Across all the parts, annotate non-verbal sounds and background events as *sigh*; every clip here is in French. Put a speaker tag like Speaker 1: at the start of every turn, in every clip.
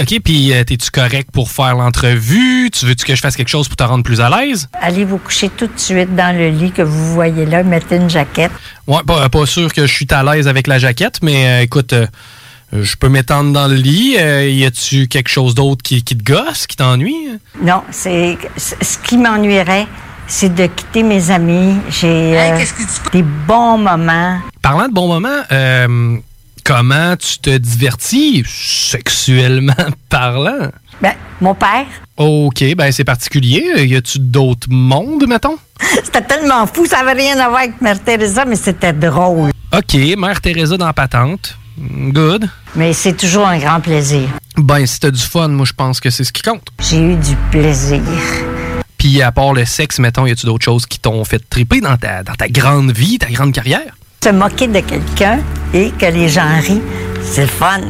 Speaker 1: OK, puis euh, t'es-tu correct pour faire l'entrevue? Tu veux-tu que je fasse quelque chose pour te rendre plus à l'aise?
Speaker 2: Allez vous coucher tout de suite dans le lit que vous voyez là, mettez une jaquette.
Speaker 1: Ouais, pas, pas sûr que je suis à l'aise avec la jaquette, mais euh, écoute, euh, je peux m'étendre dans le lit. Euh, y a-tu quelque chose d'autre qui, qui te gosse, qui t'ennuie?
Speaker 2: Non, c'est c- ce qui m'ennuierait, c'est de quitter mes amis. J'ai euh, des bons moments.
Speaker 1: Parlant de bons moments, euh, comment tu te divertis sexuellement *laughs* parlant?
Speaker 2: Ben, mon père,
Speaker 1: OK, ben c'est particulier. Y a-tu d'autres mondes, mettons?
Speaker 2: *laughs* c'était tellement fou, ça avait rien à voir avec Mère Teresa, mais c'était drôle.
Speaker 1: OK, Mère Teresa dans patente. Good.
Speaker 2: Mais c'est toujours un grand plaisir.
Speaker 1: Ben, si t'as du fun, moi, je pense que c'est ce qui compte.
Speaker 2: J'ai eu du plaisir.
Speaker 1: Puis à part le sexe, mettons, y a-tu d'autres choses qui t'ont fait triper dans ta, dans ta grande vie, ta grande carrière?
Speaker 2: Se moquer de quelqu'un et que les gens rient, c'est le fun.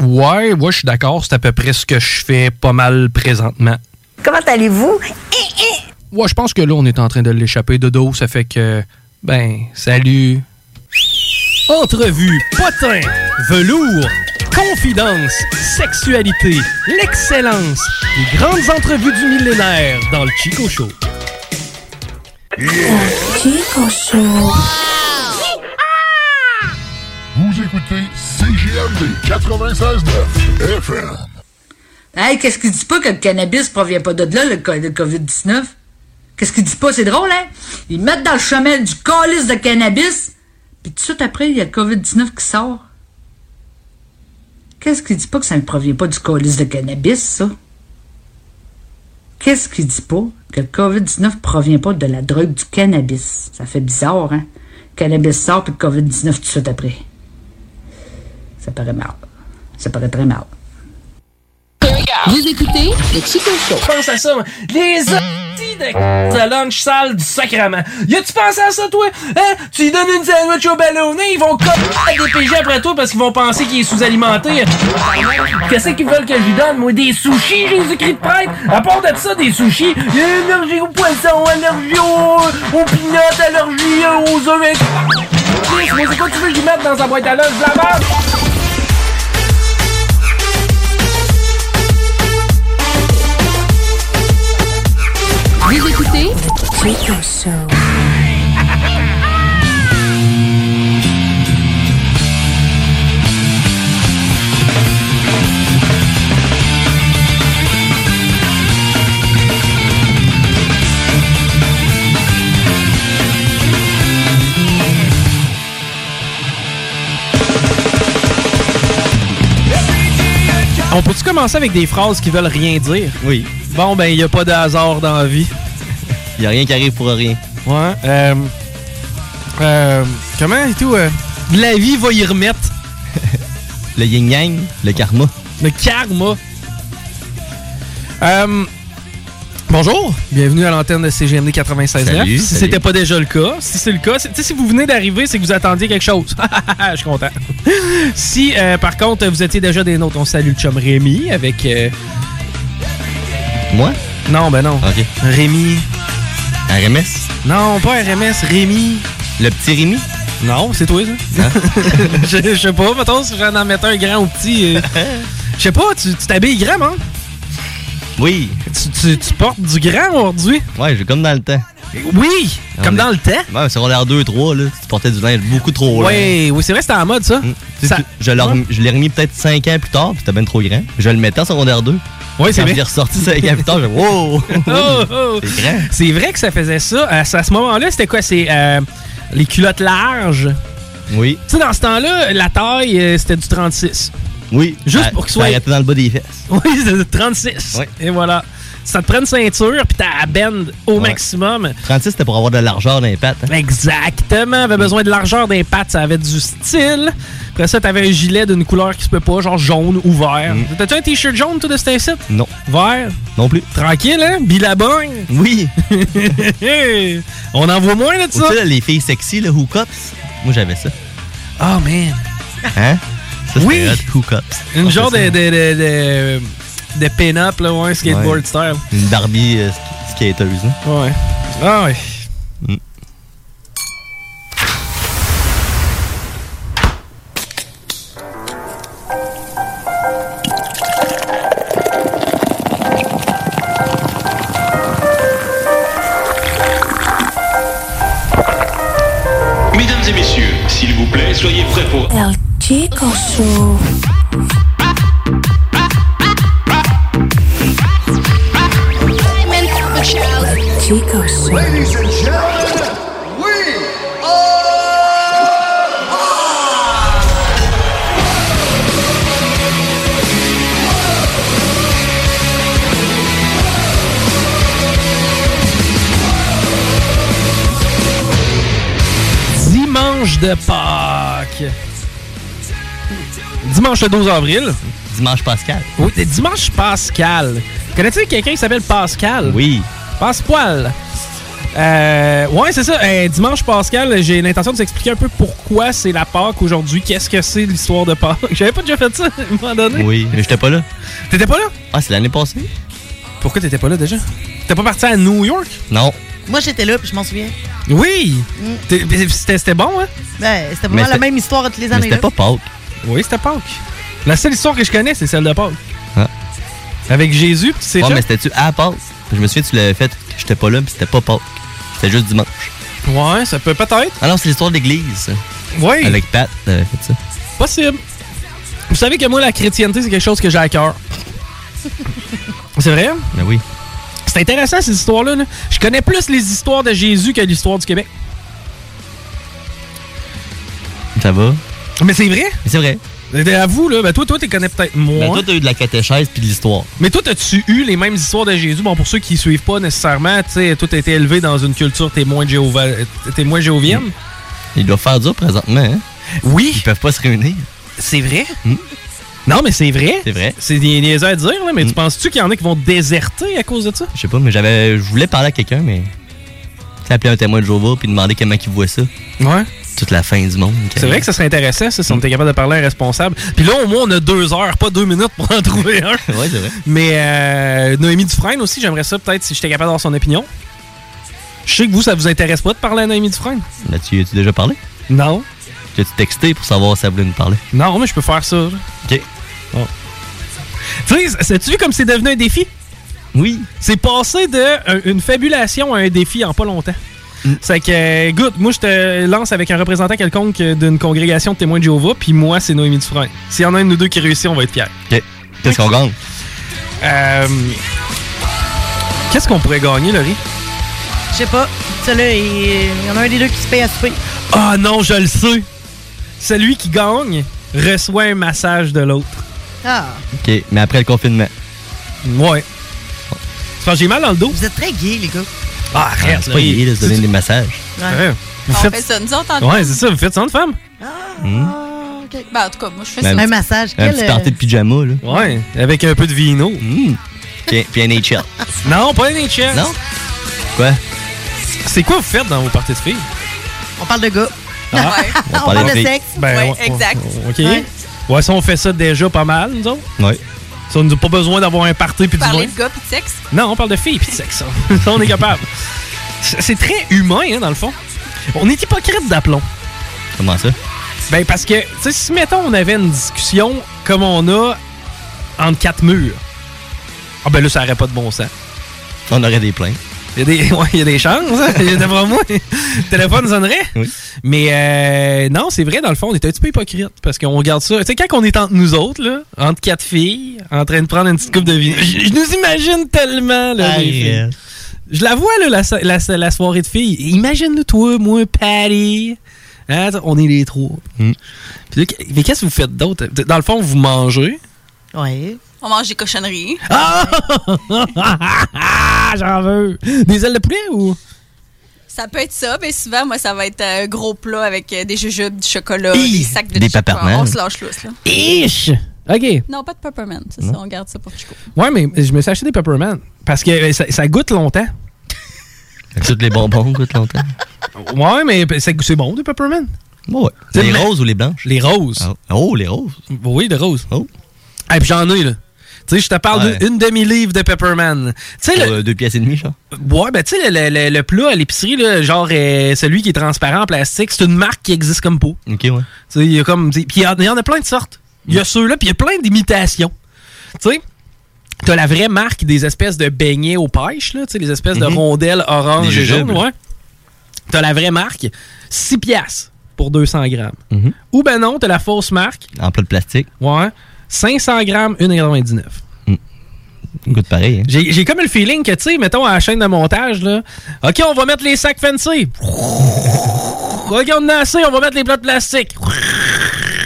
Speaker 1: Ouais, ouais, je suis d'accord. C'est à peu près ce que je fais pas mal présentement.
Speaker 2: Comment allez-vous? Hi, hi.
Speaker 1: Ouais, je pense que là, on est en train de l'échapper de dos. Ça fait que, ben, salut. Entrevue, potin, velours, confidence, sexualité, l'excellence, les grandes entrevues du millénaire dans le Chico Show.
Speaker 3: Vous écoutez CGMD 96.9 FM.
Speaker 4: Hey, qu'est-ce qu'il dit pas que le cannabis provient pas de là, le, co- le COVID-19? Qu'est-ce qu'il dit pas? C'est drôle, hein? Ils mettent dans le chemin du calice de cannabis, puis tout de suite après, il y a le COVID-19 qui sort. Qu'est-ce qu'il dit pas que ça ne provient pas du calice de cannabis, ça? Qu'est-ce qu'il dit pas que le COVID-19 provient pas de la drogue du cannabis? Ça fait bizarre, hein? Le cannabis sort, puis le COVID-19 tout de suite après. Ça paraît mal. Ça paraît très mal.
Speaker 1: pense à ça, moi. Les hosties de de lunch sale du sacrement. Ya tu pensé à ça, toi? Hein? Tu lui donnes une sandwich au ballonnet, ils vont coller des PG après toi parce qu'ils vont penser qu'il est sous-alimenté. Qu'est-ce qu'ils veulent que je lui donne, moi? Des sushis, Jésus-Christ de prêtre? À part de ça, des sushis, il y a une allergie au poisson, allergie au, au peanut, allergie euh, aux œufs. mais- Chris, moi, c'est quoi que tu veux que je lui mette dans sa boîte à lunch? de La merde? On peut-tu commencer avec des phrases qui veulent rien dire?
Speaker 5: Oui.
Speaker 1: Bon, ben, y a pas de hasard dans la vie.
Speaker 5: Il a rien qui arrive pour rien.
Speaker 1: Ouais. Euh, euh, comment et tout? euh, la vie va y remettre.
Speaker 5: Le yin-yang, le karma.
Speaker 1: Le karma. Euh, bonjour. Bienvenue à l'antenne de CGMD 96.9.
Speaker 5: Salut,
Speaker 1: si
Speaker 5: salut.
Speaker 1: c'était pas déjà le cas, si c'est le cas, c'est- tu sais, si vous venez d'arriver, c'est que vous attendiez quelque chose. *laughs* Je suis content. si, euh, par contre, vous étiez déjà des nôtres, on salue le chum Rémi avec... euh,
Speaker 5: Moi?
Speaker 1: Non, ben non.
Speaker 5: OK.
Speaker 1: Rémi.
Speaker 5: Un remis?
Speaker 1: Non, pas RMS, Rémi.
Speaker 5: Le petit Rémi? Hein?
Speaker 1: Non, c'est toi, ça. *laughs* je, je sais pas, mettons, si j'en en mettais un grand ou petit.
Speaker 5: *laughs*
Speaker 1: euh, je sais pas, tu tu t'habilles grand, hein?
Speaker 5: Oui.
Speaker 1: Tu, tu- tu portes du grand aujourd'hui?
Speaker 5: Ouais, j'ai comme dans le temps.
Speaker 1: Oui!
Speaker 5: On
Speaker 1: Comme
Speaker 5: est-
Speaker 1: dans le temps?
Speaker 5: Ouais, secondaire 2, 3, là, tu portais du linge beaucoup trop long.
Speaker 1: Oui, oui, c'est vrai, c'était en mode, ça.
Speaker 5: Tu sais,
Speaker 1: Ça-
Speaker 5: Je l'ai remis- je l'ai remis peut-être 5 ans plus tard, puis c'était bien trop grand. Je le mettais en secondaire 2.
Speaker 1: Oui, c'est
Speaker 5: Quand
Speaker 1: vrai.
Speaker 5: je l'ai ressorti 5 ans plus tard, j'ai wow!
Speaker 1: *laughs* Oh, oh.
Speaker 5: C'est grand.
Speaker 1: C'est vrai que ça faisait ça. À ce à ce moment-là, c'était quoi? C'est euh, les culottes larges.
Speaker 5: Oui,
Speaker 1: Tu sais, dans ce temps-là, la taille, euh, c'était du 36.
Speaker 5: oui.
Speaker 1: Juste
Speaker 5: Ah,
Speaker 1: pour qu'il
Speaker 5: ça
Speaker 1: soit-
Speaker 5: arrêtait dans le bas des fesses.
Speaker 1: *laughs* Oui, c'était du 36.
Speaker 5: Oui.
Speaker 1: Et voilà. Ça te prend une ceinture, puis t'as la bend au
Speaker 5: Ouais.
Speaker 1: maximum.
Speaker 5: 36, c'était pour avoir de la largeur dans les pattes. hein.
Speaker 1: Exactement. Avait besoin de largeur des pattes. Ça avait du style. Après ça, t'avais un gilet d'une couleur qui se peut pas, genre jaune ou vert. T'as-tu un t-shirt jaune, toi, de cet incite?
Speaker 5: Mm. Non,
Speaker 1: Vert.
Speaker 5: non plus.
Speaker 1: Tranquille, hein? Bilabogne.
Speaker 5: Oui!
Speaker 1: Hey! *laughs* On en voit moins là, de
Speaker 5: tu
Speaker 1: ça.
Speaker 5: sais, là, les filles sexy, le hookups. Moi, j'avais ça.
Speaker 1: Oh, man.
Speaker 5: Hein? Ça, c'était
Speaker 1: Oui!
Speaker 5: hot, hookups.
Speaker 1: Une
Speaker 5: Ah,
Speaker 1: genre de,
Speaker 5: c'est
Speaker 1: de, de, de, de pin-up, là, ouais, skateboard
Speaker 5: Ouais.
Speaker 1: style.
Speaker 5: ça. Une Barbie euh, sk- skateuse. hein.
Speaker 1: Ouais. Ah, ouais.
Speaker 6: Mesdames et messieurs, s'il vous plaît, soyez prêts pour
Speaker 7: El Chico Show. Chico Show.
Speaker 1: Dimanche de Pâques. Dimanche le 12 avril.
Speaker 5: Dimanche Pascal.
Speaker 1: Oui, c'est dimanche Pascal. Connais-tu quelqu'un qui s'appelle Pascal?
Speaker 5: Oui.
Speaker 1: Passepoil. Euh, ouais, c'est ça. Euh, dimanche Pascal, j'ai l'intention de s'expliquer un peu pourquoi c'est la Pâques aujourd'hui. Qu'est-ce que c'est l'histoire de Pâques? *laughs* J'avais pas déjà fait ça à un moment donné.
Speaker 5: Oui, mais j'étais pas là.
Speaker 1: T'étais pas là?
Speaker 5: Ah, c'est l'année passée?
Speaker 1: Pourquoi t'étais pas là déjà? T'es pas parti à New York?
Speaker 5: Non.
Speaker 8: Moi, j'étais là, puis je m'en souviens. Hmm.
Speaker 1: Oui! T'es- mais C'était c'était bon, hein?
Speaker 8: Ben,
Speaker 5: Mais
Speaker 8: c'était vraiment la
Speaker 5: c'était-
Speaker 8: même histoire tous les
Speaker 5: Mais
Speaker 8: années.
Speaker 5: c'était pas Pâques.
Speaker 1: Oui, c'était Pâques. La seule histoire que je connais, c'est celle de Pâques.
Speaker 5: Ah.
Speaker 1: Avec Jésus, pis c'est
Speaker 5: Ouais, mais c'était-tu à Pâques? Puis Je me souviens, tu l'avais fait que j'étais pas là, puis c'était pas Pâques. C'était juste dimanche.
Speaker 1: Ouais, ça peut peut-être.
Speaker 5: Ah non, c'est l'histoire de l'église. ça.
Speaker 1: Oui,
Speaker 5: Avec Pat, t'avais fait ça.
Speaker 1: possible. Vous savez que moi, la chrétienté, c'est quelque chose que j'ai à cœur. c'est vrai?
Speaker 5: Ben oui.
Speaker 1: C'est intéressant, ces histoires-là. là. Je connais plus les histoires de Jésus que l'histoire du Québec.
Speaker 5: Ça va.
Speaker 1: Mais c'est vrai?
Speaker 5: Mais c'est vrai.
Speaker 1: À vous, là. Ben, toi, toi, t'es connais peut-être
Speaker 5: Ben,
Speaker 1: moins.
Speaker 5: toi, t'as eu de la catéchèse puis de l'histoire.
Speaker 1: Mais toi, as-tu eu les mêmes histoires de Jésus? Bon, pour ceux qui suivent pas nécessairement, tu sais, toi, t'as été élevé dans une culture témoin, de Jéhovah, euh, témoin jéhovienne.
Speaker 5: Ils doivent faire dur présentement, hein?
Speaker 1: Oui,
Speaker 5: Ils peuvent pas se réunir. Hmm?
Speaker 1: c'est vrai. Non, mais c'est vrai.
Speaker 5: C'est vrai.
Speaker 1: C'est des niaises à dire, là, mais tu penses-tu qu'il y en a qui vont déserter à cause de ça?
Speaker 5: Je sais pas, mais j'avais. Je voulais parler à quelqu'un, mais. T'as appelé un témoin de Jéhovah puis demander comment il voit ça.
Speaker 1: Ouais.
Speaker 5: Toute la fin du monde.
Speaker 1: C'est vrai que ça serait intéressant, ça, si on était capable de parler à un responsable. Puis là, au moins, on a deux heures, pas deux minutes pour en *laughs* trouver un.
Speaker 5: Ouais, c'est vrai.
Speaker 1: Mais euh, Noémie Dufresne aussi, j'aimerais ça peut-être si j'étais capable d'avoir son opinion. Je sais que vous, ça vous intéresse pas de parler à Noémie Dufresne.
Speaker 5: Là-dessus, as-tu déjà parlé?
Speaker 1: Non.
Speaker 5: T'as-tu texté pour savoir si elle voulait nous parler?
Speaker 1: Non, mais je peux faire ça. là.
Speaker 5: Ok.
Speaker 1: Tu sais, sais-tu vu comme c'est devenu un défi?
Speaker 5: Oui.
Speaker 1: C'est passé de euh, une fabulation à un défi en pas longtemps.
Speaker 5: Mm.
Speaker 1: C'est que, euh, good, moi je te lance avec un représentant quelconque euh, d'une congrégation de témoins de Jéhovah, puis moi c'est Noémie Dufresne. S'il y en a un de nous deux qui réussit, on va être fiers.
Speaker 5: Ok. Qu'est-ce qu'on gagne?
Speaker 1: Euh, Qu'est-ce qu'on pourrait gagner, Laurie?
Speaker 8: *laughs* Je sais pas. Celui-là, il il y en a un des deux qui se paye à souper.
Speaker 1: Ah non, je le sais! Celui qui gagne reçoit un massage de l'autre.
Speaker 8: Ah,
Speaker 5: Ok. Mais après le confinement.
Speaker 1: Ouais. Tu penses que j'ai mal dans le dos?
Speaker 8: vous êtes très gays, les gars.
Speaker 1: Ah,
Speaker 5: Ah,
Speaker 1: arrête,
Speaker 5: c'est pas gay de se donner des massages.
Speaker 1: Ouais. Vous
Speaker 7: On
Speaker 1: faites-
Speaker 7: fait ça, nous autres, en
Speaker 1: Ouais, c'est ça, vous faites ça de femme?
Speaker 5: Hmm.
Speaker 7: Ah, ok. Ben, en tout cas, moi, je fais
Speaker 5: Ben,
Speaker 7: ça.
Speaker 8: Un massage.
Speaker 5: Un
Speaker 8: quel,
Speaker 5: petit
Speaker 8: euh,
Speaker 5: party de pyjama, là.
Speaker 1: Ouais, avec un peu de vino.
Speaker 5: Mmh. Puis, puis un NHL.
Speaker 1: Non, pas un HS.
Speaker 5: Non? Quoi?
Speaker 1: C'est quoi vous faites dans vos parties de filles?
Speaker 8: On parle de gars.
Speaker 9: Ah.
Speaker 1: Ah.
Speaker 8: *laughs*
Speaker 7: Ouais.
Speaker 5: Ah. On
Speaker 8: On parle de
Speaker 5: filles.
Speaker 8: sexe.
Speaker 7: Ouais,
Speaker 1: Ben, on- on-
Speaker 7: exact.
Speaker 1: OK. Ouais.
Speaker 8: Ouais.
Speaker 1: ça, on fait ça déjà pas mal, nous autres.
Speaker 5: Ouais.
Speaker 1: Ça, on n'a pas besoin d'avoir un party puis du vin.
Speaker 7: Parler de gars pis de sexe.
Speaker 1: Non, on parle de filles puis de sexe. hein. *laughs* ça, on est capable. C'est c'est très humain, hein, dans le fond. On est hypocrite d'aplomb.
Speaker 5: Comment ça?
Speaker 1: Ben, parce que, tu sais, si, mettons, on avait une discussion comme on a entre quatre murs, ah ben là, ça n'aurait pas de bon sens.
Speaker 5: On aurait des plaintes.
Speaker 1: Il y a des, *laughs* ouais, il y a des chances, hein. d'après moi. Le téléphone sonnerait. Mais euh, non, c'est vrai, dans le fond, on est un petit peu hypocrite parce qu'on regarde ça. Tu sais, quand on est entre nous autres, là, entre quatre filles, en train de prendre une petite coupe de vie, je, je nous imagine tellement, là, les
Speaker 5: Aïe,
Speaker 1: filles.
Speaker 5: euh.
Speaker 1: Je la vois, là, la, so- la so- la soirée de filles. Imagine-nous, toi, moi, Patty. Hein, on est les trois. Puis là, mais qu'est-ce que vous faites d'autre? Dans le fond, vous mangez.
Speaker 8: Oui.
Speaker 7: On mange des cochonneries.
Speaker 1: Ah! *laughs* J'en veux! Des ailes de poulet ou?
Speaker 7: Ça peut être ça, mais souvent, moi, ça va être un gros plat avec euh, des jujubes, du chocolat, des sacs de
Speaker 1: des
Speaker 7: chocolat.
Speaker 1: peppermint.
Speaker 7: On se lâche lousse, là.
Speaker 1: Ish! OK.
Speaker 7: Non, pas de peppermint, c'est
Speaker 1: Non.
Speaker 7: ça, on garde ça pour Chico.
Speaker 1: Ouais, mais je me suis acheté des peppermint parce que euh, ça, ça goûte longtemps.
Speaker 5: Toutes les bonbons goûtent longtemps.
Speaker 1: Ouais, mais c'est c'est bon des peppermint.
Speaker 5: Ouais.
Speaker 1: C'est
Speaker 5: Les
Speaker 1: ma-
Speaker 5: roses ou les blanches?
Speaker 1: Les roses.
Speaker 5: Oh, les roses.
Speaker 1: Oui, les roses. Oh. Et puis j'en ai, là. Tu sais, je te parle
Speaker 5: Ouais. euh,
Speaker 1: d'une demi-livre de peppermint. Tu sais, le-
Speaker 5: Deux pièces et demie, genre.
Speaker 1: Ouais, ben tu sais, le, le- le plat à l'épicerie, là, genre euh, celui qui est transparent en plastique, c'est une marque qui existe comme pot.
Speaker 5: OK, ouais.
Speaker 1: Tu sais, il y a comme. tu sais, Puis il y en- il y en a plein de sortes. Il y a ceux-là, puis il y a plein d'imitations. Tu sais, t'as la vraie marque des espèces de beignets aux pêches, là, tu sais, les espèces de
Speaker 5: Mhm.
Speaker 1: rondelles orange
Speaker 5: Des
Speaker 1: et jaune,
Speaker 5: jujubes, là.
Speaker 1: ouais. T'as la vraie marque, 6 piastres pour 200 grammes.
Speaker 5: Mhm.
Speaker 1: Ou ben non, t'as la fausse marque,
Speaker 5: En plat de plastique.
Speaker 1: ouais, 500 grammes, 1,99.
Speaker 5: Goûte pareil, hein?
Speaker 1: J'ai j'ai comme le feeling que, tu sais, mettons, à la chaîne de montage, là, OK, on va mettre les sacs fancy. OK, on en a assez, on va mettre les plats de plastique.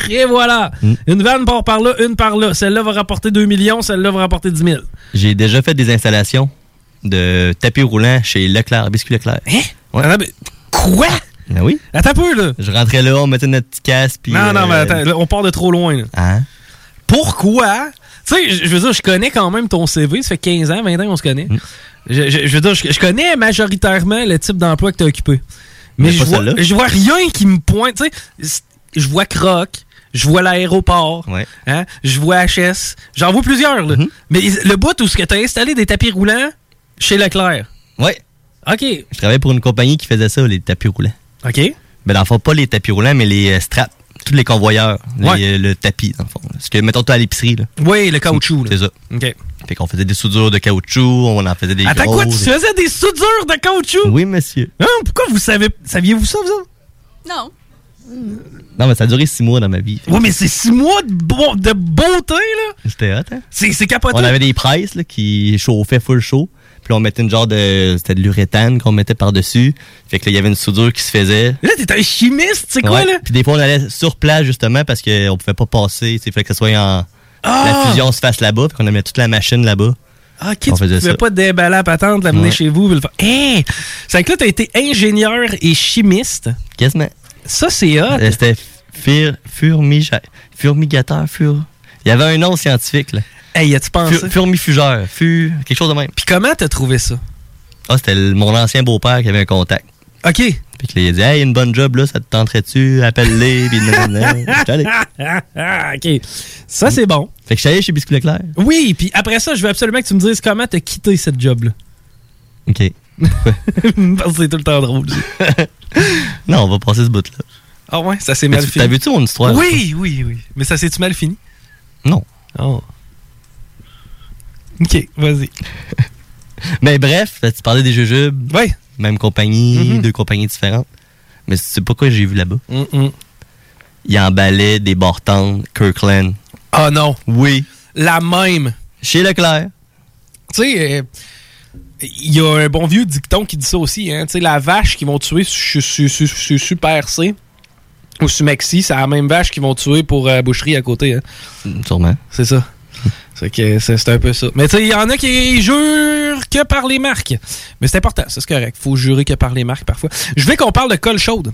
Speaker 1: Et voilà.
Speaker 5: Mm.
Speaker 1: Une vanne part par là, une par là. Celle-là va rapporter 2 millions, celle-là va rapporter 10 000.
Speaker 5: J'ai déjà fait des installations de tapis roulant chez Leclerc, Biscuit Leclerc. Hein?
Speaker 1: Ah Quoi?
Speaker 5: Ben oui.
Speaker 1: Attends un peu, là.
Speaker 5: Je rentrais là, on mettait notre petit casque, puis...
Speaker 1: non, non, mais
Speaker 5: euh,
Speaker 1: attends, là, on part de trop loin. là.
Speaker 5: Hein?
Speaker 1: Pourquoi? Tu sais, je je veux dire, je connais quand même ton CV. Ça fait 15 ans, 20 ans qu'on se connaît.
Speaker 5: Mm.
Speaker 1: Je, je- je veux dire, je, je connais majoritairement le type d'emploi que tu as occupé. Mais,
Speaker 5: Mais
Speaker 1: je,
Speaker 5: pas
Speaker 1: vois,
Speaker 5: celle-là.
Speaker 1: je vois rien qui me pointe. Tu sais, c'est- je vois Croc, je vois l'aéroport, hein, je vois HS. J'en vois plusieurs.
Speaker 5: Mm-hmm.
Speaker 1: là. Mais le bout où tu as installé des tapis roulants chez Leclerc.
Speaker 5: Ouais.
Speaker 1: OK.
Speaker 5: Je travaillais pour une compagnie qui faisait ça, les tapis roulants.
Speaker 1: OK.
Speaker 5: Ben, dans le fond, pas les tapis roulants, mais les euh, straps. Tous les convoyeurs. les- euh, le tapis, dans le fond. là. Parce que, mettons, toi à l'épicerie, là.
Speaker 1: Oui, le caoutchouc. là.
Speaker 5: C'est ça.
Speaker 1: OK.
Speaker 5: Fait qu'on faisait des soudures de caoutchouc, on en faisait des Mm.
Speaker 1: Attends, quoi, tu
Speaker 5: grosses.
Speaker 1: faisais des soudures de caoutchouc?
Speaker 5: Oui, monsieur.
Speaker 1: Hein, pourquoi vous savez, saviez-vous ça, vous autres?
Speaker 7: Non.
Speaker 5: Non, mais ça a duré six mois dans ma vie.
Speaker 1: Ouais, mais c'est six mois de, bon- de beauté, là.
Speaker 5: C'était hot, hein?
Speaker 1: C'est c'est capoté.
Speaker 5: On avait des presses là, qui chauffaient full chaud. Puis là, on mettait une genre de. C'était de l'uréthane qu'on mettait par-dessus. Fait que là, il y avait une soudure qui se faisait.
Speaker 1: Là, t'es un chimiste, c'est quoi,
Speaker 5: Ouais.
Speaker 1: là?
Speaker 5: Puis des fois, on allait sur place justement parce qu'on pouvait pas passer. Il fallait que ça soit en.
Speaker 1: Ah!
Speaker 5: La fusion se fasse là-bas. Puis qu'on mettait toute la machine là-bas.
Speaker 1: Ah, ok,
Speaker 5: On
Speaker 1: tu
Speaker 5: faisait
Speaker 1: pouvais
Speaker 5: ça.
Speaker 1: pas déballer la patente, l'amener
Speaker 5: Ouais.
Speaker 1: chez vous. puis le faire. Hein? C'est que là, t'as été ingénieur et chimiste.
Speaker 5: Quasiment.
Speaker 1: Ça, c'est hot.
Speaker 5: Euh, C'était fur, furmiga- furmigateur. Fur... Il y avait un nom scientifique. Là.
Speaker 1: Hey, as-tu pensé?
Speaker 5: Fur- furmifugeur. Fu... Quelque chose de même.
Speaker 1: Puis comment t'as trouvé ça?
Speaker 5: Ah, c'était le- mon ancien beau-père qui avait un contact.
Speaker 1: OK. Puis
Speaker 5: que là, il a dit Hey, une bonne job là, ça te tenterait-tu Appelle-les. Puis nanana.
Speaker 1: *laughs*
Speaker 5: J'étais allé.
Speaker 1: ok. Ça, c'est bon.
Speaker 5: Fait que j'étais allé chez Biscuit Leclerc.
Speaker 1: Oui, puis après ça, je veux absolument que tu me dises comment t'as quitté cette job-là. *laughs*
Speaker 5: OK.
Speaker 1: Parce que c'est tout le temps drôle. ça.
Speaker 5: Non, on va passer ce bout-là.
Speaker 1: Ah ouais, ça s'est
Speaker 5: Mais
Speaker 1: mal
Speaker 5: tu-
Speaker 1: fini.
Speaker 5: T'as vu-tu mon histoire
Speaker 1: Oui, oui, oui. Mais ça s'est-tu mal fini?
Speaker 5: Non.
Speaker 1: Oh. OK, vas-y.
Speaker 5: *laughs* Mais bref, tu parlais des jujubes.
Speaker 1: Oui. Mm-hmm.
Speaker 5: Même compagnie, deux compagnies différentes. Mais c'est pas quoi j'ai vu là-bas.
Speaker 1: Mm,
Speaker 5: Il emballait des Bortons, Kirkland.
Speaker 1: Ah non.
Speaker 5: Oui.
Speaker 1: La même.
Speaker 5: Chez Leclerc.
Speaker 1: Tu sais, euh, il y a un bon vieux dicton qui dit ça aussi. Hein? Tu sais, la vache qu'ils vont tuer sur, sur- sur- sur Super C ou sur Maxi, c'est la même vache qu'ils vont tuer pour euh, boucherie à côté. Hein?
Speaker 5: Sûrement.
Speaker 1: C'est ça. C'est que c'est c'est un peu ça. Mais tu sais, il y en a qui jurent que par les marques. Mais c'est important, ça, c'est correct. Faut jurer que par les marques parfois. Je veux qu'on parle de colle chaude.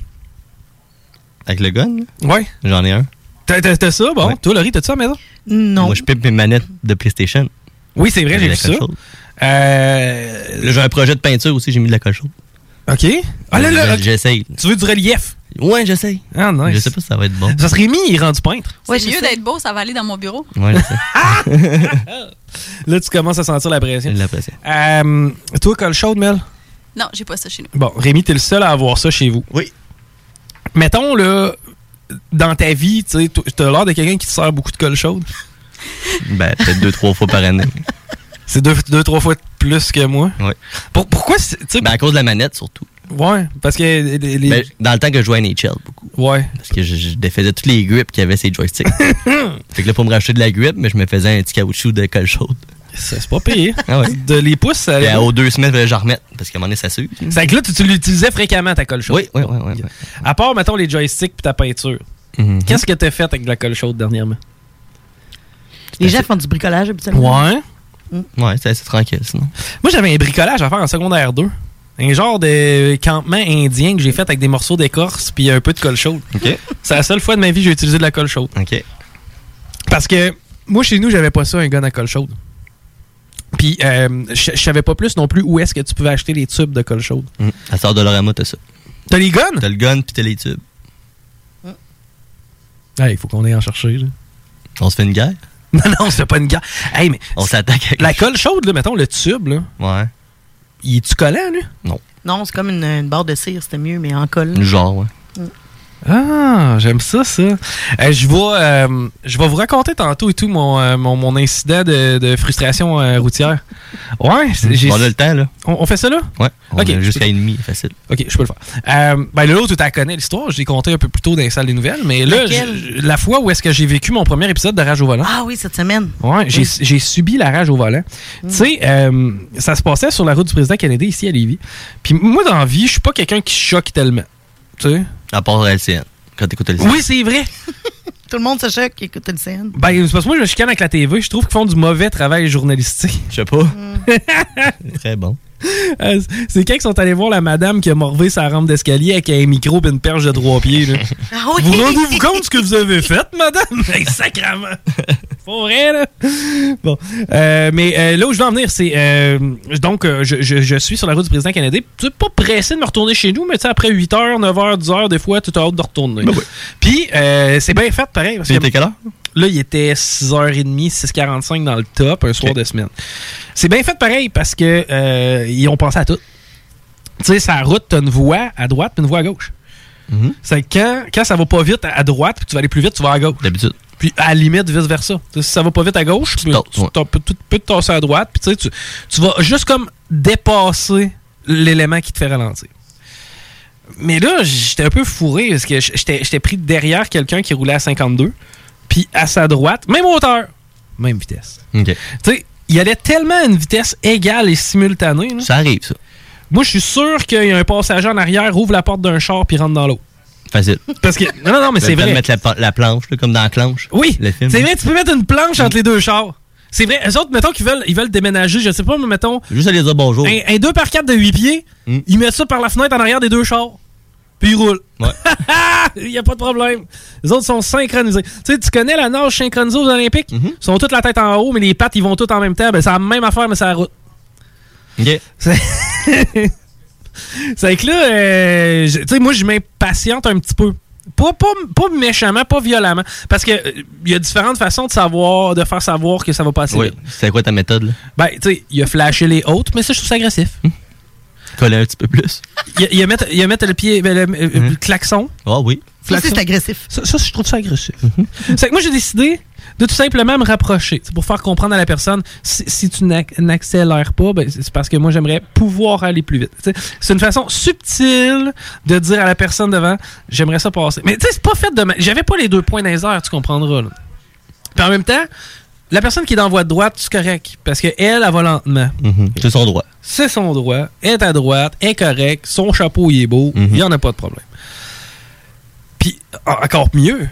Speaker 5: Avec le gun, là.
Speaker 1: Ouais.
Speaker 5: j'en ai un.
Speaker 1: T'as- T'as t'as ça? Bon,
Speaker 5: Ouais.
Speaker 1: toi, Laurie, t'as ça à la maison?
Speaker 8: Non.
Speaker 5: Moi, je pipe mes manettes de PlayStation.
Speaker 1: Oui, c'est vrai, j'ai
Speaker 5: Avec
Speaker 1: vu
Speaker 5: la
Speaker 1: ça.
Speaker 5: colle chaude.
Speaker 1: Euh,
Speaker 5: Là, J'ai un projet de peinture aussi, j'ai mis de la colle chaude.
Speaker 1: OK. Ah là, là, ok.
Speaker 5: J'essaye.
Speaker 1: Tu veux du relief?
Speaker 5: Ouais, j'essaye.
Speaker 1: Ah, nice.
Speaker 5: Je sais pas si ça va être bon.
Speaker 1: Ça serait mis, il rend du peintre. Ah!
Speaker 7: c'est mieux d'être beau, ça va aller dans mon bureau.
Speaker 1: *laughs*
Speaker 5: Ouais, je sais.
Speaker 1: Là, tu commences à sentir la pression.
Speaker 5: La pression.
Speaker 1: Euh, toi, colle chaude, Mel?
Speaker 7: Non, j'ai pas ça chez nous.
Speaker 1: Bon, Rémi, t'es le seul à avoir ça chez vous.
Speaker 5: Oui.
Speaker 1: Mettons, là, dans ta vie, tu sais, toi, t'as l'air de quelqu'un qui te sert beaucoup de colle chaude.
Speaker 5: Ben, peut-être deux, trois fois par année.
Speaker 1: C'est deux, deux, trois fois plus que moi.
Speaker 5: Ouais.
Speaker 1: pourquoi?
Speaker 5: Ben, à cause de la manette, surtout. *laughs*
Speaker 1: Ouais, parce que... les- les-
Speaker 5: Ben, dans le temps que je jouais à NHL, beaucoup.
Speaker 1: Ouais.
Speaker 5: Parce que je, je défaisais tous les grips qu'il y avait ces
Speaker 1: *laughs*
Speaker 5: joysticks. fait que là, pour me racheter de la grip, mais je me faisais un petit caoutchouc de colle chaude.
Speaker 1: C'est pas pire.
Speaker 5: *laughs* Ah ouais.
Speaker 1: De les pouces, ça...
Speaker 5: Puis, à- aux deux semaines, fallait que j'en remette. Parce qu'à un moment donné, ça s'use.
Speaker 1: C'est que là, tu, tu l'utilisais fréquemment, ta colle chaude.
Speaker 5: Oui, oui, oui. oui, oui.
Speaker 1: À part, mettons, les joysticks puis ta peinture.
Speaker 5: Mhm.
Speaker 1: Qu'est-ce que t'as fait avec de la colle chaude dernièrement?
Speaker 8: Les gens font du bricolage habituellement.
Speaker 5: Mm. Ouais, c'est assez tranquille, sinon.
Speaker 1: Moi, j'avais un bricolage à faire en secondaire 2. Un genre de campement indien que j'ai fait avec des morceaux d'écorce puis un peu de colle chaude.
Speaker 5: OK.
Speaker 1: C'est la seule fois de ma vie que j'ai utilisé de la colle chaude.
Speaker 5: OK.
Speaker 1: Parce que moi, chez nous, j'avais pas ça, un gun à colle chaude. Puis, euh, je je savais pas plus non plus où est-ce que tu pouvais acheter les tubes de colle chaude.
Speaker 5: Mhm. À sort de l'orama, t'as ça.
Speaker 1: Mm. T'as les guns?
Speaker 5: T'as le gun, puis t'as les tubes.
Speaker 1: Il faut qu'on aille en chercher. là.
Speaker 5: On se fait une guerre.
Speaker 1: *laughs* Non, non, c'est pas une guerre. Hey, mais.
Speaker 5: On s'attaque
Speaker 1: La colle chaude, là, mettons, le tube, là. Hein,
Speaker 5: Ouais.
Speaker 1: Il est-tu collant, lui?
Speaker 5: Non.
Speaker 8: Non, c'est comme une, une barre de cire, c'était mieux, mais en colle.
Speaker 5: Genre, ouais.
Speaker 1: Ah, j'aime ça, ça. Euh, je vais, euh, je vais vous raconter tantôt et tout mon, euh, mon, mon incident de, de frustration euh, routière. Ouais, c'est- j'ai.
Speaker 5: On a le temps, là.
Speaker 1: On, on fait ça, là?
Speaker 5: Ouais. On
Speaker 1: Ok.
Speaker 5: a jusqu'à une demi, facile.
Speaker 1: Ok, je peux le faire. Euh, ben, l'autre, tu la connais l'histoire. Je l'ai conté un peu plus tôt dans les salles des nouvelles. Mais là,
Speaker 8: Laquelle?
Speaker 1: je- la fois où est-ce que j'ai vécu mon premier épisode de Rage au volant.
Speaker 8: Ah oui, cette semaine.
Speaker 1: Ouais, j'ai j'ai subi la rage au volant. Tu sais, euh, ça se passait sur la route du président Kennedy ici à Lévis. Puis moi, dans la vie, je suis pas quelqu'un qui choque tellement. Tu sais?
Speaker 5: À part LCN. Quand t'écoutes LCN.
Speaker 1: Oui, c'est vrai.
Speaker 8: *laughs* Tout le monde se choque qui écoute
Speaker 1: *laughs*
Speaker 8: une scène.
Speaker 1: Ben, c'est parce que moi, je me chicane avec la TV. Je trouve qu'ils font du mauvais travail journalistique.
Speaker 5: Je sais pas.
Speaker 9: Mm.
Speaker 5: Très bon.
Speaker 1: *laughs* Euh, c'est quand ils sont allés voir la madame qui a morvé sa rampe d'escalier avec un micro et une perche de trois pieds. là.
Speaker 8: Ah oui!
Speaker 1: Vous rendez-vous compte ce que vous avez fait,
Speaker 8: *laughs*
Speaker 1: madame? Hey, sacrament! Pour vrai, là! *laughs* Bon. Euh, mais euh, là où je veux en venir, c'est. euh, donc, euh, je, je- je suis sur la route du président canadien. Tu n'es pas pressé de me retourner chez nous, mais tu sais, après 8 h, 9 h, 10 h, des fois, tu as hâte de retourner. Puis, euh, c'est bien fait, pareil. Parce
Speaker 5: Ben Il
Speaker 1: que-
Speaker 5: était quelle heure?
Speaker 1: Là, il était 6h30, 6h45 dans le top, un soir de semaine. C'est bien fait pareil parce que euh, ils ont pensé à tout. Tu sais, sa route, t'as une voie à droite puis une voie à gauche.
Speaker 5: Mhm.
Speaker 1: C'est que quand, quand ça va pas vite à à droite puis que tu vas aller plus vite, tu vas à gauche.
Speaker 5: D'habitude.
Speaker 1: Puis à la limite, vice-versa. Tu sais, Si ça va pas vite à gauche, tu,
Speaker 5: tasses,
Speaker 1: tu
Speaker 5: ouais.
Speaker 1: t'en- peux, tu peux te tasser à droite. Puis tu sais, tu, tu vas juste comme dépasser l'élément qui te fait ralentir. Mais là, j'étais un peu fourré parce que j'étais j'étais pris derrière quelqu'un qui roulait à 52. Puis à sa droite, même hauteur, même vitesse.
Speaker 5: OK.
Speaker 1: Tu sais, il allait tellement à une vitesse égale et simultanée. là.
Speaker 5: Ça arrive, ça.
Speaker 1: Moi, je suis sûr qu'il y a un passager en arrière, ouvre la porte d'un char puis rentre dans l'eau.
Speaker 5: Facile.
Speaker 1: Parce que. Non, non, non, mais
Speaker 5: Le
Speaker 1: c'est
Speaker 5: temps de
Speaker 1: vrai.
Speaker 5: mettre la, pa- la planche, là, comme dans la planche.
Speaker 1: Oui.
Speaker 5: Le film. hein?
Speaker 1: C'est vrai, tu peux mettre une planche entre les deux chars. C'est vrai. Eux autres, mettons qu'ils veulent, ils veulent déménager, je sais pas, mais mettons,
Speaker 5: Juste aller dire bonjour. Hmm.
Speaker 1: un, 2 par 4 de 8 pieds, ils mettent ça par la fenêtre en arrière des deux chars. Puis ils roulent.
Speaker 5: Ouais.
Speaker 1: *laughs* Il n'y a pas de problème. Les autres sont synchronisés. Tu sais, tu connais la nage synchronisée aux Olympiques?
Speaker 5: Mhm.
Speaker 1: Ils sont toutes la tête en haut, mais les pattes, ils vont toutes en même temps. Ben, c'est la même affaire, mais c'est la route.
Speaker 5: OK.
Speaker 1: *laughs* C'est que là, euh, je- tu sais, moi, je m'impatiente un petit peu. Pas, pas, pas méchamment, pas violemment. Parce que euh, il y a différentes façons de savoir, de faire savoir que ça va passer.
Speaker 5: Oui. C'est quoi ta méthode, là?
Speaker 1: Ben, tu sais, il a flashé les hautes, mais ça, je trouve ça agressif.
Speaker 5: Hmm. Coller un petit peu plus.
Speaker 1: Il a, il a mettre, il a mettre le pied, ben, le, euh, le klaxon.
Speaker 5: Ah oui.
Speaker 8: Ça,
Speaker 1: Klaxon.
Speaker 8: c'est agressif.
Speaker 1: Ça, ça, je trouve ça agressif. C'est que moi, j'ai décidé de tout simplement me rapprocher c'est pour faire comprendre à la personne si, si tu n'ac- n'accélères pas, ben, c'est parce que moi, j'aimerais pouvoir aller plus vite. Tu sais, C'est une façon subtile de dire à la personne devant j'aimerais ça passer. Mais tu sais, c'est pas fait de. ma- J'avais pas les deux points dans les airs, tu comprendras. là. Puis en même temps, la personne qui est dans voie de droite, c'est correct parce que elle, elle va lentement.
Speaker 5: Mhm. C'est son droit.
Speaker 1: C'est son droit, est à droite, est correct, son chapeau il est beau,
Speaker 5: Mhm.
Speaker 1: il n'y en a pas de problème. Puis, en- encore mieux,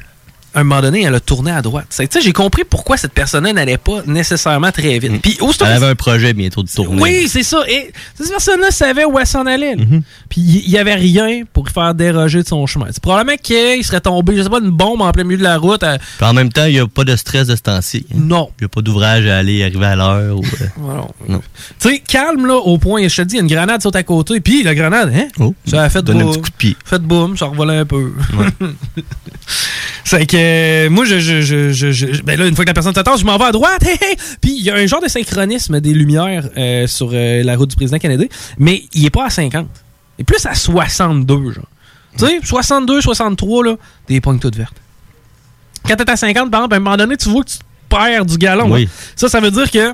Speaker 1: à un moment donné, elle a tourné à droite. C'est- Tu sais, j'ai compris pourquoi cette personne-là n'allait pas nécessairement très vite. Puis, aussitôt
Speaker 5: Mhm. Elle
Speaker 1: que-
Speaker 5: avait un projet bientôt de tourner.
Speaker 1: oui, c'est ça. Et cette personne-là savait où elle s'en allait. là.
Speaker 5: Mhm.
Speaker 1: Puis il n'y avait rien pour lui faire déroger de son chemin. C'est probablement qu'il serait tombé, je sais pas, une bombe en plein milieu de la route. à-
Speaker 5: Puis en même temps, il n'y a pas de stress de ce temps-ci. hein. Il
Speaker 1: Non.
Speaker 5: n'y a pas d'ouvrage à aller arriver à l'heure. ou,
Speaker 1: *laughs*
Speaker 5: euh,
Speaker 1: Non.
Speaker 5: Non.
Speaker 1: Tu sais, calme là au point. Je te dis, il y a une grenade saute à côté. Puis la grenade, hein?
Speaker 5: Oh,
Speaker 1: Ça a fait
Speaker 5: donne un
Speaker 1: boum.
Speaker 5: petit coup de pied.
Speaker 1: Faites boum, ça revolait un peu. *laughs* c'est que euh, moi, je, je, je, je- je- ben là, une fois que la personne s'attend, je m'en vais à droite. *laughs* hé, hé. Puis il y a un genre de synchronisme des lumières euh, sur euh, la route du président canadien, mais il est pas à 50. Il est plus à 62, genre. Tu sais, 62, 63, là, des pognes toutes vertes. Quand t'es à 50, par exemple, à un moment donné, tu vois que tu perds du galon.
Speaker 5: Oui.
Speaker 1: là. Ça, ça veut dire que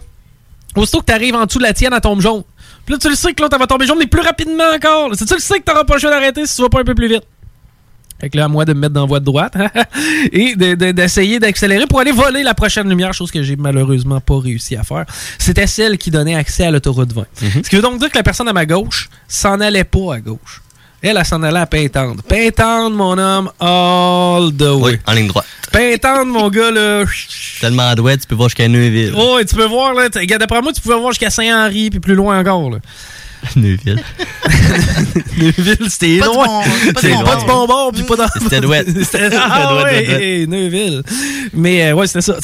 Speaker 1: Aussitôt que t'arrives en dessous de la tienne, elle tombe jaune. Puis là, tu le sais que l'autre, elle va tomber jaune, mais plus rapidement encore. là. Tu tu le sais que t'auras pas le choix d'arrêter si tu vas pas un peu plus vite. Fait que là, à moi de me mettre dans la voie de droite hein, *laughs* et de- de- d'essayer d'accélérer pour aller voler la prochaine lumière, chose que j'ai malheureusement pas réussi à faire. C'était celle qui donnait accès à l'autoroute 20. Ce qui veut donc dire que la personne à ma gauche s'en allait pas à gauche. Elle, elle s'en allait à Pintendre. Pintendre, mon homme, all the way.
Speaker 5: Oui, en ligne droite.
Speaker 1: Pintendre, mon gars, là.
Speaker 5: Tellement douette, tu peux voir
Speaker 1: *laughs*
Speaker 5: jusqu'à Neuville.
Speaker 1: Oh, et tu peux voir, là. t- regarde, D'après moi, tu pouvais voir jusqu'à Saint-Henri, puis plus loin encore, là.
Speaker 5: *laughs* Neuville.
Speaker 1: Neuville, c'était
Speaker 5: Pas du
Speaker 1: loin.
Speaker 5: bon- pas du
Speaker 1: C'était pas
Speaker 5: bon bord.
Speaker 1: du bon bord, puis pas dans. *laughs*
Speaker 5: C'était douette.
Speaker 1: C'était-
Speaker 5: *laughs* C'était
Speaker 1: Ah
Speaker 5: douette,
Speaker 1: ouais,
Speaker 5: douette,
Speaker 1: hey, Neuville. Mais euh, ouais, c'était ça.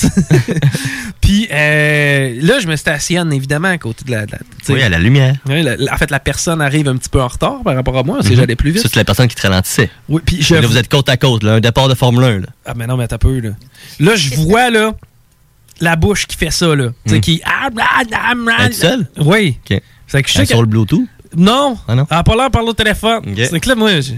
Speaker 1: *laughs* puis euh, là, je me stationne évidemment à côté de la. de la- tu sais.
Speaker 5: Oui, à la lumière.
Speaker 1: Oui, la- la- en fait, la personne arrive un petit peu en retard par rapport à moi, parce que j'allais plus vite.
Speaker 5: Mhm. Mm-hmm. Ça, c'est la personne qui te ralentissait.
Speaker 1: Oui, puis je-
Speaker 5: Là, vous êtes côte à côte, là, un départ de Formule 1. Là.
Speaker 1: Ah, mais non, mais t'as peu, là. Là, je vois, là, la bouche qui fait ça, là. Tu
Speaker 5: Hmm.
Speaker 1: sais, qui. Ah, ah, ah, ah,
Speaker 5: Es-tu seul?
Speaker 1: Oui.
Speaker 5: OK.
Speaker 1: Fait que je sais
Speaker 5: Elle
Speaker 1: que-
Speaker 5: Sur le Bluetooth?
Speaker 1: Non.
Speaker 5: Ah non?
Speaker 1: Elle a pas l'air de parler au téléphone.
Speaker 5: Ok.
Speaker 1: C'est que là, moi, je,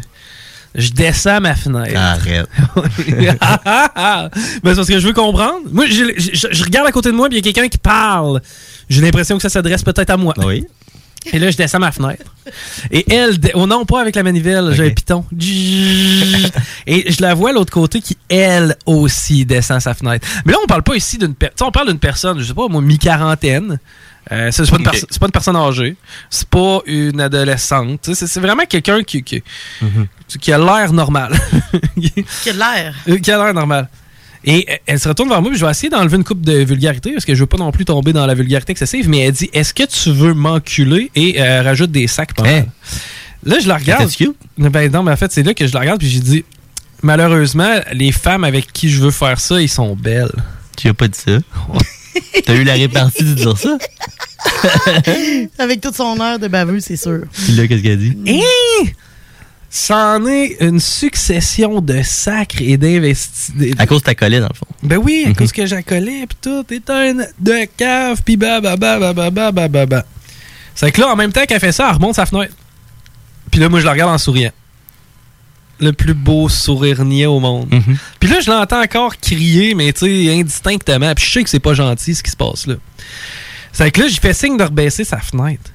Speaker 1: je descends ma fenêtre.
Speaker 5: Arrête.
Speaker 1: *laughs* Ah, ah, ah. Mais c'est parce que je veux comprendre. Moi, j'ai- je, je- je regarde à côté de moi, puis il y a quelqu'un qui parle. J'ai l'impression que ça s'adresse peut-être à moi.
Speaker 5: Oui.
Speaker 1: Et là, je descends ma fenêtre. Et elle, dé- oh non, pas avec la manivelle, j'ai un piton. Et je la vois à l'autre côté qui, elle aussi, descend sa fenêtre. Mais là, on parle pas ici d'une personne. On parle d'une personne, je sais pas, moi, mi-quarantaine. Euh, c'est c'est pas, une
Speaker 5: Ok.
Speaker 1: perso- c'est pas une personne âgée. C'est pas une adolescente. Tu sais, C'est c'est vraiment quelqu'un qui, qui, qui a l'air normal.
Speaker 8: *laughs* Qui a de l'air.
Speaker 1: Euh, Qui a l'air normal. Et euh, elle se retourne vers moi, puis je vais essayer d'enlever une coupe de vulgarité, parce que je veux pas non plus tomber dans la vulgarité excessive, mais elle dit Est-ce que tu veux m'enculer Et euh, rajoute des sacs pas mal. Là, je la regarde.
Speaker 5: Était-tu Hein? cute?
Speaker 1: Ben non, mais en fait, c'est là que je la regarde, puis j'ai dit Malheureusement, les femmes avec qui je veux faire ça, ils sont belles.
Speaker 5: Tu as pas
Speaker 1: *laughs*
Speaker 5: dit ça. T'as eu la répartie de
Speaker 10: *laughs*
Speaker 5: dire ça?
Speaker 8: Avec toute son air de baveux, c'est sûr.
Speaker 5: Puis là, qu'est-ce qu'elle dit?
Speaker 1: Hein? C'en est une succession de sacres et d'investis.
Speaker 5: À cause de ta colline, dans le fond. Mhm.
Speaker 1: Ben oui, à cause que j'accolais, puis tout, t'es un de cave, puis ba ba ba ba ba ba ba ba ba. C'est que là, en même temps qu'elle fait ça, elle remonte sa fenêtre. Puis là, moi, je la regarde en souriant. Le plus beau sourire niais au monde.
Speaker 5: Mhm.
Speaker 1: Puis là, je l'entends encore crier, mais tu sais, indistinctement. Puis je sais que c'est pas gentil ce qui se passe là. C'est que là, j'y fais signe de rebaisser sa fenêtre.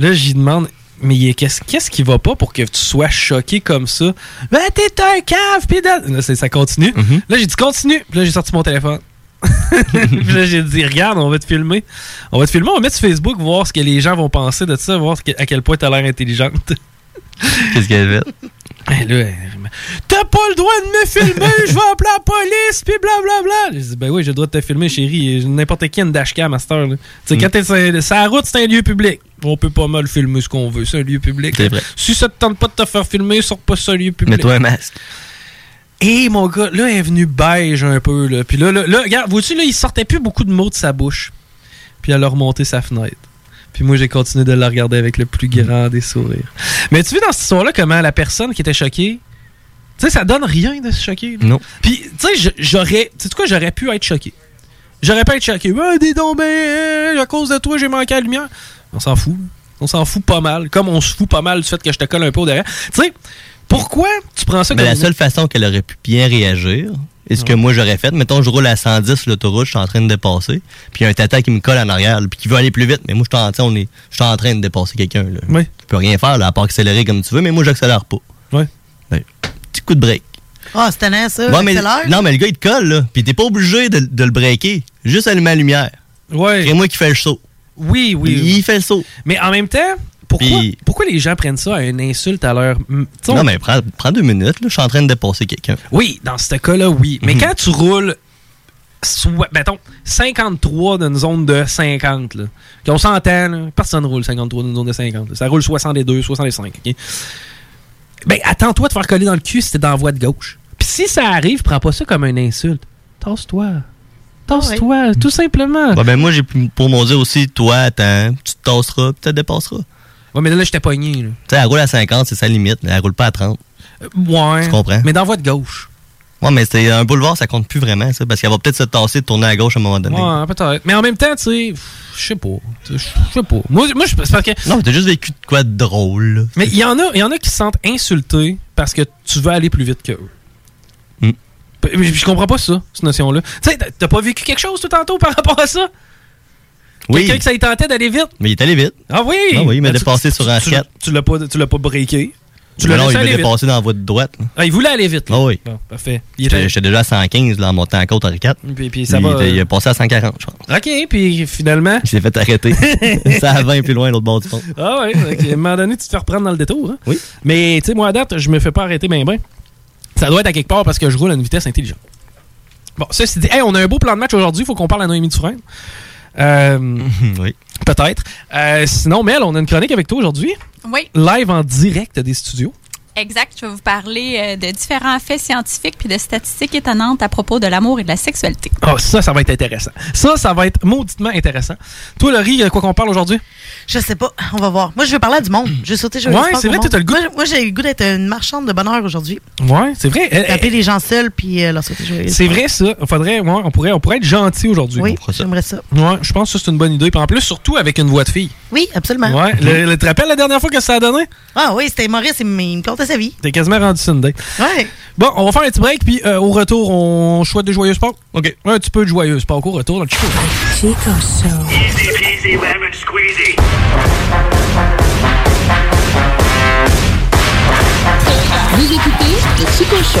Speaker 1: Là, j'y demande, mais qu'est-ce qu'est-ce qui va pas pour que tu sois choqué comme ça? Ben, t'es un cave, pis de- Là, c'est- ça continue. Là, j'ai dit, continue. Puis là, j'ai sorti mon téléphone. Puis là, j'ai dit, regarde, on va te filmer. On va te filmer, on va mettre sur Facebook, voir ce que les gens vont penser de ça, voir ce que- à quel point t'as l'air intelligente. *laughs*
Speaker 5: Qu'est-ce qu'elle fait?
Speaker 1: Et là, elle me- t'as pas le droit de me filmer, je vais appeler la police, puis blablabla. J'ai dit, ben oui, j'ai le droit de te filmer, chérie. Et N'importe qui a une dashcam à cette heure. là.
Speaker 5: Mm.
Speaker 1: Tu sais, quand t'es sur sur la route, c'est un lieu public. On peut pas mal filmer ce qu'on veut, c'est un lieu public.
Speaker 5: C'est vrai.
Speaker 1: Si ça te tente pas de te faire filmer, sors pas sur un lieu public.
Speaker 5: Mets-toi un masque.
Speaker 1: Et mon gars, là, elle est venu beige un peu. Là. Puis là, là, là, regarde, vois-tu, là, il sortait plus beaucoup de mots de sa bouche. Puis elle a remonté sa fenêtre. Puis moi, j'ai continué de la regarder avec le plus
Speaker 5: Mm.
Speaker 1: grand des sourires. Mais tu vois dans cette histoire-là comment la personne qui était choquée, tu sais, ça donne rien de se choquer. là.
Speaker 5: Non.
Speaker 1: Puis, tu sais, je- j'aurais, tu sais quoi, j'aurais pu être choqué. J'aurais pas été choqué. Ah, des donc, ben, euh, à cause de toi, j'ai manqué la lumière. On s'en fout. là. On s'en fout pas mal. Comme on se fout pas mal du fait que je te colle un peu au derrière. Tu sais, pourquoi tu prends ça
Speaker 5: Mais
Speaker 1: comme
Speaker 5: Ben, la
Speaker 1: une-
Speaker 5: seule façon qu'elle aurait pu bien réagir, et ce que moi j'aurais fait, mettons, je roule à 110 sur l'autoroute, je suis en train de dépasser, puis il y a un tata qui me colle en arrière, là, puis qui veut aller plus vite, mais moi je suis en, tu sais, on est- je suis en train de dépasser quelqu'un. là.
Speaker 1: Oui.
Speaker 5: Tu peux rien faire, là, à part accélérer comme tu veux, mais moi j'accélère pas.
Speaker 1: Ouais.
Speaker 5: Ben, petit coup de break.
Speaker 8: Ah, c'est tannant, ça.
Speaker 5: Ouais, mais,
Speaker 8: accélère.
Speaker 5: non, mais le gars il te colle, là, puis t'es pas obligé de, de le breaker. Juste allumer la lumière.
Speaker 1: Ouais.
Speaker 5: C'est moi qui fais le saut.
Speaker 1: Oui, oui.
Speaker 5: Il fait le saut.
Speaker 1: Mais en même temps, pourquoi,
Speaker 5: Puis-
Speaker 1: pourquoi les gens prennent ça à une insulte à leur. Mm, tu sais,
Speaker 5: Non,
Speaker 1: on-
Speaker 5: mais prends, prends deux minutes, là, je suis en train de dépasser quelqu'un. Mhm.
Speaker 1: Oui, dans ce cas-là, oui. Mais quand tu roules, soit, mettons, 53 dans une zone de 50, là, puis on s'entend, là, personne roule 53 dans une zone de 50. là. Ça roule 62, 65. ok? Ben, attends-toi de faire coller dans le cul si t'es dans la voie de gauche. Puis si ça arrive, prends pas ça comme une insulte. Tasse-toi. Tasse-toi, tout simplement.
Speaker 5: Ouais, ben moi j'ai pu- pour mon dire aussi, toi, attends, tu te tasseras, puis tu te dépasseras.
Speaker 1: Ouais, mais là, j'étais pogné. là.
Speaker 5: Tu sais, elle roule à 50, c'est sa limite, mais elle roule pas à 30.
Speaker 1: Euh, Ouais.
Speaker 5: Tu comprends?
Speaker 1: Mais dans la voie de gauche.
Speaker 5: Ouais, mais c'est un boulevard, ça compte plus vraiment, ça, parce qu'elle va peut-être se tasser de tourner à gauche à un moment donné.
Speaker 1: Ouais, peut-être. Mais en même temps, tu sais, pff, je sais pas. Tu sais, Je sais pas. Moi, moi je- c'est parce que.
Speaker 5: Non, mais t'as juste vécu de quoi de drôle, là.
Speaker 1: Mais il y en a, il y en a qui se sentent insultés parce que tu veux aller plus vite que eux.
Speaker 5: Mm.
Speaker 1: P- Je je comprends pas ça, cette notion-là. Tu sais, t'as- t'as pas vécu quelque chose tout tantôt par rapport à ça?
Speaker 5: Oui.
Speaker 1: Quelqu'un que ça y tentait d'aller vite.
Speaker 5: Mais il est allé vite.
Speaker 1: Ah oui?
Speaker 5: Ah oui, il m'a
Speaker 1: Mais tu-
Speaker 5: dépassé
Speaker 1: tu-
Speaker 5: sur
Speaker 1: tu-
Speaker 5: un
Speaker 1: tu-
Speaker 5: 4.
Speaker 1: Tu l'as pas, tu l'as pas breaké. Tu l'as
Speaker 5: Non,
Speaker 1: laissé
Speaker 5: il m'a
Speaker 1: aller vite.
Speaker 5: dépassé dans la voie de droite.
Speaker 1: Ah, il voulait aller vite. là.
Speaker 5: Ah oui.
Speaker 1: Bon, parfait. Il
Speaker 5: J'étais
Speaker 1: était-
Speaker 5: j'étais déjà à 115 là, en montant en côte à 4.
Speaker 1: Puis- puis ça
Speaker 5: il,
Speaker 1: va,
Speaker 5: était- il
Speaker 1: euh,
Speaker 5: est passé à 140, je pense.
Speaker 1: OK, puis finalement...
Speaker 5: Il s'est fait
Speaker 1: *laughs*
Speaker 5: arrêter. ça a 20 plus loin, l'autre bord du pont.
Speaker 1: Ah ouais, ok. à un moment donné, tu te fais reprendre dans le détour. hein.
Speaker 5: Oui.
Speaker 1: Mais tu sais, moi, à date, je me fais pas arrêter ben ben. Ça doit être à quelque part parce que je roule à une vitesse intelligente. Bon, ceci dit, hey, on a un beau plan de match aujourd'hui, il faut qu'on parle à Noémie Dufresne. Euh,
Speaker 5: oui.
Speaker 1: Peut-être. Euh, sinon, Mel, on a une chronique avec toi aujourd'hui.
Speaker 7: Oui.
Speaker 1: Live en direct des studios.
Speaker 7: Exact. Je vais vous parler euh, de différents faits scientifiques puis de statistiques étonnantes à propos de l'amour et de la sexualité.
Speaker 1: Ah, ça, ça va être intéressant. Ça, ça va être mauditement intéressant. Toi, Laurie, euh, quoi qu'on parle aujourd'hui?
Speaker 10: Je sais pas, on va voir. Moi, je veux parler à du monde. Je vais sauter, je vais
Speaker 1: Ouais,
Speaker 10: faire
Speaker 1: c'est
Speaker 10: au
Speaker 1: vrai,
Speaker 10: monde.
Speaker 1: t'as le goût.
Speaker 10: Moi, moi, j'ai le goût d'être une marchande de bonheur aujourd'hui.
Speaker 1: Ouais, c'est vrai. Elle-
Speaker 10: Taper les gens seuls, puis euh, leur sauter, je vais-
Speaker 1: C'est vrai, ça. Faudrait, ouais, on, pourrait, on pourrait être gentil aujourd'hui.
Speaker 10: Oui, j'aimerais ça.
Speaker 1: Ouais, je pense que c'est une bonne idée. Puis en plus, surtout avec une voix de fille.
Speaker 10: Oui, absolument.
Speaker 1: Ouais. Le, le- te rappelles la dernière fois que ça a donné?
Speaker 10: Ah oui, c'était Maurice, il, m- il me contait sa vie.
Speaker 1: T'es quasiment rendu Sunday.
Speaker 10: Ouais.
Speaker 1: Bon, on va faire un petit break, puis euh, au retour, on choisit des joyeuses Pâques. OK. Un petit peu de joyeuses Pâques au retour dans le Chico.
Speaker 11: Vous écoutez le Chico Show.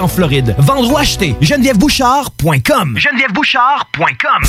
Speaker 12: en Floride. Vendre ou acheter, genevièvebouchard.com. Genevièvebouchard.com.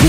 Speaker 13: Vous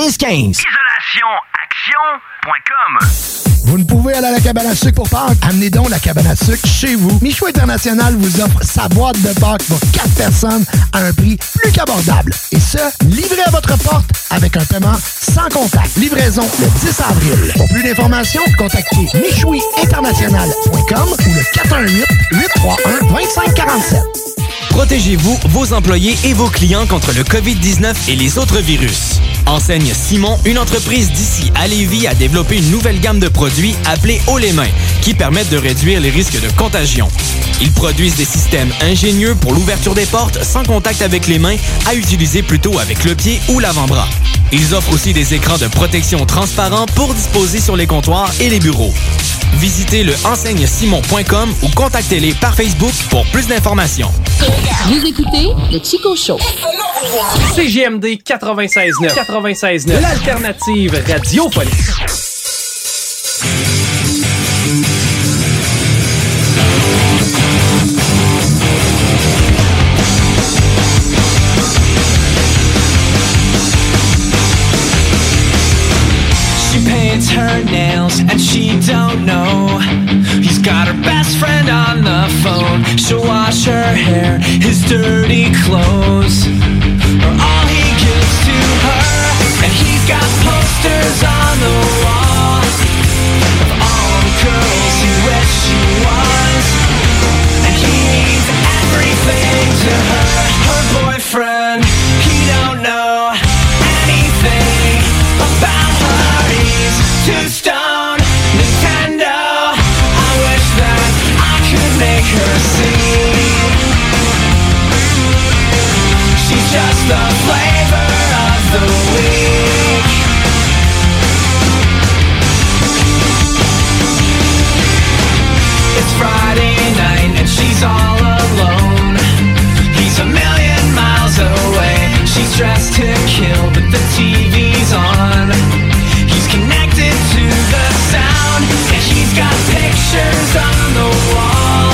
Speaker 14: 1515.
Speaker 15: Vous ne pouvez aller à la cabane à sucre pour Pâques? Amenez donc la cabane à sucre chez vous. Michou International vous offre sa boîte de Pâques pour 4 personnes à un prix plus qu'abordable. Et ce, livré à votre porte avec un paiement sans contact. Livraison le 10 avril. Pour plus d'informations, contactez michouiinternational.com ou le 418-831-2547.
Speaker 13: Protégez-vous, vos employés et vos clients contre le COVID-19 et les autres virus. Enseigne Simon, une entreprise d'ici à Lévis, a développé une nouvelle gamme de produits appelés Haut les mains, qui permettent de réduire les risques de contagion. Ils produisent des systèmes ingénieux pour l'ouverture des portes sans contact avec les mains, à utiliser plutôt avec le pied ou l'avant-bras. Ils offrent aussi des écrans de protection transparents pour disposer sur les comptoirs et les bureaux. Visitez le enseigne-simon.com ou contactez-les par Facebook pour plus d'informations.
Speaker 16: Vous écoutez le Chico Show. CGMD 96.9. 96.9. L'alternative radiophonique.
Speaker 17: She paints her nails and she don't know. He's got her best friend on the phone. She'll wash her hair, his dirty clothes. Are all he gives to her. And he's got posters on the wall of all the girls he wish she was. And he means everything to her. Her boyfriend, he don't know anything about her. He's too stoned. Nintendo, I wish that I could make her see. She's just the flavor of the week. It's Friday night and she's all alone. He's a million miles away. She's dressed to kill, but the TV's on. He's connected to the sound, and he's got pictures on the wall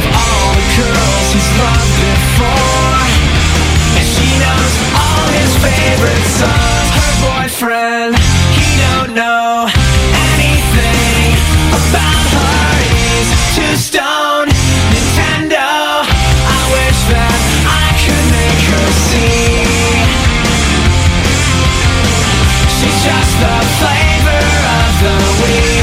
Speaker 17: of all the girls he's loved before. And she knows all his favorite songs. Her boyfriend, he don't know anything about her. He's too stoned. Nintendo, I wish that I could make her see. She's just the flavor of the week.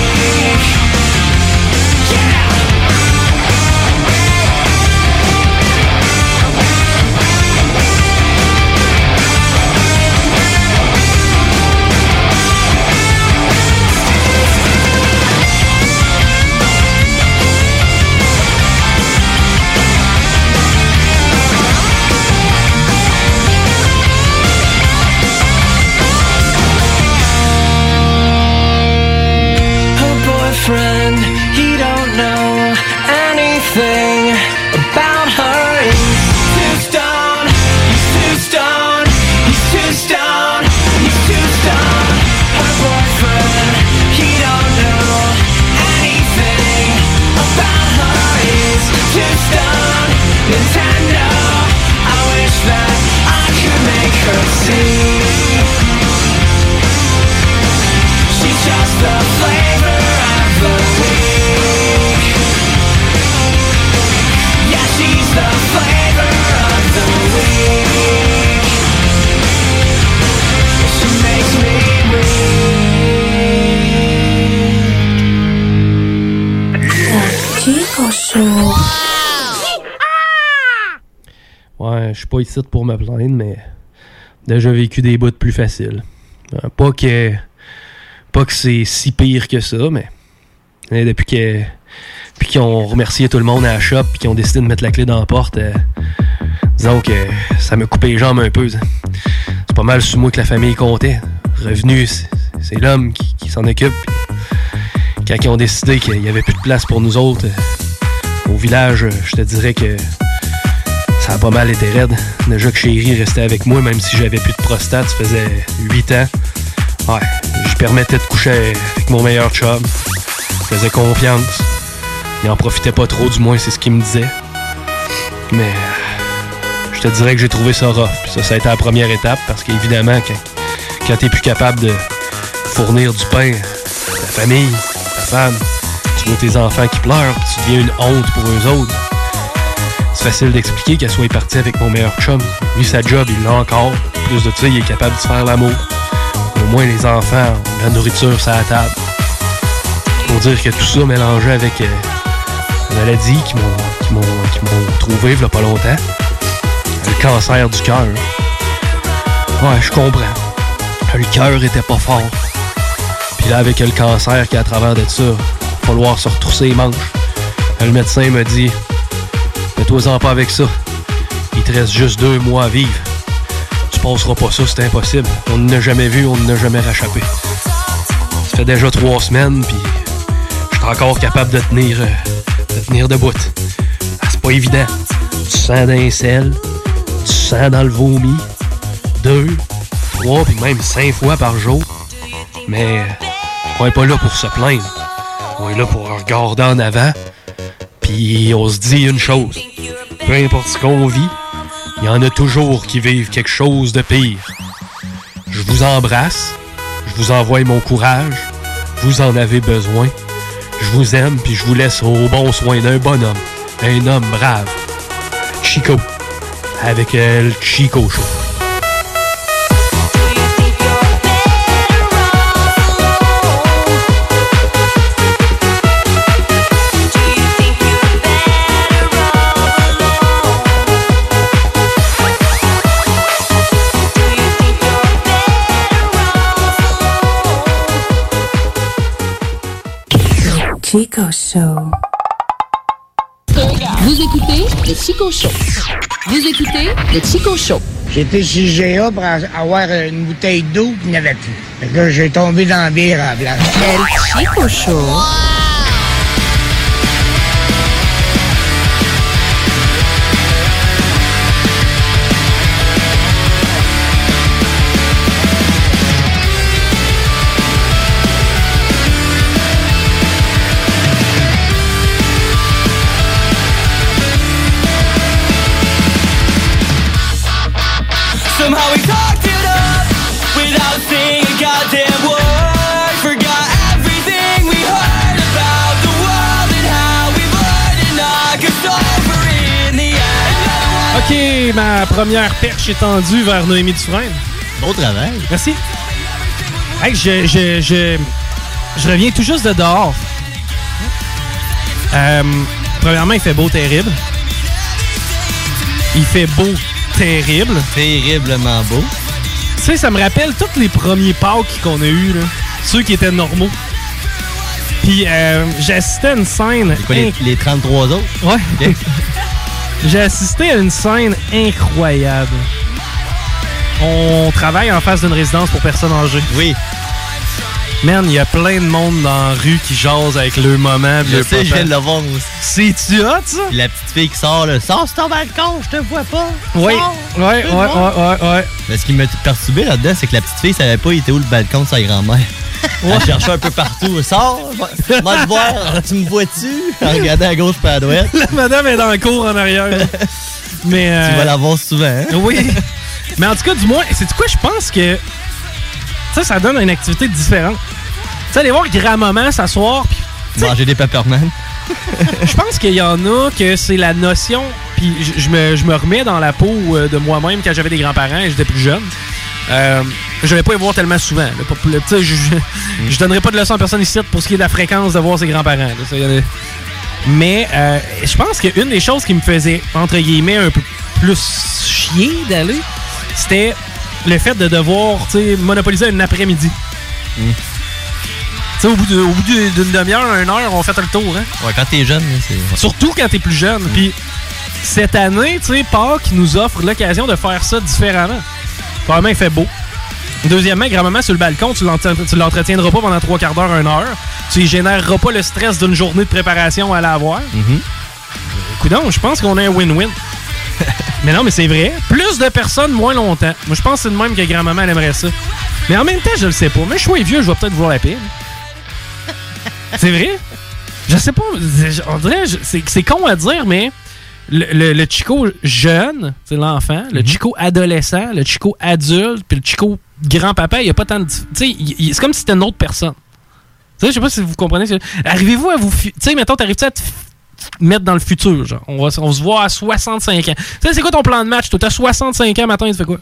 Speaker 17: her boyfriend. He don't know anything about her. He's too stoned. He's too stoned. He's too stoned. He's too stoned. Her boyfriend. He don't know anything about her. He's too stoned. Nintendo. I wish that I could make her see. She's just the flavor of the week. Yeah, she's the flavor of the week. She makes me
Speaker 1: Ouais, je suis pas ici pour me plaindre, mais déjà vécu des bouts plus faciles. Euh, Pas que, pas que c'est si pire que ça, mais euh, depuis que, puis qu'ils ont remercié tout le monde à la shop, puis qu'ils ont décidé de mettre la clé dans la porte, euh, disons que ça me coupait les jambes un peu. ça. C'est pas mal sur moi que la famille comptait. Revenu, c'est- c'est l'homme qui, qui s'en occupe. Puis Quand ils ont décidé qu'il n'y avait plus de place pour nous autres, euh, au village, euh, je te dirais que ça a pas mal été raide. Déjà que Chéri restait avec moi, même si j'avais plus de prostate, ça faisait 8 ans. Ouais, je permettais de coucher avec mon meilleur chum. Je faisais confiance. Il en profitait pas trop, du moins, c'est ce qu'il me disait. Mais euh, je te dirais que j'ai trouvé ça rough. Puis ça, ça a été la première étape, parce qu'évidemment, quand, quand t'es plus capable de fournir du pain à ta famille, ta femme, tu vois tes enfants qui pleurent, puis tu deviens une honte pour eux autres. C'est facile d'expliquer qu'elle soit partie avec mon meilleur chum. Lui, sa job, il l'a encore. En Plus de ça, il est capable de se faire l'amour. Au moins, les enfants ont de la nourriture sur la table. Pour dire que tout ça mélangé avec euh, la maladie qui m'ont qui m'ont- qui m'ont trouvé il pas longtemps. Le cancer du cœur. Ouais, je comprends. Le cœur était pas fort. Puis là, avec le cancer qui est à travers de ça, falloir se retrousser les manches. Le médecin m'a dit Mets-toi-en pas avec ça. Il te reste juste deux mois à vivre. Tu passeras pas ça, c'est impossible. On ne l'a jamais vu, on ne l'a jamais rattrapé. Ça fait déjà trois semaines, puis suis encore capable de tenir, euh, de tenir debout. Ah, c'est pas évident. Du sang dans les selles, du sang dans le vomi, deux, trois, puis même cinq fois par jour. Mais euh, on est pas là pour se plaindre. On est là pour regarder en avant, puis on se dit une chose. Peu importe ce qu'on vit, il y en a toujours qui vivent quelque chose de pire. Je vous embrasse, je vous envoie mon courage, vous en avez besoin. Je vous aime, puis je vous laisse au bon soin d'un bonhomme, un homme brave. Chico, avec euh, le Chico Show.
Speaker 18: Chico Show.
Speaker 19: Vous écoutez le Chico Show. Vous écoutez le Chico Show.
Speaker 2: J'étais chez GA pour a- avoir une bouteille d'eau qu'il n'y avait plus. Fait que j'ai tombé dans la bière à la place. Quel chico chaud!
Speaker 17: Somehow we talked it up without saying a goddamn word. Forgot everything we heard about the world and how we would and knock us over in the end.
Speaker 1: OK, ma première perche est tendue vers Noémie Dufresne. Bon travail. Merci.
Speaker 20: Hey, je, je, je, je reviens tout juste de dehors.
Speaker 1: Euh, premièrement, il fait beau terrible. Il fait beau terrible. Terriblement beau. Tu sais, ça me rappelle tous les premiers Pâques qu'on a eus, là. Ceux qui étaient normaux. Puis euh, j'ai assisté à une scène...
Speaker 5: quoi, les-
Speaker 1: 33 autres? Ouais. *laughs* j'ai assisté à une scène incroyable. On travaille en face d'une résidence pour personnes âgées. Oui. Man, il y a plein de monde dans la rue qui jase avec le moment.
Speaker 5: Je sais, je viens de le voir aussi.
Speaker 1: C'est-tu hot, ça?
Speaker 5: La petite fille qui sort, là, sors sur ton balcon, je te vois pas.
Speaker 1: Oui,
Speaker 5: Sors,
Speaker 1: oui,
Speaker 5: je
Speaker 1: oui,
Speaker 5: veux te voir.
Speaker 1: oui, oui.
Speaker 5: Mais ce qui m'a perturbé là-dedans, c'est que la petite fille savait pas il était où le balcon de sa grand-mère. Elle cherchait un
Speaker 1: *laughs*
Speaker 5: peu partout. Sors, va va te voir, tu me vois-tu? En regardant à gauche pas à droite.
Speaker 1: *laughs* La madame est dans le cours en arrière. Mais
Speaker 5: Tu vas la hein.
Speaker 1: voir souvent. oui. Mais en tout cas, du moins, c'est quoi je pense que ça, ça donne une activité différente. Tu sais, aller voir grand-maman s'asseoir, puis
Speaker 5: Manger des peppermans.
Speaker 1: *laughs* je pense qu'il y en a que c'est la notion, puis je- je me, je me remets dans la peau euh, de moi-même quand j'avais des grands-parents et j'étais plus jeune. Euh, je vais pas les voir tellement souvent. là, pas- pas- tu sais, je, je, je donnerai pas de leçon à personne ici pour ce qui est de la fréquence de voir ses grands-parents. là, ça, y en a- Mais euh, je pense qu'une des choses qui me faisait, entre guillemets, un peu plus chier d'aller, c'était le fait de devoir tu sais, monopoliser un après-midi. Tu sais, au bout de- au bout de- d'une demi-heure, une heure, on fait le tour. Hein?
Speaker 5: Ouais, quand t'es jeune, là, c'est.
Speaker 1: Surtout quand t'es plus jeune. Puis cette année, tu sais, Pâques nous offre l'occasion de faire ça différemment. Premièrement, il fait beau. Deuxièmement, grand-maman sur le balcon, tu l'ent- tu l'entretiendras pas pendant trois quarts d'heure, une heure. Tu y généreras pas le stress d'une journée de préparation à la avoir. Coudon, je pense qu'on a un win-win. mais non, mais c'est vrai. Plus de personnes, moins longtemps. Moi, je pense que c'est de même que grand-maman elle aimerait ça. Mais en même temps, je le sais pas. Mais je suis vieux, je vais peut-être vouloir la pile. C'est vrai? Je sais pas. je- On dirait, je- c'est c'est con à dire, mais le, le- le Chico jeune, c'est l'enfant, le Chico adolescent, le Chico adulte, puis le Chico grand-papa, il y a pas tant de. dif- Tu sais, il- il- c'est comme si c'était une autre personne. Tu sais, je sais pas si vous comprenez. ce que- Arrivez-vous à vous. fu- Tu sais, mettons, t'arrives-tu à te f- mettre dans le futur, genre? On, va, s- on se voit à 65 ans. Tu sais, c'est quoi ton plan de match? Toi, t'as 65 ans, matin, tu fais quoi?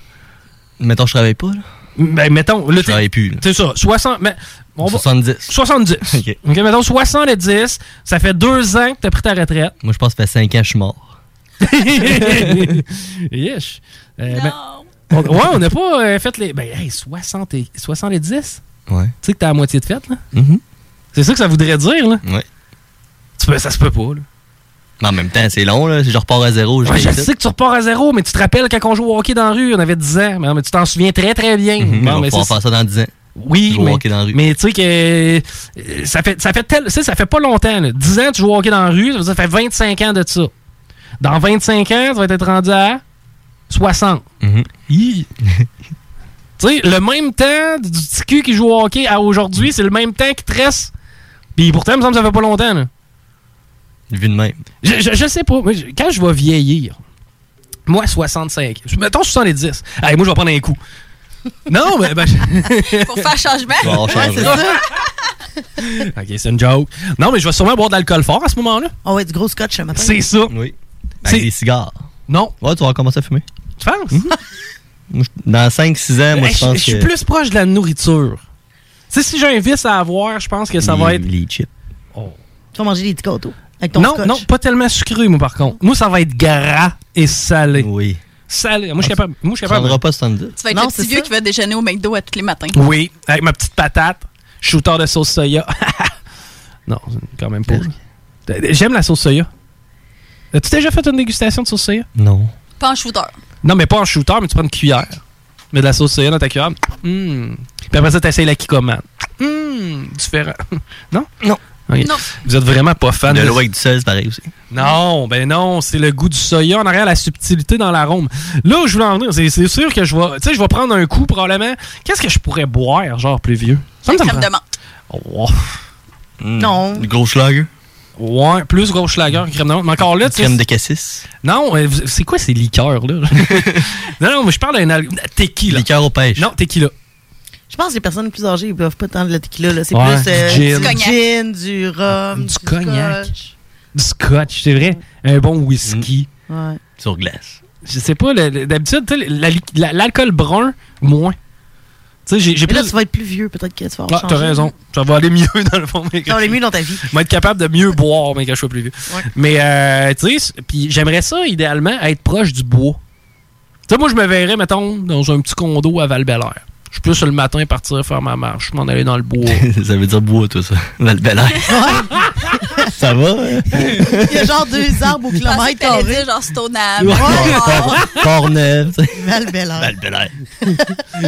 Speaker 5: Mettons, je travaille pas, là.
Speaker 1: Ben, mettons, là,
Speaker 5: je travaille plus.
Speaker 1: C'est ça, 60. Mais, on va-
Speaker 5: 70. *laughs*
Speaker 1: 70. OK. mettons 70. Ça fait deux ans que t'as pris ta retraite.
Speaker 5: Moi, je pense que ça fait 5 ans, je suis mort.
Speaker 1: *laughs* yes. Euh, ben, on- ouais, on n'a pas euh, fait les. Ben, hey, 60 et, 70?
Speaker 5: Ouais.
Speaker 1: Tu sais que t'as la moitié de fête, là?
Speaker 5: Mhm.
Speaker 1: C'est ça que ça voudrait dire, là?
Speaker 5: Ouais.
Speaker 1: Tu peux, ça se peut pas, là.
Speaker 5: Mais en même temps, c'est long, là. Si je repars à zéro, je
Speaker 1: Ouais, Ah, je
Speaker 5: vais ici.
Speaker 1: sais que tu repars à zéro, mais tu te rappelles quand on jouait au hockey dans la rue, on avait 10 ans. Mais, non, mais tu t'en souviens très, très bien.
Speaker 5: Mhm,
Speaker 1: Bon,
Speaker 5: on va
Speaker 1: mais
Speaker 5: pouvoir
Speaker 1: c'est-
Speaker 5: faire ça dans 10 ans.
Speaker 1: Oui,
Speaker 5: Jouer au
Speaker 1: mais-
Speaker 5: hockey dans la rue.
Speaker 1: mais tu sais que euh, ça fait ça fait tel, tu sais, ça fait pas longtemps. là. 10 ans tu joues au hockey dans la rue, ça veut dire que ça fait 25 ans de ça. Dans 25 ans, tu vas être rendu à 60. Hi. *laughs* tu sais, le même temps du petit cul qui joue au hockey à aujourd'hui, c'est le même temps qui te reste. Puis pourtant, il me semble que ça fait pas longtemps. là.
Speaker 5: Vu de même.
Speaker 1: Je, je, je sais pas. Moi, je- quand je vais vieillir, moi, 65, mettons 70. Allez, moi, je vais
Speaker 7: *laughs*
Speaker 1: prendre un coup. Non, mais. ben, je-
Speaker 7: Pour faire changement.
Speaker 1: Bon, changement.
Speaker 7: c'est ça.
Speaker 1: *laughs* Ok, c'est une joke. Non, mais je vais sûrement boire de l'alcool fort à ce moment-là.
Speaker 21: On va être Ah du gros scotch ce matin.
Speaker 1: C'est ça.
Speaker 5: Oui. Avec des cigares.
Speaker 1: Non.
Speaker 5: Ouais, tu vas commencer à fumer. Mhm.
Speaker 1: Tu penses?
Speaker 5: Moi, je- Dans 5-6 ans, moi,
Speaker 1: Hey,
Speaker 5: je pense que.
Speaker 1: Eh, je suis plus proche de la nourriture. Tu sais, si j'ai un vice à avoir, je pense que ça va être.
Speaker 5: Les chips.
Speaker 21: Tu vas manger des petits gâteaux avec ton
Speaker 1: Non,
Speaker 21: scotch.
Speaker 1: non, pas tellement sucré, moi, par contre. Moi, ça va être gras et salé.
Speaker 5: Oui.
Speaker 1: Salé. Moi, je suis capable. Moi, je suis
Speaker 5: Tu
Speaker 1: capable.
Speaker 5: prendras pas ce temps de
Speaker 7: Tu vas être le petit vieux qui va déjeuner au McDo à tous les matins.
Speaker 1: Oui, avec ma petite patate, shooter de sauce soya. *laughs* non, quand même pas. J'aime la sauce soya. As-tu déjà fait une dégustation de sauce soya?
Speaker 5: Non.
Speaker 7: Pas en shooter.
Speaker 1: Non, mais pas en shooter, mais tu prends une cuillère. Tu Mets de la sauce soya dans ta cuillère. Hmm. Puis après ça, t'essayes la kikoman. Hmm, différent. *laughs* non?
Speaker 5: Non.
Speaker 7: Non.
Speaker 1: Vous êtes vraiment pas fan
Speaker 5: De
Speaker 1: de-
Speaker 5: l'eau avec du sel, c'est pareil aussi.
Speaker 1: Non, ben non, c'est le goût du soya en arrière, la subtilité dans l'arôme. Là où je voulais en venir, c'est c'est sûr que je vais, tu sais, je vais prendre un coup probablement. Qu'est-ce que je pourrais boire, genre plus vieux? Ça me- ça me
Speaker 7: crème
Speaker 1: prend-
Speaker 7: de menthe.
Speaker 1: Oh.
Speaker 5: Hmm.
Speaker 21: Non.
Speaker 5: Gros schlager.
Speaker 1: Ouais, plus gros schlager que crème de menthe. Mais encore là, tu sais,
Speaker 5: Crème de cassis.
Speaker 1: Non, euh, vous- c'est quoi ces liqueurs,
Speaker 5: *laughs*
Speaker 1: là? non, non, mais je parle d'un al- tequila.
Speaker 5: Liqueur au pêche.
Speaker 1: Non, tequila.
Speaker 21: Je pense que les personnes plus âgées, ils boivent pas tant de la tequila. là. C'est
Speaker 1: Ouais,
Speaker 21: plus euh,
Speaker 1: du gin.
Speaker 21: du gin, du
Speaker 9: Oh,
Speaker 21: rhum, du,
Speaker 1: cognac.
Speaker 21: scotch.
Speaker 1: Du scotch, c'est vrai. Un bon whisky.
Speaker 5: Hmm.
Speaker 21: Ouais.
Speaker 5: Sur glace.
Speaker 1: Je sais pas, le- le- d'habitude, tu sais, la li- la- l'alcool brun, moins. Tu sais, j'ai j'ai
Speaker 21: Mais là,
Speaker 1: plus.
Speaker 21: tu vas être plus vieux, peut-être que tu vas
Speaker 1: Ah,
Speaker 21: changer.
Speaker 1: t'as raison. Ça va aller mieux *laughs* dans le fond. mais
Speaker 21: Ça va aller mieux dans ta vie.
Speaker 1: Je vais être capable de mieux boire, mais quand je sois plus vieux.
Speaker 21: Ouais.
Speaker 1: Mais, euh, tu sais, puis j'aimerais ça, idéalement, être proche du bois. Tu sais, moi, je me verrais, mettons, dans un petit condo à val Je suis plus le matin partir faire ma marche, m'en aller dans le
Speaker 21: *laughs*
Speaker 1: bois.
Speaker 5: *laughs* ça veut dire bois, tout ça. Dans
Speaker 1: *laughs*
Speaker 5: le bel air. ça va? hein?
Speaker 21: Il y a genre
Speaker 7: *laughs*
Speaker 1: *laughs*
Speaker 21: deux arbres au
Speaker 7: Je
Speaker 21: kilomètre
Speaker 7: t'allais
Speaker 21: carré.
Speaker 7: dire genre Stone
Speaker 21: Ah,
Speaker 7: Ave.
Speaker 5: Ouais.
Speaker 7: Oh.
Speaker 1: *laughs*
Speaker 21: *laughs*
Speaker 5: Portneuf. tu sais.
Speaker 21: Val-Belair.
Speaker 5: Dans le bel air.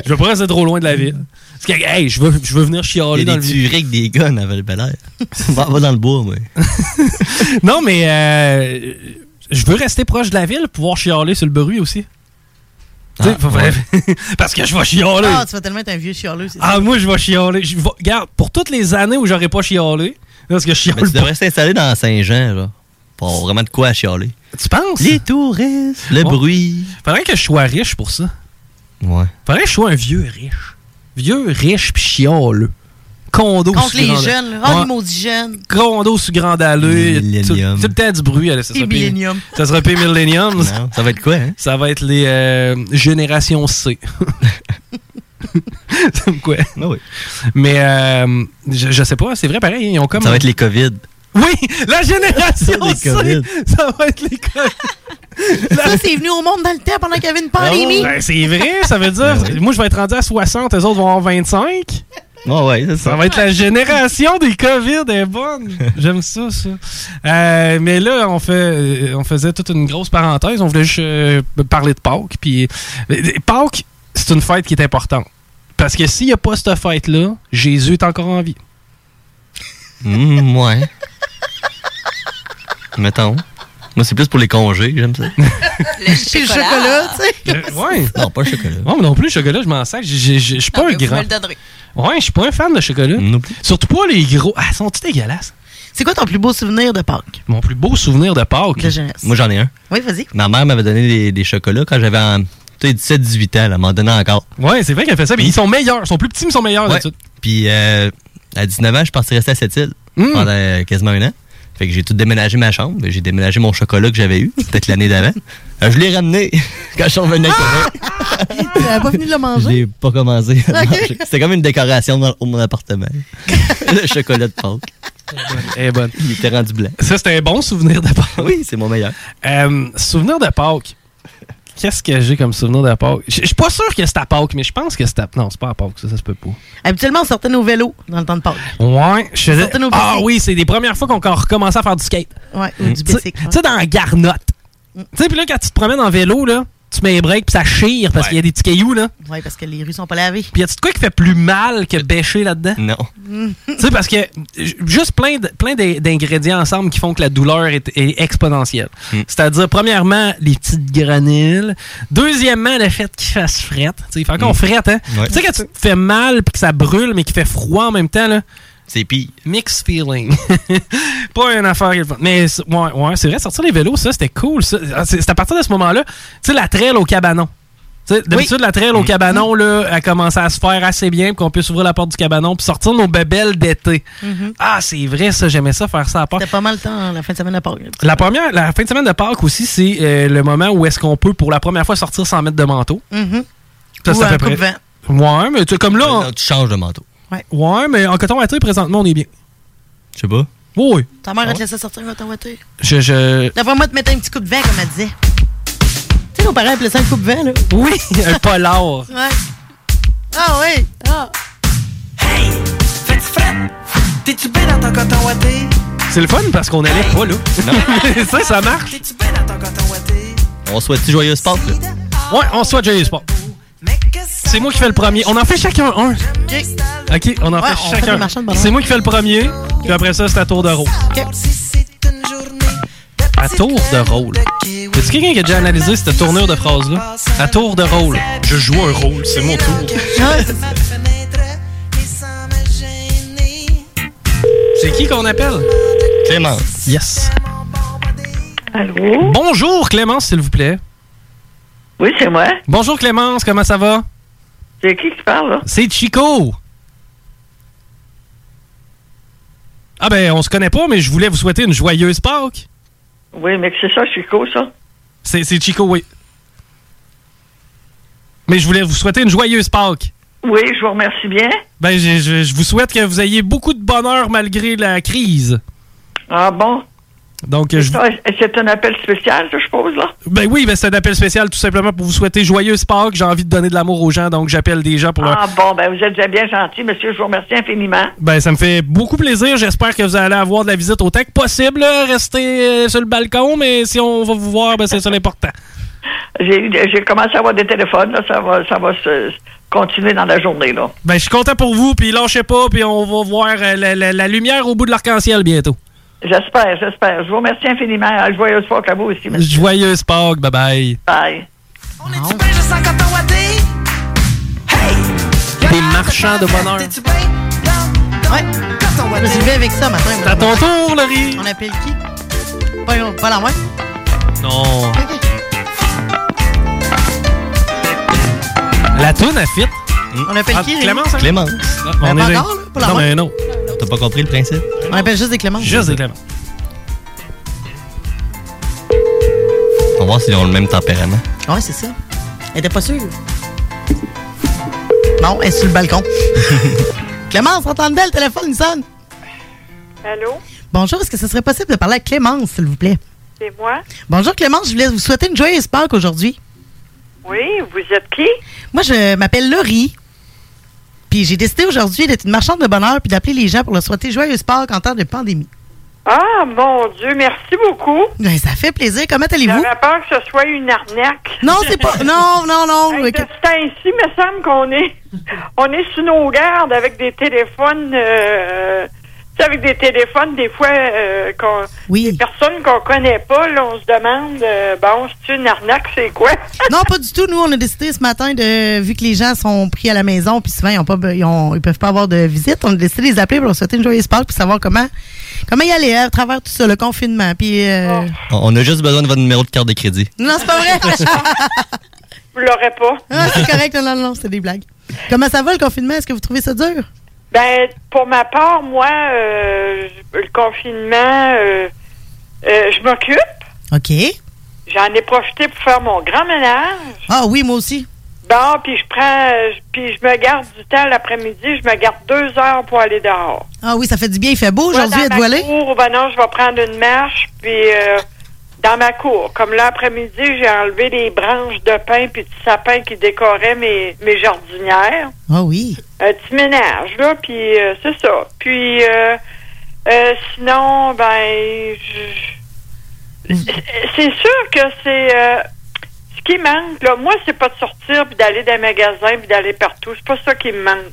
Speaker 1: je veux pas rester trop loin de la ville. Parce que, hey, je veux, je veux venir
Speaker 5: Il y
Speaker 1: chialer
Speaker 5: a
Speaker 1: dans
Speaker 5: des
Speaker 1: le ville.
Speaker 5: tueries avec des guns à val bel air. va, va dans le bois, moi.
Speaker 1: *laughs* Non, mais euh, je veux rester proche de la ville, pouvoir chialer sur le bruit aussi. Tu sais,
Speaker 5: Ah,
Speaker 1: faut- *laughs* Parce que je vais chialer.
Speaker 21: Ah, tu vas tellement être un vieux chialeux, c'est
Speaker 1: Ah, moi, je vais chialer. Je vais- Regarde, pour toutes les années où j'aurais pas chialé, parce que je chiale
Speaker 5: Mais tu
Speaker 1: pas.
Speaker 5: devrais s'installer dans Saint-Jean, là. Pour vraiment de quoi à chialer.
Speaker 1: Tu penses?
Speaker 5: Ben, Les touristes. Le
Speaker 1: Ouais.
Speaker 5: bruit.
Speaker 1: Faudrait que je sois riche pour ça.
Speaker 5: Ouais.
Speaker 1: Faudrait que je sois un vieux riche. Vieux riche pis chialeux. Condo
Speaker 21: Contre
Speaker 1: sur
Speaker 21: les
Speaker 1: Grande-
Speaker 21: jeunes, là. Ah,
Speaker 1: Ouais.
Speaker 21: les maudits jeunes.
Speaker 1: Condo sur Grande Allée. Tout, tout le temps du bruit. allez, ça
Speaker 21: Les
Speaker 1: sera pire.
Speaker 21: milléniums.
Speaker 1: Ça sera pas Millennium.
Speaker 5: ça va être quoi, hein?
Speaker 1: Ça va être les euh, Génération
Speaker 5: *laughs*
Speaker 1: C. C'est quoi?
Speaker 5: Ah oui.
Speaker 1: Mais euh, je, je sais pas, c'est vrai pareil, ils ont comme.
Speaker 5: Ça va être les COVID.
Speaker 1: Oui! La génération
Speaker 5: *laughs* Les
Speaker 1: C!
Speaker 5: COVID.
Speaker 1: *laughs* Ça va être les
Speaker 9: *laughs*
Speaker 1: COVID.
Speaker 21: Ça, c'est venu au monde dans le temps pendant qu'il y avait une pandémie.
Speaker 1: Ben, c'est vrai, ça veut dire.
Speaker 5: Ben
Speaker 1: Moi, je vais être rendu à 60, eux autres vont avoir 25.
Speaker 5: Ouais, Ah ouais, c'est ça.
Speaker 1: Ça va être la génération des COVID elle est bonne. J'aime ça, ça. Euh, mais là, on, fait, euh, on faisait toute une grosse parenthèse. On voulait juste euh, parler de Pâques. Puis, euh, Pâques, c'est une fête qui est importante. Parce que s'il n'y a pas cette fête-là, Jésus est encore en vie.
Speaker 5: Hum, ouais. Mettons. Moi, c'est plus pour les congés, j'aime
Speaker 1: *laughs*
Speaker 5: ça.
Speaker 7: Le
Speaker 21: Puis le chocolat, tu sais.
Speaker 1: ouais.
Speaker 5: *laughs* Non, pas le chocolat.
Speaker 1: Non, mais non plus, le chocolat, je m'en sac. Je suis pas
Speaker 7: Vous
Speaker 1: un
Speaker 7: me
Speaker 1: grand.
Speaker 7: le donnerez.
Speaker 1: Ouais, je suis pas un fan de chocolat. Surtout pas les gros. Ah, sont-ils dégueulasses?
Speaker 21: C'est quoi ton plus beau souvenir de Pâques?
Speaker 1: Mon plus beau souvenir de Pâques.
Speaker 21: De jeunesse.
Speaker 5: Moi, j'en ai un.
Speaker 21: Oui, vas-y.
Speaker 5: Ma mère m'avait donné des, des chocolats quand j'avais en- tu sais, 17-18 ans. Elle m'en donnait encore. Mm.
Speaker 1: Ouais, c'est vrai qu'elle fait ça. Mais ils sont meilleurs. Ils sont plus petits, mais ils sont meilleurs
Speaker 5: Ouais.
Speaker 1: d'habitude.
Speaker 5: Puis euh, à 19 ans, je pensais rester à cette île
Speaker 1: Mm.
Speaker 5: pendant quasiment un an. Fait que j'ai tout déménagé ma chambre. ben, J'ai déménagé mon chocolat que j'avais eu, *laughs* peut-être l'année d'avant. Euh, je l'ai ramené *laughs* quand je suis revenu à
Speaker 21: Ah,
Speaker 5: Québec.
Speaker 1: Ah,
Speaker 21: Tu n'avais pas fini de le
Speaker 5: Je
Speaker 21: manger?
Speaker 5: l'ai pas commencé. à
Speaker 21: Ok.
Speaker 5: manger. C'était comme une décoration dans dans mon appartement. *laughs* le chocolat de Pâques.
Speaker 1: Eh bonne.
Speaker 5: Il était rendu blanc.
Speaker 1: Ça, c'était un bon souvenir de Pâques.
Speaker 5: Oui, c'est mon meilleur.
Speaker 1: Euh, souvenir de Pâques. Qu'est-ce que j'ai comme souvenir de Pâques? Je je suis pas sûr que c'est à Pâques, mais je pense que c'est à... Non, c'est pas à Pâques, ça, ça se peut pas.
Speaker 21: Habituellement, on sortait nos vélos dans le temps de Pâques.
Speaker 1: Ouais, je faisais-
Speaker 21: Sortez nos
Speaker 1: Ah
Speaker 21: bicycles.
Speaker 1: oui, c'est des premières fois qu'on qu'on recommençait à faire du skate.
Speaker 21: Ouais, Mm. ou du
Speaker 1: Tu sais-
Speaker 21: bicycle.
Speaker 1: Tu sais, dans la garnotte. Tu sais, puis là, quand tu te promènes en vélo, là, tu mets les breaks puis ça chire parce qu'il y a des petits cailloux, là.
Speaker 9: Oui, parce que les rues sont pas lavées.
Speaker 1: Puis y a-tu de quoi qui fait plus mal que bêcher là-dedans?
Speaker 5: Non.
Speaker 1: tu sais, parce que j- juste plein, de- plein d'in- d'ingrédients ensemble qui font que la douleur est, est exponentielle. C'est-à-dire, premièrement, les petites granules. Deuxièmement, le fait qu'il fasse frette. Tu sais, il fait encore
Speaker 5: Mm.
Speaker 1: frette, hein?
Speaker 5: Ouais.
Speaker 1: Tu sais, quand tu te fais mal puis que ça brûle, mais qu'il fait froid en même temps, là. C'est pire. Mixed feeling. *laughs* pas une affaire. qui est le fun. Mais c'est- ouais, ouais, c'est vrai, sortir les vélos, ça, c'était cool. ça. Ah, C'est c'est à partir de ce moment-là, tu sais, la trail au cabanon. Tu sais, D'habitude, la trail
Speaker 9: Mm.
Speaker 1: au cabanon, là, elle commençait à se faire assez bien pour qu'on puisse ouvrir la porte du cabanon puis sortir nos bébelles d'été.
Speaker 9: Mm-hmm.
Speaker 1: Ah, c'est vrai, ça, j'aimais ça, faire ça à Pâques.
Speaker 9: C'était pas mal le temps, hein, la fin de semaine à Pâques.
Speaker 1: La première, la fin de semaine de Pâques aussi, c'est euh, le moment où est-ce qu'on peut, pour la première fois, sortir sans mettre de manteau.
Speaker 9: Mhm.
Speaker 1: Ça, c'est
Speaker 9: Ou
Speaker 1: à
Speaker 9: un
Speaker 1: peu près.
Speaker 9: coupe-vent.
Speaker 1: Ouais, mais tu comme là.
Speaker 5: tu changes de manteau.
Speaker 1: Ouais. ouais, mais en coton à présentement, on est bien.
Speaker 5: Je sais pas.
Speaker 1: Oui, oui.
Speaker 9: Ta mère, elle te laissait sortir quand t'as voiture.
Speaker 1: Je, je...
Speaker 9: D'après moi, te mettre un petit coup de vent, comme elle disait. Tu sais, nos parents appelaient ça un coup de vent, là.
Speaker 1: Oui, *laughs* un polar.
Speaker 9: Ouais. Ah oui. Ah.
Speaker 17: Fais-tu frette? T'es-tu bien dans ton coton ouaté?
Speaker 1: C'est le fun parce qu'on allait pas là. *laughs* ça, ça marche.
Speaker 17: T'es-tu bien dans ton coton ouaté?
Speaker 5: On souhaite du joyeux sport, là.
Speaker 1: Ouais, on se souhaite joyeux sport. C'est moi qui fais le premier. On en fait chacun un.
Speaker 9: OK.
Speaker 1: OK, on en
Speaker 17: Ouais, on
Speaker 1: fait
Speaker 17: fait des
Speaker 1: chacun.
Speaker 17: marchands de bonheur.
Speaker 1: C'est moi qui fais le premier, puis après ça, c'est à tour de rôle. À tour de rôle. Est-ce quelqu'un qui a déjà analysé cette tournure de phrase-là? À tour de rôle. Je joue un rôle, c'est mon tour. *laughs* C'est qui qu'on appelle? Clémence. Yes. Allô? Bonjour Clémence, s'il vous plaît. Oui, c'est moi. Bonjour Clémence, comment ça va? C'est qui qui parle là? C'est Chico. Ah ben, on se connaît pas, mais je voulais vous souhaiter une joyeuse Pâques.
Speaker 22: Oui, mais c'est ça, Chico, ça.
Speaker 1: C'est c'est Chico, oui. Mais je voulais vous souhaiter une joyeuse Pâques.
Speaker 22: Oui, je vous remercie bien.
Speaker 1: Ben, je, je- je vous souhaite que vous ayez beaucoup de bonheur malgré la crise.
Speaker 22: Ah bon?
Speaker 1: Donc, je vous-
Speaker 22: Ça, C'est un appel spécial, je suppose, là.
Speaker 1: Ben oui, ben c'est un appel spécial tout simplement pour vous souhaiter joyeuse Pâques. J'ai envie de donner de l'amour aux gens, donc j'appelle des gens pour leur...
Speaker 22: Ah bon, ben vous êtes déjà bien gentil, monsieur. Je vous remercie infiniment.
Speaker 1: Ben, ça me fait beaucoup plaisir. J'espère que vous allez avoir de la visite autant que possible. là. Restez euh, sur le balcon, mais si on va vous voir, ben, c'est ça l'important.
Speaker 22: J'ai eu- j'ai commencé à avoir des téléphones, là. Ça va, ça va se, se continuer dans la journée, là.
Speaker 1: Ben, je suis content pour vous, puis lâchez pas, puis on va voir euh, la, la- la lumière au bout de l'arc-en-ciel bientôt.
Speaker 22: J'espère, j'espère. Je vous remercie infiniment. Je joyeuse Pâques à vous aussi, monsieur.
Speaker 1: Joyeuse Pâques, bye-bye.
Speaker 22: Bye.
Speaker 17: T'es-tu bien dans ton coton ouaté?
Speaker 1: Des marchands de bonheur.
Speaker 17: T'es-tu bien dans
Speaker 9: Ouais.
Speaker 17: ton
Speaker 9: Je me suis levé avec ça matin.
Speaker 1: C'est à ton tour, Laurie.
Speaker 9: On appelle qui? Pas, pas la moi.
Speaker 1: Non. La toune, elle fit.
Speaker 9: On appelle
Speaker 1: Ah,
Speaker 9: qui, Rémi?
Speaker 1: Clémence. hein?
Speaker 5: Clémence.
Speaker 1: Ah, on
Speaker 9: Mais
Speaker 1: est-
Speaker 9: pas encore, là, pas la
Speaker 5: Non,
Speaker 9: main.
Speaker 5: mais
Speaker 1: non.
Speaker 5: T'as pas compris le principe?
Speaker 9: On appelle juste des Cléments.
Speaker 1: Juste des Cléments.
Speaker 5: On va voir s'ils ont le même tempérament.
Speaker 9: Ah Ouais, c'est ça. Elle était pas sûre. Non, elle est sur
Speaker 1: *laughs*
Speaker 9: le balcon. Clémence, entendez le téléphone, il sonne.
Speaker 23: Allô?
Speaker 9: Bonjour, est-ce que ce serait possible de parler à Clémence, s'il vous plaît?
Speaker 23: C'est moi?
Speaker 9: Bonjour Clémence, je voulais vous souhaiter une joyeuse Pâques aujourd'hui.
Speaker 23: Oui, vous êtes qui?
Speaker 9: Moi, je m'appelle Laurie. Puis j'ai décidé aujourd'hui d'être une marchande de bonheur puis d'appeler les gens pour leur souhaiter joyeuse Pâques en temps de pandémie.
Speaker 23: Ah, mon Dieu, merci beaucoup.
Speaker 9: Ben, ça fait plaisir. Comment allez-vous?
Speaker 23: J'avais peur que ce soit une arnaque.
Speaker 9: Non, c'est pas-
Speaker 23: *laughs*
Speaker 9: non, non, non.
Speaker 23: Hey, de ce temps-ci, me semble qu'on est, *laughs* on est sous nos gardes avec des téléphones, euh, tu sais, avec des téléphones, des fois, euh, qu'on-
Speaker 9: des
Speaker 23: personnes qu'on connaît pas, là, on se demande, euh, bon, c'est une arnaque, c'est quoi?
Speaker 9: Non, pas du tout. Nous, on a décidé ce matin de, vu que les gens sont pris à la maison, puis souvent ils ont pas, be- ils, ont- ils peuvent pas avoir de visite, on a décidé de les appeler pour leur souhaiter une joyeuse Pâques pour savoir comment, comment y aller hein, à travers tout ça, le confinement. Puis
Speaker 23: Oh.
Speaker 9: euh,
Speaker 5: On- On a juste besoin de votre numéro de carte de crédit.
Speaker 9: non, c'est pas vrai.
Speaker 23: *laughs* Vous l'aurez pas.
Speaker 9: Ah, c'est correct. Non, non, non, c'est des blagues. Comment ça va le confinement Est-ce que vous trouvez ça dur
Speaker 23: Ben, pour ma part, moi, euh, je- le confinement, euh, euh, je m'occupe.
Speaker 9: Ok.
Speaker 23: J'en ai profité pour faire mon grand ménage.
Speaker 9: Ah oui, moi aussi.
Speaker 23: Bon, puis je prends, euh, je- puis je me garde du temps l'après-midi. Je me garde deux heures pour aller dehors.
Speaker 9: Ah oui, ça fait du bien. Il fait beau
Speaker 23: Moi,
Speaker 9: aujourd'hui.
Speaker 23: dans
Speaker 9: Êtes-vous
Speaker 23: ma
Speaker 9: allé
Speaker 23: cour, ben non, je vais prendre une marche, puis euh, dans ma cour. Comme l'après-midi, j'ai enlevé les branches de pin puis de sapin qui décoraient mes, mes jardinières.
Speaker 9: Ah oui.
Speaker 23: Un petit ménage, Euh, là, puis euh, c'est ça. Puis euh, euh, sinon, ben, je- je- c'est sûr que c'est euh, ce qui manque, là, moi, c'est pas de sortir puis d'aller dans les magasins puis d'aller partout. C'est pas ça qui me manque.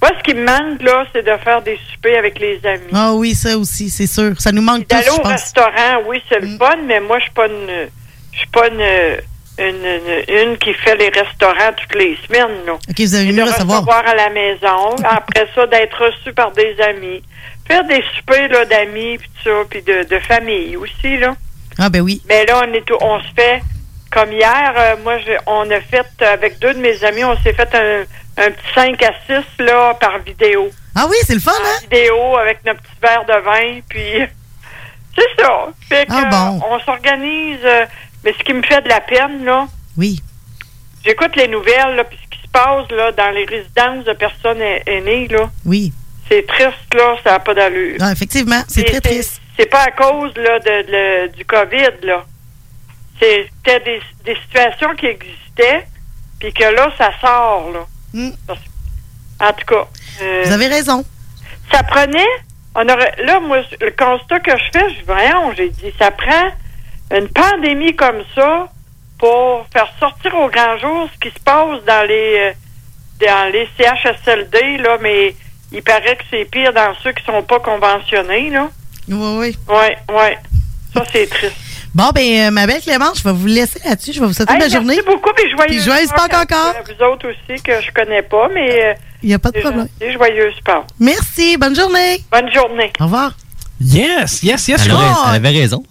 Speaker 23: Moi, ce qui me manque, là, c'est de faire des soupers avec les amis.
Speaker 21: Ah oui, ça aussi, c'est sûr. Ça nous manque tous,
Speaker 23: D'aller
Speaker 21: je
Speaker 23: au
Speaker 21: pense. Mm.
Speaker 23: restaurant, oui, c'est le fun, mais moi, je suis pas une. Je suis pas une. Une, une- une qui fait les restaurants toutes les semaines. Là.
Speaker 21: OK, vous avez
Speaker 23: Et
Speaker 21: mieux
Speaker 23: de
Speaker 21: à savoir.
Speaker 23: recevoir à la maison. Après ça, d'être reçu par des amis. Faire des soupers là, d'amis, puis tout ça, puis de, de famille aussi. là.
Speaker 21: Ah ben oui.
Speaker 23: Mais là, on est tout- on se fait comme hier, euh, moi j'ai- on a fait euh, avec deux de mes amis, on s'est fait un, un petit 5 à 6 là par vidéo.
Speaker 21: Ah oui, c'est le fun,
Speaker 23: hein? vidéo avec notre petit verre de vin, puis *laughs* c'est ça. Fait que,
Speaker 21: Ah bon.
Speaker 23: euh, on s'organise euh, mais ce qui me fait de la peine là,
Speaker 21: Oui.
Speaker 23: j'écoute les nouvelles là, puis ce qui se passe là dans les résidences de personnes a- aînées là.
Speaker 21: Oui.
Speaker 23: C'est triste là, ça n'a pas d'allure.
Speaker 21: Ah, effectivement, c'est très triste.
Speaker 23: C'est pas à cause là, de, de- du COVID, là. C'était des, des situations qui existaient, puis que là, ça sort, là.
Speaker 21: Hmm.
Speaker 23: Parce- En tout cas. euh,
Speaker 21: Vous avez raison.
Speaker 23: Ça prenait. On aurait, là, moi, je- le constat que je fais, je voyons, j'ai dit, ça prend une pandémie comme ça pour faire sortir au grand jour ce qui se passe dans les euh, dans les CHSLD, là, mais il paraît que c'est pire dans ceux qui sont pas conventionnés, là.
Speaker 21: Oui, oui.
Speaker 23: Ouais, ouais. Ça, c'est triste.
Speaker 21: Bon, ben, euh, ma belle Clémence, je vais vous laisser là-dessus. Je vais vous souhaiter
Speaker 23: Hey,
Speaker 21: une bonne journée.
Speaker 23: Merci beaucoup, puis joyeux.
Speaker 21: Puis joyeuse Pâques encore.
Speaker 23: Vous autres aussi, que je connais pas, mais. euh,
Speaker 21: Il n'y a pas de
Speaker 23: c'est
Speaker 21: problème.
Speaker 23: gentil, joyeuse Pâques.
Speaker 21: Merci, bonne journée.
Speaker 23: Bonne journée.
Speaker 21: Au revoir.
Speaker 1: Yes, yes, yes.
Speaker 5: Elle
Speaker 1: je
Speaker 5: aurait-
Speaker 1: crois.
Speaker 5: elle avait raison.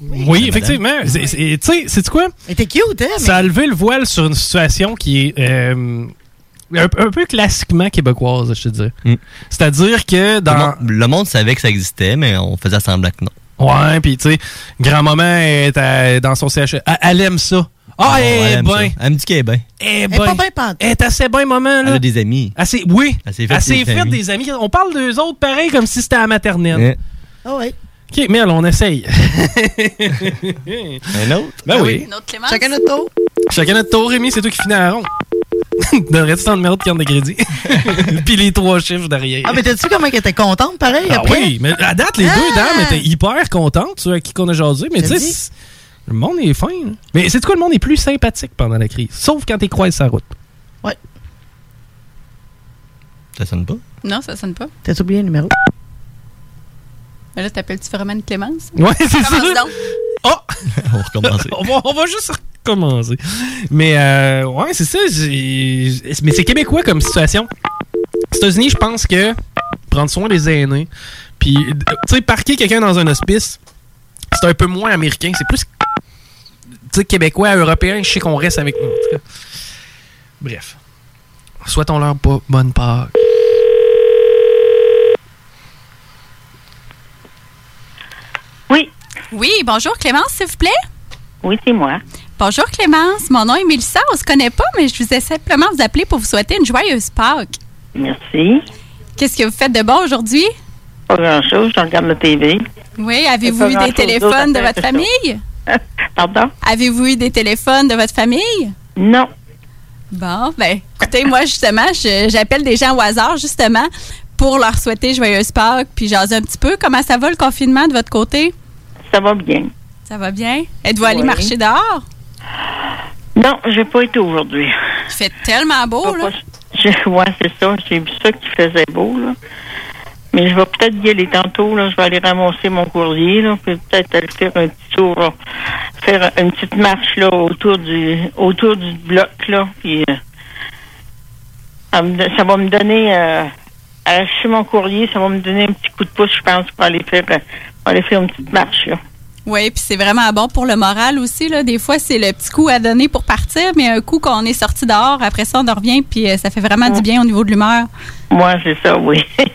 Speaker 1: Oui, effectivement. C'est- c'est- Tu sais, c'est quoi?
Speaker 21: T'es cute, hein?
Speaker 1: Ça a levé le voile sur une situation qui est euh, un, un peu classiquement québécoise, je te dirais. C'est-à-dire que dans...
Speaker 5: Le monde, le monde savait que ça existait, mais on faisait semblant que non.
Speaker 1: Ouais, puis tu sais, grand-maman est à- dans son CH. Elle, elle aime ça. Ah,
Speaker 5: Oh,
Speaker 1: elle, est
Speaker 5: aime
Speaker 1: bien.
Speaker 5: ça. Elle me dit qu'elle est bien.
Speaker 1: Elle est
Speaker 21: Elle est pas
Speaker 1: bien.
Speaker 21: bien pente.
Speaker 1: Elle est assez bien, maman.
Speaker 5: Elle
Speaker 1: Là.
Speaker 5: a des amis.
Speaker 1: Elle s'est- oui,
Speaker 5: Elle s'est fait
Speaker 1: elle s'est
Speaker 5: des
Speaker 1: fait
Speaker 5: amis.
Speaker 1: des amis. On parle d'eux autres pareil comme si c'était à la maternelle.
Speaker 5: Ouais.
Speaker 21: Ah oui.
Speaker 1: OK, mais on essaye.
Speaker 5: *laughs* Un autre?
Speaker 1: Ben oui.
Speaker 7: Notre Clément.
Speaker 21: Chacun notre tour.
Speaker 1: Chacun notre tour, Rémi, c'est toi qui finis à la ronde. *laughs* Donnerais-tu ton numéro de carte de
Speaker 5: *laughs*
Speaker 1: crédit? *laughs* Puis les trois chiffres derrière.
Speaker 21: Ah, mais t'as-tu comment qu'elle était contente, pareil,
Speaker 1: Ah
Speaker 21: après?
Speaker 1: oui, mais à date, les deux dames étaient hyper contentes sur qui qu'on a jasé, mais
Speaker 21: Je
Speaker 1: tu
Speaker 21: le
Speaker 1: sais,
Speaker 21: dis.
Speaker 1: c'est- le monde est fin. hein. Mais c'est quoi, le monde est plus sympathique pendant la crise, sauf quand t'es croises sa route.
Speaker 5: Ça sonne pas?
Speaker 7: Non, ça sonne pas.
Speaker 21: T'as oublié le numéro?
Speaker 7: Mais là, t'appelles-tu vraiment une Clémence?
Speaker 1: Ouais, c'est ça. Oh!
Speaker 7: Commence donc.
Speaker 5: on
Speaker 1: *laughs*
Speaker 5: va recommencer.
Speaker 1: on, va, on va juste recommencer. Mais euh, ouais, c'est ça. j'ai- Mais c'est québécois comme situation. Aux États-Unis, je pense que prendre soin des aînés, puis, euh, tu sais, parquer quelqu'un dans un hospice, c'est un peu moins américain. C'est plus, tu sais, québécois, européen. Je sais qu'on reste avec nous. en tout cas. Bref. Souhaitons-leur bo- bonne part.
Speaker 7: Oui. Oui, bonjour Clémence, s'il vous plaît.
Speaker 24: Oui, c'est moi.
Speaker 7: Bonjour Clémence, mon nom est Mélissa, on se connaît pas, mais je vous ai simplement vous appeler pour vous souhaiter une joyeuse Pâques.
Speaker 24: Merci.
Speaker 7: Qu'est-ce que vous faites de bon aujourd'hui?
Speaker 24: Pas grand-chose, je regarde la TV.
Speaker 7: Oui, avez-vous
Speaker 24: Pas
Speaker 7: eu des
Speaker 24: grand-chose
Speaker 7: téléphones
Speaker 24: d'autre
Speaker 7: de
Speaker 24: à
Speaker 7: votre
Speaker 24: faire que ça.
Speaker 7: famille?
Speaker 24: *laughs* Pardon?
Speaker 7: Avez-vous eu des téléphones de votre famille?
Speaker 24: Non.
Speaker 7: Bon, ben, écoutez, moi, justement, je- j'appelle des gens au hasard, justement, pour leur souhaiter joyeuse Pâques, puis jaser un petit peu. Comment ça va le confinement de votre côté?
Speaker 24: Ça va bien.
Speaker 7: Ça va bien? Êtes-vous allé
Speaker 24: Oui.
Speaker 7: marcher dehors?
Speaker 24: Non, j'ai pas été aujourd'hui. *laughs*
Speaker 7: Il fait tellement beau, là.
Speaker 24: Je- Ouais, c'est ça. J'ai vu ça qui faisait beau, là. Mais je vais peut-être y aller tantôt, là. Je vais aller ramasser mon courrier, là. Puis peut-être aller faire un petit tour, là. faire une petite marche, là, autour du, autour du bloc, là. Puis euh, ça, me don- ça va me donner, euh, arracher mon courrier, ça va me donner un petit coup de pouce, je pense, pour aller faire, euh, pour aller faire une petite marche, là.
Speaker 7: Oui, puis c'est vraiment bon pour le moral aussi. Là. Des fois, c'est le petit coup à donner pour partir, mais un coup qu'on est sorti dehors, après ça, on en revient, puis euh, ça fait vraiment du bien au niveau de l'humeur.
Speaker 24: Moi, c'est ça, oui. *laughs*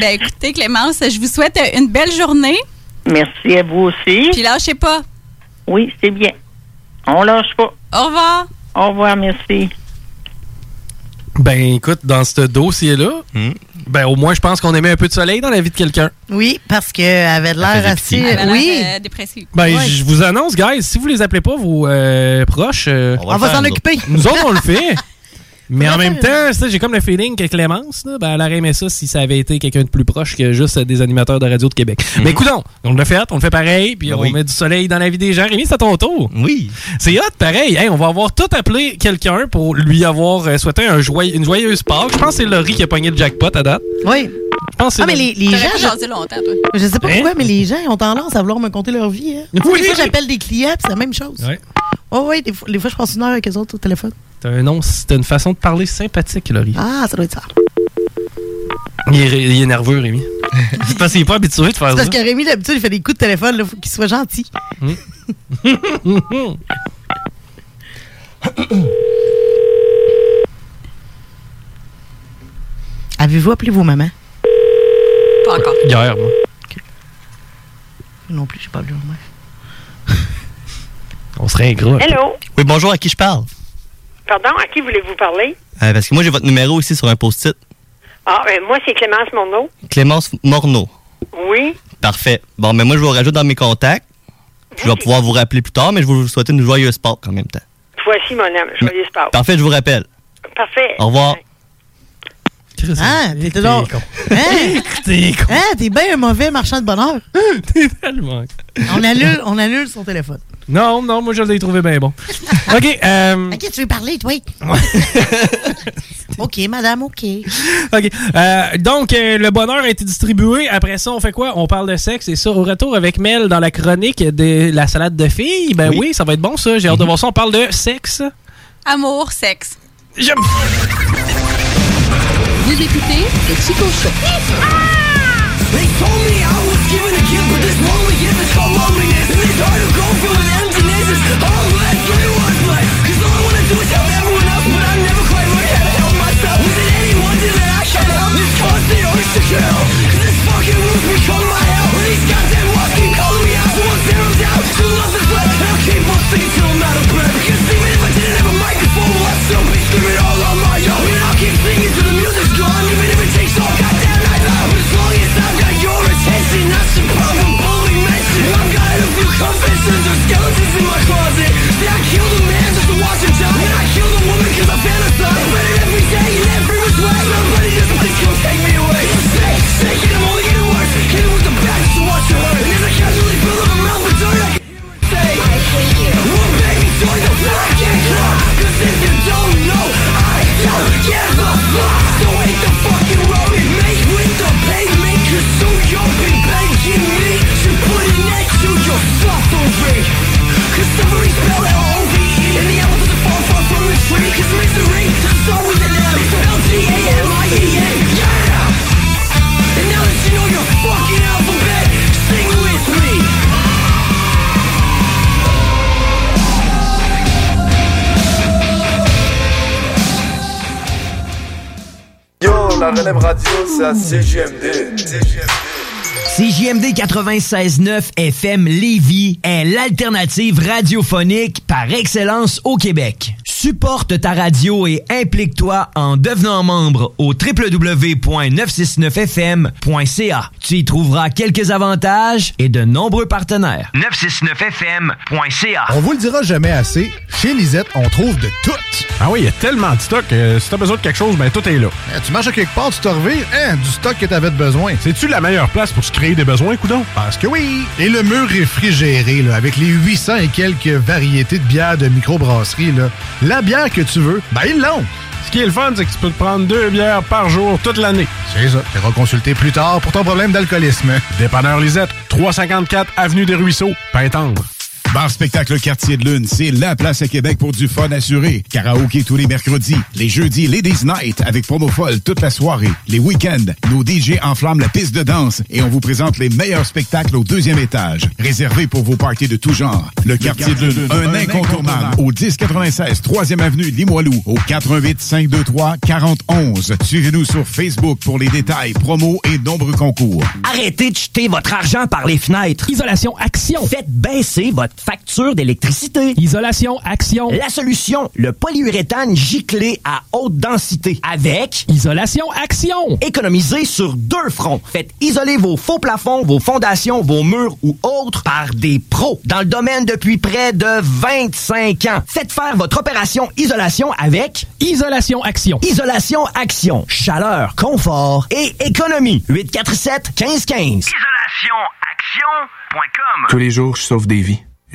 Speaker 7: Ben écoutez, Clémence, je vous souhaite euh, une belle journée.
Speaker 24: Merci à vous aussi.
Speaker 7: Puis lâchez pas.
Speaker 24: Oui, c'est bien. On lâche pas.
Speaker 7: Au revoir.
Speaker 24: Au revoir, merci.
Speaker 1: Ben écoute, dans ce dossier-là, ben au moins je pense qu'on émet un peu de soleil dans la vie de quelqu'un.
Speaker 21: Oui, parce qu'elle avait de l'air
Speaker 1: faisait
Speaker 21: assez.
Speaker 1: pitié. Elle avait
Speaker 21: oui.
Speaker 7: Euh, dépressive.
Speaker 1: Ben, je vous annonce, guys, si vous les appelez pas vos euh, proches, euh, *laughs*
Speaker 21: On va le On va faire, s'en nous autres. occuper.
Speaker 9: *laughs*
Speaker 1: Nous autres, on le fait. Mais en
Speaker 25: Faudrait
Speaker 1: même
Speaker 25: faire
Speaker 1: temps, tu sais, j'ai comme le feeling que Clémence, là, ben, elle aurait aimé ça si ça avait été quelqu'un de plus proche que juste euh, des animateurs de radio de Québec. Mais écoute, on l'a fait, on le fait pareil, puis on met du soleil dans la vie des gens. Rémi, c'est à ton tour.
Speaker 5: Oui.
Speaker 1: C'est hot, pareil. Hey, on va avoir tout appelé quelqu'un pour lui avoir euh, souhaité un joyeux- une joyeuse Pâques. Je pense que c'est Laurie qui a pogné le jackpot à date.
Speaker 9: Oui.
Speaker 1: Je pense que c'est Hein?
Speaker 9: Ah, mais les, les gens.
Speaker 7: T'aurais pu jaser longtemps, toi.
Speaker 9: Je sais pas pourquoi, mais les gens ils ont tendance à vouloir me conter leur vie. Hein.
Speaker 1: Oui.
Speaker 9: Des fois, j'appelle des clients, puis c'est la même chose.
Speaker 1: Ouais.
Speaker 9: Oh, ouais, des fois, des fois, je passe une heure avec eux autres au téléphone.
Speaker 1: T'as un nom, c'est une façon de parler sympathique, Laurie.
Speaker 9: Ah, ça doit être ça.
Speaker 1: Il est, il est nerveux, Rémi. c'est parce qu'il est pas habitué de
Speaker 9: C'est
Speaker 1: faire ça.
Speaker 9: parce que Rémi, d'habitude, il fait des coups de téléphone, il faut qu'il
Speaker 1: *laughs*
Speaker 9: soit gentil. Avez-vous appelé vos mamans?
Speaker 7: Pas encore.
Speaker 1: Hier, moi.
Speaker 9: Non plus, j'ai pas appelé vos mamans.
Speaker 1: On serait gros.
Speaker 23: Hello.
Speaker 5: Oui, bonjour, à qui je parle?
Speaker 23: Pardon, à qui voulez-vous parler?
Speaker 5: Euh, parce que moi, j'ai votre numéro ici sur un post-it.
Speaker 23: Ah, ben, moi, c'est Clémence Monod.
Speaker 5: Clémence Morneau.
Speaker 23: Oui.
Speaker 5: Parfait. Bon, mais moi, je vous rajoute dans mes contacts. Puis Je vais pouvoir vous rappeler plus tard, mais je vais vous souhaiter une joyeuse Pâques en même temps.
Speaker 23: Voici mon âme. Joyeux Pâques.
Speaker 5: Parfait, je vous rappelle.
Speaker 23: Parfait.
Speaker 5: Au revoir.
Speaker 9: Ah, t'es toujours. Hein?
Speaker 1: *laughs* T'es con.
Speaker 9: Hein, t'es bien un mauvais marchand de bonheur.
Speaker 1: *laughs* T'es tellement.
Speaker 9: On annule, on annule son téléphone.
Speaker 1: Non, non, moi je l'ai trouvé bien bon. OK, euh,
Speaker 9: À qui tu veux parler, toi? *laughs* ok, madame, ok.
Speaker 1: OK. Euh, donc, euh, le bonheur a été distribué. Après ça, on fait quoi? On parle de sexe et ça, au retour avec Mel dans la chronique de la salade de filles. Ben oui, Mhm. ça va être bon ça. J'ai hâte de voir ça. On parle de sexe.
Speaker 7: Amour, sexe.
Speaker 1: J'aime.
Speaker 26: Vous écoutez le Chico Show.
Speaker 17: Ah! They told me I was given a gift, but this loneliness is called loneliness. And this hard to go from an emptiness is all left for it was left. Cause all I wanna do is help everyone else, but I never quite learned how to help myself. Was it any wonder that I can't help this constant urge to kill? Cause this fucking roof's become my hell. And these goddamn walls keep calling me out, so I'll tear 'em down. Two loves is left, and I'll keep on singing till I'm out of breath. Because even if I didn't have a microphone, well, I'd still be screaming all on my own. And I'll keep singing till the music's gone, even if it takes all goddamn night long. As long as I've got your attention, that's the problem. Bully mention. I've got a few confessions of skeletons in my closet. See, I killed a man just to watch him die. And I killed a woman cause I fantasize. But in every day, in every respect, somebody just please come take me away. Sick, sick, and I'm only getting worse. Hit it with the bat just to watch it hurt. And as I casually fill up my mouth with dirt, I can say, I hate you. Well, baby, join the fuck and clock. Cause if you don't know, I don't give a fuck. So hate the fucking road and make with the pavement. Cause so you've been begging me to put an end to your suffering. Cause suffering spelled L-O-V-E. And the apple doesn't fall far from the tree. Cause misery doesn't start with an M. It's spelled G-A-M-I-E-N. Yeah! And now that you know your fucking alphabet, sing with me.
Speaker 27: Yo, la relève radio, c'est à CGMD.
Speaker 12: CJMD 96.9 FM Lévis est l'alternative radiophonique par excellence au Québec. Supporte ta radio et implique-toi en devenant membre au www.969fm.ca. Tu y trouveras quelques avantages et de nombreux partenaires. 969fm.ca
Speaker 8: On vous le dira jamais assez, chez Lisette, on trouve de tout.
Speaker 28: Ah oui, il y a tellement de stock. euh, si t'as besoin de quelque chose, ben tout est là.
Speaker 8: Hein, tu marches à quelque part, tu te revires, hein, du stock que t'avais de besoin.
Speaker 28: C'est-tu la meilleure place pour se créer des besoins, coudon?
Speaker 8: Parce que oui! Et le mur réfrigéré, là, avec les 800 et quelques variétés de bières de microbrasserie, là, la bière que tu veux, ben ils l'ont!
Speaker 28: Ce qui est le fun, c'est que tu peux te prendre deux bières par jour toute l'année.
Speaker 8: C'est ça. T'es reconsulté plus tard pour ton problème d'alcoolisme.
Speaker 28: Dépanneur Lisette, 354 Avenue des Ruisseaux, Pintendre.
Speaker 29: Bar Spectacle Quartier de Lune, c'est la place à Québec pour du fun assuré. Karaoke tous les mercredis, les jeudis Ladies Night avec promo folle toute la soirée, les week-ends, nos DJ enflamment la piste de danse et on vous présente les meilleurs spectacles au deuxième étage, réservés pour vos parties de tout genre. Le Quartier de Lune, un incontournable au 1096 3e avenue Limoilou au 418 523 4011. Suivez-nous sur Facebook pour les détails, promos et nombreux concours.
Speaker 12: Arrêtez de jeter votre argent par les fenêtres. Isolation Action. Faites baisser votre facture d'électricité. Isolation, action. La solution, le polyuréthane giclé à haute densité avec Isolation, action. Économisez sur deux fronts. Faites isoler vos faux plafonds, vos fondations, vos murs ou autres par des pros dans le domaine depuis près de 25 ans. Faites faire votre opération isolation avec Isolation, action. Isolation, action. Chaleur, confort et économie. 847 1515.
Speaker 25: Tous les jours, je sauve des vies.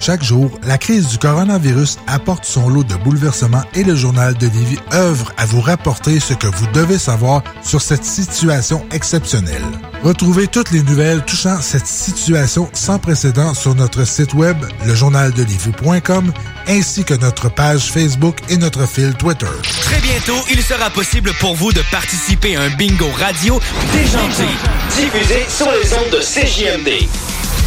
Speaker 30: Chaque jour, la crise du coronavirus apporte son lot de bouleversements et le journal de Livy œuvre à vous rapporter ce que vous devez savoir sur cette situation exceptionnelle. Retrouvez toutes les nouvelles touchant cette situation sans précédent sur notre site web, lejournaldelivy.com, ainsi que notre page Facebook et notre fil Twitter.
Speaker 13: Très bientôt, il sera possible pour vous de participer à un bingo radio déjanté, diffusé sur les ondes de CJMD.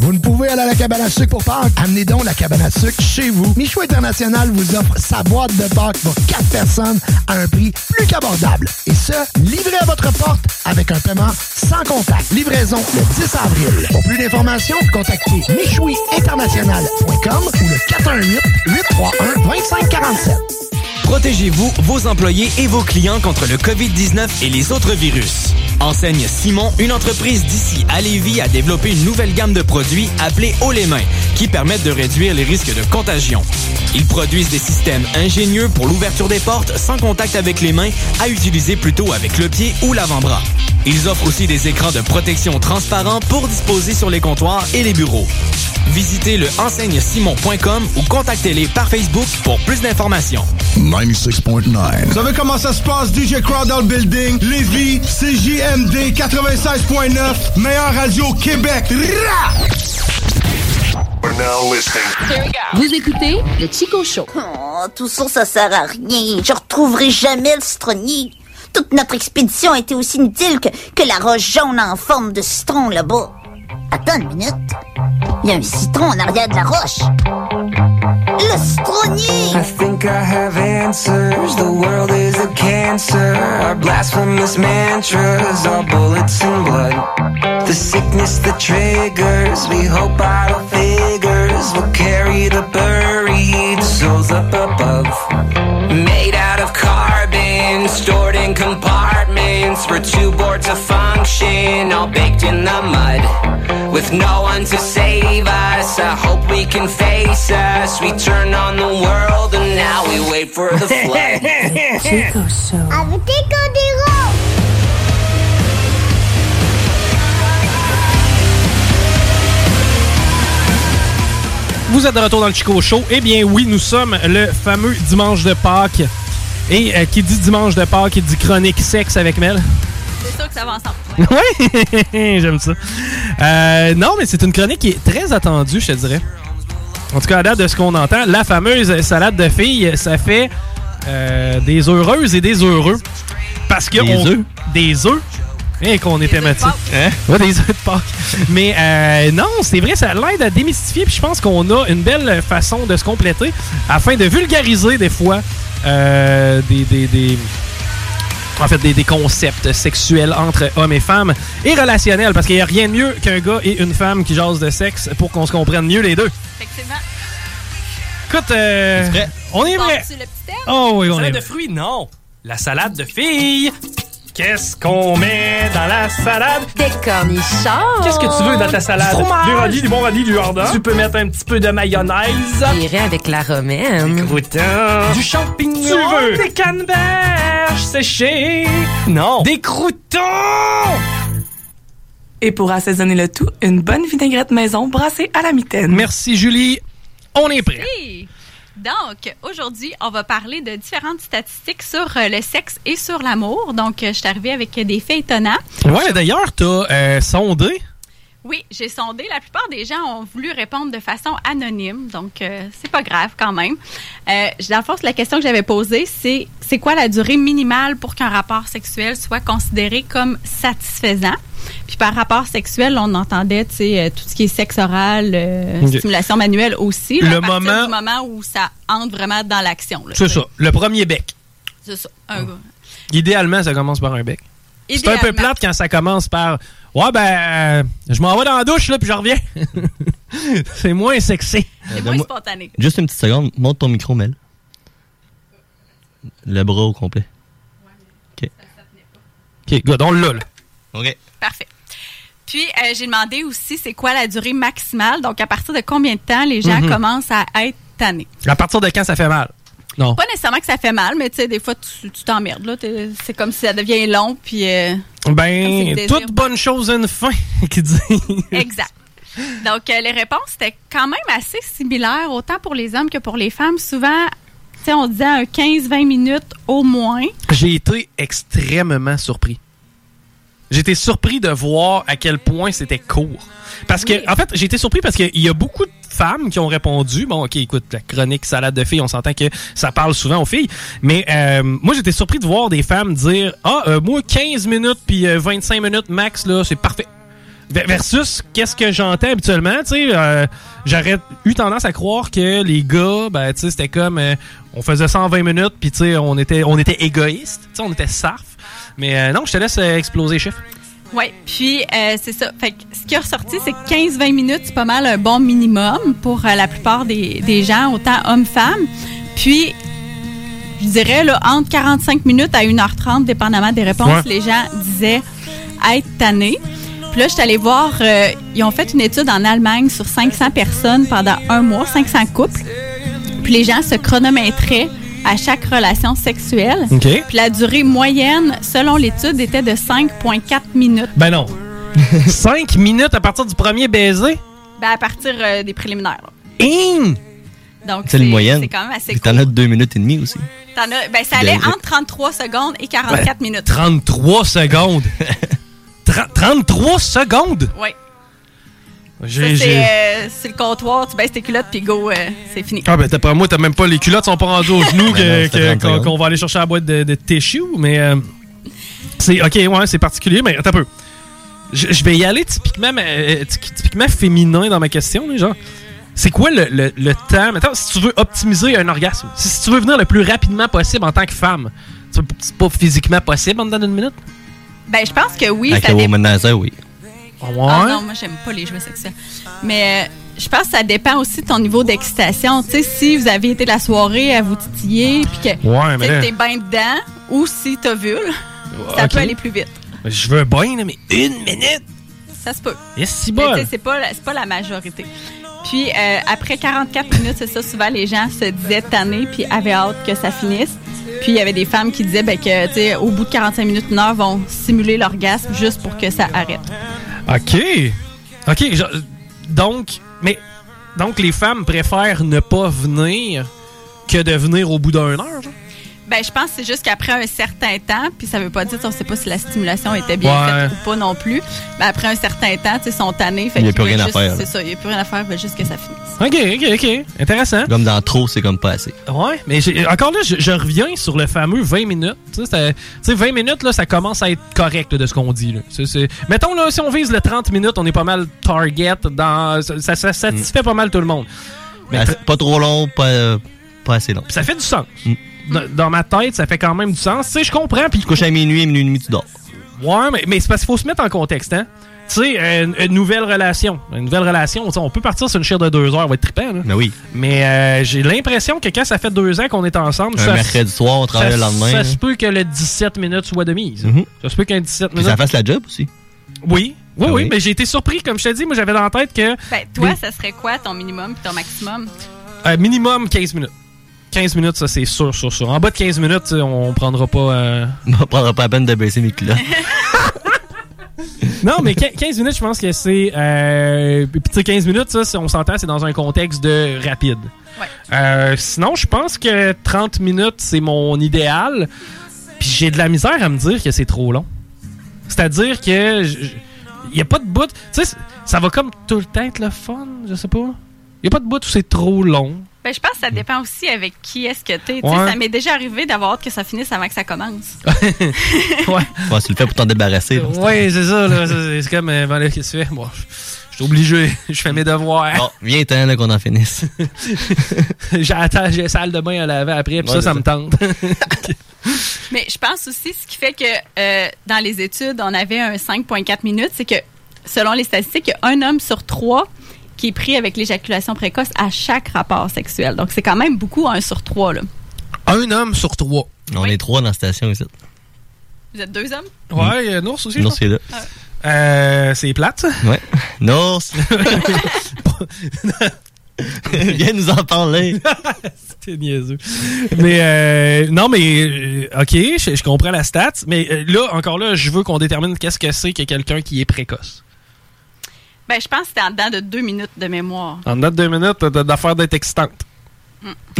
Speaker 15: Vous ne pouvez aller à la cabane à sucre pour Pâques? Amenez donc la cabane à sucre chez vous. Michou International vous offre sa boîte de Pâques pour 4 personnes à un prix plus qu'abordable. Et ce, livré à votre porte avec un paiement sans contact. Livraison le 10 avril. Pour plus d'informations, contactez michouiinternational.com ou le 418-831-2547.
Speaker 13: Protégez-vous, vos employés et vos clients contre le COVID-19 et les autres virus. Enseigne Simon, une entreprise d'ici à Lévis, a développé une nouvelle gamme de produits appelée Haut les mains, qui permettent de réduire les risques de contagion. Ils produisent des systèmes ingénieux pour l'ouverture des portes sans contact avec les mains, à utiliser plutôt avec le pied ou l'avant-bras. Ils offrent aussi des écrans de protection transparents pour disposer sur les comptoirs et les bureaux. Visitez le enseignesimon.com ou contactez-les par Facebook pour plus d'informations.
Speaker 31: 96.9.
Speaker 8: Vous savez comment ça se passe, DJ Crowd dans le building, Lévis, CJMD 96.9, meilleure radio au Québec. Ra!
Speaker 31: We're now listening.
Speaker 32: Vous écoutez le Chico Show.
Speaker 33: Oh, tout ça, ça sert à rien. Je retrouverai jamais le citronnier. Toute notre expédition était aussi inutile que, que la roche jaune en forme de citron là-bas. Attends une minute. Il y a un citron en arrière de la roche. Le citronnier!
Speaker 17: I think I have answers. The world is a cancer. Our blasphemous mantras are bullets and blood. The sickness that triggers. We hope idle figures will carry the buried souls up above. Made out of carbon, stored in compartments. We're too bored to function, all baked in the mud. With no one to save us, I hope we can face us. We turn on the world and now we wait for
Speaker 1: *laughs*
Speaker 17: the flood.
Speaker 2: Chico Show.
Speaker 33: Avec Chico des
Speaker 1: Vous êtes de retour dans le Chico Show. Eh bien oui, nous sommes le fameux dimanche de Pâques. Et euh, qui dit dimanche de Pâques, qui dit chronique sexe avec Mel.
Speaker 34: C'est sûr que ça va ensemble.
Speaker 1: *laughs* Oui, j'aime ça. Euh, non, mais c'est une chronique qui est très attendue, je te dirais. En tout cas, à date de ce qu'on entend, la fameuse salade de filles, ça fait euh, des heureuses et des heureux. Parce que
Speaker 5: Des
Speaker 1: on-
Speaker 5: œufs?
Speaker 1: Des œufs. Et qu'on est thématique.
Speaker 5: Hein?
Speaker 1: Ouais, des œufs de Pâques.
Speaker 5: *laughs*
Speaker 1: Mais euh, non, c'est vrai, ça l'aide à démystifier. Puis je pense qu'on a une belle façon de se compléter afin de vulgariser des fois euh, des- des- des, en fait, des, des concepts sexuels entre hommes et femmes et relationnels, parce qu'il n'y a rien de mieux qu'un gars et une femme qui jasent de sexe pour qu'on se comprenne mieux les deux.
Speaker 34: Effectivement.
Speaker 1: Écoute, euh, on est prêt.
Speaker 34: Portes-tu le petit thème?
Speaker 1: Oh oui, on est
Speaker 35: Salade de
Speaker 1: prêt.
Speaker 35: fruits, non.
Speaker 1: La salade de filles. Qu'est-ce qu'on met dans la salade?
Speaker 5: Des cornichons.
Speaker 35: Qu'est-ce que tu veux dans ta salade? Du radis, du bon radis, du hardin. Tu peux mettre un petit peu de mayonnaise.
Speaker 5: J'irai avec la romaine. Des
Speaker 35: croûtons. Du champignon. Tu veux? Des canneberges séchées. Non. Des croûtons!
Speaker 36: Et pour assaisonner le tout, une bonne vinaigrette maison brassée à la mitaine.
Speaker 1: Merci Julie. On est prêt.
Speaker 7: Oui. Donc, aujourd'hui, on va parler de différentes statistiques sur euh, le sexe et sur l'amour. Donc, euh, je suis arrivée avec euh, des faits étonnants.
Speaker 1: Ouais, d'ailleurs, t'as euh, sondé.
Speaker 7: Oui, j'ai sondé. La plupart des gens ont voulu répondre de façon anonyme, donc euh, c'est pas grave quand même. Euh, dans le fond, la question que j'avais posée, c'est c'est quoi la durée minimale pour qu'un rapport sexuel soit considéré comme satisfaisant? Puis par rapport sexuel, on entendait tu sais, euh, tout ce qui est sexe oral, euh,
Speaker 1: Ok.
Speaker 7: stimulation manuelle aussi. là,
Speaker 1: Le
Speaker 7: à partir
Speaker 1: moment-
Speaker 7: du moment où ça entre vraiment dans l'action. là,
Speaker 1: C'est
Speaker 7: tu sais.
Speaker 1: ça, Ah. le premier bec.
Speaker 7: C'est ça. Un gars.
Speaker 1: Idéalement, ça commence par un bec. C'est un peu
Speaker 7: Idéalement.
Speaker 1: plate quand ça commence par Ouais, ben, euh, je m'en vais dans la douche, là, puis je reviens. *laughs* c'est moins sexy.
Speaker 7: C'est moins spontané.
Speaker 23: Euh, ben Juste une petite seconde. Monte ton micro, Mel. Le bras au complet.
Speaker 1: OK, good, on l'a, là.
Speaker 23: OK.
Speaker 7: Parfait. Puis, euh, j'ai demandé aussi c'est quoi la durée maximale. Donc, à partir de combien de temps les gens
Speaker 1: Mhm.
Speaker 7: commencent à être tannés?
Speaker 1: À partir de quand ça fait mal? Non.
Speaker 7: Pas nécessairement que ça fait mal, mais tu sais, des fois, tu tu t'emmerdes. là. T'es- C'est comme si ça devient long, puis. euh, Comme c'est le
Speaker 1: Ben,
Speaker 7: désir.
Speaker 1: toute bonne chose a une fin, *laughs* qui dit.
Speaker 7: exact. Donc, euh, les réponses étaient quand même assez similaires, autant pour les hommes que pour les femmes. Souvent, tu sais, on disait un 15-20 minutes au moins.
Speaker 1: J'ai été extrêmement surpris. J'étais surpris de voir à quel point c'était court. Parce que, en fait, j'ai été surpris parce qu'il y a beaucoup de femmes qui ont répondu. Bon, OK, écoute, la chronique salade de filles, on s'entend que ça parle souvent aux filles. Mais euh, moi, j'étais surpris de voir des femmes dire Ah, euh, moi, 15 minutes puis euh, 25 minutes max, là, c'est parfait. Ver- Versus, qu'est-ce que j'entends habituellement, tu sais, euh, j'aurais eu tendance à croire que les gars, ben, tu sais, c'était comme, euh, on faisait 120 minutes, puis tu sais, on était, on était égoïste, tu sais, on était sarf. Mais euh, non, je te laisse euh, exploser, chef.
Speaker 7: Oui, puis euh, c'est ça. Fait que ce qui est ressorti, c'est que 15-20 minutes, c'est pas mal un bon minimum pour euh, la plupart des, des gens, autant hommes-femmes. Puis, je dirais, là, entre 45 minutes à 1h30, dépendamment des réponses,
Speaker 24: Ouais.
Speaker 7: les gens disaient être tannés. Puis là, je suis allée voir, euh, ils ont fait une étude en Allemagne sur 500 personnes pendant un mois, 500 couples. Puis les gens se chronométraient à chaque relation sexuelle.
Speaker 1: OK.
Speaker 7: Puis la durée moyenne, selon l'étude, était de 5,4 minutes. *laughs*
Speaker 1: Ben non. 5 minutes à partir du premier baiser?
Speaker 7: Ben, à partir euh, des préliminaires. là.
Speaker 1: Hein?
Speaker 7: Donc,
Speaker 23: C'est le moyenne.
Speaker 7: C'est quand même assez
Speaker 23: Puis
Speaker 7: court.
Speaker 23: T'en as deux minutes et demie aussi.
Speaker 7: T'en as- ben, ça allait
Speaker 23: Bien. Ben,
Speaker 7: entre 33 secondes et 44 minutes.
Speaker 1: 33
Speaker 23: *laughs*
Speaker 1: secondes. Tra- 33 secondes?
Speaker 7: Oui. Ça,
Speaker 1: J'ai- j'ai-
Speaker 7: C'est euh, sur le comptoir, tu baisses tes culottes, puis go, euh, c'est fini.
Speaker 1: Ah ben t'as pas moi, t'as même pas les culottes sont pas rendues aux genoux que-
Speaker 23: *laughs* Ben non,
Speaker 1: que-
Speaker 23: c'est
Speaker 1: qu'on
Speaker 23: 30
Speaker 1: qu'on va aller chercher à la boîte de, de tissu, mais euh, c'est ok ouais c'est particulier, mais attends un peu. Je je vais y aller typiquement euh, ty- typiquement féminin dans ma question, là, genre. C'est quoi le, le- le temps? Mettons, si tu veux optimiser un orgasme, si, si tu veux venir le plus rapidement possible en tant que femme, c'est p- c'est pas physiquement possible en dedans d'une minute?
Speaker 7: Ben, je pense que oui,
Speaker 23: Avec
Speaker 7: ça
Speaker 23: le
Speaker 7: dépend.
Speaker 23: womanizer, oui.
Speaker 7: Ah non, moi, j'aime pas les jouets sexuels. Mais euh, je pense que ça dépend aussi de ton niveau d'excitation. Tu sais, si vous avez été la soirée à vous titiller, puis que
Speaker 1: Ouais,
Speaker 7: tu sais,
Speaker 1: mais là-
Speaker 7: t'es bien dedans, ou si t'as vu, là, ça
Speaker 1: ok.
Speaker 7: peut aller plus vite.
Speaker 1: Ben, Je veux bien, là, mais une minute!
Speaker 7: Ça se peut.
Speaker 1: Et si
Speaker 7: Mais
Speaker 1: bon!
Speaker 7: tu sais, c'est pas, la- c'est pas la majorité. Puis euh, après 44 minutes, c'est ça, souvent les gens se disaient tannés puis avaient hâte que ça finisse. Puis il y avait des femmes qui disaient ben, que, tu sais, au bout de 45 minutes, une heure, vont simuler l'orgasme juste pour que ça arrête.
Speaker 1: OK. OK. je- donc, mais, donc, les femmes préfèrent ne pas venir que de venir au bout d'un heure. genre?
Speaker 7: Ben, je pense que c'est juste qu'après un certain temps, puis ça veut pas dire, tu sais, on sait pas si la stimulation était bien
Speaker 1: Ouais.
Speaker 7: faite ou pas non plus, mais après un certain temps, tu sais, ils sont tannés. fait
Speaker 23: Il y a
Speaker 7: qu'ils
Speaker 23: plus
Speaker 7: veulent
Speaker 23: rien à
Speaker 7: juste-
Speaker 23: faire, là.
Speaker 7: C'est ça, il y a plus rien à faire, ils veulent juste que ça finisse.
Speaker 1: OK, OK, OK. Intéressant.
Speaker 23: Comme dans trop, c'est comme pas assez.
Speaker 1: Ouais, mais j'ai- encore là, je, je reviens sur le fameux 20 minutes. Tu sais, ça- tu sais, 20 minutes, là, ça commence à être correct là, de ce qu'on dit. Là. C'est- c'est- Mettons, là, si on vise le 30 minutes, on est pas mal target. Dans... Ça, ça- ça satisfait pas mal tout le monde. Mais
Speaker 23: Ah, c'est Pas trop long, pas, euh, pas assez long. Mm.
Speaker 1: Puis ça fait du sens. Dans, dans ma tête, ça fait quand même du sens. Tu sais, je comprends. Puis tu
Speaker 23: couches à minuit, minuit et demi, tu dors.
Speaker 1: Ouais, mais, mais c'est parce qu'il faut se mettre en contexte, hein. Tu sais, euh, une, une nouvelle relation. Une nouvelle relation, tu sais, on peut partir sur une chire de deux heures, on va être trippant, là.
Speaker 23: Ben oui.
Speaker 1: Mais euh, j'ai l'impression que quand ça fait deux ans qu'on est ensemble,
Speaker 23: Un
Speaker 1: ça,
Speaker 23: mercredi soir, on travaille le
Speaker 1: ça-
Speaker 23: lendemain. hein.
Speaker 1: Ça
Speaker 23: là.
Speaker 1: se peut que le 17 minutes soit de mise. Ça se peut qu'un 17
Speaker 23: Puis
Speaker 1: minutes.
Speaker 23: ça fasse la job aussi.
Speaker 1: Oui. Oui,
Speaker 23: Ah
Speaker 1: oui,
Speaker 23: oui.
Speaker 1: mais j'ai été surpris, comme je te dis, moi j'avais dans la tête que
Speaker 7: Ben, toi,
Speaker 1: Les-
Speaker 7: ça serait quoi ton minimum puis ton maximum?
Speaker 1: Euh, minimum 15 minutes. 15 minutes, ça c'est sûr, sûr, sûr. En bas de 15 minutes, tu sais, on prendra pas. euh,
Speaker 23: On prendra pas la peine de baisser mes culottes.
Speaker 1: Non, mais quin- 15 minutes, je pense que c'est. Euh, puis, tu sais, 15 minutes, ça, si on s'entend, c'est dans un contexte de rapide. Euh, sinon, je pense que 30 minutes, c'est mon idéal. Puis j'ai de la misère à me dire que c'est trop long. C'est-à-dire que. Il n'y a pas de bout. Tu sais, ça va comme tout le temps être le fun, je sais pas. Il n'y a pas de bout où c'est trop long.
Speaker 7: Ben, je pense que ça dépend aussi avec qui est-ce que t'es. Tu sais,
Speaker 1: Ouais.
Speaker 7: Ça m'est déjà arrivé d'avoir hâte que ça finisse avant que ça commence.
Speaker 23: Ouais, c'est le fait pour t'en
Speaker 1: *laughs*
Speaker 23: débarrasser. là.
Speaker 1: Oui, c'est ça. là. C'est c'est comme, euh, ben là, qu'est-ce que tu fais? Moi, je suis obligé. *laughs* Je fais mes devoirs.
Speaker 23: Bon, viens temps là, qu'on
Speaker 1: *laughs*
Speaker 23: en finisse.
Speaker 1: J'attends, j'ai salle de bain à laver après, puis
Speaker 23: Ouais,
Speaker 1: ça, ça
Speaker 23: c'est
Speaker 1: me tente. *laughs*
Speaker 7: Mais je pense aussi, ce qui fait que euh, dans les études, on avait un 5,4 minutes, c'est que selon les statistiques, il y a un homme sur trois qui est pris avec l'éjaculation précoce à chaque rapport sexuel. Donc, c'est quand même beaucoup, un sur trois. Là.
Speaker 23: Un homme sur trois. On est trois dans la station ici.
Speaker 7: Vous êtes deux hommes?
Speaker 1: ouais, il y a un ours aussi. je
Speaker 23: Non,
Speaker 1: pense.
Speaker 23: c'est là.
Speaker 7: Ah
Speaker 1: Euh, c'est plate, ça.
Speaker 23: Ouais. Non,
Speaker 1: *laughs*
Speaker 23: c'est- *laughs* Viens nous en
Speaker 1: *laughs*
Speaker 23: parler.
Speaker 1: C'était niaiseux. Mais euh, non, mais euh, OK, je, je comprends la stat. Mais euh, là, encore là, je veux qu'on détermine qu'est-ce que c'est que quelqu'un qui est précoce.
Speaker 7: Ben, je pense que c'était en dedans de deux minutes de mémoire. Hmm.
Speaker 1: En note deux minutes, t'as d'affaires d'être excitante. *laughs*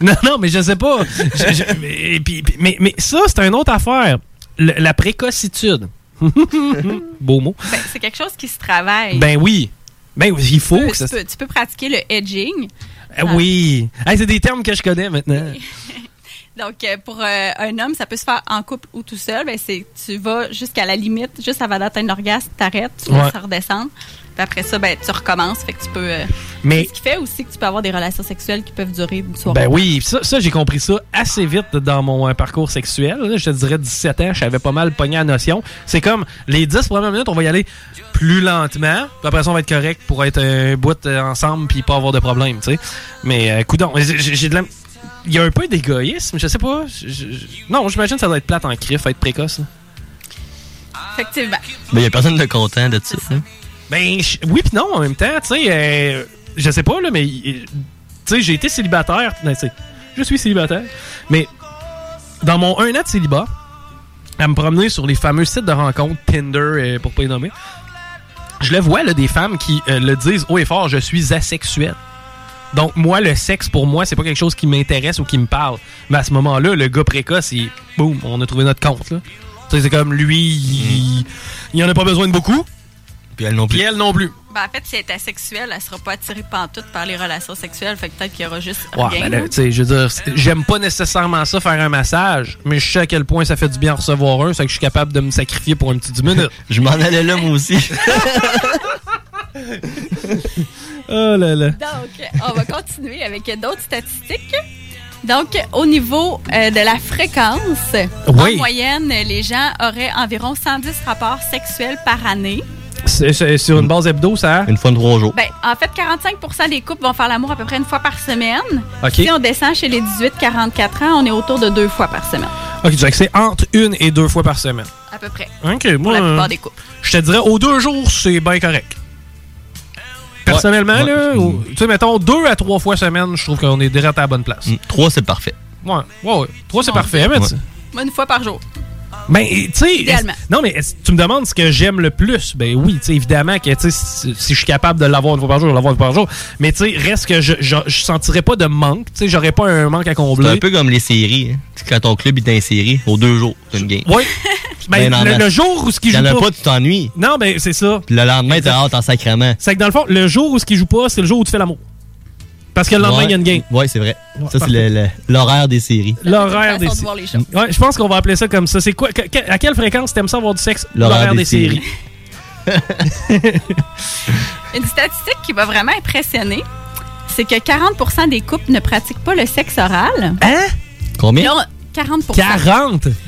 Speaker 1: non, non, mais je sais pas. Je- je- mais, et puis- puis- mais- mais ça, c'est une autre affaire. Le- la précocitude. *laughs* Beau mot.
Speaker 7: Ben, c'est quelque chose qui se travaille.
Speaker 1: Ben oui. Ben oui, il faut
Speaker 7: Tu peux-
Speaker 1: que ça.
Speaker 7: tu, peux, tu peux pratiquer le edging.
Speaker 1: Ah oui. Hey, c'est des termes que je connais maintenant.
Speaker 7: Donc, euh, pour euh, un homme, ça peut se faire en couple ou tout seul. Ben, c'est tu vas jusqu'à la limite, juste avant d'atteindre l'orgasme, t'arrêtes, tu
Speaker 1: Ouais.
Speaker 7: laisses ça redescendre. Puis après ça, ben, tu recommences. Fait que tu peux. euh,
Speaker 1: Mais-
Speaker 7: Ce qui fait aussi que tu peux avoir des relations sexuelles qui peuvent durer une soirée.
Speaker 1: Ben oui, ça, ça, j'ai compris ça assez vite dans mon euh, parcours sexuel. là. Je te dirais 17 ans, je savais pas mal pogné la notion. C'est comme les 10 premières minutes, on va y aller plus lentement. Puis après ça, on va être correct pour être un bout euh, ensemble puis pas avoir de problème, tu sais. Mais euh, coudon, j'ai j'ai de la... Il y a un peu d'égoïsme, je sais pas. Je- je- je- Non, j'imagine que ça doit être plate en crif, être précoce. là.
Speaker 7: Effectivement.
Speaker 23: Mais il y a personne de content de ça. hein.
Speaker 1: Ben je- oui puis non en même temps, tu sais, euh, je sais pas là, mais euh, tu sais, j'ai été célibataire, ben, tu sais, je suis célibataire, mais dans mon un an de célibat, à me promener sur les fameux sites de rencontres Tinder euh, pour pas les nommer, je le vois là des femmes qui euh, le disent haut et fort, je suis asexuel. Donc moi le sexe pour moi c'est pas quelque chose qui m'intéresse ou qui me parle. Mais à ce moment-là le gars précoce il boum on a trouvé notre compte là. Tu sais, C'est comme lui il, il en a pas besoin de beaucoup.
Speaker 23: Puis elle non plus.
Speaker 1: Puis elle non plus.
Speaker 7: Ben, en fait, si elle est asexuelle, elle sera pas attirée pantoute par les relations sexuelles. Fait que peut-être qu'il y aura juste
Speaker 1: Ouais,
Speaker 7: rien.
Speaker 1: ben là, tu sais, je veux dire, c'est- j'aime pas nécessairement ça faire un massage, mais je sais à quel point ça fait du bien en recevoir un, c'est que je suis capable de me sacrifier pour un petit 10 *laughs* minutes.
Speaker 23: je m'en allais là,
Speaker 1: *laughs*
Speaker 23: moi aussi.
Speaker 1: oh là là.
Speaker 7: Donc, on va continuer avec d'autres statistiques. Donc, au niveau euh, de la fréquence,
Speaker 1: Oui.
Speaker 7: en moyenne, les gens auraient environ 110 rapports sexuels par année.
Speaker 1: C'est- c'est- sur une base hebdo, ça? hein?
Speaker 23: Une fois de trois jours.
Speaker 7: Ben, en fait, 45 des couples vont faire l'amour à peu près une fois par semaine.
Speaker 1: OK.
Speaker 7: Si on descend chez les 18-44 ans, on est autour de deux fois par semaine,
Speaker 1: Ok, donc c'est entre une et deux fois par semaine.
Speaker 7: à peu près.
Speaker 1: Ok,
Speaker 7: Pour
Speaker 1: moi.
Speaker 7: la
Speaker 1: euh,
Speaker 7: plupart des couples.
Speaker 1: Je te dirais, aux deux jours, c'est bien correct. Personnellement,
Speaker 23: Ouais. Mm.
Speaker 1: là, ou- tu sais, mettons deux à trois fois semaine, je trouve qu'on est direct à la bonne place.
Speaker 23: Mm. Trois, c'est parfait.
Speaker 1: Ouais, ouais, ouais. Trois,
Speaker 7: Ah.
Speaker 1: c'est parfait, mais tu-
Speaker 7: Moi, une fois par jour.
Speaker 1: Ben, tu sais.
Speaker 7: Idéalement.
Speaker 1: est-ce- Non, mais est-ce- tu me demandes ce que j'aime le plus. Ben oui, tu sais, évidemment que, tu sais, si, si je suis capable de l'avoir une fois par jour, je vais l'avoir une fois par jour. Mais, tu sais, reste que je, je, je sentirais pas de manque. Tu sais, j'aurais pas un manque à
Speaker 23: C'est un
Speaker 1: combler.
Speaker 23: peu comme les séries. hein. Quand ton club est série, aux deux jours, c'est une game. *laughs*
Speaker 1: Oui. Ben, le, le jour où ce qui
Speaker 23: Il
Speaker 1: joue
Speaker 23: y en a
Speaker 1: pas.
Speaker 23: pas, tu t'ennuies.
Speaker 1: Non, ben, c'est ça.
Speaker 23: Puis le lendemain, t'es hâte en sacrement.
Speaker 1: C'est que dans le fond, le jour où ce qui joue pas, c'est le jour où tu fais l'amour. Parce que le lendemain, il y a une game.
Speaker 23: Ouais, c'est vrai.
Speaker 1: Ouais,
Speaker 23: ça, c'est le- le- l'horaire des séries.
Speaker 1: L'horaire des
Speaker 7: façon de
Speaker 1: sé-
Speaker 7: voir les choses.
Speaker 1: Ouais, je pense qu'on va appeler ça comme ça. C'est quoi que- que- À quelle fréquence t'aimes ça avoir du sexe
Speaker 23: L'horaire
Speaker 1: *laughs*
Speaker 23: des séries.
Speaker 7: Une statistique qui m'a vraiment impressionnée, c'est que 40 des couples ne pratiquent pas le sexe oral.
Speaker 1: Hein?
Speaker 7: Là,
Speaker 23: Combien?
Speaker 7: on- 40
Speaker 23: Ah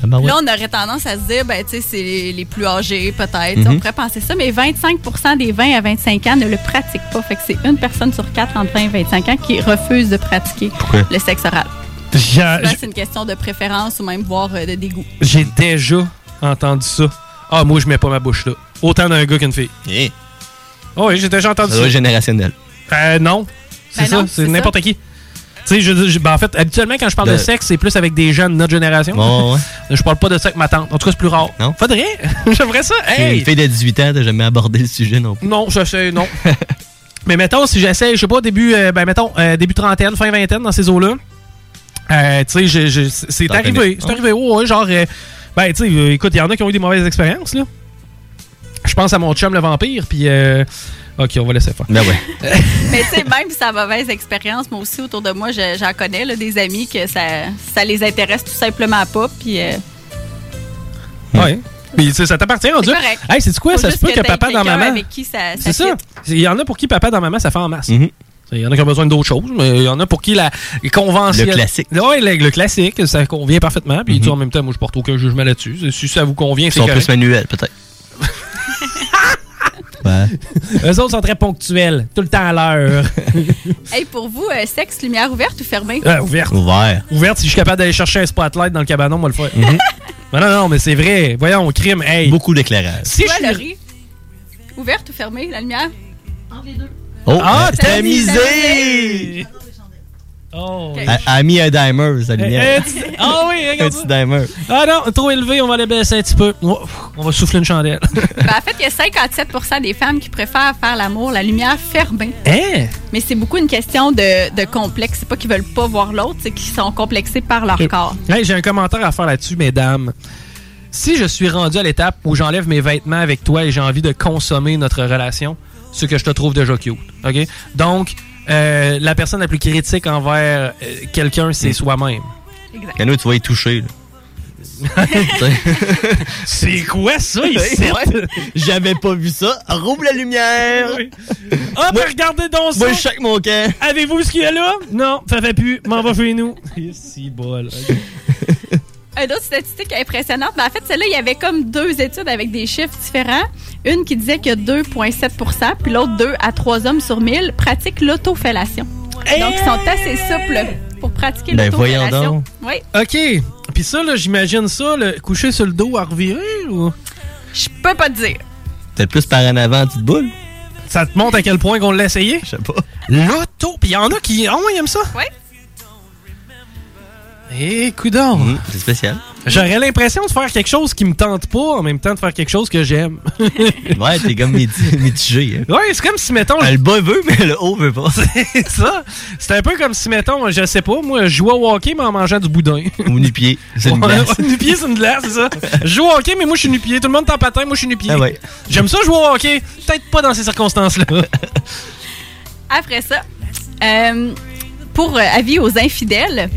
Speaker 23: ben ouais.
Speaker 7: Là, on aurait tendance à se dire, ben, tu sais, c'est les, les plus âgés, peut-être. On
Speaker 23: Mhm.
Speaker 7: pourrait penser ça, mais 25 des 20 à 25 ans ne le pratiquent pas. Fait que c'est une personne sur quatre entre 20 et 25 ans qui refuse de pratiquer
Speaker 1: Pourquoi?
Speaker 7: le sexe oral.
Speaker 1: J'a-
Speaker 7: Souvent, C'est une question de préférence ou même voire euh, de dégoût.
Speaker 1: J'ai déjà entendu ça. Ah, moi, je mets pas ma bouche là. Autant d'un gars qu'une fille. Oh, oui, j'ai déjà entendu
Speaker 23: Eh. Ça
Speaker 1: ça.
Speaker 23: doit être générationnel.
Speaker 1: Euh, non. C'est
Speaker 7: Ben
Speaker 1: ça,
Speaker 7: non,
Speaker 1: c'est
Speaker 7: c'est
Speaker 1: n'importe
Speaker 7: ça.
Speaker 1: qui. Tu sais, je, je- ben, en fait, habituellement, quand je parle
Speaker 23: Le-
Speaker 1: de sexe, c'est plus avec des gens de notre génération.
Speaker 23: Ouais, ouais.
Speaker 1: Je parle pas de ça avec ma tante. En tout cas, c'est plus rare.
Speaker 23: Non?
Speaker 1: Faudrait. *laughs* J'aimerais ça.
Speaker 23: Une
Speaker 1: Hey!
Speaker 23: fille de 18 ans, t'as jamais abordé le sujet non plus.
Speaker 1: Non, je sais,
Speaker 23: *laughs*
Speaker 1: non. Mais mettons, si j'essaie, je sais pas, début, euh, ben, mettons, euh, début trentaine, fin vingtaine, dans ces eaux-là, euh, tu sais, je- je- c'est c'est
Speaker 23: T'en connais.
Speaker 1: arrivé. C'est arrivé, oh, ouais, genre, euh, ben, tu sais, euh, écoute, il y en a qui ont eu des mauvaises expériences, là. Je pense à mon chum, le vampire, puis... euh, ok, on va laisser faire.
Speaker 23: Ben ouais.
Speaker 7: *laughs* Mais tu sais, même sa mauvaise expérience, moi aussi, autour de moi, je- j'en connais là, des amis que ça, ça les intéresse tout simplement pas. Puis, euh,
Speaker 1: Ouais. Puis, tu sais, ça t'appartient, on dit.
Speaker 7: correct.
Speaker 1: Hey, c'est quoi,
Speaker 7: faut
Speaker 1: ça se
Speaker 7: juste
Speaker 1: peut que,
Speaker 7: t'aies
Speaker 1: papa dans
Speaker 7: quelqu'un
Speaker 1: maman.
Speaker 7: avec qui ça,
Speaker 1: C'est ça.
Speaker 7: fit.
Speaker 1: Il y en a pour qui papa dans maman, ça fait en masse.
Speaker 23: Mm-hmm.
Speaker 1: Il y en a qui ont besoin d'autres choses, mais il y en a pour qui la convention.
Speaker 23: Le classique. Mm-hmm.
Speaker 1: Oui, le, le classique, ça convient parfaitement. Puis tu sais, en même temps, moi, je porte aucun jugement là-dessus. Si ça vous convient,
Speaker 23: Ils
Speaker 1: c'est
Speaker 23: sont
Speaker 1: correct.
Speaker 23: plus manuels, peut-être. ouais.
Speaker 1: Eux autres sont très ponctuels, tout le temps à
Speaker 23: *laughs*
Speaker 1: l'heure.
Speaker 7: Hey, pour vous, euh, sexe, lumière ouverte ou fermée?
Speaker 1: Euh, ouverte.
Speaker 23: Ouvert. Mm-hmm.
Speaker 1: Ouverte, si je suis capable d'aller chercher un spotlight dans le cabanon, moi, le faire. Mais *laughs* non, non, mais c'est vrai. Voyons, crime, hey.
Speaker 23: Beaucoup d'éclairage.
Speaker 1: Si
Speaker 7: Toi,
Speaker 1: je suis-
Speaker 7: Laurie, ouverte ou fermée, la lumière? Entre les deux.
Speaker 23: Oh,
Speaker 1: Ah,
Speaker 23: elle-
Speaker 1: tamisé! Oh.
Speaker 23: Elle elle a mis un dimer, sa
Speaker 1: Eh, eh,
Speaker 23: lumière.
Speaker 1: tu- *laughs* Ah oui,
Speaker 23: *laughs* Un
Speaker 1: regarde ça.
Speaker 23: petit dimer.
Speaker 1: Ah non, trop élevé, on va les baisser un petit peu. Oh, on va souffler une
Speaker 23: *laughs*
Speaker 1: chandelle.
Speaker 7: Ben, en fait, il y a 57 des femmes qui préfèrent faire l'amour la lumière fermée.
Speaker 1: Hein?
Speaker 7: Mais c'est beaucoup une question de, de complexe. C'est pas qu'ils veulent pas voir l'autre, c'est qu'ils sont complexés par leur
Speaker 1: Euh,
Speaker 7: corps.
Speaker 1: hey, J'ai un commentaire à faire là-dessus, mesdames. Si je suis rendu à l'étape où j'enlève mes vêtements avec toi et j'ai envie de consommer notre relation, c'est que je te trouve déjà cute. OK? Donc, euh, la personne la plus critique envers euh, quelqu'un, c'est soi-même.
Speaker 7: Exact.
Speaker 23: Cano, tu vas y toucher, là.
Speaker 1: c'est quoi *laughs* ça
Speaker 23: ici? J'avais pas vu ça. Rouvre la lumière.
Speaker 1: Ah, mais regardez donc ça!
Speaker 23: Moi, je check mon camp.
Speaker 1: Avez-vous ce qu'il y a là? Non, ça fait plus. M'en va chez
Speaker 23: *laughs*
Speaker 1: nous.
Speaker 36: *laughs*
Speaker 1: si bol. OK.
Speaker 7: Une autre statistique impressionnante, ben, en fait, celle-là, il y avait comme deux études avec des chiffres différents. Une qui disait que 2,7 puis l'autre 2 à 3 hommes sur 1000 pratiquent l'autofellation. Donc, ils sont assez souples pour pratiquer
Speaker 1: Ben,
Speaker 7: l'autofellation.
Speaker 1: voyons
Speaker 7: Oui.
Speaker 1: OK. Puis ça, là, j'imagine ça, le coucher sur le dos à revirer ou.
Speaker 7: Je peux pas te dire.
Speaker 23: Peut-être plus par en avant, petite boule.
Speaker 1: Ça te montre à quel point qu'on l'a essayé?
Speaker 23: Je sais pas.
Speaker 1: L'auto. Puis il y en a qui. Ah, ouais, ils aiment ça.
Speaker 7: Oui.
Speaker 1: Eh, coudon.
Speaker 23: Hum, c'est spécial.
Speaker 1: Hein? J'aurais l'impression de faire quelque chose qui me tente pas, en même temps de faire quelque chose que j'aime.
Speaker 23: *laughs* Ouais, t'es comme
Speaker 1: *laughs*
Speaker 23: miti- mitigé. hein.
Speaker 1: Ouais, c'est comme si, mettons.
Speaker 23: Ben, le bas veut, mais le haut veut pas.
Speaker 1: *laughs* C'est ça. C'est un peu comme si, mettons, je sais pas, moi, je jouais au hockey, mais en mangeant du boudin.
Speaker 23: Ou nu-pied. C'est une
Speaker 1: Ouais,
Speaker 23: glace.
Speaker 1: ouais, nu-pied, c'est une glace, c'est ça. Je joue au hockey, mais moi, je suis nu-pied. Tout le monde est en patin, moi, je suis nu-pied.
Speaker 23: Ah ouais.
Speaker 1: J'aime ça jouer au hockey. Peut-être pas dans ces circonstances-là.
Speaker 23: *laughs*
Speaker 7: Après ça, euh, pour euh, avis aux infidèles,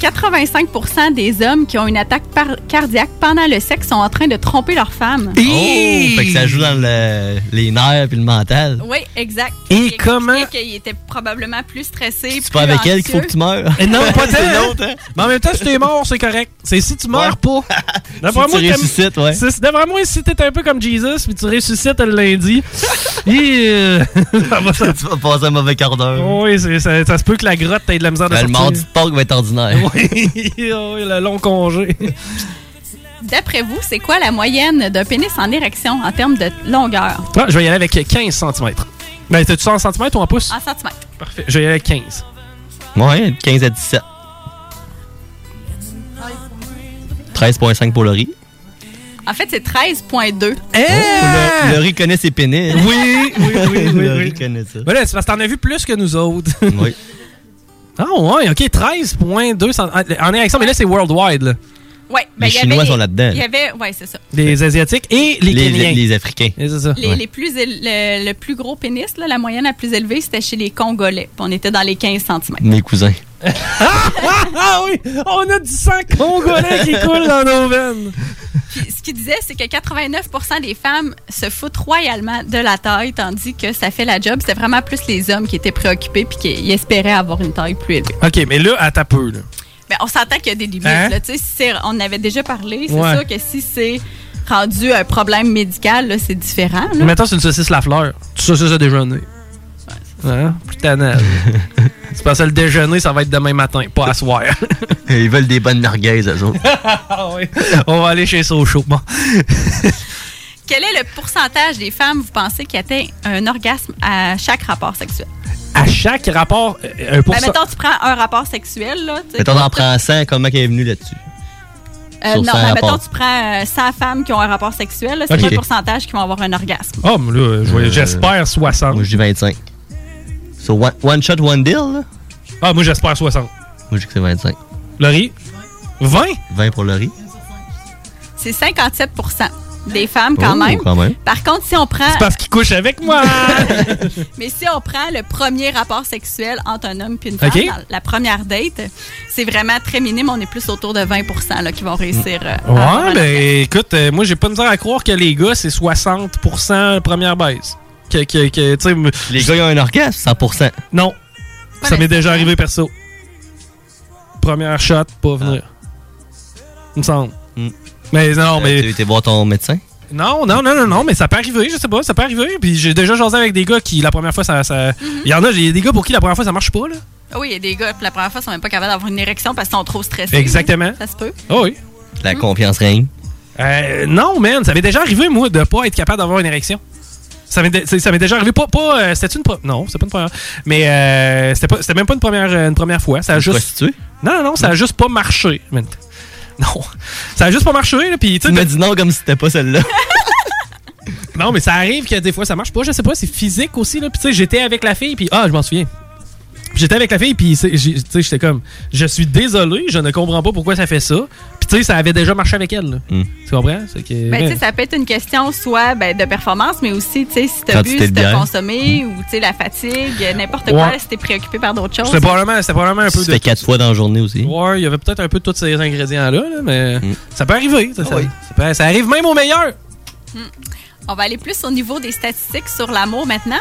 Speaker 7: 85 des hommes qui ont une attaque par- cardiaque pendant le sexe sont en train de tromper leur femme.
Speaker 23: Oh! Fait que ça joue dans le- les nerfs puis le mental.
Speaker 7: Oui, exact.
Speaker 23: Et
Speaker 7: Il expliquait
Speaker 23: comment-
Speaker 7: qu'il était probablement plus stressé.
Speaker 23: C'est pas avec elle qu'il faut que tu meurs.
Speaker 1: Et Eh non, pas
Speaker 23: *laughs* C'est
Speaker 1: tant.
Speaker 23: l'autre, hein?
Speaker 1: Mais en même temps, si t'es mort, c'est correct. C'est si tu meurs
Speaker 23: *laughs*
Speaker 1: pas.
Speaker 23: Si tu
Speaker 1: t'aimes-
Speaker 23: ressuscites, ouais.
Speaker 1: C'est- D'après moi, si t'es un peu comme Jesus, puis tu ressuscites le lundi, *laughs* yeah. *laughs* ça va ça.
Speaker 23: *laughs* tu vas passer un mauvais quart d'heure.
Speaker 1: Oui, c'est- ça, ça se peut que la grotte t'ait de la misère de
Speaker 23: Ben, le
Speaker 1: sortir.
Speaker 23: mardi de Pâques va être ordinaire.
Speaker 1: *laughs* Oui, oui, le long congé. *laughs*
Speaker 7: D'après vous, c'est quoi la moyenne d'un pénis en érection en termes de longueur?
Speaker 1: Ah, je vais y aller avec 15 cm. Ben, t'as-tu ça en centimètres ou en pouces?
Speaker 7: En centimètres.
Speaker 1: Parfait. Je vais y aller avec 15.
Speaker 23: Ouais, de 15 à 17. 13,5 pour le riz.
Speaker 7: En fait, c'est 13,2.
Speaker 23: Oh, Le, le riz connaît ses pénis.
Speaker 1: Oui,
Speaker 23: *laughs*
Speaker 1: oui, oui, oui,
Speaker 23: le
Speaker 1: oui.
Speaker 23: riz connaît ça.
Speaker 1: Ben là, c'est parce que t'en as vu plus que nous autres.
Speaker 23: *laughs* Oui.
Speaker 1: Ah ouais, ok, 13.2 cent- ah, en érection, mais là c'est worldwide. Là.
Speaker 7: Ouais, ben,
Speaker 1: Les
Speaker 7: il y
Speaker 1: Chinois
Speaker 7: avait-
Speaker 1: sont là-dedans.
Speaker 7: Il y avait, ouais, c'est ça.
Speaker 1: Les Asiatiques et les,
Speaker 23: Les-
Speaker 1: Kenyans.
Speaker 23: les Africains.
Speaker 1: Et c'est ça.
Speaker 7: Les, les plus éle- le, le plus gros pénis, là, la moyenne la plus élevée, c'était chez les Congolais. Puis On était dans les 15 cm.
Speaker 1: *laughs*
Speaker 23: Mes cousins.
Speaker 1: Ah, ah oui, on a du sang congolais qui coule dans nos veines.
Speaker 7: Puis ce qu'il disait, c'est que 89 des femmes se foutent royalement de la taille, tandis que ça fait la job. C'était vraiment plus les hommes qui étaient préoccupés puis qui espéraient avoir une taille plus élevée.
Speaker 1: Ok, mais là, à ta peu. Là.
Speaker 7: Mais on s'entend qu'il y a des limites.
Speaker 1: Hein?
Speaker 7: là. Tu sais, si c'est- on en avait déjà parlé. C'est
Speaker 1: Ouais.
Speaker 7: sûr que si c'est rendu un problème médical, là, c'est différent. là.
Speaker 1: Mettons, c'est une saucisse la fleur. Tu saucisses à déjeuner. Hein? Plus tannant,
Speaker 23: *laughs*
Speaker 1: là. c'est parce que le déjeuner, ça va être demain matin, pas à soir.
Speaker 23: *laughs*
Speaker 1: Ah
Speaker 23: Ils veulent des bonnes merguez,
Speaker 1: *laughs*
Speaker 23: eux autres.
Speaker 1: on va aller chez Sochaux. Bon. *laughs*
Speaker 7: Quel est le pourcentage des femmes, vous pensez, qui atteint un orgasme à chaque rapport sexuel?
Speaker 1: À à chaque rapport euh, un
Speaker 7: Ben,
Speaker 1: pourcent-
Speaker 7: mettons, tu prends un rapport sexuel, là. tu sais,
Speaker 23: Mettons, t'en
Speaker 7: t'as-
Speaker 23: prends 100, comment qu'elle est venue là-dessus?
Speaker 7: Euh,
Speaker 23: sur
Speaker 7: non,
Speaker 23: 100
Speaker 7: ben, mettons,
Speaker 23: rapports.
Speaker 7: tu prends euh, 100 femmes qui ont un rapport sexuel, là, c'est
Speaker 23: Ok.
Speaker 7: pas le pourcentage qui vont avoir un orgasme.
Speaker 1: Ah, mais là, je voyais- j'espère 60.
Speaker 23: Euh, Moi, je dis 25. So, one, one shot, one deal, là?
Speaker 1: Ah, moi, j'espère 60.
Speaker 23: Moi, je dis que c'est 25.
Speaker 1: Laurie? 20?
Speaker 23: 20 pour Laurie.
Speaker 7: C'est 57 des femmes quand,
Speaker 23: Oh,
Speaker 7: même.
Speaker 23: quand même.
Speaker 7: Par contre, si on prend.
Speaker 1: C'est parce qu'il couche avec moi!
Speaker 7: Mais si on prend le premier rapport sexuel entre un homme et une femme,
Speaker 1: Ok.
Speaker 7: dans la première date, c'est vraiment très minime. On est plus autour de 20 là, qui vont réussir. euh, à avoir un
Speaker 1: Ouais, ben écoute, euh, moi j'ai pas de misère à croire que les gars c'est 60% première baisse. Que, que, que, tu sais, me-
Speaker 23: Les gars, ils ont un orgasme, 100%.
Speaker 1: Non. Ça m'est déjà arrivé perso. Première shot, pas venir.
Speaker 23: Ah.
Speaker 1: Il me semble.
Speaker 23: Mm.
Speaker 1: Mais non, mais.
Speaker 23: Tu été voir ton médecin?
Speaker 1: Non, non, non, non, non, mais ça peut arriver, je sais pas, ça peut arriver. Puis j'ai déjà jasé avec des gars qui la première fois ça. ça- Il y en a, il y a des gars pour qui la première fois ça marche pas, là.
Speaker 7: Ah Oui, il y a des gars, pour la première fois, ils sont même pas capables d'avoir une érection parce qu'ils sont trop stressés.
Speaker 1: Exactement.
Speaker 7: Ça se peut.
Speaker 1: Ah oui.
Speaker 23: La confiance règne.
Speaker 1: Euh, non, man, ça m'est déjà arrivé, moi, de pas être capable d'avoir une érection. Ça m'est, dé- c'est- ça m'est déjà arrivé. Pas, pas, euh, c'était une pro- Non, c'était pas une première. Mais euh, c'était, pas, c'était même pas une première, euh, une première fois. Ça a juste. Non, non, non, ça a juste pas marché. man. Non. *laughs* Ça a juste pas marché, là. Puis, tu me
Speaker 23: dis non comme si c'était pas celle-là.
Speaker 1: non, mais ça arrive que des fois ça marche pas. Je sais pas, c'est physique aussi, là. Puis, tu sais, j'étais avec la fille, puis. Ah, je m'en souviens. Puis J'étais avec la fille, puis c'est- j'ai- tu sais, j'étais comme, je suis désolé, je ne comprends pas pourquoi ça fait ça. Puis tu sais, ça avait déjà marché avec elle. là.
Speaker 23: Hmm.
Speaker 1: Tu comprends? C'est que-
Speaker 7: Ben, tu sais, ça peut être une question soit ben, de performance, mais aussi, tu sais, si t'as bu,
Speaker 1: Quantité
Speaker 7: si
Speaker 1: de
Speaker 7: t'as
Speaker 1: bière.
Speaker 7: consommé, ou, tu sais, la fatigue, euh, n'importe quoi,
Speaker 1: Mmh. Ouais.
Speaker 7: si t'es préoccupé par d'autres choses.
Speaker 1: C'était probablement, c'était probablement un peu
Speaker 23: C'était
Speaker 1: de.
Speaker 23: 4 fois dans la journée aussi. Hmm.
Speaker 1: Ouais, il y avait peut-être un peu de tous ces ingrédients-là, là, mais ça peut arriver. Ça,
Speaker 23: Ah
Speaker 1: ça- ça peut- ça arrive même au meilleur.
Speaker 7: On va aller plus au niveau des statistiques sur l'amour maintenant.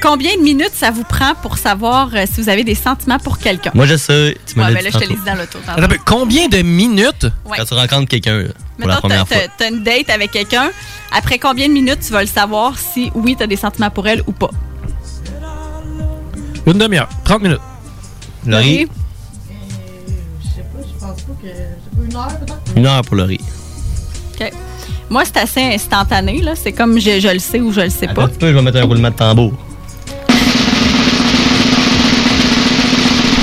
Speaker 7: Combien de minutes ça vous prend pour savoir euh, si vous avez des sentiments pour quelqu'un?
Speaker 23: Moi, je sais. Tu me
Speaker 7: Ouais,
Speaker 23: l'as
Speaker 7: ben là, je
Speaker 23: dit
Speaker 7: te l'ai
Speaker 23: tantôt.
Speaker 7: dit dans l'auto. tantôt.
Speaker 1: Attends, mais combien de minutes
Speaker 7: Ouais.
Speaker 23: quand tu rencontres quelqu'un là, pour la
Speaker 7: Mettons, t'as-
Speaker 23: première fois?
Speaker 7: t'as t'as une date avec quelqu'un. Après combien de minutes tu vas le savoir si oui, t'as des sentiments pour elle ou pas?
Speaker 1: Une demi-heure, 30 minutes.
Speaker 23: Laurie? Une heure pour Laurie.
Speaker 7: OK. Moi, c'est assez instantané. là. C'est comme je, je le sais ou je le sais
Speaker 23: Attends un
Speaker 7: pas.
Speaker 23: petit peu, je vais mettre un roulement de tambour.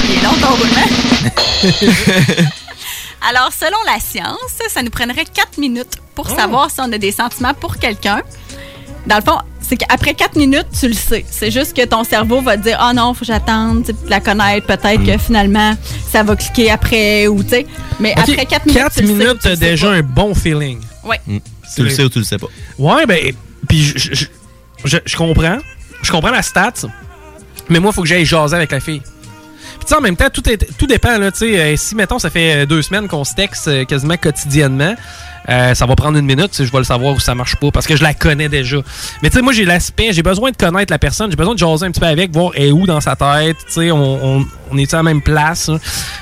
Speaker 7: Il est long ton roulement. Alors, selon la science, ça nous prendrait 4 minutes pour
Speaker 1: Oh.
Speaker 7: savoir si on a des sentiments pour quelqu'un. Dans le fond, c'est qu'après 4 minutes, tu le sais. C'est juste que ton cerveau va te dire Ah non, faut que j'attende, tu sais, puis la connaître, peut-être
Speaker 1: Hmm.
Speaker 7: que finalement, ça va cliquer après, ou tu sais. Mais
Speaker 1: Ok,
Speaker 7: après 4 minutes,
Speaker 1: quatre
Speaker 7: tu le sais ou
Speaker 1: minutes,
Speaker 7: tu le
Speaker 1: t'as
Speaker 7: sais
Speaker 1: déjà un bon feeling.
Speaker 7: pas. Ouais.
Speaker 23: Hmm. Tu le sais ou tu le sais pas.
Speaker 1: Ouais, ben, puis je- je je- je- je comprends. Je comprends la stat, mais moi, faut que j'aille jaser avec la fille. Puis tu sais, en même temps, tout, est- tout dépend, là, tu sais, euh, si, mettons, ça fait euh, deux semaines qu'on se texte euh, quasiment quotidiennement, euh, ça va prendre une minute, tu sais, je vais le savoir ou ça marche pas, parce que je la connais déjà. Mais tu sais, moi, j'ai l'aspect, j'ai besoin de connaître la personne, j'ai besoin de jaser un petit peu avec, voir elle est où dans sa tête, tu sais, on, on, on est à la même place, hein.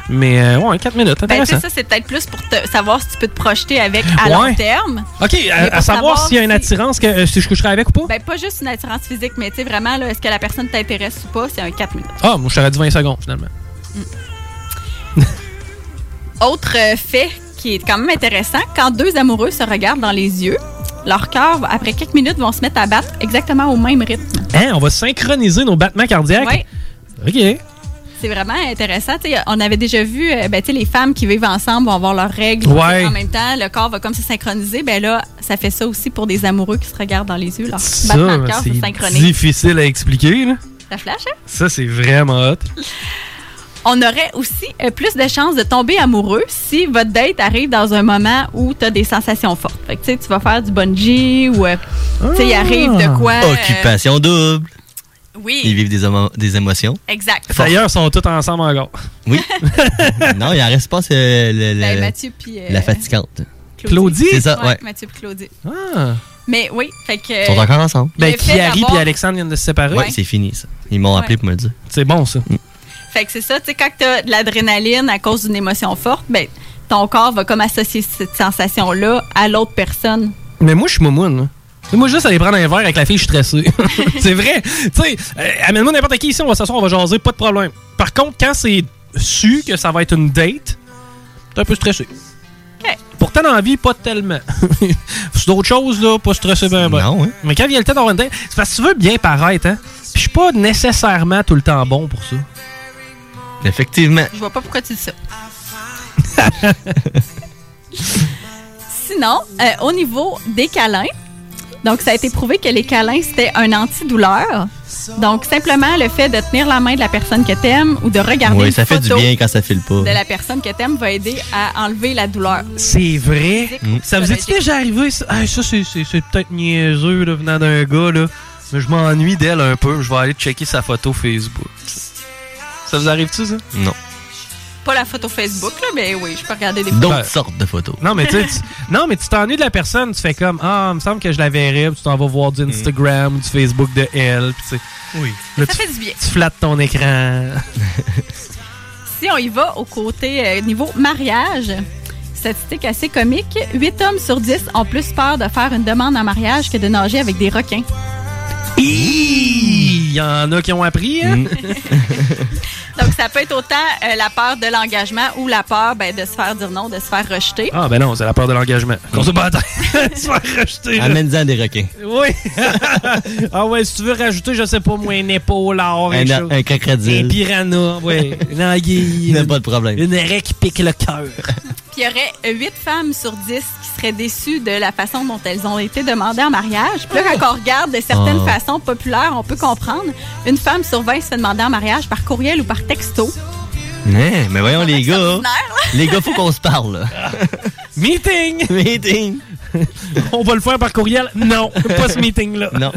Speaker 1: mais euh, ouais, quatre minutes,
Speaker 7: Ben, tu
Speaker 1: intéressant.
Speaker 7: sais, ça, c'est peut-être plus pour te savoir si tu peux te projeter avec à long
Speaker 1: Ouais.
Speaker 7: terme.
Speaker 1: Ok, euh,
Speaker 7: Mais
Speaker 1: à,
Speaker 7: pour
Speaker 1: à savoir s'il y a une attirance, que, euh, si je coucherais avec ou pas?
Speaker 7: Ben, pas juste une attirance physique, mais tu sais, vraiment, là, est-ce que la personne t'intéresse ou pas, c'est un 4 minutes.
Speaker 1: Ah, moi, je t'aurais dit 20 secondes, finalement.
Speaker 7: Autre euh, fait qui est quand même intéressant, quand deux amoureux se regardent dans les yeux, leur cœur, va- après quelques minutes, vont se mettre à battre exactement au même rythme.
Speaker 1: Hein, on va synchroniser nos battements cardiaques.
Speaker 7: Ouais.
Speaker 1: OK.
Speaker 7: C'est vraiment intéressant. Tu sais, on avait déjà vu, euh, ben, tu sais, les femmes qui vivent ensemble vont avoir leurs règles
Speaker 1: Ouais.
Speaker 7: en même temps. Le corps va comme se synchroniser. Ben là, ça fait ça aussi pour des amoureux qui se regardent dans les yeux. Leur
Speaker 1: Ça, ben,
Speaker 7: battement de cœur se
Speaker 1: c'est
Speaker 7: synchronise.
Speaker 1: difficile à expliquer. Là.
Speaker 7: Ça flash, hein?
Speaker 1: Ça, c'est vraiment hot.
Speaker 7: On aurait aussi euh, plus de chances de tomber amoureux si votre date arrive dans un moment où tu as des sensations fortes. Fait que, tu sais, tu vas faire du bungee ou euh, tu sais, il arrive de quoi. euh,
Speaker 23: Occupation double. Ils
Speaker 7: oui,
Speaker 23: vivent des, émo- des émotions.
Speaker 7: exact.
Speaker 1: D'ailleurs, ils sont tous ensemble encore. *laughs*
Speaker 23: Oui. non, il en reste pas c'est le- le-
Speaker 7: Ben,
Speaker 23: le-
Speaker 7: Mathieu puis, euh,
Speaker 23: la fatigante.
Speaker 7: Claudie.
Speaker 23: C'est ça, ouais.
Speaker 7: Mathieu puis Claudie.
Speaker 1: Ah.
Speaker 7: Mais oui, fait que.
Speaker 23: Ils sont encore ensemble.
Speaker 7: Ben,
Speaker 1: Ben,
Speaker 7: Le fait Kiari
Speaker 1: Kiari
Speaker 7: d'avoir-
Speaker 1: et
Speaker 7: puis
Speaker 1: Alexandre viennent de se séparer.
Speaker 7: Ouais.
Speaker 23: C'est fini, ça. Ils m'ont appelé
Speaker 7: Ouais.
Speaker 23: pour me le dire. Mm.
Speaker 1: C'est bon, ça.
Speaker 7: Fait que c'est ça, tu sais, quand tu as de l'adrénaline à cause d'une émotion forte, ben, ton corps va comme associer cette sensation-là à l'autre personne.
Speaker 1: Mais moi, je suis moumoune. là. Moi, juste aller prendre un verre avec la fille, je suis stressé. *laughs* c'est vrai. Tu sais, euh, amène-moi n'importe qui ici, on va s'asseoir, on va jaser, pas de problème. Par contre, quand c'est su que ça va être une date, t'es un peu stressé.
Speaker 7: OK.
Speaker 1: Pourtant, dans la vie, pas
Speaker 23: *laughs*
Speaker 1: tellement. C'est d'autres choses, là, pas stresser bien, ben.
Speaker 23: hein.
Speaker 1: Mais quand vient le temps d'avoir une date, c'est parce que tu veux bien paraître, hein. Puis je suis pas nécessairement tout le temps bon pour ça.
Speaker 23: Effectivement.
Speaker 7: Je vois pas pourquoi tu dis ça. Sinon, euh, au niveau des câlins, donc ça a été prouvé que les câlins, c'était un antidouleur. Donc, simplement le fait de tenir la main de la personne que t'aimes ou de regarder
Speaker 23: Oui,
Speaker 7: une
Speaker 23: ça fait du
Speaker 7: photo
Speaker 23: bien quand ça file pas.
Speaker 1: Ben,
Speaker 7: de la personne que t'aimes va aider à enlever la douleur.
Speaker 1: *laughs* C'est vrai?
Speaker 23: Mm.
Speaker 1: Ça vous est-tu déjà arrivé? Ça, Ah, ça, c'est- c'est c'est peut-être niaiseux, là, venant d'un gars, là. Mais je m'ennuie d'elle un peu. Je vais aller checker sa photo Facebook. Ça vous arrive-tu, ça?
Speaker 23: Non.
Speaker 7: Pas la photo Facebook, là, mais oui, je peux regarder des
Speaker 23: D'autres
Speaker 7: photos.
Speaker 23: sortes de photos.
Speaker 1: Ben, Non, mais tu sais, tu-
Speaker 23: *laughs*
Speaker 1: non, mais tu t'ennuies de la personne, tu fais comme Ah, il me semble que je la verrais, puis tu t'en vas voir du Instagram ou du Facebook de elle, puis tu sais.
Speaker 23: Oui.
Speaker 1: Là,
Speaker 7: Ça
Speaker 1: tu,
Speaker 7: fait du bien.
Speaker 1: tu flattes ton écran.
Speaker 23: *laughs*
Speaker 7: Si on y va au côté euh, niveau mariage, statistique assez comique, 8 hommes sur 10 ont plus peur de faire une demande en mariage que de nager avec des requins.
Speaker 1: Il y en a qui ont appris,
Speaker 23: Mm.
Speaker 1: hein?
Speaker 7: Donc, ça peut être autant euh, la peur de l'engagement ou la peur ben, de se faire dire non, de se faire rejeter.
Speaker 1: *laughs* Ah, ben non, c'est la peur de l'engagement. Qu'on se batte.
Speaker 7: *laughs*
Speaker 1: se faire rejeter. là.
Speaker 23: Mm. Amène-en des requins.
Speaker 1: Oui. *laughs* ah ouais, si tu veux rajouter, je sais pas moi, une épaule, or,
Speaker 23: Un,
Speaker 1: quelque
Speaker 23: a-
Speaker 1: chose.
Speaker 23: un crocodile.
Speaker 1: Un piranha, oui. Une anguille.
Speaker 23: *laughs* Il n'y a pas de problème.
Speaker 1: Une raie qui pique le cœur.
Speaker 7: Puis il y aurait euh, 8 femmes sur 10 qui seraient déçues de la façon dont elles ont été demandées en mariage. Puis là, quand on regarde de certaines
Speaker 24: Oh.
Speaker 7: façons populaires, on peut comprendre. Une femme sur 20 se fait demander en mariage par courriel ou par texto.
Speaker 23: Ouais, mais voyons, les gars. hein. *laughs* Les gars, faut qu'on se parle.
Speaker 1: Ah,
Speaker 23: là.
Speaker 1: Meeting!
Speaker 23: Meeting!
Speaker 1: On va le faire par courriel? Non, pas ce meeting-là.
Speaker 23: Non.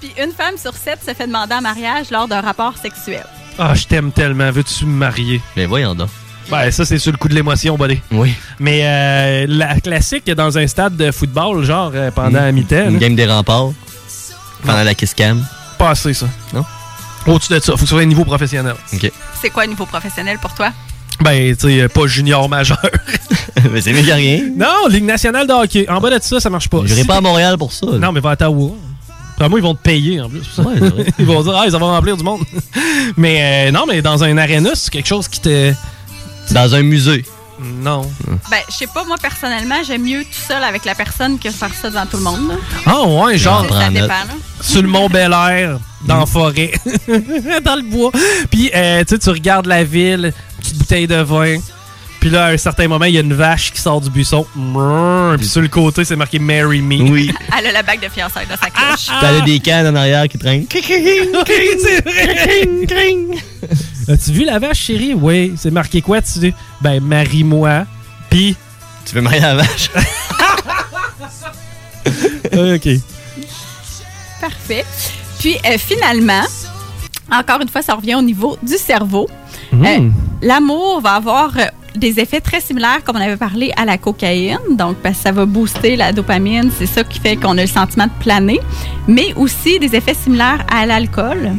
Speaker 7: Puis une femme sur 7 se fait demander en mariage lors d'un rapport sexuel.
Speaker 1: Ah, je t'aime tellement. Veux-tu me marier?
Speaker 23: Mais voyons donc.
Speaker 1: Ben, ça, c'est sur le coup de l'émotion, buddy.
Speaker 23: Oui.
Speaker 1: Mais euh, la classique dans un stade de football, genre euh, pendant la mi-temps.
Speaker 23: Une
Speaker 1: là.
Speaker 23: game des remparts. Pendant la kiss cam.
Speaker 1: Pas assez, ça.
Speaker 23: Non?
Speaker 1: Au-dessus de ça, faut que ce soit un niveau professionnel.
Speaker 23: OK.
Speaker 7: C'est quoi le niveau professionnel pour toi?
Speaker 1: Ben, tu sais, euh, pas junior majeur.
Speaker 23: *laughs* mais c'est mieux que rien.
Speaker 1: Non, Ligue nationale de hockey. En bas de ça, ça marche pas.
Speaker 23: J'irai
Speaker 1: Si
Speaker 23: pas à
Speaker 1: t'es-
Speaker 23: Montréal pour ça. là.
Speaker 1: Non, mais va à Ottawa. Vraiment, ils vont te payer en plus.
Speaker 23: c'est vrai.
Speaker 1: *laughs* ils vont dire, ah, ils vont remplir du monde. *laughs* mais euh, non, mais dans un aréna, c'est quelque chose qui te.
Speaker 23: Dans un musée.
Speaker 1: Non.
Speaker 7: Ben, je sais pas, moi personnellement, j'aime mieux tout seul avec la personne que faire ça devant tout le monde. là.
Speaker 1: Ah, ouais, genre.
Speaker 7: Ça dépend, là.
Speaker 1: sur le Mont Bel Air, dans la forêt, *laughs* dans le bois. Puis, euh, tu sais, tu regardes la ville, petite bouteille de vin. Puis là, à un certain moment, il y a une vache qui sort du buisson. Mrrr. Puis sur le côté, c'est marqué Marry Me.
Speaker 23: Oui.
Speaker 7: Elle a la bague de fiançailles dans sa cloche.
Speaker 1: Ah,
Speaker 23: T'as des cannes en arrière qui traînent.
Speaker 1: As-tu vu la vache, chérie? Oui. C'est marqué quoi? Tu dis, ben, marie-moi. Puis.
Speaker 23: Tu veux marier
Speaker 1: *laughs*
Speaker 23: la vache?
Speaker 1: Euh, OK.
Speaker 7: *laughs* Parfait. Puis euh, finalement, encore une fois, ça revient au niveau du cerveau. Euh, L'amour va avoir euh, des effets très similaires, comme on avait parlé, à la cocaïne. Donc, parce que ça va booster la dopamine. C'est ça qui fait qu'on a le sentiment de planer. Mais aussi des effets similaires à l'alcool.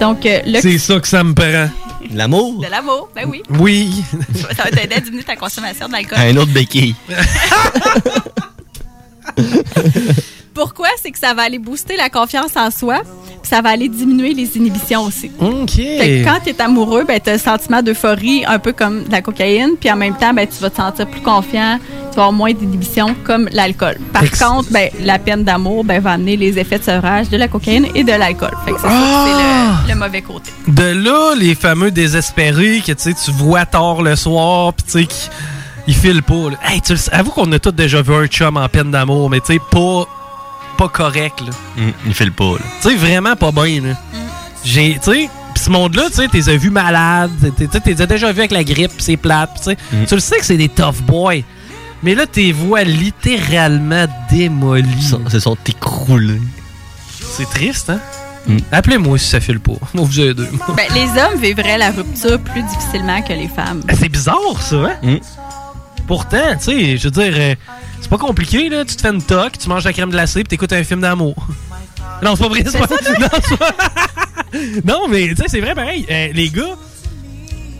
Speaker 7: Donc, euh, le
Speaker 1: C'est ça que ça me prend.
Speaker 23: L'amour?
Speaker 7: de l'amour, ben oui.
Speaker 1: Oui.
Speaker 7: *laughs* Ça va t'aider à diminuer ta consommation d'alcool.
Speaker 23: un autre béquille.
Speaker 7: Pourquoi? C'est que ça va aller booster la confiance en soi, puis ça va aller diminuer les inhibitions aussi.
Speaker 1: OK.
Speaker 7: Fait que quand tu es amoureux, ben, tu as un sentiment d'euphorie, un peu comme de la cocaïne, puis en même temps, ben, tu vas te sentir plus confiant, tu vas avoir moins d'inhibitions comme l'alcool. Par contre, ben, la peine d'amour ben, va amener les effets de sevrage de la cocaïne et de l'alcool. Fait que c'est ça,
Speaker 23: Ah!
Speaker 7: c'est le, le mauvais côté.
Speaker 1: De là, les fameux désespérés que tu sais, tu vois tard le soir, pis tu sais, qui- ils filent pas. là. Hey, tu le sais, avoue qu'on a tous déjà vu un chum en peine d'amour, mais tu sais, pas, pas correct, là.
Speaker 23: Hum, il fait le pas, là.
Speaker 1: Tu sais, vraiment pas bien, là. J'ai, tu sais, pis ce monde-là, tu sais, t'es as vu malade, tu sais, t'es déjà vu avec la grippe, pis c'est plate, pis tu sais,
Speaker 23: Mm.
Speaker 1: tu le sais que c'est des tough boys. Mais là, t'es vois littéralement démolies.
Speaker 23: Ils se sont écroulés.
Speaker 1: C'est triste, hein? Appelez-moi si ça file pas. *laughs* Moi, vous avez deux.
Speaker 7: Ben, les hommes vivraient la rupture plus difficilement que les femmes.
Speaker 1: Ben, C'est bizarre, ça, hein? Pourtant, tu sais, je veux dire, euh, c'est pas compliqué, là. Tu te fais une toque, tu manges de la crème glacée, puis t'écoutes un film d'amour. non, c'est pas vrai, c'est pas... *laughs* Non, c'est pas- Non, mais tu sais, c'est vrai pareil. Euh, les gars,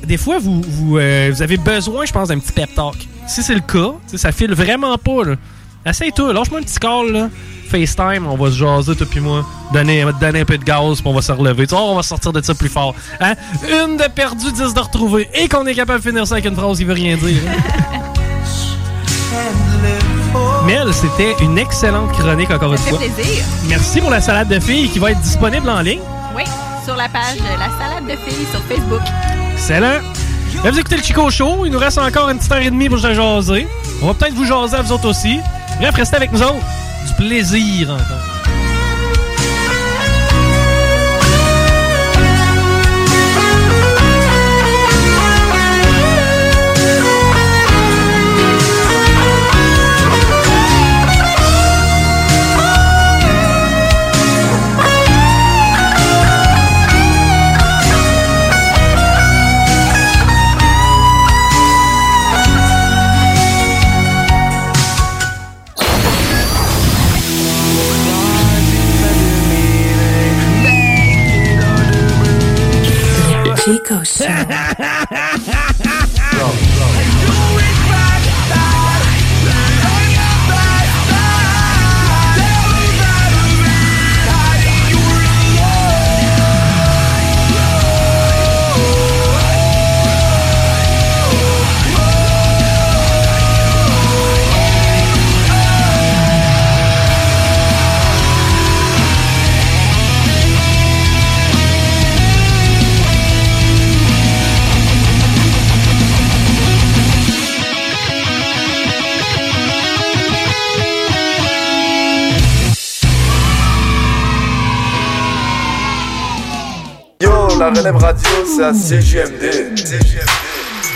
Speaker 1: des fois, vous, vous, euh, vous avez besoin, je pense, d'un petit pep talk. Si c'est le cas, tu sais, ça file vraiment pas, là. Essaye-toi, lâche-moi un petit call, là. FaceTime, on va se jaser, toi puis moi. Donner, donner un peu de gaz, puis on va se relever. Tu vois, on va sortir de ça plus fort. Hein?
Speaker 7: *laughs*
Speaker 1: Une de perdue, dix de retrouvée. Et qu'on est capable de finir ça avec une phrase qui veut rien dire. hein. Mel, c'était une excellente chronique encore une
Speaker 7: Ça fait
Speaker 1: fois.
Speaker 7: plaisir.
Speaker 1: Merci pour la salade de filles qui va être disponible en ligne.
Speaker 7: Oui, sur la page euh, La Salade de filles sur Facebook.
Speaker 1: Excellent. Là, vous écoutez le Chico Show. Il nous reste encore une petite heure et demie pour se jaser. On va peut-être vous jaser à vous autres aussi. Bref, restez avec nous autres. Du plaisir encore.
Speaker 17: Chico Show.
Speaker 27: Yo, la relève radio, c'est à CGMD.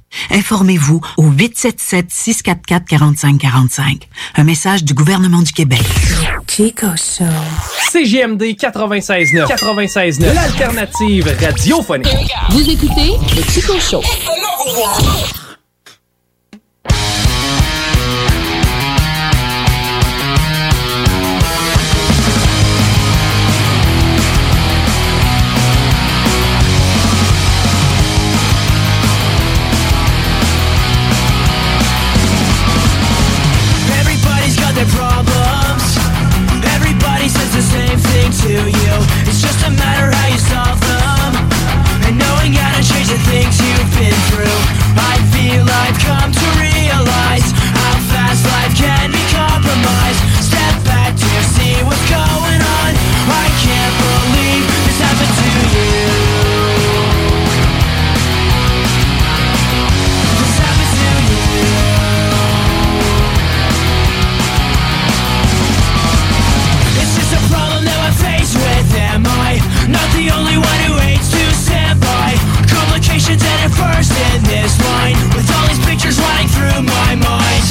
Speaker 18: Informez-vous au 877-644-4545. Un message du gouvernement du Québec.
Speaker 37: Chico Show. CGMD 96.9. 96.9. L'alternative radiophonique.
Speaker 4: Vous écoutez le Chico Show.
Speaker 17: Everybody's got their problems. Everybody says the same thing to you. It's just a matter how you solve them. And knowing how to change the things you've been through. I feel I've come to realize how fast life can be compromised. Step back to see what's going on. I can't believe this happened to you. This happened to you. It's just a problem that I'm faced with, am I? Not the only one who hates to stand by Complications and at first in this line With all these pictures running through my mind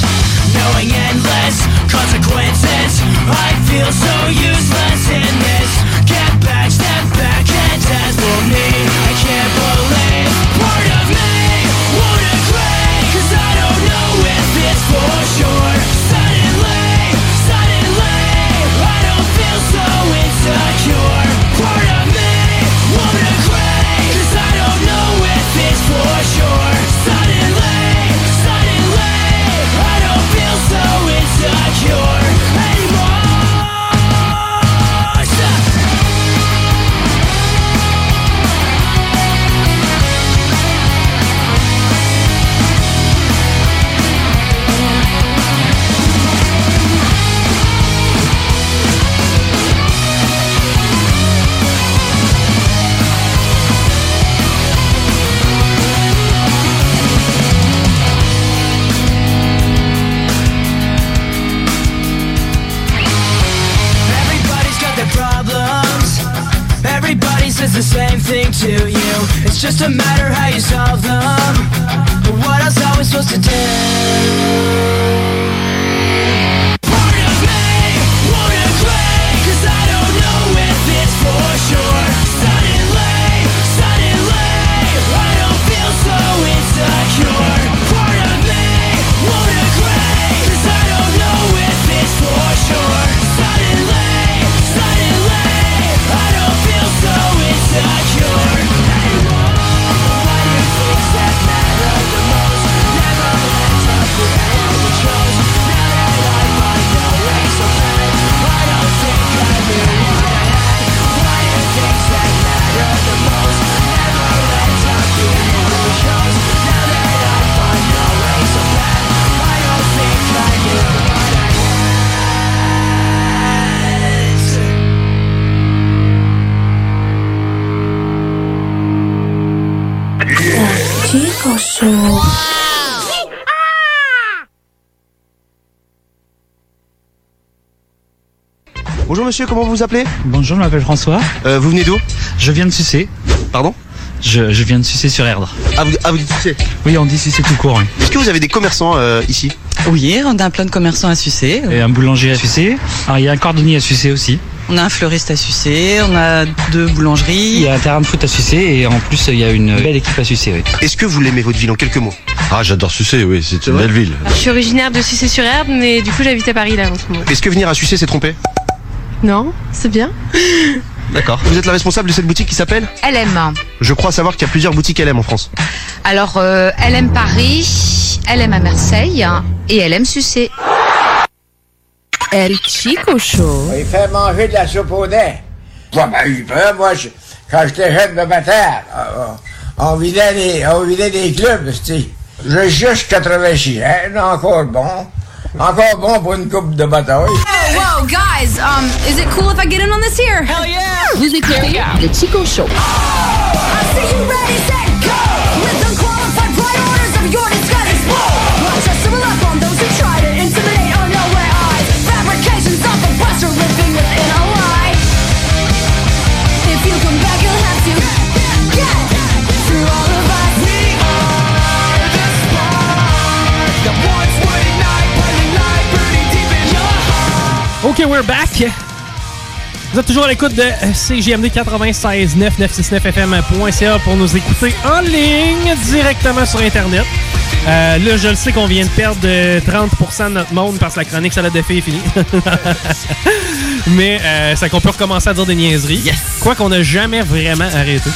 Speaker 17: Knowing endless consequences I feel so useless in this Get back, step back, and as for me I can't believe part of me won't agree Cause I don't know if it's for sure Suddenly, suddenly I don't feel so insecure. Part of me won't agree, 'cause I don't know if it's for sure. Suddenly, suddenly, I don't feel so insecure anymore. Everybody's got their problems. Everybody says the same thing to you. It's just a matter how you solve them. But what else are we supposed to do? Part of me won't agree, 'cause I don't know if it's for sure. Suddenly, suddenly, I don't feel so insecure. Part of me won't agree, 'cause I don't know if it's for sure. Suddenly, suddenly, I don't feel so insecure anymore. Why do things that matter the most never end up with anyone we chose? Now that I find no way so bad, I don't think I knew what I had. Why do things that matter the most never end up with anyone we chose? Now that I find no way so bad, I don't think I knew what I had.
Speaker 34: Chico Show.
Speaker 15: Bonjour monsieur, comment vous vous appelez
Speaker 1: Bonjour, je m'appelle François.
Speaker 15: Euh, vous venez d'où
Speaker 1: Je viens de Sucé.
Speaker 15: Pardon
Speaker 1: je, je viens de Sucé sur Erdre.
Speaker 15: Ah vous, ah, vous dites Sucé
Speaker 1: Oui, on dit Sucé tout court. oui.
Speaker 15: Est-ce que vous avez des commerçants euh, ici
Speaker 1: Oui, on a plein de commerçants à Sucé. Et un boulanger à Sucé. Ah, il y a un cordonnier à Sucé aussi.
Speaker 23: On a un fleuriste à sucer, on a deux boulangeries.
Speaker 38: Il y a un terrain de foot à sucer et en plus, il y a une belle équipe à sucer, oui.
Speaker 15: Est-ce que vous l'aimez votre ville en quelques mots
Speaker 39: Ah, j'adore Sucé, oui, c'est une belle ville.
Speaker 40: Je suis originaire de Sucé-sur-Herbe, mais du coup j'habite à Paris là en ce moment.
Speaker 15: Est-ce que venir à Sucé c'est trompé
Speaker 40: Non, c'est bien.
Speaker 15: D'accord. Vous êtes la responsable de cette boutique qui s'appelle
Speaker 2: LM.
Speaker 15: Je crois savoir qu'il y a plusieurs boutiques LM en France.
Speaker 2: Alors, euh, LM Paris, LM à Marseille hein, et LM Sucé.
Speaker 17: El Chico Show. Il fait manger de la soupe au nez. Moi, ben, j'ai peur. Moi, je- quand j'étais jeune de ma terre, on, on vidait des, on vidait des clubs, tu J'ai juste 86 ans, encore bon. Encore bon pour une coupe de bataille.
Speaker 34: Whoa, Oh, guys, um, is it cool if I get in on this here? Hell yeah!
Speaker 41: Vous écoutez
Speaker 17: *laughs*
Speaker 41: le Chico Show.
Speaker 17: Oh,
Speaker 1: Ok, we're back. Vous êtes toujours à l'écoute de CGMD 96.9 969fm.ca pour nous écouter en ligne directement sur Internet. Euh, là, je le sais qu'on vient de perdre euh, 30% de notre monde parce que la chronique salade de filles est finie. *laughs* Mais euh, c'est qu'on peut recommencer à dire des niaiseries. Quoi qu'on n'a jamais vraiment arrêté.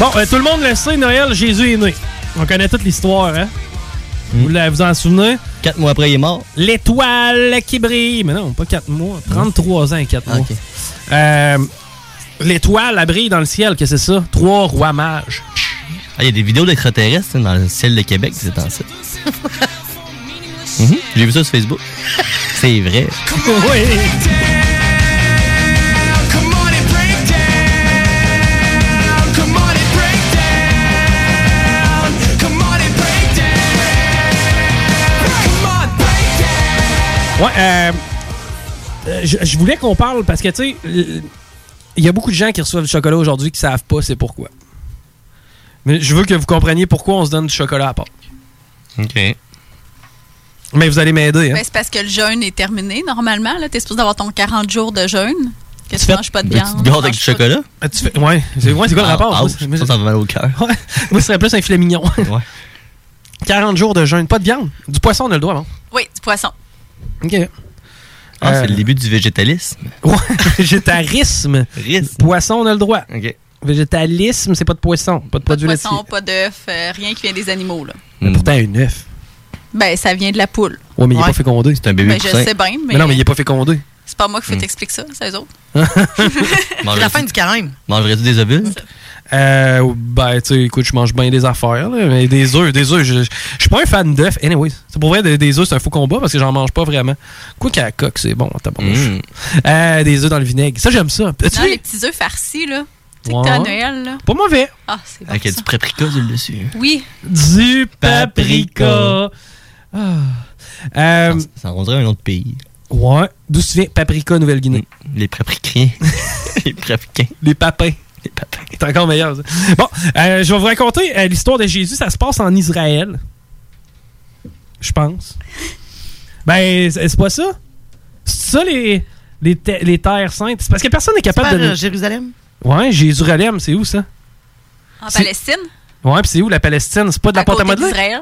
Speaker 1: Bon, euh, tout le monde le sait, Noël, Jésus est né. On connaît toute l'histoire, hein? Vous la- vous en souvenez? Quatre mois après, il est mort. Hmm. L'étoile qui brille. Mais non, pas quatre mois. 33 ans et quatre mois. Euh, L'étoile, elle brille dans le ciel, que c'est ça? Trois rois mages.
Speaker 5: Ah, Il y a des vidéos d'extraterrestres hein, dans le ciel de Québec, c'est en ça. Mhm. J'ai vu ça sur
Speaker 1: *laughs*
Speaker 5: Facebook. C'est vrai.
Speaker 1: oui. Ouais, euh, euh, je, je voulais qu'on parle parce que, tu sais, l- il y a beaucoup de gens qui reçoivent du chocolat aujourd'hui qui savent pas c'est pourquoi. Mais je veux que vous compreniez pourquoi on se donne du chocolat à part.
Speaker 5: OK.
Speaker 1: Mais vous allez m'aider. Hein?
Speaker 7: Ben, c'est parce que le jeûne est terminé, normalement. Tu es supposé d'avoir ton 40 jours de jeûne. Que tu, manges pas de viande.
Speaker 5: gardes avec du chocolat?
Speaker 1: Ah, tu fais- ouais, c'est ouais, c'est quoi le
Speaker 5: Ah,
Speaker 1: rapport?
Speaker 5: ah,
Speaker 1: Moi,
Speaker 5: ouch,
Speaker 1: c'est- moi,
Speaker 5: ça,
Speaker 1: c'est-
Speaker 5: ça me fait mal au cœur.
Speaker 1: moi, ce serait plus un filet mignon. *laughs* 40 jours de jeûne, pas de viande. Du poisson, on a le droit, non?
Speaker 7: Oui, du poisson.
Speaker 1: OK.
Speaker 5: Ah,
Speaker 1: Euh,
Speaker 5: c'est le début du végétalisme.
Speaker 1: Ouais, *laughs* végétarisme. Poisson, on a le droit. Végétalisme, c'est pas de poisson, pas de
Speaker 7: Pas de
Speaker 1: produits laitiers.
Speaker 7: poisson, pas d'œuf, euh, rien qui vient des animaux. Là.
Speaker 1: Mais pourtant, un œuf.
Speaker 7: Ben, ça vient de la poule.
Speaker 1: Ouais, mais il est pas fécondé. C'est un
Speaker 7: bébé Ben, je poussin. sais bien, mais-
Speaker 1: non, mais il est
Speaker 7: *laughs*
Speaker 1: pas fécondé.
Speaker 7: C'est pas moi qu'il faut
Speaker 5: Hmm.
Speaker 7: t'expliquer ça, c'est eux autres.
Speaker 5: C'est la fin
Speaker 7: du carême.
Speaker 5: Mangerais-tu des ovules?
Speaker 1: Euh, ben, tu sais, écoute, je mange bien des affaires, là, mais des œufs, des œufs. Je je- je suis pas un fan d'œufs. Anyway, c'est pour vrai, des, des œufs, c'est un faux combat parce que j'en mange pas vraiment. Quoi qu'à la coque, c'est bon, t'as bon.
Speaker 5: Mm.
Speaker 1: Euh, des œufs dans le vinaigre. Ça, j'aime ça. As-tu
Speaker 7: Non,
Speaker 1: vu?
Speaker 7: les petits œufs farcis, là. Tu sais que t'as à
Speaker 1: Ouais.
Speaker 7: Noël, là.
Speaker 1: Pas mauvais.
Speaker 7: Ah, c'est bon.
Speaker 5: Avec du paprika sur le dessus. hein.
Speaker 7: Oui.
Speaker 1: Du paprika. Ah. Euh,
Speaker 5: Ça rendrait un autre pays.
Speaker 1: ouais. D'où se vient paprika Nouvelle-Guinée? *laughs*
Speaker 5: Les papricains. Les papricains.
Speaker 1: Les papins. Les papins. C'est encore meilleur, ça. Bon, euh, je vais vous raconter euh, l'histoire de Jésus. Ça se passe en Israël. Je pense. Ben, c'est c'est pas ça? C'est ça, les, les, te- les terres saintes? C'est parce que personne n'est capable
Speaker 9: pas,
Speaker 1: de...
Speaker 9: euh, Jérusalem?
Speaker 1: Ouais, Jérusalem, c'est où, ça?
Speaker 7: En
Speaker 1: C'est-
Speaker 7: Palestine,
Speaker 1: Ouais, puis c'est où, la Palestine? C'est pas de la
Speaker 7: à
Speaker 1: porte à
Speaker 7: côté
Speaker 1: modeler?
Speaker 7: d'Israël.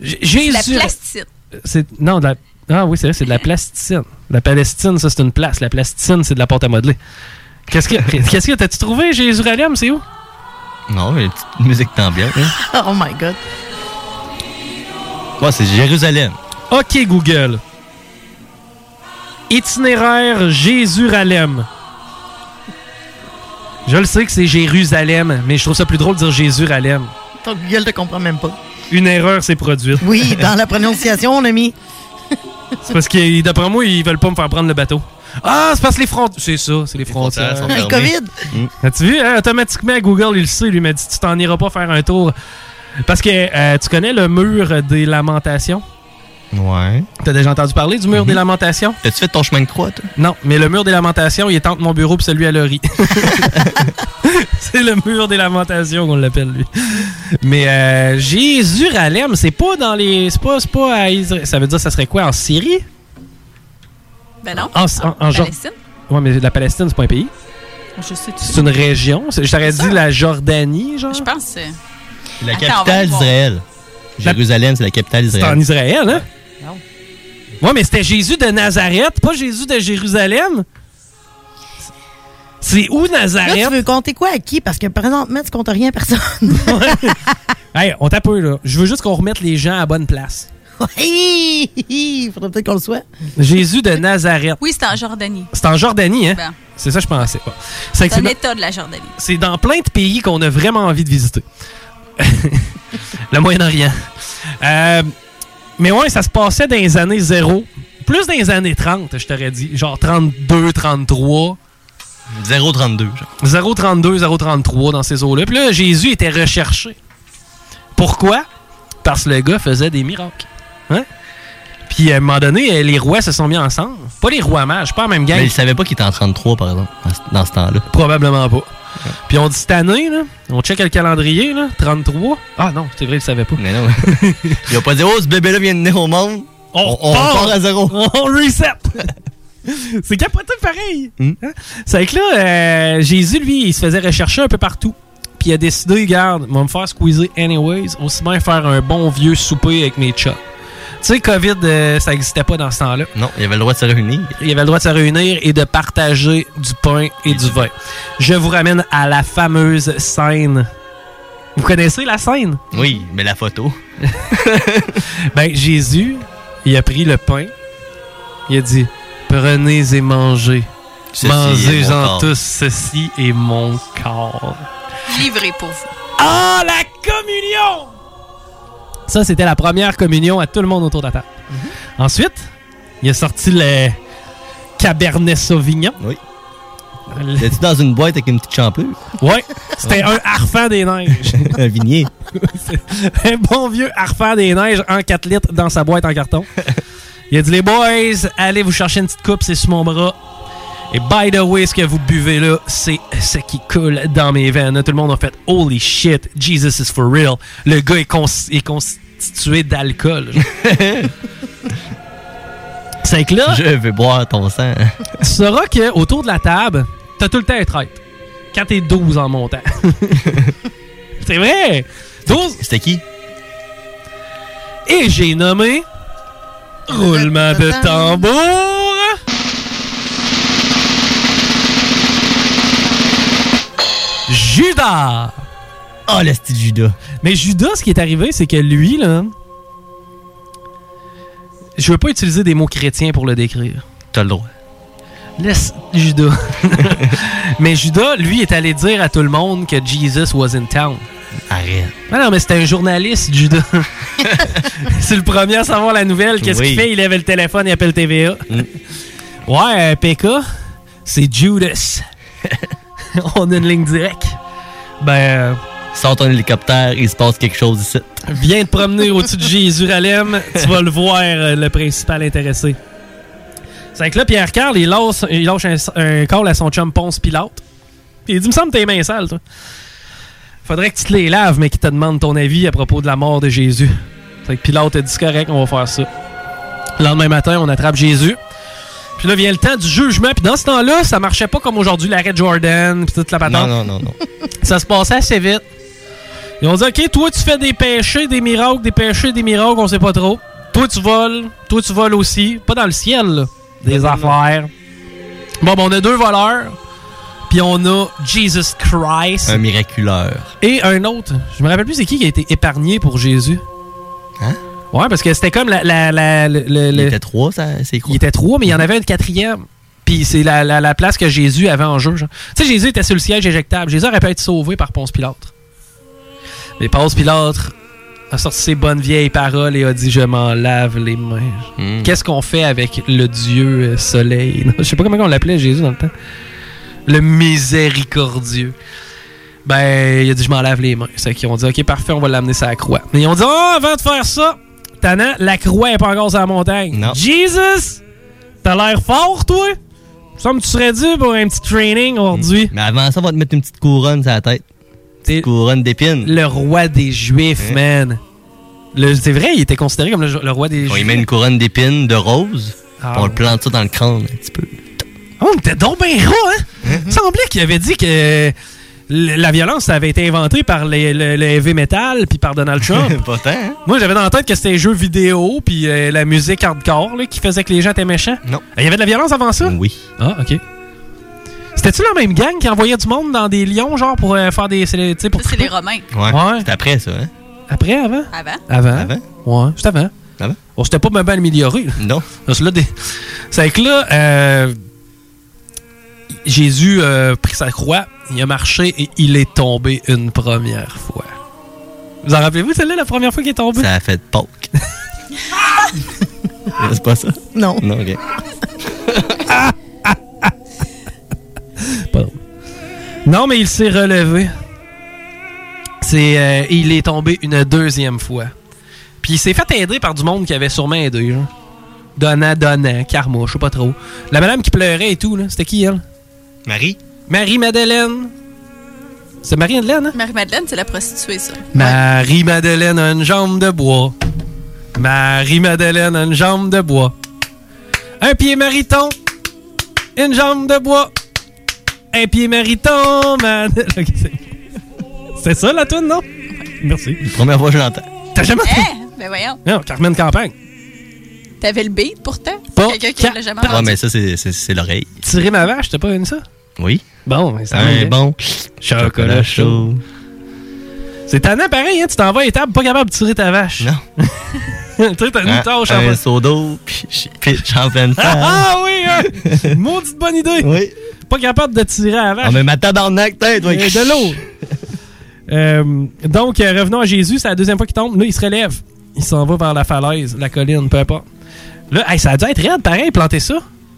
Speaker 1: J-
Speaker 7: C'est La
Speaker 1: Jésus...
Speaker 7: plasticine.
Speaker 1: C'est non de la ah oui c'est vrai c'est de la plasticine. La Palestine ça c'est une place. La plasticine c'est de la porte à modeler. Qu'est-ce que *laughs* qu'est-ce que t'as-tu trouvé Jérusalem c'est où
Speaker 5: Non, mais une petite musique d'ambiance. hein.
Speaker 9: Oh my god.
Speaker 5: Ouais, c'est Jérusalem.
Speaker 1: Ok Google. Itinéraire Jérusalem. Je le sais que c'est Jérusalem mais je trouve ça plus drôle de dire Jérusalem.
Speaker 9: Ton Google te comprend même pas.
Speaker 1: Une erreur s'est produite.
Speaker 9: Oui, dans la prononciation, on a mis.
Speaker 1: C'est parce que d'après moi ils veulent pas me faire prendre le bateau. Ah c'est parce que les frontières c'est ça c'est les frontières.
Speaker 9: sont Le fermées. COVID.
Speaker 1: As-tu vu? hein? Automatiquement, Google, il le sait. Lui m'a dit Tu t'en iras pas faire un tour. Parce que euh, tu connais le mur des lamentations
Speaker 34: Ouais.
Speaker 1: T'as déjà entendu parler du mur des lamentations?
Speaker 34: T'as-tu fait ton chemin de croix, toi?
Speaker 1: Non, mais le mur des lamentations, il est entre mon bureau et celui à Laurie. c'est le mur des lamentations qu'on l'appelle, lui. Mais euh, Jérusalem, c'est pas dans les... C'est pas, c'est pas à Israël. Ça veut dire ça serait quoi, en Syrie?
Speaker 42: Ben non.
Speaker 1: En, en, en Jor-
Speaker 42: Palestine?
Speaker 1: Ouais, mais la Palestine, c'est pas un pays.
Speaker 42: Je sais tout.
Speaker 1: C'est une région. C'est- Je t'aurais
Speaker 42: C'est
Speaker 1: dit
Speaker 42: ça.
Speaker 1: la Jordanie, genre.
Speaker 42: Je pense que
Speaker 7: euh,
Speaker 42: c'est.
Speaker 34: La
Speaker 42: Attends, on va
Speaker 34: capitale
Speaker 42: le voir.
Speaker 34: d'Israël. Jérusalem, c'est la capitale
Speaker 1: C'est en
Speaker 34: d'Israël.
Speaker 1: Israël, hein?
Speaker 42: Non.
Speaker 1: Ouais, mais c'était Jésus de Nazareth, pas Jésus de Jérusalem. C'est où Nazareth?
Speaker 9: Là, tu veux compter quoi à qui? Parce que présentement, tu comptes rien à personne. *laughs*
Speaker 1: Hey, on tape peu, là. Je veux juste qu'on remette les gens à la
Speaker 42: *laughs*
Speaker 1: bonne place.
Speaker 9: Hi, hi, hi. Faudrait peut-être qu'on le soit.
Speaker 1: Jésus de Nazareth.
Speaker 42: Oui, c'est en Jordanie.
Speaker 1: C'est en Jordanie, hein?
Speaker 42: Ben.
Speaker 1: C'est ça, je pensais pas. C'est
Speaker 42: C'est
Speaker 1: que c'est
Speaker 42: un
Speaker 1: dans,
Speaker 42: état de la Jordanie.
Speaker 1: c'est dans plein de pays qu'on a vraiment envie de visiter. *laughs* Le Moyen-Orient. Euh, mais ouais, ça se passait dans les années zéro. Plus dans les années 30, je t'aurais dit. Genre 32, 33.
Speaker 34: 0,32, genre.
Speaker 1: 0,32, 0,33 dans ces eaux-là. Puis là, Jésus était recherché. Pourquoi? Parce que le gars faisait des miracles. Hein? Puis à un moment donné, euh, les rois se sont mis ensemble. Pas les rois mages, pas la même gang.
Speaker 34: Mais il savait pas qu'il était en 33, par exemple, dans ce- dans ce temps-là.
Speaker 1: Probablement pas. Puis on dit cette année, là, on check le calendrier, là, 33. Ah non, c'est vrai, il savait pas.
Speaker 34: Mais non. *laughs* Il a pas dit, oh, ce bébé-là vient de naître au monde.
Speaker 1: On,
Speaker 34: on
Speaker 1: repart.
Speaker 34: repart à zéro.
Speaker 1: On reset. *laughs* c'est capoté pareil. Hein? C'est que là, euh, Jésus, lui, il se faisait rechercher un peu partout. Puis il a décidé, regarde, va me faire squeezer anyways, aussi bien faire un bon vieux souper avec mes chats. Tu sais, COVID, euh, ça n'existait pas dans ce temps-là.
Speaker 34: Non, il avait le droit de se réunir.
Speaker 1: Il avait le droit de se réunir et de partager du pain et du vin. Je vous ramène à la fameuse scène. Vous connaissez la scène?
Speaker 34: Oui, mais
Speaker 1: *laughs*
Speaker 34: la photo.
Speaker 1: Ben, Jésus, il a pris le pain. Il a dit Prenez et mangez.
Speaker 34: Ceci est mon
Speaker 1: Mangez-en
Speaker 34: corps.
Speaker 1: tous, ceci est mon corps.
Speaker 42: Livré pour vous.
Speaker 1: Ah, la communion! Ça, c'était la première communion à tout le monde autour de la table. Ensuite, il a sorti le Cabernet Sauvignon.
Speaker 34: Oui. T'es-tu dans une boîte avec une petite champure?
Speaker 1: Ouais, c'était un harfan des neiges.
Speaker 34: *laughs* un vignier.
Speaker 1: *laughs* un bon vieux harfan des neiges en 4 litres dans sa boîte en carton. Il a dit les boys, allez vous chercher une petite coupe, c'est sur mon bras. Et by the way, ce que vous buvez là, c'est ce qui coule dans mes veines. Tout le monde a fait holy shit, Jesus is for real. Le gars est, cons- est constitué d'alcool. c'est que là,
Speaker 34: Je veux boire ton sang.
Speaker 1: tu sauras que autour de la table, t'as tout le temps un traître. Quand t'es 12 en
Speaker 34: *laughs*
Speaker 1: montant. c'est vrai! 12!
Speaker 34: C'était qui?
Speaker 1: Et j'ai nommé. Roulement de tambour! Judas!
Speaker 34: Oh, le style Judas.
Speaker 1: Mais Judas, ce qui est arrivé, c'est que lui, là. Je veux pas utiliser des mots chrétiens pour le décrire.
Speaker 34: T'as le droit.
Speaker 1: Laisse Judas. *laughs* mais Judas, lui, est allé dire à tout le monde que Jesus was in town.
Speaker 34: Arrête.
Speaker 1: Ah non, mais c'était un journaliste,
Speaker 34: *laughs*
Speaker 1: Judas. C'est le premier à savoir la nouvelle. Qu'est-ce
Speaker 34: Oui. Mm.
Speaker 1: qu'il fait? Il lève le téléphone, il appelle TVA. Ouais, euh, PK, c'est
Speaker 34: *laughs*
Speaker 1: Judas. On a une ligne directe. Ben, euh,
Speaker 34: Sors ton hélicoptère, il se passe quelque chose ici.
Speaker 1: viens te promener au-dessus de Jérusalem, tu vas le voir, euh, le principal intéressé. C'est que là, Pierre Carl, il lance, il lâche un, un call à son chum Ponce Pilate. Puis il dit, me semble que tes mains sales, toi. Faudrait que tu te les laves, mais qu'il te demande ton avis à propos de la mort de Jésus. C'est que Pilate a dit, C'est correct, on va faire ça. Le lendemain matin, on attrape Jésus. Puis là vient le temps du jugement. Puis dans ce temps-là, ça marchait pas comme aujourd'hui, l'arrêt de Jordan, puis toute la patente.
Speaker 34: Non, non, non, non.
Speaker 1: Ça se passait assez vite. Ils ont dit OK, toi tu fais des péchés, des miracles, des péchés, des miracles, on sait pas trop. Toi tu voles, toi tu voles aussi, pas dans le ciel, là. des affaires. Bon, ben, on a deux voleurs, puis on a Jesus Christ
Speaker 34: Un miraculeur.
Speaker 1: et un autre. Je me rappelle plus c'est qui qui a été épargné pour Jésus.
Speaker 34: Hein?
Speaker 1: Ouais, parce que c'était comme la, la- la- le- le-
Speaker 34: Il
Speaker 1: le-
Speaker 34: était trois, ça, c'est
Speaker 1: il
Speaker 34: quoi?
Speaker 1: était trois, mais il y en avait un quatrième. Puis c'est la, la- la place que Jésus avait en jeu. genre. Tu sais, Jésus était sur le siège éjectable. Jésus aurait pu être sauvé par Ponce Pilate. Mais Ponce Pilate a sorti ses bonnes vieilles paroles et a dit Je m'en lave les mains.
Speaker 34: Hmm.
Speaker 1: Qu'est-ce qu'on fait avec le Dieu euh, soleil *laughs* Non, Je sais pas comment on l'appelait Jésus dans le temps. Le miséricordieux. Ben, il a dit Je m'en lave les mains. C'est qu'ils ont dit Ok, parfait, on va l'amener sur la croix. Mais ils ont dit Ah, avant de faire ça, Tana, la croix est pas encore sur la montagne. Jesus, t'as l'air fort, toi? Ça me semble que tu serais dû pour un petit training aujourd'hui.
Speaker 5: Mm. Mais avant ça, on va te mettre une petite couronne sur la tête. Petite couronne d'épines.
Speaker 1: Le roi des Juifs, man. Le- C'est vrai, il était considéré comme le, le roi des
Speaker 5: On lui
Speaker 1: Juifs.
Speaker 5: met une couronne d'épines de rose.
Speaker 1: Ah
Speaker 5: puis on
Speaker 1: ouais.
Speaker 5: le plante ça dans le crâne un petit peu.
Speaker 1: Oh, mais t'es donc bien gros, hein?
Speaker 5: Mm-hmm.
Speaker 1: Il semblait qu'il avait dit que l- la violence ça avait été inventée par les, le, le heavy metal puis par Donald Trump.
Speaker 5: *laughs* Pas tant, hein?
Speaker 1: Moi, j'avais dans la tête que c'était les jeux vidéo puis euh, la musique hardcore là, qui faisait que les gens étaient méchants.
Speaker 5: Non.
Speaker 1: Il y avait de la violence avant ça?
Speaker 5: Oui.
Speaker 1: Ah, OK. C'était-tu la même gang qui envoyait du monde dans des lions, genre, pour euh, faire des... C'est les, tu sais, pour
Speaker 7: Ça, c'est les Romains.
Speaker 5: Ouais. C'est après ça, hein?
Speaker 1: Après, avant?
Speaker 7: Avant.
Speaker 1: Avant. Ouais, juste avant. Avant? Bon, c'était pas même bien amélioré.
Speaker 5: Non.
Speaker 1: C'est là, des... c'est que là, euh, Jésus a pris sa croix, il a marché et il est tombé une première fois. Vous en rappelez-vous, celle-là, la première fois qu'il est tombé?
Speaker 5: Ça a fait poke. C'est pas ça?
Speaker 9: Non.
Speaker 5: Non, ok.
Speaker 1: Non, mais il s'est relevé. C'est, euh, il est tombé une deuxième fois. Puis il s'est fait aider par du monde qui avait sûrement aidé. Genre. Donnant, donnant, karma, je sais pas trop. La madame qui pleurait et tout, là, c'était qui elle?
Speaker 5: Marie.
Speaker 1: Marie-Madeleine. C'est Marie-Madeleine, hein?
Speaker 7: Marie-Madeleine, c'est la prostituée,
Speaker 1: *laughs*
Speaker 7: ça.
Speaker 1: Marie-Madeleine a une jambe de bois. Marie-Madeleine a une jambe de bois. Un pied mariton, une jambe de bois. Un pied mariton, Madeleine. Ok, c'est- C'est ça la toune, non? Merci.
Speaker 5: Première fois que je l'entends.
Speaker 1: T'as jamais entendu?
Speaker 7: Eh, ben voyons.
Speaker 1: Non, Carmen Campagne.
Speaker 7: T'avais le beat pourtant?
Speaker 1: Pas
Speaker 7: Quelqu'un qui l'a jamais
Speaker 5: Ouais,
Speaker 7: entendu.
Speaker 5: mais ça, c'est- c'est c'est l'oreille.
Speaker 1: Tirer ma vache, t'as pas une ça?
Speaker 5: Oui.
Speaker 1: Bon, mais ça
Speaker 5: Un
Speaker 1: m'allait.
Speaker 5: bon
Speaker 1: hein? Chocolat *laughs* chaud. C'est tannant pareil, hein? Tu t'en vas à l'étable, pas capable de tirer ta vache.
Speaker 5: Non.
Speaker 1: *laughs* tu sais, t'as une
Speaker 5: Ah, Un,
Speaker 1: tâche en
Speaker 5: un
Speaker 1: bas.
Speaker 5: seau d'eau, puis je pitch
Speaker 1: *laughs*
Speaker 5: en pleine face.
Speaker 1: Ah, ah oui,
Speaker 5: *laughs*
Speaker 1: hein? Maudite bonne idée.
Speaker 5: Oui.
Speaker 1: Pas capable de tirer à la vache.
Speaker 5: Ah, mais ma tabarnak, tête,
Speaker 1: Euh, De l'eau. Euh, donc, euh, revenons à Jésus. C'est la deuxième fois qu'il tombe. Là, il se relève. Il s'en va vers la falaise, la colline, peu importe. Là, hey, ça a dû être raide, pareil, planter ça.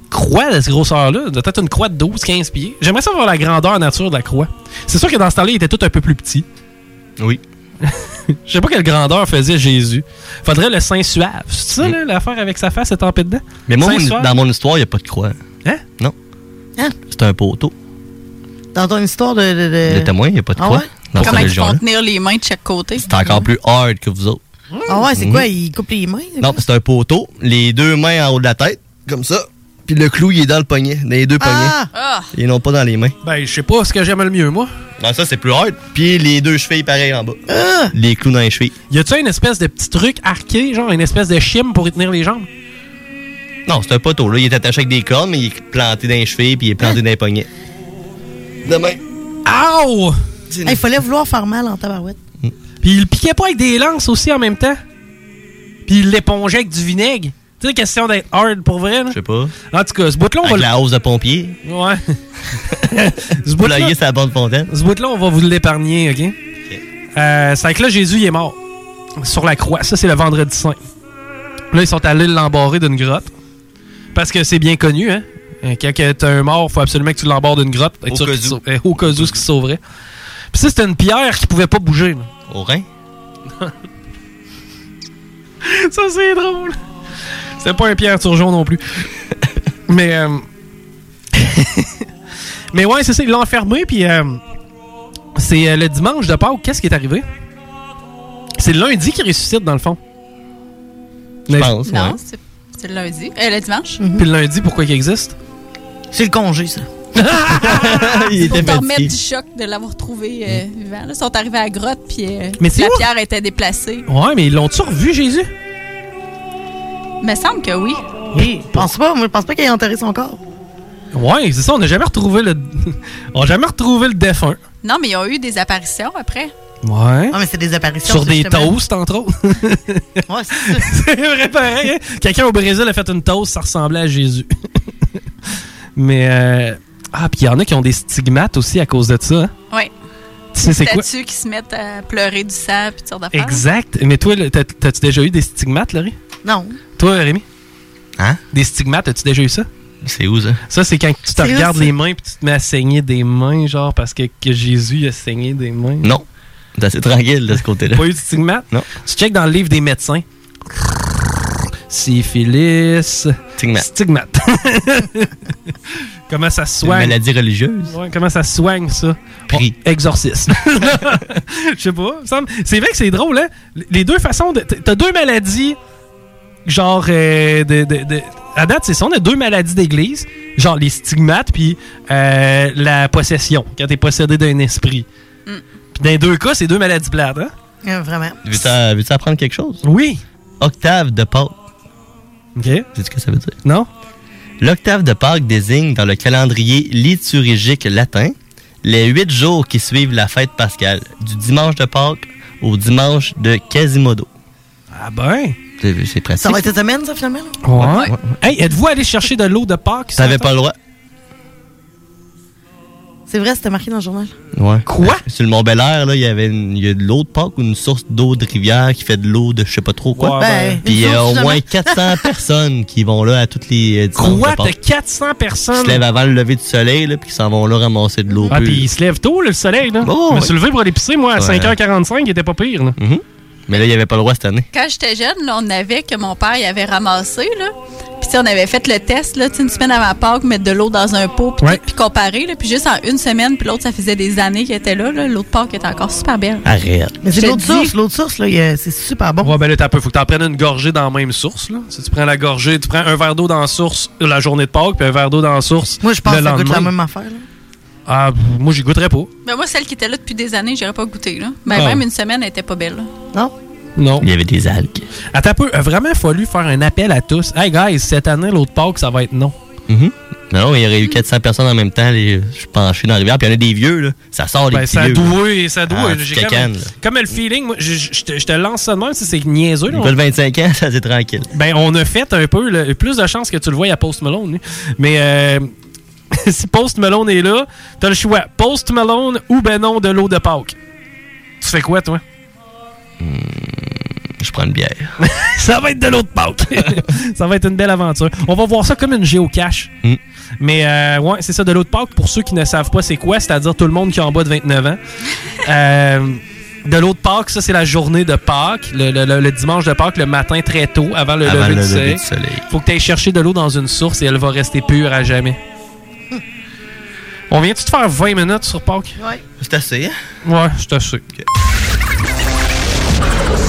Speaker 1: Croix de cette grosseur-là. doit être une croix de 12, 15 pieds. J'aimerais savoir la grandeur nature de la croix. C'est sûr que dans ce temps-là, il était tout un peu plus petit.
Speaker 5: Oui.
Speaker 1: *laughs* Je sais pas quelle grandeur faisait Jésus. Faudrait le Saint suave. C'est ça, là, l'affaire avec sa face étampée dedans?
Speaker 5: Mm. Mais moi,
Speaker 1: Saint
Speaker 5: mon-
Speaker 1: Suave?
Speaker 5: dans mon histoire, il n'y a pas de croix.
Speaker 1: Hein?
Speaker 5: Non.
Speaker 9: Hein?
Speaker 5: C'est un poteau.
Speaker 9: Dans ton histoire de. de, de-
Speaker 5: Le témoin, il n'y a pas de
Speaker 9: Ah
Speaker 5: croix.
Speaker 9: ouais?
Speaker 5: Dans cette
Speaker 7: Comment ils
Speaker 5: religion-là.
Speaker 7: font tenir les mains de chaque côté?
Speaker 5: C'est encore plus hard que vous autres.
Speaker 9: Ah ouais, c'est
Speaker 5: Mhm.
Speaker 9: quoi? Il coupe les mains?
Speaker 5: Non, c'est un poteau, les deux mains en haut de la tête, comme ça. Puis le clou, il est dans le poignet, dans les deux poignets.
Speaker 7: Ah!
Speaker 5: Ils n'ont pas dans les mains.
Speaker 1: Ben, je sais pas ce que j'aime le mieux, moi.
Speaker 5: Non, Ah, ça, c'est plus hard. Puis les deux chevilles, pareil, en bas. Les clous dans les chevilles.
Speaker 1: Y a-tu une espèce de petit truc arqué, genre une espèce de chim pour y tenir les jambes?
Speaker 5: Non, c'est un poteau, là. Il est attaché avec des cordes, mais il est planté dans les chevilles, puis il est planté dans les poignets. Demain.
Speaker 1: Ow!
Speaker 9: Il fallait vouloir faire mal en tabarouette.
Speaker 1: Puis il le piquait pas avec des lances aussi en même temps. Puis il l'épongeait avec du vinaigre. Tu sais, question d'être hard pour vrai, là.
Speaker 5: Je sais pas.
Speaker 1: En tout cas, ce bout-là, on
Speaker 5: Avec
Speaker 1: va le.
Speaker 5: la hausse de pompier. *laughs*
Speaker 1: Ouais. ce
Speaker 5: Vous
Speaker 1: bout-là,
Speaker 5: l'aillez sur la bande fontaine.
Speaker 1: ce bout-là, on va vous l'épargner, OK? Euh, c'est que là, Jésus, il est mort. Sur la croix. Ça, c'est le vendredi saint. Là, ils sont allés l'embarrer d'une grotte. Parce que c'est bien connu, hein? Euh, Quand que t'as un mort, faut absolument que tu l'embarres d'une grotte. pour être
Speaker 5: Au
Speaker 1: sûr
Speaker 5: cas
Speaker 1: qu'il
Speaker 5: où.
Speaker 1: sau- euh, Au cas où ce qui se sauverait. Puis ça, c'était une pierre qui pouvait pas bouger. là.
Speaker 5: Au rein.
Speaker 1: *laughs* Ça, c'est drôle. C'était pas un Pierre Turgeon non plus. *laughs* Mais. euh, *laughs* Mais ouais, c'est ça, ils l'ont enfermé, puis. euh, C'est euh, le dimanche de Pâques, qu'est-ce qui est arrivé? C'est le lundi qui ressuscite, dans le fond. Je
Speaker 5: pense,
Speaker 7: Non, c'est c'est le lundi. Euh, le dimanche.
Speaker 1: Mhm. Puis le lundi,
Speaker 7: *laughs*
Speaker 1: pourquoi il existe?
Speaker 9: C'est le congé, ça.
Speaker 5: *laughs* il
Speaker 7: Ah,
Speaker 5: Mhm.
Speaker 7: Pour te remettre du choc de l'avoir trouvé euh, vivant. là. Ils sont arrivés à la grotte, puis euh,
Speaker 1: Mais c'est
Speaker 7: la
Speaker 1: où?
Speaker 7: pierre était déplacée.
Speaker 1: Ouais, mais ils l'ont-tu revu, Jésus?
Speaker 7: me semble que oui.
Speaker 9: Oui. Je pense pas, moi, je pense pas qu'il ait enterré son corps.
Speaker 1: Ouais, c'est ça, on n'a jamais retrouvé le. *laughs* on n'a jamais retrouvé le défunt.
Speaker 7: Non, mais ils ont eu des apparitions après.
Speaker 1: Ouais.
Speaker 9: Ah, mais c'est des apparitions.
Speaker 1: Sur des
Speaker 9: justement.
Speaker 1: toasts, entre autres. *laughs*
Speaker 9: Ouais, c'est ça.
Speaker 1: C'est vrai pareil. hein? Quelqu'un au Brésil a fait une toast, ça ressemblait à Jésus. *laughs* Mais euh, ah, puis il y en a qui ont des stigmates aussi à cause de ça. hein?
Speaker 7: Oui.
Speaker 1: Tu sais c'est quoi
Speaker 7: statues qui se mettent à pleurer du sang puis de
Speaker 9: Ah.
Speaker 7: sortes d'affaires.
Speaker 1: Exact. Mais toi, le- t'as- t'as-tu déjà eu des stigmates, Laurie
Speaker 9: Non.
Speaker 1: Toi, Rémi
Speaker 5: Hein
Speaker 1: Des stigmates, as-tu déjà eu ça
Speaker 5: C'est où, ça?
Speaker 1: Ça, c'est quand tu te
Speaker 5: C'est où,
Speaker 1: regardes
Speaker 5: ça?
Speaker 1: les mains puis tu te mets à saigner des mains, genre parce que, que Jésus a saigné des mains.
Speaker 5: Non. C'est assez tranquille de ce côté-là.
Speaker 1: Pas eu de stigmate
Speaker 5: Non.
Speaker 1: Tu checkes dans le livre des médecins. syphilis,
Speaker 5: stigmate.
Speaker 1: *laughs* comment ça se
Speaker 5: Une
Speaker 1: soigne?
Speaker 5: maladie religieuse.
Speaker 1: Ouais, comment ça se soigne, ça?
Speaker 5: Prie.
Speaker 1: Oh, exorcisme. *laughs* Je sais pas. il me semble- C'est vrai que c'est drôle, hein? Les deux façons. de- T'as deux maladies, genre. euh, de, de- de- à date, c'est ça. On a deux maladies d'église, genre les stigmates, puis euh, la possession, quand t'es possédé d'un esprit. Puis dans les deux cas, c'est deux maladies plates, hein?
Speaker 9: Euh, Vraiment.
Speaker 5: Veux-tu veux-tu apprendre quelque chose?
Speaker 1: Oui.
Speaker 5: Octave de Pâques.
Speaker 1: OK. sais
Speaker 5: ce que ça veut dire?
Speaker 1: Non.
Speaker 5: L'octave de Pâques désigne dans le calendrier liturgique latin les huit jours qui suivent la fête pascale, du dimanche de Pâques au dimanche de Quasimodo.
Speaker 1: Ah ben!
Speaker 5: C'est c'est pratique.
Speaker 9: Ça va être cette semaine, ça, finalement? là?
Speaker 1: Ouais. Hey, êtes-vous allé chercher de l'eau de Pâques?
Speaker 5: T'avais pas le droit.
Speaker 9: C'est vrai, c'était marqué dans le journal.
Speaker 5: Ouais.
Speaker 1: Quoi?
Speaker 5: *laughs* Sur le Mont Bel Air, là, il y avait une- il y a de l'eau de Pâques ou une source d'eau de rivière qui fait de l'eau de je sais pas trop quoi.
Speaker 9: Ouais, ben,
Speaker 5: Puis il y
Speaker 9: une
Speaker 5: a
Speaker 9: source,
Speaker 5: au moins
Speaker 9: finalement. *laughs*
Speaker 5: 400 personnes qui vont là à toutes les euh, dimanches
Speaker 1: Quoi?
Speaker 5: de
Speaker 1: T'as
Speaker 5: Pâques.
Speaker 1: 400
Speaker 5: Ils se
Speaker 1: personnes.
Speaker 5: lèvent avant le lever du soleil, là, puis ils s'en vont là ramasser de l'eau.
Speaker 1: Ah,
Speaker 5: pure.
Speaker 1: puis il se lève tôt, là, le soleil. Là.
Speaker 5: Bon,
Speaker 1: je me
Speaker 5: ouais.
Speaker 1: suis levé pour aller pisser, moi, à
Speaker 5: Ouais.
Speaker 1: 5h45, il était pas pire. Là.
Speaker 5: Mhm. Mais là, il n'y avait pas le droit cette année.
Speaker 7: Quand j'étais jeune, là, on avait que mon père il avait ramassé, là. Puis tu sais, on avait fait le test, là, tu sais, une semaine avant Pâques, mettre de l'eau dans un pot, puis
Speaker 1: Ouais.
Speaker 7: tout, puis comparer, là. Puis juste en une semaine, puis l'autre, ça faisait des années qu'il était là, là. L'eau de Pâques était encore super belle.
Speaker 5: Arrête.
Speaker 9: Mais c'est
Speaker 7: Je te
Speaker 9: l'autre
Speaker 7: dis-
Speaker 9: source, l'autre source, là, il y a- c'est super bon.
Speaker 1: Ouais, ben là, t'as un peu. Faut que t'en prennes une gorgée dans la même source. Là. Si tu prends la gorgée, tu prends un verre d'eau dans la source euh, la journée de Pâques, puis un verre d'eau dans la source.
Speaker 9: Moi, je pense
Speaker 1: le
Speaker 9: que ça goûte
Speaker 1: lendemain.
Speaker 9: la même affaire. là.
Speaker 1: Ah, pff, moi, j'y goûterais pas.
Speaker 7: Ben moi, celle qui était là depuis des années, j'aurais pas goûté, là. Ben
Speaker 1: Ah.
Speaker 7: même une semaine, elle était pas belle, là.
Speaker 9: Non?
Speaker 1: Non.
Speaker 5: Il y avait des algues.
Speaker 1: Attends un peu. A vraiment fallu faire un appel à tous. Hey, guys, cette année, l'autre Pâques, ça va être non. Mm-hmm.
Speaker 5: Mhm. Non, il y aurait eu 400 personnes en même temps, les, je suis penché dans la rivière, puis il y en a des vieux, là. Ça sort, les
Speaker 1: Ben,
Speaker 5: petits
Speaker 1: ça
Speaker 5: vieux.
Speaker 1: doué, ça doué.
Speaker 5: Ah,
Speaker 1: J'ai comme,
Speaker 5: petite cacane, là.
Speaker 1: comme le feeling, moi, je, je- je te, je te lance ça de même, tu sais, c'est niaiseux. là.
Speaker 5: Le gars de 25 ans, *laughs* ça c'est tranquille.
Speaker 1: Ben, on a fait un peu là, plus de chance que tu le vois à Post Malone. lui. Mais euh, *laughs* si Post Malone est là, t'as le choix. Post Malone ou ben non de l'eau de Pâques. Tu fais quoi, toi?
Speaker 5: Je prends une bière.
Speaker 1: ça va être de l'eau de
Speaker 5: *laughs*
Speaker 1: Pâques. ça va être une belle aventure. On va voir ça comme une géocache.
Speaker 5: Mm.
Speaker 1: Mais euh, ouais, c'est ça, de l'eau de Pâques, pour ceux qui ne savent pas c'est quoi, c'est-à-dire tout le monde qui est en bas de 29
Speaker 5: *laughs*
Speaker 1: ans. Euh, de l'eau de Pâques, ça c'est la journée de Pâques, le, le- le- le dimanche de Pâques, le matin très tôt, avant le
Speaker 5: Avant
Speaker 1: lever,
Speaker 5: le
Speaker 1: du,
Speaker 5: lever
Speaker 1: soleil.
Speaker 5: du soleil.
Speaker 1: Faut que tu ailles chercher de l'eau dans une source et elle va rester pure à jamais.
Speaker 5: Hmm.
Speaker 1: On vient-tu de faire 20 minutes sur Pâques?
Speaker 9: Ouais.
Speaker 5: C'est assez, hein?
Speaker 1: Ouais, je t'assure.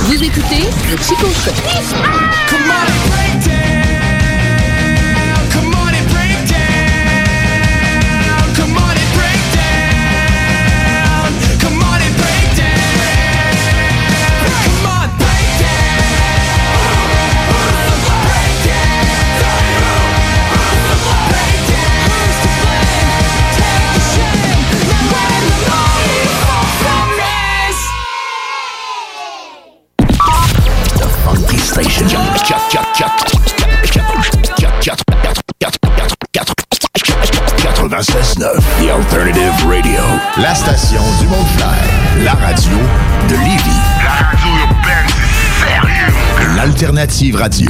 Speaker 17: Vous écoutez le Chico Show.
Speaker 15: The Alternative Radio. La station du monde fly. La radio de Lévis. La radio urbaine, sérieux. L'alternative radio.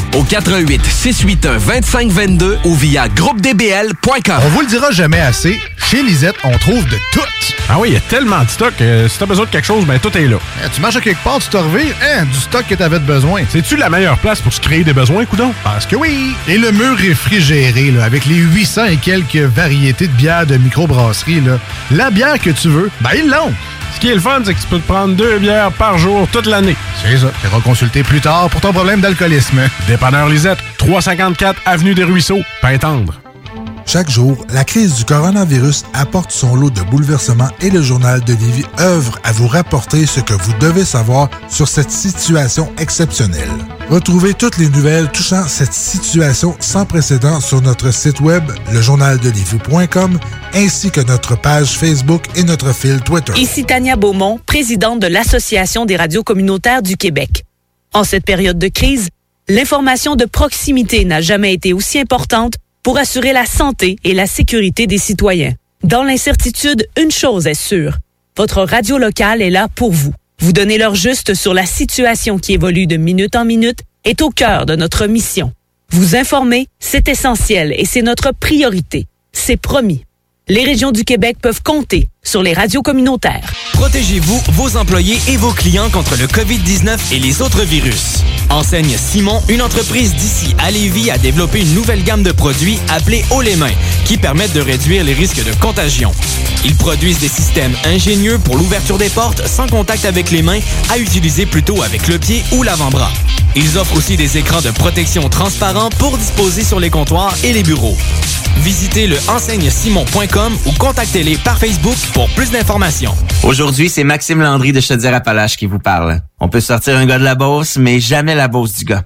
Speaker 6: au 88 681 2522 ou via groupedbl.com.
Speaker 8: On vous le dira jamais assez, chez Lisette, on trouve de tout. Ah oui, il y a tellement de stock. que si t'as besoin de quelque chose, ben tout est là. tu marches à quelque part, tu te revires, hein, du stock que t'avais de besoin. C'est-tu la meilleure place pour se créer des besoins, coudon? Parce que oui! Et le mur réfrigéré, là, avec les 800 et quelques variétés de bières de microbrasserie, là, la bière que tu veux, ben ils l'ont! Ce qui est le fun, c'est que tu peux te prendre deux bières par jour toute l'année. C'est ça. Tu consulter plus tard pour ton problème d'alcoolisme.
Speaker 43: Dépanneur Lisette, 354 Avenue des Ruisseaux, Pintendre.
Speaker 30: Chaque jour, la crise du coronavirus apporte son lot de bouleversements et le journal de Livy œuvre à vous rapporter ce que vous devez savoir sur cette situation exceptionnelle. Retrouvez toutes les nouvelles touchant cette situation sans précédent sur notre site web, lejournaldelivy.com, ainsi que notre page Facebook et notre fil Twitter.
Speaker 44: Ici Tania Beaumont, présidente de l'Association des radios communautaires du Québec.
Speaker 16: En cette période de crise, l'information de proximité n'a jamais été aussi importante pour assurer la santé et la sécurité des citoyens. Dans l'incertitude, une chose est sûre. Votre radio locale est là pour vous. Vous donner leur juste sur la situation qui évolue de minute en minute est au cœur de notre mission. Vous informer, c'est essentiel et c'est notre priorité. C'est promis. Les régions du Québec peuvent compter sur les radios communautaires.
Speaker 13: Protégez-vous, vos employés et vos clients contre le COVID-19 et les autres virus. Enseigne Simon, une entreprise d'ici à Lévis, a développé une nouvelle gamme de produits appelée Haut les mains, qui permettent de réduire les risques de contagion. Ils produisent des systèmes ingénieux pour l'ouverture des portes sans contact avec les mains, à utiliser plutôt avec le pied ou l'avant-bras. Ils offrent aussi des écrans de protection transparents pour disposer sur les comptoirs et les bureaux. Visitez le enseignesimon.com ou contactez-les par Facebook pour plus d'informations.
Speaker 16: Aujourd'hui, c'est Maxime Landry de Chaudière-Appalaches qui vous parle. On peut sortir un gars de la Beauce, mais jamais la Beauce du gars.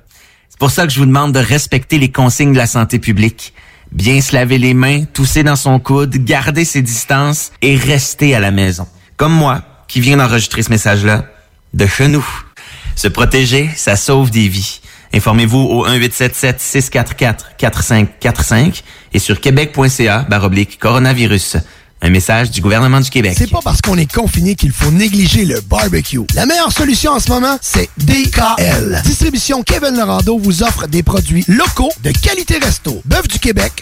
Speaker 16: C'est pour ça que je vous demande de respecter les consignes de la santé publique. Bien se laver les mains, tousser dans son coude, garder ses distances et rester à la maison. Comme moi, qui viens d'enregistrer ce message-là, de chez nous. Se protéger, ça sauve des vies. Informez-vous au 1-877-644-4545 et sur québec.ca baroblique coronavirus. Un message du gouvernement du Québec.
Speaker 15: C'est pas parce qu'on est confiné qu'il faut négliger le barbecue. La meilleure solution en ce moment, c'est DKL. Distribution Kevin Lorando vous offre des produits locaux de qualité resto. Bœuf du Québec,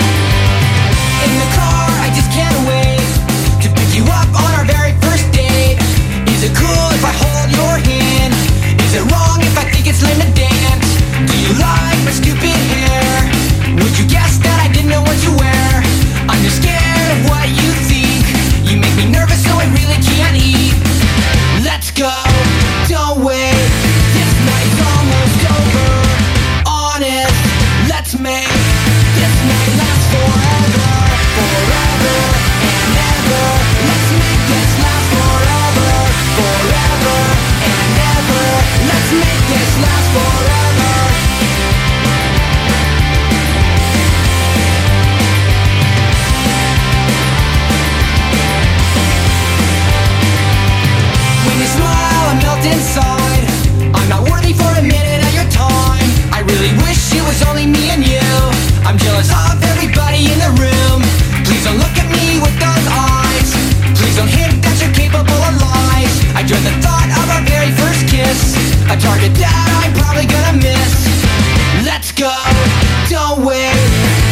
Speaker 17: In the car, I just can't wait to pick you up on our very first date. Is it cool if I hold your hand? Is it wrong if I think it's lame to dance? Do you like my stupid hair? Would you guess that I didn't know what you wear? I'm just scared of what you think. You make me nervous, so I really can't eat. Let's go, don't wait. This night's almost over. Honest, let's make this night last forever. When you smile, I melt inside. I'm not worthy for a minute of your time. I really wish it was only me and you. I'm jealous of everybody in the room. Please don't look at me with those eyes. Please don't hint that you're capable of lies. I dread the thought of our very first kiss. A target that I'm probably gonna miss. Let's go. Don't wait.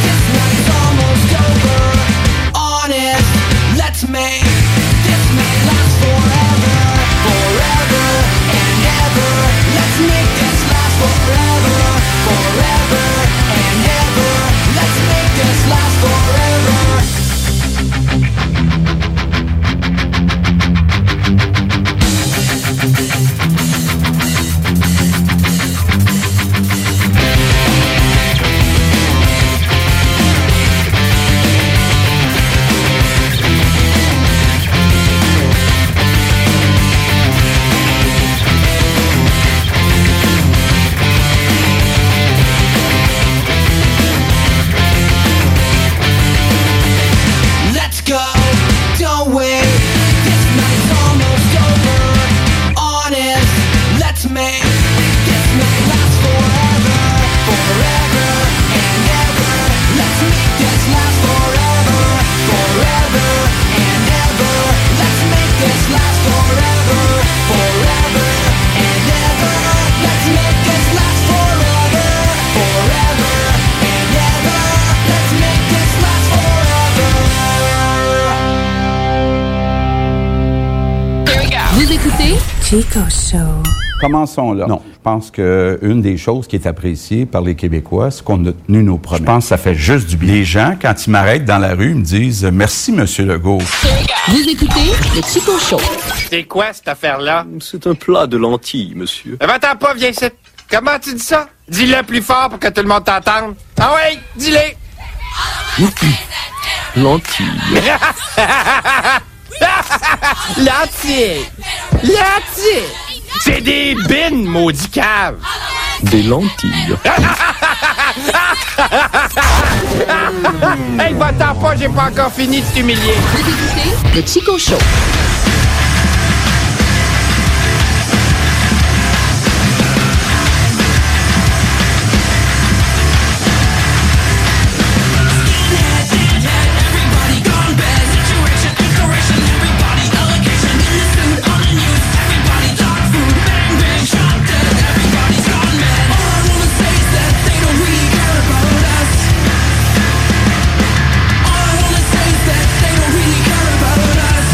Speaker 17: This night's almost over. Honest. Let's make this night last forever. Forever and ever. Let's make this last forever. Forever and ever. Let's make this last forever. Let's go. Don't wait. This night's almost over. Honest. Let's make this night last forever. Forever and ever. Let's make this last forever. Forever and ever. Let's make this last forever. Forever and ever. Let's make this last forever. Forever and ever. Let's make this last forever.
Speaker 45: Vous écoutez Chico Show. *laughs* Commençons là. Non. Je pense qu'une des choses qui est appréciée par les Québécois, c'est qu'on a tenu nos promesses. Je pense que ça fait juste du bien. Les gens, quand ils m'arrêtent dans la rue, ils me disent « Merci, Monsieur Legault ».
Speaker 46: Vous
Speaker 1: *laughs*
Speaker 46: écoutez le Chico Show.
Speaker 17: C'est quoi cette affaire-là?
Speaker 47: C'est un plat de lentilles, monsieur.
Speaker 17: Eh ben, attends pas, viens ici. Comment tu dis ça? Dis-le plus fort pour que tout le monde t'entende. Ah oui, dis-le!
Speaker 47: Lentilles.
Speaker 17: L'entier! L'entier! C'est des bines, maudit cave!
Speaker 47: Des lentilles.
Speaker 17: *laughs* hey, va-t'en pas, j'ai pas encore fini de t'humilier.
Speaker 46: Le Chico Show.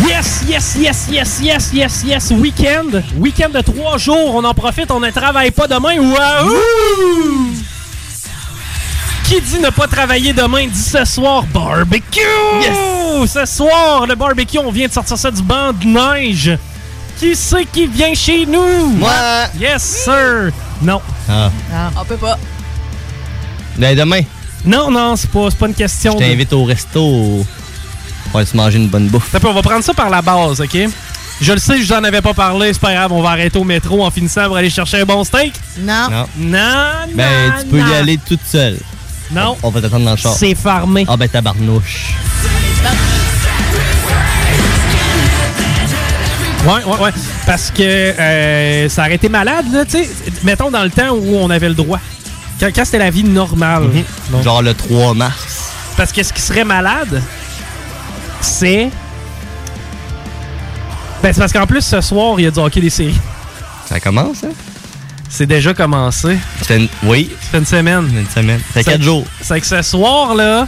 Speaker 1: Yes, yes, yes, yes, yes, yes, yes, week-end. Week-end de trois jours, on en profite, on ne travaille pas demain. Waouh! Qui dit ne pas travailler demain dit ce soir barbecue! Yes! Ce soir, le barbecue, on vient de sortir ça du banc de neige. Qui c'est qui vient chez nous? Moi! Yes, sir! Non.
Speaker 5: Ah.
Speaker 7: On peut pas.
Speaker 5: Ben, demain,
Speaker 1: Non, non, c'est pas, c'est pas une question.
Speaker 5: je
Speaker 1: de-
Speaker 5: t'invite au resto. On va se manger une bonne bouffe.
Speaker 1: Attends, on va prendre ça par la base, OK? Je le sais, je vous en avais pas parlé, c'est pas grave, on va arrêter au métro en finissant pour aller chercher un bon steak.
Speaker 9: Non.
Speaker 5: Non.
Speaker 1: Non,
Speaker 5: Ben,
Speaker 1: non,
Speaker 5: tu peux
Speaker 1: non.
Speaker 5: y aller toute seule.
Speaker 1: Non.
Speaker 5: On va t'attendre dans le char.
Speaker 1: C'est farmé.
Speaker 5: Ah, ben, tabarnouche.
Speaker 1: Ouais, ouais, ouais. Parce que euh, ça aurait été malade, là, tu sais. Mettons dans le temps où on avait le droit. Quand, quand c'était la vie normale.
Speaker 5: Genre le 3 mars.
Speaker 1: Parce que ce qui serait malade, c'est. Ben, c'est parce qu'en plus, ce soir, il y a du hockey des séries.
Speaker 5: Ça commence, hein?
Speaker 1: C'est déjà commencé.
Speaker 5: Oui.
Speaker 1: C'est une semaine.
Speaker 5: Une semaine. C'est 4 jours.
Speaker 1: C'est que ce soir, là.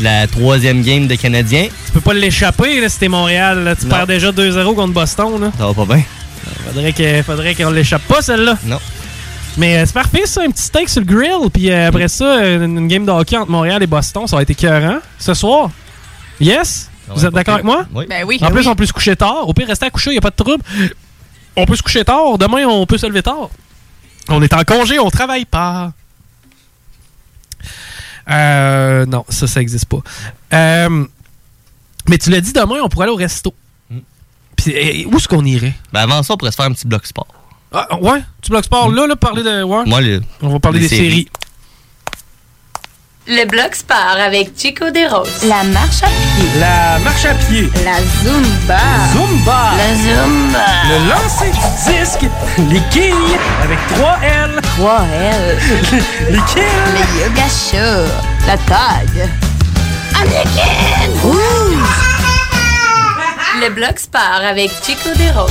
Speaker 5: La troisième game de Canadiens.
Speaker 1: Tu peux pas l'échapper, là, si t'es Montréal. là. Tu perds déjà 2-0 contre Boston, là.
Speaker 5: Ça va pas bien.
Speaker 1: Faudrait que- faudrait qu'on l'échappe pas, celle-là.
Speaker 5: Non.
Speaker 1: Mais euh, c'est parfait, ça, un petit steak sur le grill. Puis euh, après ça, euh, une, une game de hockey entre Montréal et Boston, ça aurait été écœurant. Ce soir, yes?
Speaker 5: Ça
Speaker 1: Vous
Speaker 5: aurait
Speaker 1: êtes
Speaker 5: pas
Speaker 1: d'accord avec
Speaker 5: été-
Speaker 1: moi?
Speaker 5: Oui. Ben oui.
Speaker 1: En
Speaker 5: Ben
Speaker 1: plus,
Speaker 5: oui.
Speaker 1: on peut se coucher tard. Au pire, rester à coucher, il a pas de trouble. On peut se coucher tard. Demain, on peut se lever tard. On est en congé, on travaille pas. Euh, non, ça, ça existe pas. Euh, mais tu l'as dit, demain, on pourrait aller au resto.
Speaker 5: Hmm.
Speaker 1: Puis, eh, où est-ce qu'on irait?
Speaker 5: Ben, avant ça, on pourrait se faire un petit bloc sport.
Speaker 1: Ah, ouais, tu bloques sport. Là, là, parler de. Ouais.
Speaker 5: Moi, le-
Speaker 1: On va parler
Speaker 5: les
Speaker 1: des séries.
Speaker 2: Le bloc part avec Chico Desroses. La marche à pied.
Speaker 1: La marche à pied.
Speaker 2: La Zumba.
Speaker 1: Zumba.
Speaker 2: La Zumba.
Speaker 1: Le lancer du disque. Les quilles avec 3 L.
Speaker 2: 3 L.
Speaker 1: les quilles.
Speaker 2: Le yoga show. Euh, La tag. Anakin. Le bloc part avec Chico Desroses.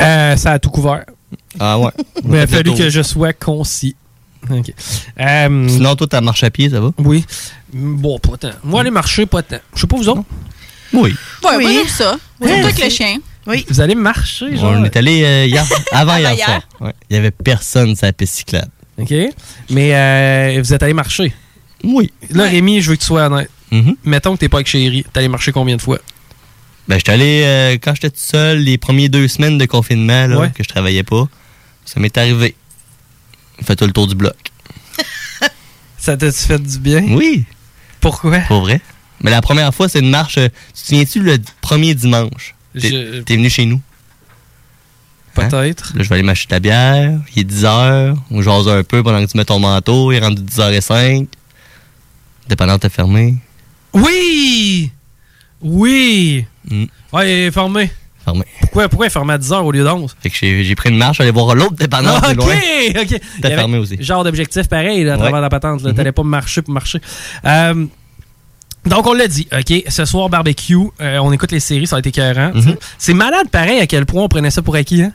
Speaker 1: Euh, ça a tout couvert.
Speaker 5: Ah ouais.
Speaker 1: *laughs* Mais il a Ben, fallu que je sois concis. OK. Euh,
Speaker 5: Sinon, toi, ta marche à pied, ça va?
Speaker 1: Oui. Bon, pas tant. Moi, aller marcher, pas tant. Je sais pas, vous autres.
Speaker 5: Oui.
Speaker 7: Ouais, oui. moi, j'aime ça. Surtout avec le chien.
Speaker 1: Oui. Vous allez marcher, genre.
Speaker 5: On est allé euh, hier, avant hier
Speaker 7: hier.
Speaker 5: soir. Ouais. Il y avait personne sur la piste cyclable.
Speaker 1: OK. Mais euh, vous êtes allé marcher.
Speaker 5: Oui. Mm-hmm.
Speaker 1: Là, Rémi, je veux que tu sois honnête. Mettons que t'es pas avec chérie. T'es allé marcher combien de fois?
Speaker 5: Ben, j'étais allé, euh, quand j'étais tout seul, les premières deux semaines de confinement, là, que je travaillais pas, ça m'est arrivé. fais tout le tour du bloc.
Speaker 1: *laughs* Ça t'a fait du bien?
Speaker 5: Oui.
Speaker 1: Pourquoi?
Speaker 5: Pour vrai. Mais la première fois, c'est une marche. euh, Tu te souviens-tu le d- premier dimanche? T'es
Speaker 1: Je-
Speaker 5: t'es venu chez nous?
Speaker 1: Peut-être.
Speaker 5: Là, je vais aller m'acheter de la bière. Il est 10h. On jase un peu pendant que tu mets ton manteau. Il est rendu 10h05. Dépendant, t'as fermé.
Speaker 1: Oui! Oui! Ouais, il est formé.
Speaker 5: Fermé.
Speaker 1: Pourquoi, pourquoi un format 10 heures au lieu d'11?
Speaker 5: Fait que j'ai j'ai pris une marche, aller voir l'autre dépanneur
Speaker 1: Ah,
Speaker 5: plus
Speaker 1: OK,
Speaker 5: loin.
Speaker 1: OK. Il y avait
Speaker 5: fermé aussi.
Speaker 1: Genre d'objectif pareil là, à
Speaker 5: Ouais. Mm-hmm.
Speaker 1: travers la patente. là. T'allais pas marcher pour marcher. Euh, donc, on l'a dit, OK, ce soir, barbecue, euh, on écoute les séries, ça a été écœurant. tu
Speaker 5: Mm-hmm.
Speaker 1: sais. C'est malade pareil à quel point on prenait ça pour acquis. Hein?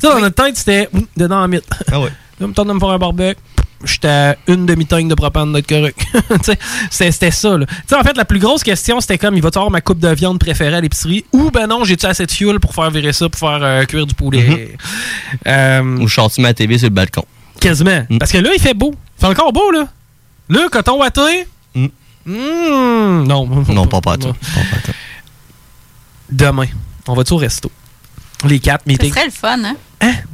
Speaker 1: Tu sais, dans notre tête, c'était hum, dedans en mythe.
Speaker 5: Ah ouais.
Speaker 1: *laughs* Là, me tente de me faire un barbecue. J'étais à une demi-tonne de propane de notre correct. *laughs* Tu sais, c'était c'était ça. là. Tu sais, en fait, la plus grosse question, c'était comme il va avoir ma coupe de viande préférée à l'épicerie ou ben non, j'ai-tu assez de fuel pour faire virer ça, pour faire euh, cuire du poulet.
Speaker 5: Mm-hmm. Ou je sortis ma TV sur le balcon.
Speaker 1: Euh,
Speaker 5: Mm.
Speaker 1: Quasiment. Parce que là, il fait beau. Il fait encore beau, là. Là, coton watté. Mm, Non. *laughs*
Speaker 5: Non, pas pas
Speaker 1: Demain, on va-tu au resto? Les quatre
Speaker 7: Ce
Speaker 1: meetings.
Speaker 7: serait le fun, hein?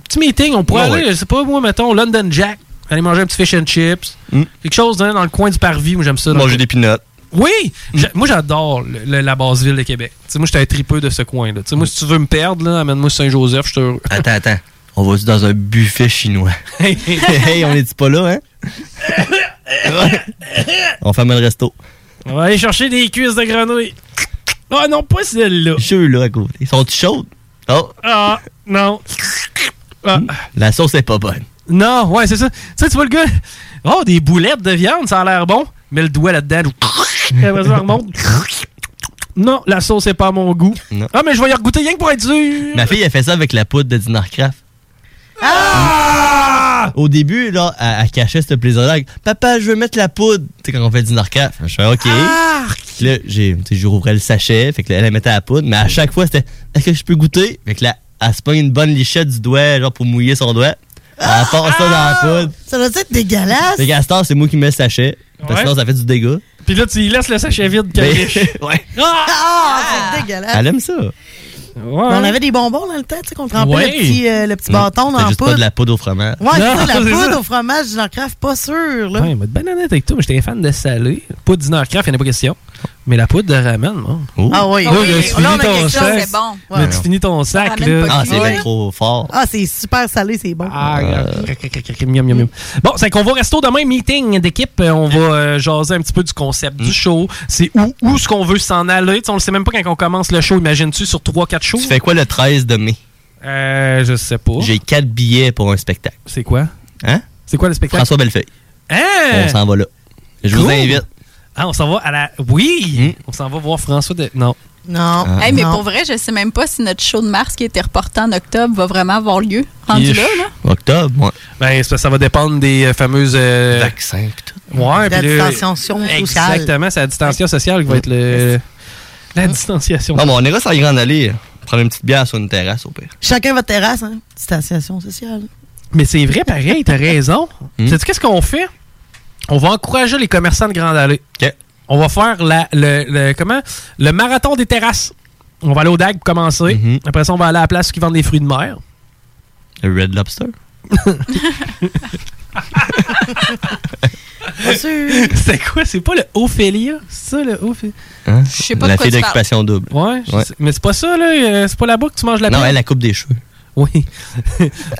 Speaker 1: Petit meeting, on pourrait
Speaker 7: Ouais,
Speaker 1: aller, je sais pas, moi, mettons, London Jack. Aller manger un petit fish and chips. Quelque chose hein, dans le coin du parvis, moi, j'aime ça. dans le
Speaker 5: Mm. Manger des Mm. pinottes.
Speaker 1: oui! J'a- Moi, j'adore le- le- la basse ville de Québec. Tu sais, moi, j'étais un tripeux de ce coin-là. Tu sais, Moi, si tu veux me perdre, là, amène-moi Saint-Joseph, je te.
Speaker 5: Mm. Attends, attends. On va-tu dans un buffet chinois?
Speaker 1: hey,
Speaker 5: hey, on est-tu pas là, hein? *laughs* on ferme le resto.
Speaker 1: On va aller chercher des cuisses de grenouille. Ah non, pas celle-là.
Speaker 5: Ceux-là à côté. Ils Sont-ils chaudes? Oh,
Speaker 1: Ah, *coughs* non. Ah.
Speaker 5: la sauce est pas bonne.
Speaker 1: Non, ouais, c'est ça. Tu sais, tu vois le gars, oh, des boulettes de viande, ça a l'air bon. Mets le doigt là-dedans. puis Après ça, remonte. Non, la sauce, c'est pas à mon goût.
Speaker 5: Non.
Speaker 1: Ah, mais je vais y regoûter rien que pour être sûr.
Speaker 5: Ma fille a fait ça avec la poudre de Dinarcraft.
Speaker 1: Ah!
Speaker 5: Au début, là, elle, elle cachait ce plaisir-là. Elle dit, Papa, je veux mettre la poudre. Tu sais, quand on fait Dinarcraft, je fais OK. Puis Là, j'ai, tu sais, je rouvrais le sachet. Fait que là, elle la mettait à la poudre. Mais à chaque fois, c'était Est-ce que je peux goûter Fait que là, elle se pogne une bonne lichette du doigt, genre pour mouiller son doigt. Elle passe ça dans
Speaker 1: Ah!
Speaker 5: la poudre.
Speaker 9: Ça doit être dégueulasse.
Speaker 5: Fait qu'à cette heure, c'est moi qui mets le sachet. Parce que
Speaker 1: Ouais.
Speaker 5: sinon, ça fait du dégât.
Speaker 1: Puis là, tu y laisses le sachet vide, Ah.
Speaker 5: Ben,
Speaker 1: caliche.
Speaker 5: *laughs* ouais.
Speaker 1: Ah,
Speaker 9: c'est dégueulasse.
Speaker 5: Elle aime ça.
Speaker 9: On avait des bonbons dans le temps, tu sais, qu'on trempait
Speaker 5: Ouais.
Speaker 9: le petit, euh, le petit
Speaker 5: Mm.
Speaker 9: bâton dans
Speaker 5: C'était
Speaker 9: la
Speaker 5: juste pas
Speaker 9: poudre.
Speaker 5: de la poudre au fromage.
Speaker 9: Ouais, c'est ça,
Speaker 1: Non,
Speaker 9: la
Speaker 1: c'est
Speaker 9: poudre
Speaker 1: ça.
Speaker 9: au fromage, j'en crave pas sûr, là.
Speaker 1: Ouais, mais de banane avec toi, moi, j'étais un fan de salé. Pas de dîner craft, il n'y en a pas question. Mais la poudre de ramen, moi.
Speaker 9: Ah oui.
Speaker 1: Là,
Speaker 9: Ah oui.
Speaker 1: là, tu
Speaker 9: Là,
Speaker 1: finis
Speaker 9: on a
Speaker 1: ton
Speaker 9: quelque chose,
Speaker 1: sac.
Speaker 9: c'est bon.
Speaker 1: Là,
Speaker 9: Ouais.
Speaker 1: tu finis ton sac,
Speaker 9: ramène
Speaker 1: là.
Speaker 9: pas
Speaker 5: Ah, c'est bien
Speaker 9: Ouais.
Speaker 5: trop fort.
Speaker 9: Ah, c'est super salé, c'est bon.
Speaker 1: Ah,
Speaker 5: Euh,
Speaker 1: Miam, miam, miam. Bon, c'est qu'on va au resto demain, meeting d'équipe. Euh, On va euh, jaser un petit peu du concept
Speaker 5: Mm.
Speaker 1: du show. C'est où, où ce qu'on veut s'en aller. Tu sais, on le sait même pas quand on commence le show. Imagines-tu sur 3-4 shows?
Speaker 5: Tu fais quoi le 13 de mai?
Speaker 1: Euh, je sais pas.
Speaker 5: J'ai quatre billets pour un spectacle.
Speaker 1: C'est quoi?
Speaker 5: Hein?
Speaker 1: C'est quoi le spectacle?
Speaker 5: François Bellefeuille.
Speaker 1: Hein?
Speaker 5: On s'en va là. Je vous
Speaker 1: Cool.
Speaker 5: invite. Mm.
Speaker 1: Ah, on s'en va à la. Oui! On s'en va voir François de. Non.
Speaker 9: Non.
Speaker 1: Ah.
Speaker 7: Hey, mais
Speaker 1: Non.
Speaker 7: pour vrai, je sais même pas si notre show de mars qui était reporté en octobre va vraiment avoir lieu. Rendu
Speaker 1: Ish.
Speaker 7: là, là.
Speaker 5: Octobre, moi.
Speaker 1: Ben, c'est parce que ça va dépendre des euh, fameuses.
Speaker 5: Vaccins, pis
Speaker 1: tout. Ouais,
Speaker 9: La
Speaker 1: puis là-
Speaker 9: distanciation sociale.
Speaker 1: Exactement, c'est la distanciation sociale qui va être le. Euh, La distanciation.
Speaker 5: Non, mais on ira sur la grande allée. euh, Prendre une petite bière sur une terrasse, au pire.
Speaker 9: Chacun votre terrasse, hein. Distanciation sociale.
Speaker 1: Mais c'est vrai, pareil, t'as
Speaker 5: *laughs*
Speaker 1: raison.
Speaker 5: Hmm.
Speaker 1: Sais-tu qu'est-ce qu'on fait? On va encourager les commerçants de Grande Allée. On va faire la, le, le- comment? le marathon des terrasses. On va aller au DAG pour commencer.
Speaker 5: Mm-hmm.
Speaker 1: Après ça, on va aller à la place qui vendent des fruits de mer.
Speaker 5: Le Red Lobster.
Speaker 1: *laughs* c'est quoi? C'est pas le Ophélia? C'est ça, le Ophélia?
Speaker 5: Hein?
Speaker 1: Je sais pas
Speaker 5: La
Speaker 1: de quoi
Speaker 5: fille
Speaker 1: tu
Speaker 5: d'occupation double.
Speaker 1: Ouais, je sais- mais c'est pas ça, là. euh, C'est pas là-bas que tu manges la
Speaker 5: Non,
Speaker 1: viande.
Speaker 5: elle, la coupe des cheveux.
Speaker 1: Oui.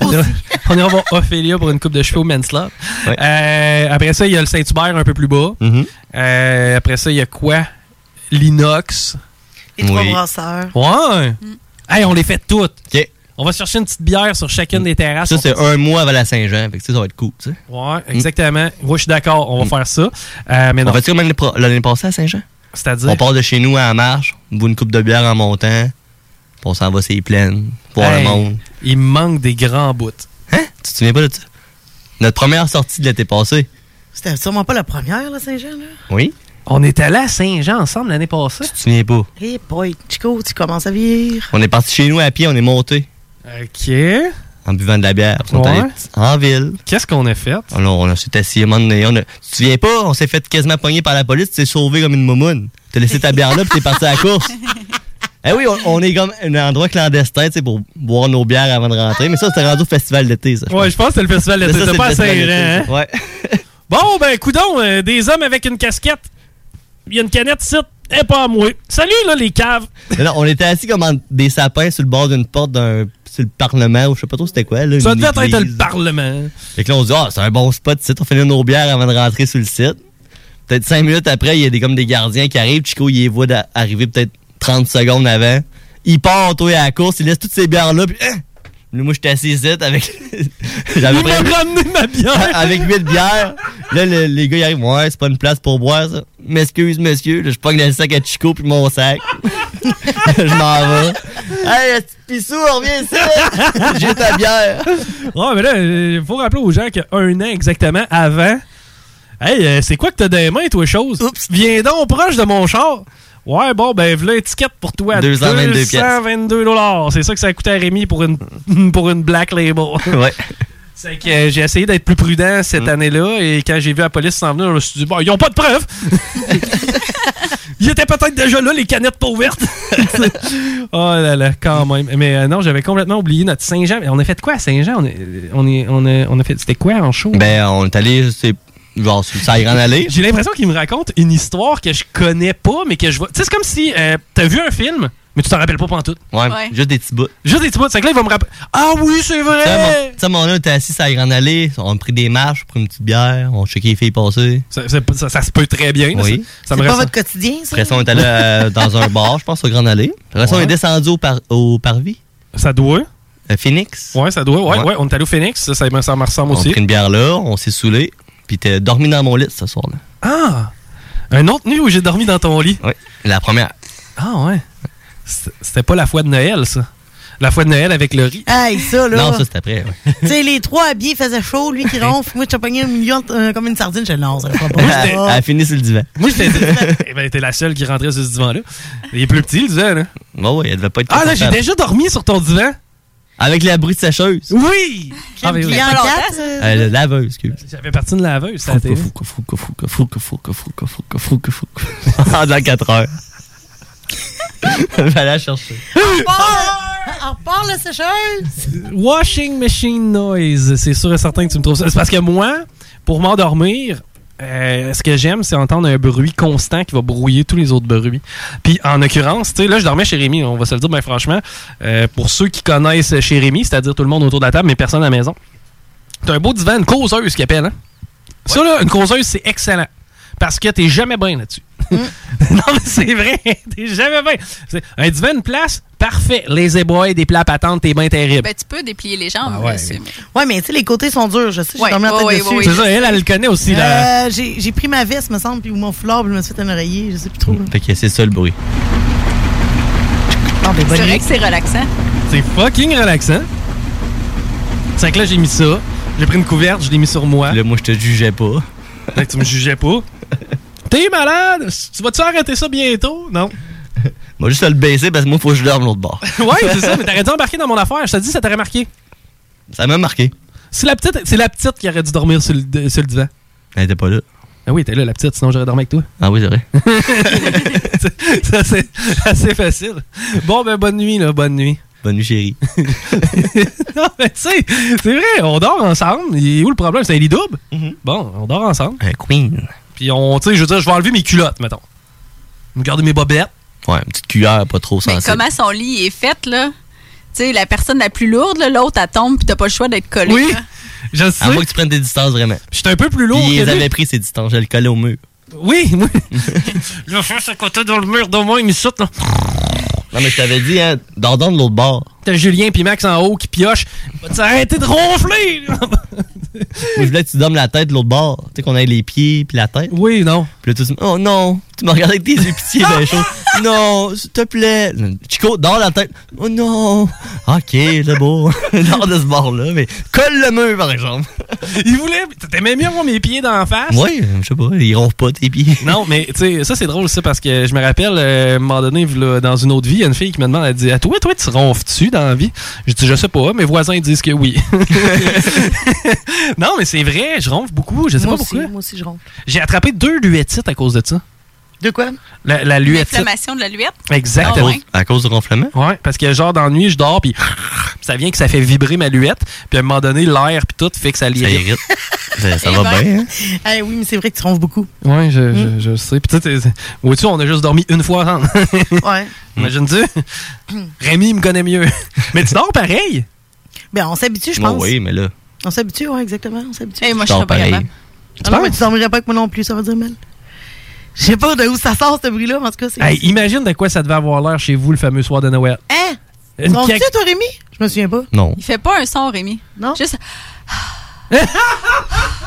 Speaker 1: on, ira, on ira voir Ophélia pour une coupe de cheveux au Men's Lab. Euh, après ça, il y a le Saint-Hubert un peu plus bas.
Speaker 5: Mm-hmm.
Speaker 1: Euh, après ça, il y a quoi? L'inox.
Speaker 9: Les trois brasseurs. Mm.
Speaker 1: Ouais. Hey, on les fait toutes. On va chercher une petite bière sur chacune des terrasses.
Speaker 5: Ça,
Speaker 1: On
Speaker 5: c'est
Speaker 1: fait ça.
Speaker 5: un mois avant la Saint-Jean. Fait que ça, ça va être cool, tu sais. Mm.
Speaker 1: Ouais, exactement. Moi, je suis d'accord. On va faire ça. Euh, mais non.
Speaker 5: On va-tu comme l'année pro- l'année passée à Saint-Jean?
Speaker 1: C'est-à-dire?
Speaker 5: On part de chez nous à la marche, on boit une coupe de bière en montant, puis on s'en va sur les plaines, voir
Speaker 1: Hey,
Speaker 5: le monde.
Speaker 1: Il manque des grands bouts.
Speaker 5: Hein? Tu te souviens pas de ça? Notre première sortie de l'été passé.
Speaker 9: C'était sûrement pas la première, là, Saint-Jean, là.
Speaker 5: Oui?
Speaker 1: On était là à Saint-Jean ensemble l'année passée.
Speaker 5: Tu te souviens pas?
Speaker 9: Hey boy, Chico, tu commences
Speaker 7: *laughs*
Speaker 9: à vieillir.
Speaker 5: On est parti chez nous à pied, on est monté.
Speaker 1: OK.
Speaker 5: En buvant de la bière. On est
Speaker 1: Ouais.
Speaker 5: allé en ville.
Speaker 1: Qu'est-ce qu'on a fait?
Speaker 5: On, a- on a- s'est assis à un moment donné, on a- Tu te souviens pas? On s'est fait quasiment pogner par la police, tu t'es sauvé comme une moumoune. T'as laissé ta bière là, puis t'es parti à la
Speaker 1: *laughs*
Speaker 5: course. Eh oui, on, on est comme un endroit clandestin, tu sais, pour boire nos bières avant de rentrer. Mais ça, c'était rendu au festival d'été, ça.
Speaker 1: Ouais, je pense que c'est le festival
Speaker 5: Mais
Speaker 1: d'été.
Speaker 5: ça,
Speaker 1: C'était pas hein?
Speaker 5: c'est le
Speaker 1: à
Speaker 5: festival
Speaker 1: Saint-Jean.
Speaker 5: d'été, Ouais.
Speaker 1: Bon, ben, coudon, euh, des hommes avec une casquette. Il y a une canette ici. Et pas à moi. Salut, là, les caves.
Speaker 5: Non, non, on était assis comme en- des sapins sur le bord d'une porte d'un sur le parlement ou je sais pas trop c'était quoi là,
Speaker 1: Ça
Speaker 5: une
Speaker 1: devait être
Speaker 5: église.
Speaker 1: le Parlement.
Speaker 5: Fait que là on se dit ah c'est un bon spot site, on finit nos bières avant de rentrer sur le site. Peut-être cinq minutes après, il y a des comme des gardiens qui arrivent, Chico il les voit d'a- arriver peut-être 30 secondes avant. il part, toi, à la course, il laisse toutes ces bières-là, puis. hein! *laughs* Là, Moi, j'étais assis ici avec. J'avais
Speaker 16: Il m'a
Speaker 5: ramené ma bière! avec huit bières. Là, le- les gars, ils arrivent. Ouais, c'est pas une place pour boire, ça. M'excuse, monsieur. Là, je pogne le sac à Chico puis mon sac. *laughs* je m'en vais. Hey, le petit pissou, reviens ici! J'ai ta bière!
Speaker 1: *laughs* Ouais, mais là, il faut rappeler aux gens qu'un an exactement avant, hey, euh, c'est quoi que t'as dans les mains, toi, chose? Oups! Viens donc proche de mon char! Ouais, bon, ben, voilà étiquette pour toi.
Speaker 5: 222 pièces.
Speaker 1: 222 dollars. C'est ça que ça a coûté à Rémi pour une, *laughs* pour une Black Label.
Speaker 5: Ouais.
Speaker 1: *laughs*
Speaker 5: Mm.
Speaker 1: C'est que euh, j'ai essayé d'être plus prudent cette année-là et quand j'ai vu la police s'en venir, je me suis dit, bon, ils ont pas de preuves! *laughs* Ils étaient peut-être déjà là, les canettes pas ouvertes. *laughs* oh là là, quand même. Mais euh, non, j'avais complètement oublié notre Saint-Jean. Mais On a fait quoi à Saint-Jean? On, est- on, est- on a, on a fait. C'était quoi en show?
Speaker 5: Ben, on est allé, c'est. Genre, sur ça grande allée.
Speaker 1: J'ai l'impression qu'il me raconte une histoire que je connais pas, mais que je vois. Tu sais, c'est comme si euh, t'as vu un film, mais tu t'en rappelles pas pantoute.
Speaker 5: Ouais,
Speaker 1: Ouais.
Speaker 5: juste des petits bouts.
Speaker 1: Juste des petits bouts. C'est que là, il va me rappeler. Ah oui, c'est
Speaker 5: Tu sais,
Speaker 1: vrai!
Speaker 5: mon- tu sais, mon on était assis à la grande allée, on a pris des marches, on a pris une petite bière, on a checké les filles passer.
Speaker 1: Ça, se peut très bien. là,
Speaker 5: Oui.
Speaker 1: ça- ça me
Speaker 5: C'est
Speaker 1: reste-
Speaker 5: pas
Speaker 1: votre
Speaker 9: quotidien, ça?
Speaker 5: Après ça, on est allé
Speaker 1: *laughs*
Speaker 5: euh, dans un bar, je pense, au Grand Allée. Après ça, on
Speaker 1: Ouais.
Speaker 5: est descendu au, par- au parvis.
Speaker 1: Ça doit.
Speaker 5: Euh, Phoenix.
Speaker 1: Ouais, ça doit. Ouais, ouais.
Speaker 5: Ouais.
Speaker 1: on est allé au Phoenix. Ça, ça, me- ça me ressemble
Speaker 5: On a
Speaker 1: aussi.
Speaker 5: pris une bière là, on s'est saoulé. Puis t'es dormi dans mon lit ce soir-là.
Speaker 1: Ah! Un autre nuit où j'ai dormi dans ton lit.
Speaker 5: Oui, la première.
Speaker 1: Ah ouais. C'était c'était pas la foi de Noël, ça. La foi de Noël avec le riz.
Speaker 9: Hey, ça, là.
Speaker 5: après.
Speaker 1: *laughs*
Speaker 9: Tu sais, les trois habillés il faisait chaud, lui
Speaker 5: *laughs*
Speaker 9: qui ronfle, moi, je te pognais un million euh, comme une sardine, je dis, non, ça va pas.
Speaker 7: *laughs*
Speaker 5: elle a fini sur le divan.
Speaker 1: Moi, j'étais. eh ben, t'es la seule qui rentrait sur ce divan-là. Il est plus petit, le divan, là.
Speaker 5: Ouais, ouais, elle devait pas être.
Speaker 1: Ah, là, j'ai
Speaker 5: confortable.
Speaker 1: déjà dormi sur ton divan.
Speaker 5: Avec la bruit de sécheuse.
Speaker 1: Oui! Ah, mais oui.
Speaker 9: Puis en
Speaker 1: Pas longtemps,
Speaker 9: quatre, euh,
Speaker 5: Euh, la laveuse, excuse.
Speaker 1: J'avais parti de laveuse, ça a été.
Speaker 5: *laughs* *laughs* Pendant 4 heures. Fallait la chercher.
Speaker 9: on repart, euh, on repart la sécheuse.
Speaker 1: *laughs* Washing machine noise, c'est sûr et certain que tu me trouves ça. C'est parce que moi, pour m'endormir, euh, ce que j'aime, c'est entendre un bruit constant qui va brouiller tous les autres bruits. Puis en l'occurrence, tu sais, là, je dormais chez Rémi, on va se le dire, mais franchement, euh, pour ceux qui connaissent chez Rémi, c'est-à-dire tout le monde autour de la table, mais personne à la maison, t'as un beau divan, une causeuse qui appelle, hein? Ça, là, une causeuse, c'est excellent. Parce que t'es jamais bien là-dessus. *laughs* non, mais c'est vrai. *laughs* T'es jamais bien. C'est- Un divan, une place, parfait. Les ébois, des plats à patente, t'es bien terrible.
Speaker 7: Ben, tu peux déplier les jambes. Ben,
Speaker 1: Ah ouais.
Speaker 7: là-dessus, mais-
Speaker 9: Ouais, mais tu sais, les côtés sont durs, je sais, j'ai
Speaker 7: Ouais,
Speaker 9: dormi en
Speaker 7: ouais,
Speaker 9: tête
Speaker 7: ouais,
Speaker 9: dessus.
Speaker 7: ouais,
Speaker 1: C'est ça, hein, elle, elle le connaît aussi, là.
Speaker 9: Euh, j'ai j'ai pris ma veste, me semble, puis ou mon foulard, puis je me suis fait un oreiller, je sais plus trop. là.
Speaker 5: Fait que c'est ça le bruit.
Speaker 9: Non, mais
Speaker 7: C'est
Speaker 9: bonne
Speaker 7: vrai
Speaker 9: nuit.
Speaker 7: que c'est relaxant.
Speaker 1: C'est fucking relaxant. C'est que là, j'ai mis ça. J'ai pris une couverte, je l'ai mis sur moi.
Speaker 5: Là, moi, je te jugeais pas.
Speaker 1: Là, tu me jugeais
Speaker 5: *laughs*
Speaker 1: pas. T'es malade? Tu vas-tu arrêter ça bientôt? Non.
Speaker 5: Moi, juste à le baisser parce que moi, faut que je dorme l'autre bord.
Speaker 1: *laughs* ouais, c'est ça, mais t'aurais dû embarquer dans mon affaire. Je te dis, ça t'aurait marqué.
Speaker 5: Ça m'a marqué.
Speaker 1: C'est la petite, c'est la petite qui aurait dû dormir sur le, sur le divan.
Speaker 5: Elle était pas là.
Speaker 1: Ah oui, t'es là, la petite, sinon j'aurais dormi avec toi.
Speaker 5: Ah oui, c'est vrai.
Speaker 1: *laughs* ça, c'est assez facile. Bon, ben, bonne nuit, là, bonne nuit.
Speaker 5: Bonne nuit, chérie.
Speaker 1: *laughs* non, mais tu sais, c'est vrai, on dort ensemble. Il est où le problème? C'est un lit double? Bon, on dort ensemble.
Speaker 5: Mm-hmm. Un queen.
Speaker 1: Puis on, tu sais, je veux dire, je vais enlever mes culottes, mettons. Je vais Garder mes bobettes.
Speaker 5: Ouais, une petite cuillère, pas trop
Speaker 7: Mais
Speaker 5: sensée.
Speaker 7: comment son lit est fait, là? Tu sais, la personne la plus lourde, là, l'autre, elle tombe, puis t'as pas le choix d'être collé.
Speaker 1: Oui.
Speaker 7: là.
Speaker 1: Je sais.
Speaker 5: À moins que tu prennes des distances vraiment.
Speaker 1: J'étais un peu plus lourd
Speaker 5: Ils
Speaker 1: que lui.
Speaker 5: avaient pris ces distances, je le collais au mur.
Speaker 1: Oui, oui. *laughs* Le feu, c'est côté dans le mur, d'au moins, il me saute, là.
Speaker 5: Non, mais je t'avais dit, hein, dordons de l'autre bord.
Speaker 1: T'as Julien puis Max en haut qui pioche. Vas-tu arrêter de ronfler?
Speaker 5: *laughs* Moi, je voulais que tu dormes la tête de l'autre bord. Tu sais, qu'on ait les pieds puis la tête.
Speaker 1: Oui, non.
Speaker 5: Puis là, toi, tu me Oh non, tu me regardes avec tes yeux pitié, ben
Speaker 1: *laughs*
Speaker 5: chaud. Non, s'il te plaît. Chico, dors la tête. Oh non. Ok, c'est beau. *laughs* dors de ce bord-là, mais colle le mur, par exemple.
Speaker 1: il voulait. T'aimais mieux avoir mes pieds dans la face?
Speaker 5: Oui, je sais pas, ils ronflent pas tes pieds.
Speaker 1: *laughs* Non, mais tu sais, ça c'est drôle ça parce que je me rappelle, euh, à un moment donné, v'là, dans une autre vie, il y a une fille qui me demande, elle dit, à toi, toi, tu ronfles-tu dans la vie? Je dis, je sais pas, mes voisins ils disent que oui. *laughs* non, mais c'est vrai, je ronfle beaucoup, je sais
Speaker 9: moi
Speaker 1: pas
Speaker 9: aussi,
Speaker 1: pourquoi.
Speaker 9: Moi aussi, je ronfle.
Speaker 1: J'ai attrapé deux luettites à cause de ça.
Speaker 9: De quoi?
Speaker 1: La, la luettite.
Speaker 7: L'inflammation de la luette.
Speaker 1: Exactement.
Speaker 7: Ah ouais.
Speaker 5: À cause du ronflement?
Speaker 1: Ouais, parce que genre dans la nuit, je dors, puis *laughs* ça vient que ça fait vibrer ma luette, puis à un moment donné, l'air, puis tout fait que ça *laughs* l'irrite.
Speaker 5: Ça,
Speaker 7: ben.
Speaker 5: hein?
Speaker 9: Eh oui, mais c'est vrai que tu ronfles beaucoup.
Speaker 1: Ouais, je, je, je sais. Puis tu sais, t'es- t'es- vois-tu, on a juste dormi une fois ensemble. *laughs*
Speaker 9: Ouais.
Speaker 1: Imagine-tu? Rémi me connaît mieux. Mais tu dors pareil?
Speaker 9: Ben, on s'habitue, je
Speaker 5: Moi,
Speaker 9: pense.
Speaker 5: oui, mais là.
Speaker 9: On s'habitue, ouais, exactement. On s'habitue.
Speaker 7: moi,
Speaker 5: Je je dors serais pas pareil. capable.
Speaker 9: Ah non, mais tu dormirais pas avec moi non plus, ça va dire mal. Je sais pas de où ça sort ce bruit-là, mais en tout cas, c'est.
Speaker 1: Hey, imagine de quoi ça devait avoir l'air chez vous le fameux soir de Noël.
Speaker 9: Hein?
Speaker 1: Une
Speaker 9: Sont-tu,
Speaker 1: cac-
Speaker 9: toi, Rémi? Je me souviens pas.
Speaker 1: Non.
Speaker 48: Il fait pas un son, Rémi. Non. Juste.
Speaker 9: *laughs*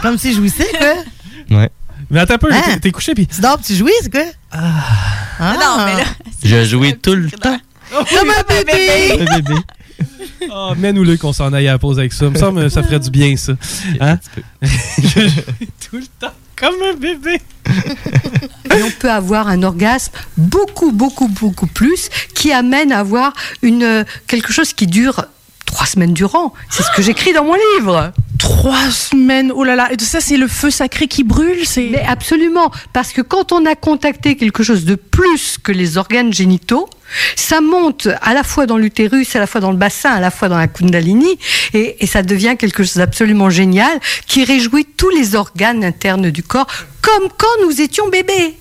Speaker 9: Comme si je jouissais, quoi.
Speaker 5: Ouais.
Speaker 1: Mais attends un peu,
Speaker 9: Hein?
Speaker 1: t'es- t'es couché puis.
Speaker 9: Tu dors, pis tu jouis, c'est quoi? Ah. Non, mais là.
Speaker 5: Je jouais tout le temps.
Speaker 9: Comme un bébé!
Speaker 5: Le bébé.
Speaker 1: *laughs* Ah, mène-nous-le qu'on s'en aille à la pause avec ça. Me semble ça ferait du bien, ça. Hein? *laughs* Tout le temps, comme un bébé.
Speaker 19: *laughs* Et on peut avoir un orgasme beaucoup, beaucoup, beaucoup plus qui amène à avoir une, euh, quelque chose qui dure trois semaines durant. C'est ce que j'écris dans mon livre. Trois semaines, oh là là, et tout ça, c'est le feu sacré qui brûle, c'est. Mais absolument, parce que quand on a contacté quelque chose de plus que les organes génitaux, ça monte à la fois dans l'utérus, à la fois dans le bassin, à la fois dans la kundalini, et, et ça devient quelque chose d'absolument génial qui réjouit tous les organes internes du corps, comme quand nous étions bébés.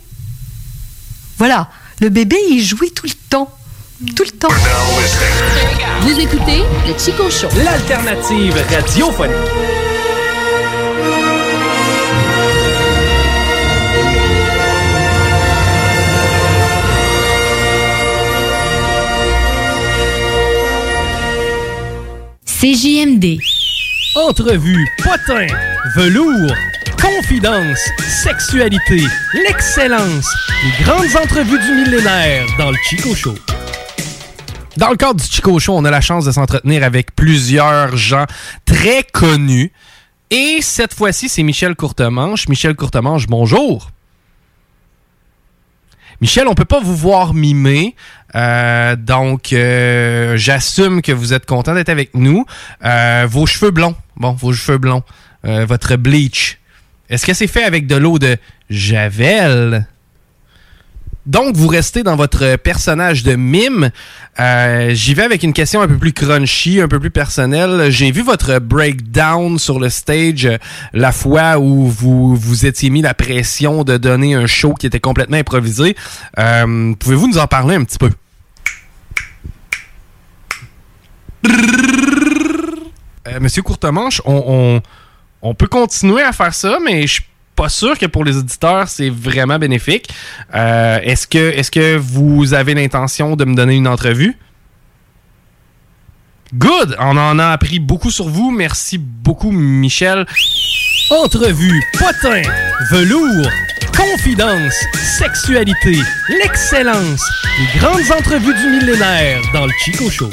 Speaker 19: Voilà, le bébé, il jouit tout le temps. Tout le temps.
Speaker 49: Vous écoutez le Chico Show.
Speaker 50: L'alternative radiophonique.
Speaker 51: CJMD.
Speaker 1: Entrevue, potin, velours, confidence, sexualité, l'excellence, les grandes entrevues du millénaire dans le Chico Show. Dans le cadre du Chico Show, on a la chance de s'entretenir avec plusieurs gens très connus. Et cette fois-ci, c'est Michel Courtemanche. Michel Courtemanche, bonjour. Michel, on peut pas vous voir mimer. Euh, donc, euh, j'assume que vous êtes content d'être avec nous. Euh, vos cheveux blonds, bon, vos cheveux blonds, Euh, votre bleach, est-ce que c'est fait avec de l'eau de Javel? Donc, vous restez dans votre personnage de mime. Euh, J'y vais avec une question un peu plus crunchy, un peu plus personnelle. J'ai vu votre breakdown sur le stage euh, la fois où vous vous étiez mis la pression de donner un show qui était complètement improvisé. Euh, Pouvez-vous nous en parler un petit peu? Euh, Monsieur Courtemanche, on, on- on peut continuer à faire ça, mais je suis pas sûr que pour les auditeurs, c'est vraiment bénéfique. Euh, est-ce, que, est-ce que vous avez l'intention de me donner une entrevue? Good! On en a appris beaucoup sur vous. Merci beaucoup, Michel. Entrevue, potin, velours, confidence, sexualité, l'excellence, les grandes entrevues du millénaire dans le Chico Show.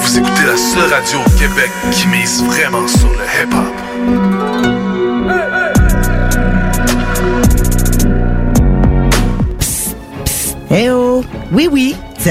Speaker 27: Vous écoutez la seule radio au Québec qui mise vraiment sur le hip-hop.
Speaker 9: Eh oh! Oui, oui, c'est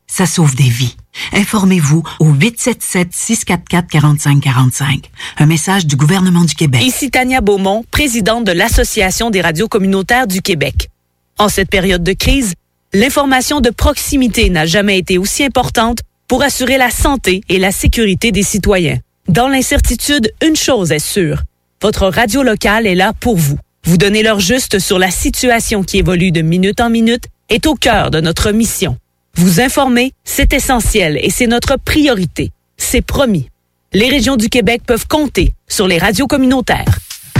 Speaker 18: ça sauve des vies. Informez-vous au 877-644-4545. Un message du gouvernement du Québec.
Speaker 44: Ici Tania Beaumont, présidente de l'Association des radios communautaires du Québec. En cette période de crise, l'information de proximité n'a jamais été aussi importante pour assurer la santé et la sécurité des citoyens. Dans l'incertitude, une chose est sûre. Votre radio locale est là pour vous. Vous donner leur juste sur la situation qui évolue de minute en minute est au cœur de notre mission. Vous informer, c'est essentiel et c'est notre priorité. C'est promis. Les régions du Québec peuvent compter sur les radios communautaires.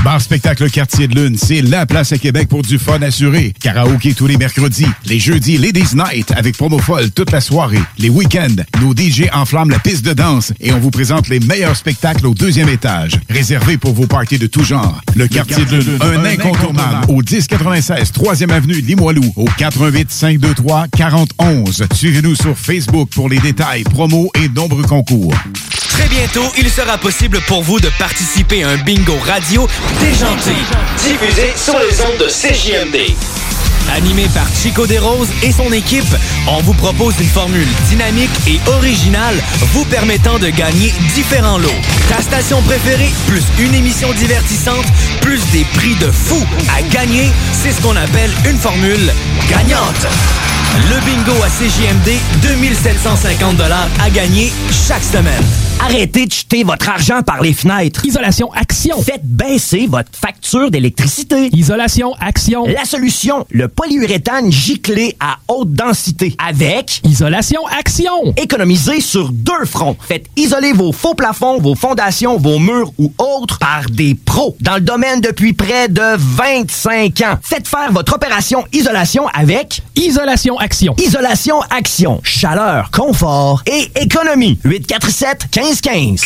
Speaker 29: Bar Spectacle Quartier de Lune, c'est la place à Québec pour du fun assuré. Karaoké tous les mercredis, les jeudis Ladies Night avec promo folle toute la soirée, les week-ends, nos DJ enflamment la piste de danse et on vous présente les meilleurs spectacles au deuxième étage, réservés pour vos parties de tout genre. Le, Quartier, de Lune, un, incontournable, au 1096 3e avenue Limoilou, au 88 523 4011. Suivez-nous sur Facebook pour les détails, promos et nombreux concours.
Speaker 13: Très bientôt, il sera possible pour vous de participer à un bingo radio déjanté, diffusé sur les ondes de CJMD. Animé par Chico Desroses et son équipe, on vous propose une formule dynamique et originale vous permettant de gagner différents lots. Ta station préférée, plus une émission divertissante, plus des prix de fou à gagner, c'est ce qu'on appelle une formule gagnante. Le bingo à CJMD, 2750 à gagner chaque semaine.
Speaker 12: Arrêtez de jeter votre argent par les fenêtres. Isolation Action. Faites baisser votre facture d'électricité. Isolation Action. La solution, le polyuréthane giclé à haute densité avec Isolation Action. Économisez sur deux fronts. Faites isoler vos faux plafonds, vos fondations, vos murs ou autres par des pros dans le domaine depuis près de 25 ans. Faites faire votre opération isolation avec Isolation Action. Isolation Action. Chaleur, confort et économie. 847 1515.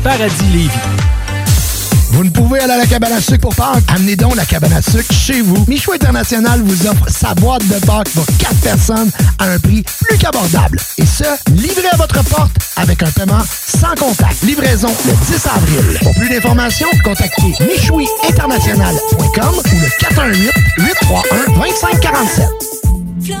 Speaker 1: Paradis Lévy.
Speaker 15: Vous ne pouvez aller à la cabane à sucre pour Pâques? Amenez donc la cabane à sucre chez vous. Michou International vous offre sa boîte de Pâques pour 4 personnes à un prix plus qu'abordable. Et ce, livré à votre porte avec un paiement sans contact. Livraison le 10 avril. Pour plus d'informations, contactez michouiinternational.com ou le 418-831-2547.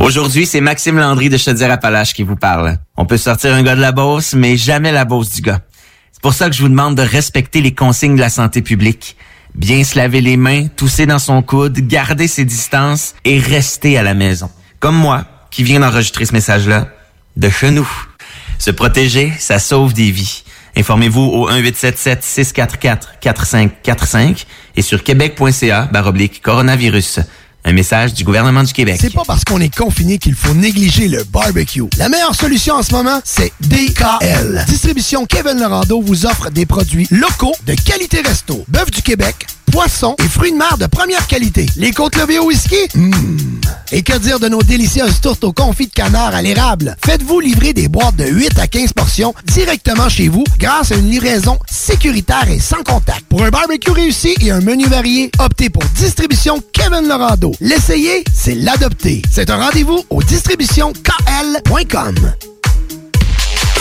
Speaker 16: Aujourd'hui, c'est Maxime Landry de Chaudière-Appalaches qui vous parle. On peut sortir un gars de la Beauce, mais jamais la Beauce du gars. C'est pour ça que je vous demande de respecter les consignes de la santé publique. Bien se laver les mains, tousser dans son coude, garder ses distances et rester à la maison. Comme moi, qui viens d'enregistrer ce message-là, de chez nous. Se protéger, ça sauve des vies. Informez-vous au 1-877-644-4545 et sur québec.ca baroblique coronavirus. Un message du gouvernement du Québec.
Speaker 15: C'est pas parce qu'on est confiné qu'il faut négliger le barbecue. La meilleure solution en ce moment, c'est DKL. Distribution Kevin Lorando vous offre des produits locaux de qualité resto. Bœuf du Québec, poisson et fruits de mer de première qualité. Les côtes levées au whisky, Mmh. Et que dire de nos délicieuses tourtes au confit de canard à l'érable? Faites-vous livrer des boîtes de 8 à 15 portions directement chez vous grâce à une livraison sécuritaire et sans contact. Pour un barbecue réussi et un menu varié, optez pour Distribution Kevin Lorando. L'essayer, c'est l'adopter. C'est un rendez-vous au distributionkl.com.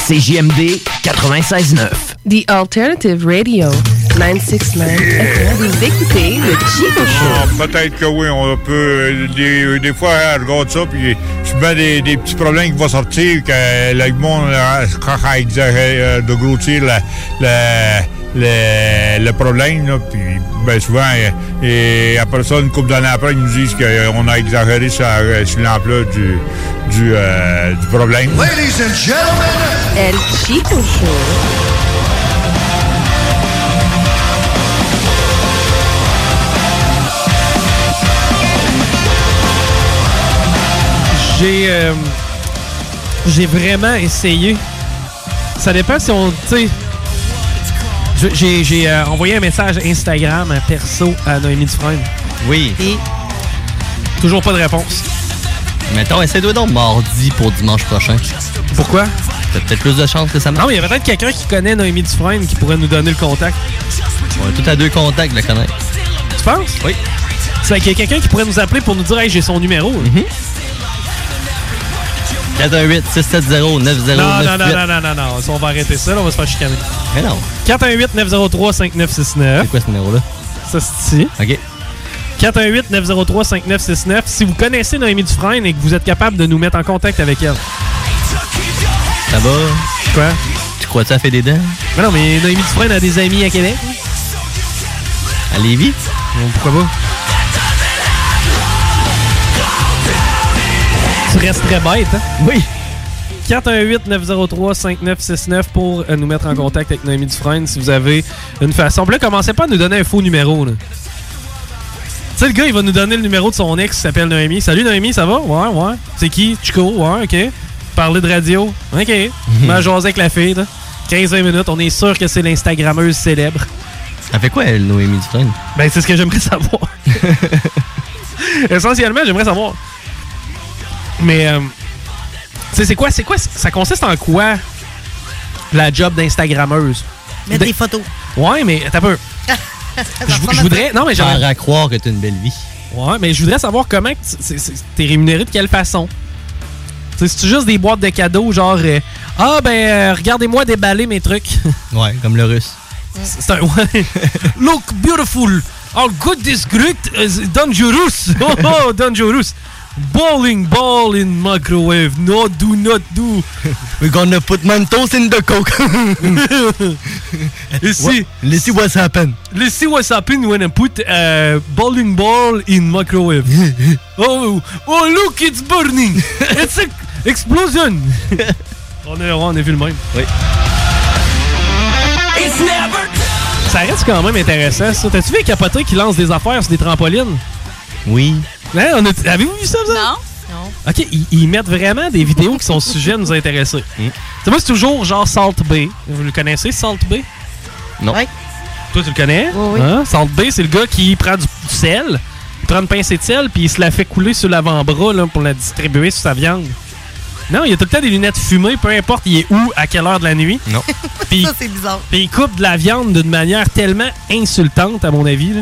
Speaker 12: CJMD 96.9.
Speaker 17: The Alternative Radio 969. Vous écoutez le Chico Show.
Speaker 20: Ah, Peut-être que oui, on peut. euh, Des, euh, des fois, elle regarde ça, puis je mets des, des petits problèmes qui vont sortir, que euh, le monde, euh, quand elle exagère euh, de grossir la, la, le, le problème. là. Puis ben, souvent, euh, et après ça, une couple d'années après, ils nous disent qu'on a exagéré sur, la- sur l'ampleur du, du, euh, du problème.
Speaker 23: Ladies and gentlemen, El Chico Show.
Speaker 1: J'ai euh, j'ai vraiment essayé. Ça dépend si on, tu sais. je- J'ai j'ai, euh, envoyé un message Instagram euh, perso à Noémie Dufresne.
Speaker 16: Oui.
Speaker 1: Toujours pas de réponse.
Speaker 16: Mettons, essaie-toi donc mardi pour dimanche prochain.
Speaker 1: Pourquoi?
Speaker 16: T'as peut-être plus de chance que ça marche.
Speaker 1: Non, mais il y a peut-être quelqu'un qui connaît Noémie Dufresne qui pourrait nous donner le contact.
Speaker 16: On est tous à deux contacts, le connaître.
Speaker 1: Tu penses?
Speaker 16: Oui.
Speaker 1: C'est qu'il y a quelqu'un qui pourrait nous appeler pour nous dire Hey, j'ai son numéro.
Speaker 16: Mhm. 418 670 9098
Speaker 1: Non, non, non, non, non, non, non. On va arrêter ça, là, on va se faire chicaner.
Speaker 16: Mais non.
Speaker 1: 418-903-5969. C'est
Speaker 16: quoi ce numéro-là?
Speaker 1: Ça, c'est ici.
Speaker 16: OK.
Speaker 1: 418-903-5969. Si vous connaissez Noémie Dufresne et que vous êtes capable de nous mettre en contact avec elle.
Speaker 16: Ça va?
Speaker 1: Quoi?
Speaker 16: Tu crois-tu à fait des dents?
Speaker 1: Mais non, mais Noémie Dufresne a des amis à Québec.
Speaker 16: À Lévis?
Speaker 1: pourquoi pas? Tu restes très bête, hein?
Speaker 16: Oui.
Speaker 1: 418-903-5969 pour euh, nous mettre en contact avec Noémie Dufresne si vous avez une façon. Puis là, commencez pas à nous donner un faux numéro. là. Tu sais, le gars, il va nous donner le numéro de son ex qui s'appelle Noémie. Salut Noémie, ça va? Ouais, ouais. C'est qui? Chico? Ouais, ok. Parler de radio? *laughs* Ok. Ma jaser avec la fille, là. 15-20 minutes, on est sûr que c'est l'Instagrammeuse célèbre.
Speaker 16: Elle fait quoi, elle, Noémie Dufresne?
Speaker 1: Ben, c'est ce que j'aimerais savoir. Essentiellement, j'aimerais savoir. Mais, euh, tu sais, c'est quoi, c'est quoi, ça consiste en quoi la job d'Instagrammeuse?
Speaker 9: Mettre
Speaker 1: De-
Speaker 9: des photos.
Speaker 1: Ouais, mais t'as peur. Je voudrais, non, mais j'aimerais.
Speaker 16: Genre à croire que t'as une belle vie.
Speaker 1: Ouais, mais je voudrais savoir comment que tu- c'est- c'est- t'es rémunéré de quelle façon. Tu sais, C'est-tu juste des boîtes de cadeaux, genre euh, Ah ben euh, regardez-moi déballer mes trucs.
Speaker 16: *laughs* Ouais, comme le russe.
Speaker 1: C'est
Speaker 16: *laughs*
Speaker 1: un ouais. Look beautiful. All good this great is dangerous. *laughs* Oh, oh dangerous. Bowling ball in microwave. No, do not do.
Speaker 16: *laughs* We're gonna put Mentos in the
Speaker 1: *laughs*
Speaker 16: coke.
Speaker 1: Let's
Speaker 16: What-
Speaker 1: see.
Speaker 16: let's see what's happen.
Speaker 1: Let's see what's happen when I put a bowling ball in microwave. oh, oh look, it's burning. It's a explosion. on, est, on est vu le même.
Speaker 16: Oui.
Speaker 5: It's never
Speaker 1: Ça reste quand même intéressant, ça. T'as-tu vu les capotés qui lancent des affaires sur des trampolines?
Speaker 16: Oui.
Speaker 1: Hein, on a- Avez-vous vu ça, vous Non. Non. OK, ils, ils mettent vraiment des vidéos qui sont sujets à nous intéresser.
Speaker 16: Mm.
Speaker 1: Tu sais, moi, c'est toujours genre Salt Bay. Vous le connaissez, Salt Bay?
Speaker 16: Non.
Speaker 1: Toi, tu le connais?
Speaker 16: oui.
Speaker 1: Hein? Salt Bay, c'est le gars qui prend du, du sel, il prend une pincée de sel, puis il se la fait couler sur l'avant-bras là, pour la distribuer sur sa viande. Non, il y a tout le temps des lunettes fumées, peu importe il est où, à quelle heure de la nuit.
Speaker 16: Non.
Speaker 1: *laughs* Puis
Speaker 9: Ça, c'est bizarre.
Speaker 1: puis il coupe de la viande d'une manière tellement insultante, à mon avis. là.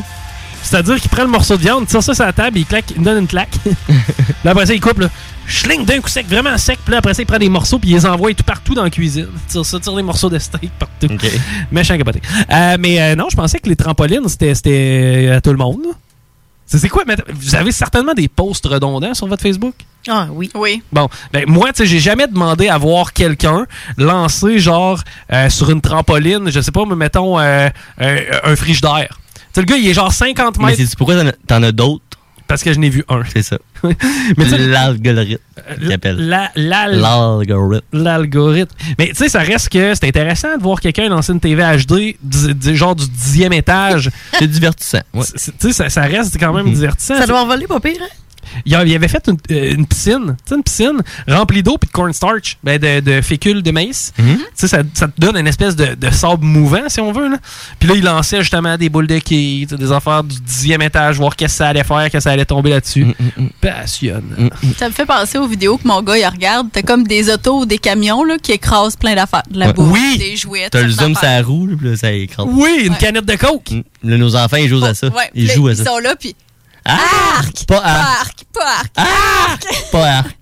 Speaker 1: C'est-à-dire qu'il prend le morceau de viande, tire ça sur la table, il claque, il donne une claque. là, après ça, il coupe, là. Schling d'un coup sec, vraiment sec. Puis là, après ça, il prend des morceaux, puis il les envoie tout partout dans la cuisine. Tire ça, tire des morceaux de steak partout. Méchant capoté. Euh, mais euh, non, je pensais que les trampolines, c'était- c'était euh, à tout le monde. là. C'est c'est quoi? mais attends, Vous avez certainement des posts redondants sur votre Facebook?
Speaker 9: Ah oui. Oui.
Speaker 1: Bon, ben moi, tu sais, j'ai jamais demandé à voir quelqu'un lancer genre euh, sur une trampoline, je sais pas, mais mettons euh, euh, un frigidaire. Tu sais, le gars, il est genre 50
Speaker 16: Mais
Speaker 1: mètres.
Speaker 16: c'est pourquoi t'en as- t'en as d'autres?
Speaker 1: Parce que je n'ai vu un.
Speaker 16: C'est
Speaker 1: *laughs*
Speaker 16: ça.
Speaker 1: tu sais- euh,
Speaker 16: L'algorithme. qu'il appelle.
Speaker 1: La- l'al-
Speaker 16: L'algorithme.
Speaker 1: L'algorithme. Mais tu sais, ça reste que c'est intéressant de voir quelqu'un lancer une TV HD, du- du- genre du dixième étage.
Speaker 16: *laughs* C'est divertissant. Mhm.
Speaker 1: Tu sais, ça, ça reste quand même divertissant.
Speaker 9: Ça doit en voler, pas pire, hein?
Speaker 1: Il y a- il avait fait une, euh, une piscine, tu sais, une piscine remplie d'eau puis de cornstarch, ben de, de fécule de maïs.
Speaker 5: Mhm.
Speaker 1: Tu sais, ça, ça te donne une espèce de, de sable mouvant, si on veut. Là. Puis là, il lançait justement des boules de quilles, tu sais, des affaires du dixième étage, voir qu'est-ce que ça allait faire, qu'est-ce que ça allait tomber là-dessus.
Speaker 5: Mm,
Speaker 1: Passionnant.
Speaker 23: Ça me fait penser aux vidéos que mon gars il regarde. T'as comme des autos ou des camions là, qui écrasent plein d'affaires. De la
Speaker 16: Ouais.
Speaker 23: bouffe,
Speaker 16: Oui!
Speaker 23: des jouets.
Speaker 16: T'as le
Speaker 23: certaines
Speaker 16: zoom,
Speaker 23: affaires.
Speaker 16: ça roule, puis là, ça écrase. Mm.
Speaker 1: Oui, une canette de coke.
Speaker 16: Là, nos enfants, ils jouent à ça.
Speaker 23: Ouais,
Speaker 16: Ils
Speaker 23: puis
Speaker 16: jouent
Speaker 23: là,
Speaker 16: à
Speaker 23: ils
Speaker 16: ça.
Speaker 23: sont là, puis
Speaker 16: Arc! Pas arc!
Speaker 5: Ah.
Speaker 23: arc, pas arc.
Speaker 16: Pas arc.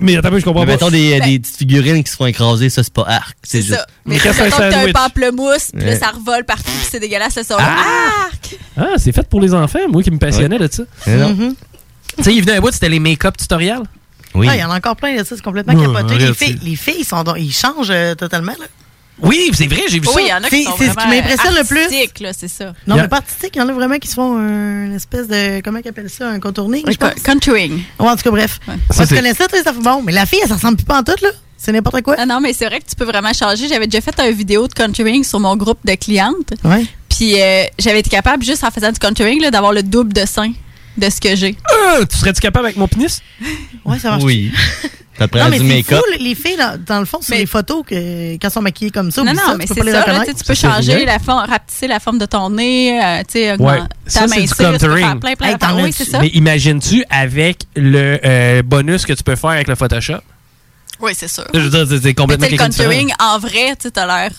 Speaker 1: Mais attends, je comprends
Speaker 16: Mais
Speaker 1: pas.
Speaker 16: mettons des,
Speaker 23: Ben-
Speaker 16: des petites figurines qui se font écraser, ça, c'est pas arc. C'est
Speaker 23: C'est ça.
Speaker 16: juste.
Speaker 23: Mais quand t'as un pamplemousse, puis là,
Speaker 16: Ouais.
Speaker 23: ça revole partout, puis c'est dégueulasse, là, ils sont là. Ah!
Speaker 1: Ah, c'est fait pour les enfants, moi qui me passionnais de ça.
Speaker 16: Mais non.
Speaker 1: Mhm. Tu sais, il venait à bout, c'était les make-up tutoriels.
Speaker 9: Ah, Il y en a encore plein de ça, c'est complètement
Speaker 1: Ouais,
Speaker 9: capoté. Les
Speaker 1: arrête,
Speaker 9: filles, les filles sont donc- ils changent euh, totalement. Là.
Speaker 52: Oui, c'est vrai, j'ai vu ça.
Speaker 7: Oui, il y en a
Speaker 9: C'est-
Speaker 7: qui sont
Speaker 9: c'est ce qui
Speaker 7: vraiment
Speaker 9: m'impressionne le plus.
Speaker 7: artistiques, là, c'est ça.
Speaker 9: Non, mais pas artistique, il y en a vraiment qui se font un- une espèce de. Comment ils appellent ça Un contouring
Speaker 7: Oui,
Speaker 9: je pense.
Speaker 7: Contouring.
Speaker 9: Ouais, en tout cas, bref.
Speaker 7: Ça,
Speaker 9: Moi, tu
Speaker 7: c'est-
Speaker 9: connais ça, toi, ça fait bon. Mais la fille, elle, ça ressemble plus pas en tout, là. C'est n'importe quoi.
Speaker 7: Ah non, mais c'est vrai que tu peux vraiment changer. J'avais déjà fait une vidéo de contouring sur mon groupe de clientes.
Speaker 9: Ouais.
Speaker 7: Puis euh, j'avais été capable, juste en faisant du contouring, là, d'avoir le double de sein de ce que j'ai.
Speaker 1: Euh, tu serais-tu capable avec mon pénis?
Speaker 9: *laughs* Ouais, ça marche. *laughs*
Speaker 5: Oui. Ça prend
Speaker 9: Non, mais
Speaker 5: du
Speaker 9: c'est fou,
Speaker 5: make-up.
Speaker 9: les- les filles, là, dans le fond, c'est les photos que, quand elles sont maquillées comme ça.
Speaker 7: non,
Speaker 9: oublie
Speaker 7: non,
Speaker 9: ça,
Speaker 7: mais
Speaker 9: tu peux
Speaker 7: c'est
Speaker 9: pas les
Speaker 7: ça. là,
Speaker 9: reconnaître.
Speaker 7: tu sais, tu peux changer, la forme, rapetisser la forme de ton nez, euh, tu sais, augmenter
Speaker 1: Ça,
Speaker 7: ta
Speaker 1: c'est du
Speaker 7: minceur, tu peux faire
Speaker 1: contouring.
Speaker 7: plein, plein d'affaires. Oui, c'est ça.
Speaker 1: Mais imagines-tu avec le euh, bonus que tu peux faire avec le Photoshop?
Speaker 7: Oui, c'est sûr.
Speaker 1: Je veux dire, c'est- c'est complètement
Speaker 7: Mais tu sais,
Speaker 1: quelqu'un
Speaker 7: le
Speaker 1: de
Speaker 7: contouring,
Speaker 1: différent.
Speaker 7: en vrai, tu as l'air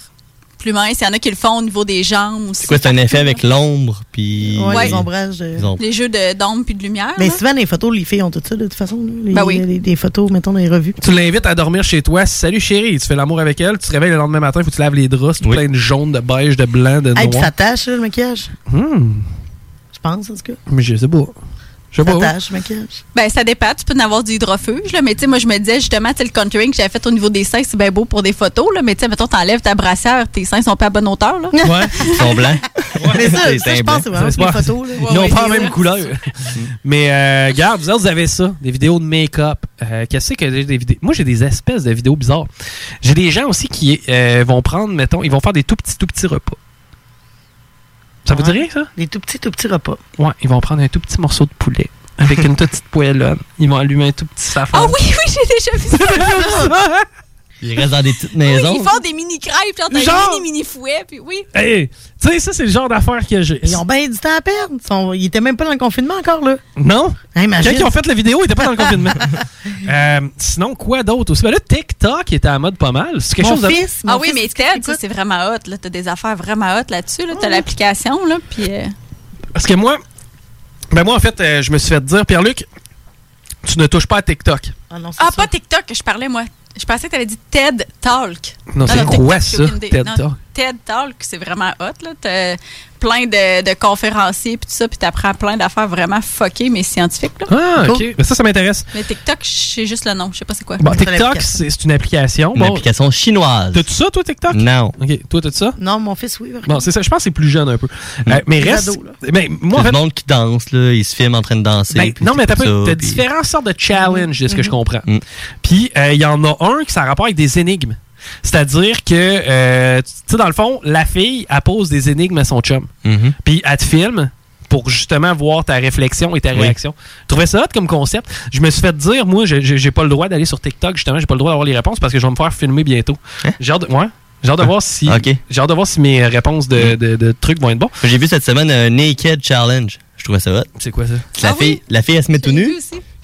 Speaker 7: plus mince. Il y en a qui le font au niveau des jambes aussi.
Speaker 5: C'est quoi, c'est un effet avec l'ombre, puis.
Speaker 7: Ouais, les
Speaker 9: ombrages. euh,
Speaker 5: Les ombres.
Speaker 7: Les jeux de- d'ombre puis de lumière.
Speaker 9: Mais
Speaker 7: là.
Speaker 9: souvent, les photos, les filles ont tout ça, de toute façon. là, Les,
Speaker 7: Ben oui.
Speaker 9: les- les photos, mettons, dans les revues.
Speaker 1: Tu l'invites à dormir chez toi. Salut chérie, tu fais l'amour avec elle, tu te réveilles le lendemain matin, il faut que tu laves les draps, c'est tout plein de jaune, de beige, de blanc, de
Speaker 9: Hey, puis
Speaker 1: noir.
Speaker 9: ça tâche, là, le maquillage.
Speaker 1: Hmm.
Speaker 9: Je pense, en tout cas.
Speaker 1: Mais je sais pas. Je sais
Speaker 9: Ça
Speaker 1: pas.
Speaker 9: tâche, le maquillage.
Speaker 7: Ben, ça dépend. Tu peux en avoir du hydrofuge, là. Mais, tu sais, moi, je me disais, justement, tu sais, le contouring que j'avais fait au niveau des seins, c'est bien beau pour des photos, là. Mais, tu sais, mettons, t'enlèves ta brassière, tes seins sont pas à bonne hauteur, là.
Speaker 5: Ouais, ils sont blancs.
Speaker 9: Mais ça,
Speaker 5: C'est
Speaker 9: ça, je
Speaker 5: teint
Speaker 9: pense,
Speaker 5: blanc.
Speaker 13: hein.
Speaker 9: vraiment
Speaker 1: C'est pas-
Speaker 9: les photos, là.
Speaker 1: Ils n'ont pas la même couleur. Mais euh, regarde, vous autres, vous avez ça, des vidéos de make-up. Euh, Qu'est-ce que j'ai des vidéos? Moi, j'ai des espèces de vidéos bizarres. J'ai des gens aussi qui euh, vont prendre, mettons, ils vont faire des tout petits, tout petits repas. Ça vous dit rien, ça?
Speaker 9: Des tout petits, tout petits repas.
Speaker 1: Ouais, ils vont prendre un tout petit morceau de poulet avec une toute petite poêlonne. Ils vont allumer un tout petit safran.
Speaker 7: *laughs* Ah oui, oui, j'ai déjà vu ça.
Speaker 1: Ils restent dans des petites
Speaker 7: oui, ils font des mini crêpes, genre, t'as
Speaker 9: Genre-
Speaker 7: un mini mini fouet, puis oui.
Speaker 1: Hey, tu sais, ça, c'est le genre d'affaires que j'ai.
Speaker 9: Ils ont bien du temps à perdre. Ils, sont- ils étaient même pas dans le confinement encore, là.
Speaker 1: Non?
Speaker 9: Hein, imagine.
Speaker 1: Quand ils ont fait la vidéo, ils n'étaient pas dans le confinement. Euh, sinon, quoi d'autre aussi? Ben là, TikTok était à mode pas mal. C'est quelque chose de-
Speaker 7: ah oui, mais Ted, ça, c'est vraiment hot. Là, t'as des affaires vraiment hot là-dessus. Là, t'as l'application, là, puis. euh,
Speaker 1: Parce que moi, ben moi, en fait, euh, je me suis fait dire, Pierre-Luc, tu ne touches pas à TikTok.
Speaker 9: Ah,
Speaker 7: pas TikTok, je parlais, moi. Je pensais que t'avais dit TED Talk.
Speaker 1: Non, c'est
Speaker 7: TikTok,
Speaker 1: quoi,
Speaker 7: j'ai aucune
Speaker 1: ça,
Speaker 7: idée.
Speaker 1: TED
Speaker 7: Non,
Speaker 1: Talk?
Speaker 7: TED Talk, c'est vraiment hot, là. T'as plein de, de conférenciers, puis tout ça, puis t'apprends plein d'affaires vraiment fuckées, mais scientifiques, là.
Speaker 1: Ah, OK. Ben ça, ça m'intéresse.
Speaker 7: Mais TikTok, je sais juste le nom, je sais pas c'est quoi.
Speaker 1: Bon, TikTok, c'est c'est une application.
Speaker 5: Une application
Speaker 1: chinoise. T'as-tu ça, toi, TikTok?
Speaker 5: Non.
Speaker 1: OK. Toi, t'as-tu ça?
Speaker 9: Non, mon fils, oui. par
Speaker 1: Bon,
Speaker 9: contre.
Speaker 1: c'est ça. Je pense que c'est plus jeune un peu. Euh, mais
Speaker 9: Les
Speaker 1: reste.
Speaker 9: ados, là.
Speaker 1: Mais moi, en
Speaker 5: Tout
Speaker 1: fait.
Speaker 5: le monde qui danse, là, ils se filment en train de danser.
Speaker 1: Ben,
Speaker 5: puis
Speaker 1: non,
Speaker 5: tout
Speaker 1: mais t'as
Speaker 5: ça,
Speaker 1: pas- t'as
Speaker 5: puis-
Speaker 1: différentes sortes de challenges, de ce que je
Speaker 5: Mhm.
Speaker 1: comprends. Puis, euh, il y en a un qui ça a rapport avec des énigmes. C'est-à-dire que, euh, tu sais, dans le fond, la fille, elle pose des énigmes à son chum.
Speaker 5: Mhm.
Speaker 1: Puis, elle te filme pour justement voir ta réflexion et ta
Speaker 5: Oui.
Speaker 1: réaction. Je trouvais ça hot comme concept. Je me suis fait dire, moi, j'ai- j'ai j'ai pas le droit d'aller sur TikTok, justement, j'ai pas le droit d'avoir les réponses parce que je vais me faire filmer bientôt. J'ai hâte de, ouais. J'ai hâte de voir si, j'ai hâte de voir si mes réponses de, de- de trucs vont être bons.
Speaker 5: Mhm. J'ai vu cette semaine un Naked Challenge. Je trouvais ça hot.
Speaker 1: C'est quoi ça?
Speaker 5: La, fille, la fille, elle se met tout nue.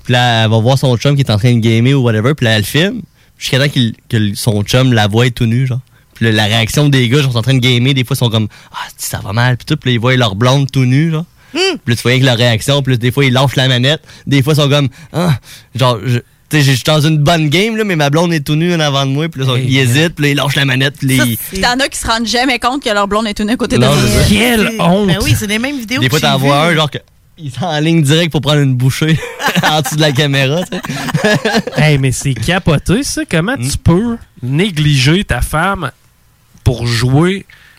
Speaker 5: Puis là, elle va voir son chum qui est en train de gamer ou whatever. Puis là, elle filme. Jusqu'à temps qu'il- que son chum la voit tout nue, genre. Puis là, la réaction des gars, genre, sont en train de gamer. Des fois, ils sont comme Ah, si, ça va mal. Puis tout. Puis là, ils voient leur blonde tout nue, genre. Puis là, tu voyais que leur réaction. Puis là, des fois, ils lâchent la manette. Des fois, ils sont comme Ah, genre, je. Tu sais, je suis dans une bonne game, là, mais ma blonde est tout nue en avant de moi. Puis là, ils sont- ils hésitent, puis là, ils lâchent la manette. Puis là, ils-
Speaker 7: Puis t'en as qui se rendent jamais compte que leur blonde est tout nue à côté de
Speaker 5: Non,
Speaker 7: eux.
Speaker 5: c'est ça. Quelle
Speaker 9: C'est-
Speaker 5: honte!
Speaker 9: Ben oui, c'est les mêmes vidéos
Speaker 5: Des
Speaker 9: que
Speaker 5: fois,
Speaker 9: j'ai
Speaker 5: t'en vois
Speaker 9: vues.
Speaker 5: un, genre, que, il est en ligne direct pour prendre une
Speaker 9: *laughs*
Speaker 5: bouchée *laughs* en dessous de la caméra. tu sais. Hmm.
Speaker 1: hey, mais c'est capoté, ça. Comment tu peux négliger ta femme pour jouer?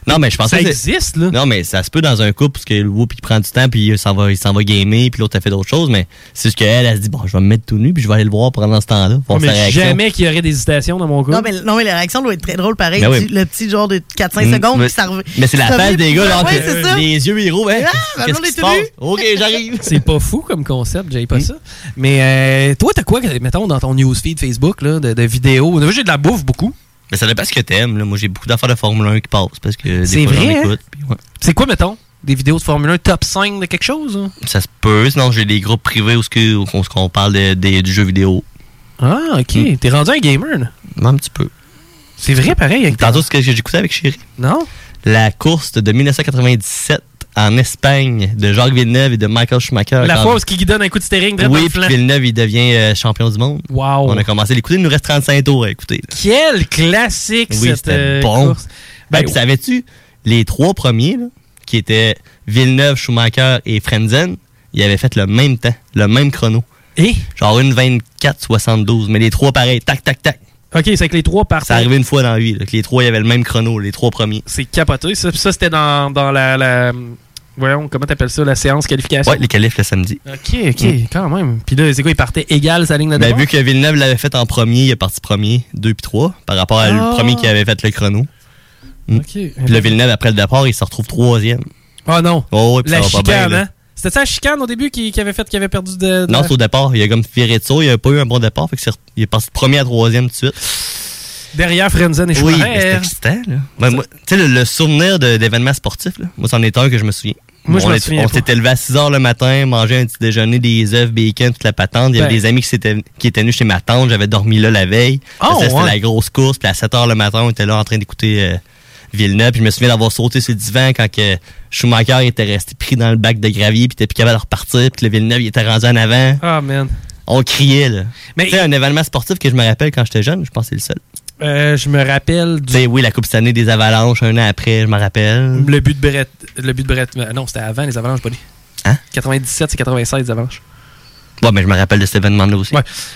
Speaker 5: Non, mais je pensais
Speaker 1: Ça
Speaker 5: que c'est-
Speaker 1: existe, là.
Speaker 5: Non, mais ça se peut dans un couple, parce que le whoop, il prend du temps, puis il s'en va, il s'en va gamer, puis l'autre, a fait d'autres choses, mais c'est ce qu'elle, elle se dit, bon, je vais me mettre tout nu, puis je vais aller le voir pendant ce temps-là. voir sa
Speaker 1: mais
Speaker 5: réaction.
Speaker 1: jamais qu'il y aurait des hésitations dans mon couple.
Speaker 9: Non mais, non, mais la réaction doit être très drôle, pareil.
Speaker 5: Ben oui.
Speaker 9: du- Le petit genre de 4-5
Speaker 5: Mm,
Speaker 9: secondes,
Speaker 5: mais-
Speaker 9: puis ça revient.
Speaker 5: mais c'est la
Speaker 9: ça
Speaker 5: face
Speaker 9: revient,
Speaker 5: des
Speaker 9: puis-
Speaker 5: gars, là,
Speaker 9: ouais,
Speaker 5: que-
Speaker 9: c'est ça.
Speaker 5: les yeux, ils roulent, hein?
Speaker 9: Ah, ma
Speaker 5: Qu'est-ce
Speaker 9: blonde
Speaker 5: qui
Speaker 9: est
Speaker 5: se
Speaker 9: tenue.
Speaker 5: passe? OK, j'arrive. Hmm.
Speaker 1: C'est pas fou comme concept, j'avais pas ça. Mais euh, toi, t'as quoi, mettons, dans ton newsfeed Facebook, là, de, de vidéos? Moi, J'ai de la bouffe beaucoup.
Speaker 5: Mais ça dépend ce que t'aimes, là. Moi, j'ai beaucoup d'affaires de Formule 1 qui passent, parce que des
Speaker 1: C'est
Speaker 5: fois, j'en
Speaker 1: vrai, hein?
Speaker 5: écoute, puis ouais.
Speaker 1: C'est quoi, mettons? Des vidéos de Formule 1 top 5 de quelque chose? hein?
Speaker 5: Ça se peut, sinon, j'ai des groupes privés où, ce que- où on, où on parle de- des- du jeu vidéo.
Speaker 1: Ah, OK. T'es rendu un gamer, là?
Speaker 5: Hmm. Un petit peu.
Speaker 1: C'est vrai, pareil.
Speaker 5: Tantôt, ce que j'écoutais avec Chéri.
Speaker 1: Non?
Speaker 5: La course de 1997 en Espagne de Jacques Villeneuve et de Michael
Speaker 1: La
Speaker 5: Schumacher. Euh, Quand-
Speaker 1: fois où ce qui donne un coup de steering direct dans
Speaker 5: Oui,
Speaker 1: le
Speaker 5: puis
Speaker 1: flanc.
Speaker 5: Villeneuve, il devient euh, champion du monde.
Speaker 1: Wow.
Speaker 5: On a commencé à l'écouter. Il nous reste 35 tours à écouter. là.
Speaker 1: Quel classique,
Speaker 5: Oui,
Speaker 1: cette
Speaker 5: c'était
Speaker 1: euh,
Speaker 5: bon.
Speaker 1: course.
Speaker 5: Ben, puis savais-tu, les trois premiers, là, qui étaient Villeneuve, Schumacher et Frenzen, ils avaient fait le même temps, le même chrono.
Speaker 1: Et?
Speaker 5: Genre une 24-72, mais les trois pareils, tac, tac, tac.
Speaker 1: OK, c'est que les trois partent.
Speaker 5: Ça arrivé une fois dans la vie, là, que les trois, il y avait le même chrono, les trois premiers.
Speaker 1: C'est capoté. Ça, Puis ça, c'était dans, dans la, la- Voyons, comment t'appelles ça, la séance qualification?
Speaker 5: Ouais, les Hmm. qualifs le samedi.
Speaker 1: OK, OK, quand même. Puis là, c'est quoi, il partait égal sa ligne de
Speaker 5: Ben,
Speaker 1: départ?
Speaker 5: vu que Villeneuve l'avait fait en premier, il est parti premier, 2 puis 3, par rapport à
Speaker 1: Ah.
Speaker 5: le premier qui avait fait le chrono. Mm. Puis le Villeneuve, après le départ, il se retrouve troisième.
Speaker 1: Ah non!
Speaker 5: Oh,
Speaker 1: La chicane, hein?
Speaker 5: hein?
Speaker 1: C'était ça la chicane au début qui, qui avait fait qu'il avait perdu de. de-
Speaker 5: Non, c'est au départ. Il a comme viré de ça, il a pas eu un bon départ, fait que c'est re- il est passé de premier à troisième tout de suite.
Speaker 1: Derrière Frenzen et
Speaker 5: Oui,
Speaker 1: Schumacher.
Speaker 5: mais c'était excitant, là. Ben, moi, tu sais, le, le souvenir de- d'événements sportifs, là, moi, c'en est un que je me souviens.
Speaker 1: Moi, je
Speaker 5: on
Speaker 1: me
Speaker 5: est-
Speaker 1: souviens
Speaker 5: on
Speaker 1: pas.
Speaker 5: s'était levé à 6 h le matin, mangé un petit déjeuner, des œufs, bacon, toute la patente. Il y avait
Speaker 1: Ben.
Speaker 5: des amis qui, s'étaient- qui étaient venus chez ma tante. J'avais dormi là la veille.
Speaker 1: Ah,
Speaker 5: Après ça,
Speaker 1: ouais.
Speaker 5: C'était la grosse course. Puis à 7 h le matin, on était là en train d'écouter euh, Villeneuve. Puis je me souviens d'avoir sauté sur le divan quand que Schumacher était resté pris dans le bac de gravier. Puis il était plus capable de repartir. Puis le Villeneuve, il était rendu en avant.
Speaker 1: Ah, man.
Speaker 5: On criait, là. C'était un événement sportif que je me rappelle quand j'étais jeune. Je pense que c'est le seul.
Speaker 1: Euh, je me rappelle du.
Speaker 5: Tu sais, oui, la Coupe cette année des Avalanches, un an après, je m'en rappelle.
Speaker 1: Le but de Brett. Le but de Brett. euh, Non, c'était avant les avalanches, Bonnie.
Speaker 5: Hein?
Speaker 1: 97, c'est 96, les avalanches.
Speaker 5: Ouais, mais je me rappelle de cet événement-là aussi.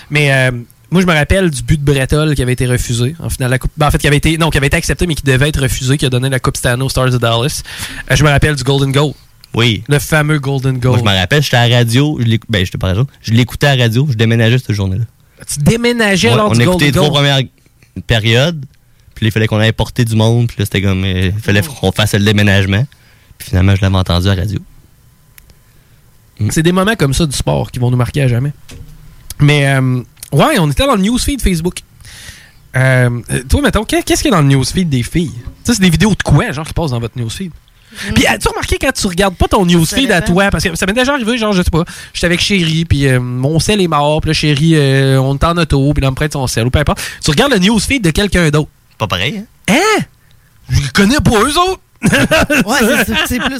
Speaker 1: Mais euh, moi, je me rappelle du but de Bretol qui avait été refusé en finale de la Coupe. ben, en fait, qui avait été. Non, qui avait été accepté, mais qui devait être refusé, qui a donné la Coupe Stanley aux Stars de Dallas. Euh, je me rappelle du Golden Goal.
Speaker 5: Oui.
Speaker 1: Le fameux Golden
Speaker 5: Moi,
Speaker 1: Goal.
Speaker 5: je me rappelle, j'étais à la radio, je l'écou- ben, j'étais pas à la radio, je l'écoutais à la radio, je déménageais cette journée-là.
Speaker 1: tu déménageais
Speaker 5: Ouais,
Speaker 1: lors
Speaker 5: on
Speaker 1: du
Speaker 5: écoutait
Speaker 1: Golden
Speaker 5: les trois
Speaker 1: Goal.
Speaker 5: premières périodes, puis là, il fallait qu'on aille porter du monde, puis là, c'était comme, euh, il fallait qu'on fasse le déménagement. Puis finalement, je l'avais entendu à la radio.
Speaker 1: Mm. C'est des moments comme ça du sport qui vont nous marquer à jamais. Mais, euh, ouais, on était dans le newsfeed Facebook. Euh, euh, toi, mettons, qu'est- qu'est-ce qu'il y a dans le newsfeed des filles? Ça, c'est des vidéos de quoi, genre, qui passent dans votre newsfeed? Puis, as-tu remarqué quand tu regardes pas ton newsfeed à
Speaker 6: dépend.
Speaker 1: toi? Parce que ça m'est déjà arrivé, genre, je sais pas, j'étais avec Chéri, puis euh, mon sel est mort, puis là, Chéri, euh, on est en auto, puis là, on me prête son sel, ou peu importe. Tu regardes le newsfeed de quelqu'un d'autre.
Speaker 5: Pas pareil, hein?
Speaker 1: Hein? Je les connais pas eux autres!
Speaker 5: Ouais, c'est- c'est
Speaker 1: plus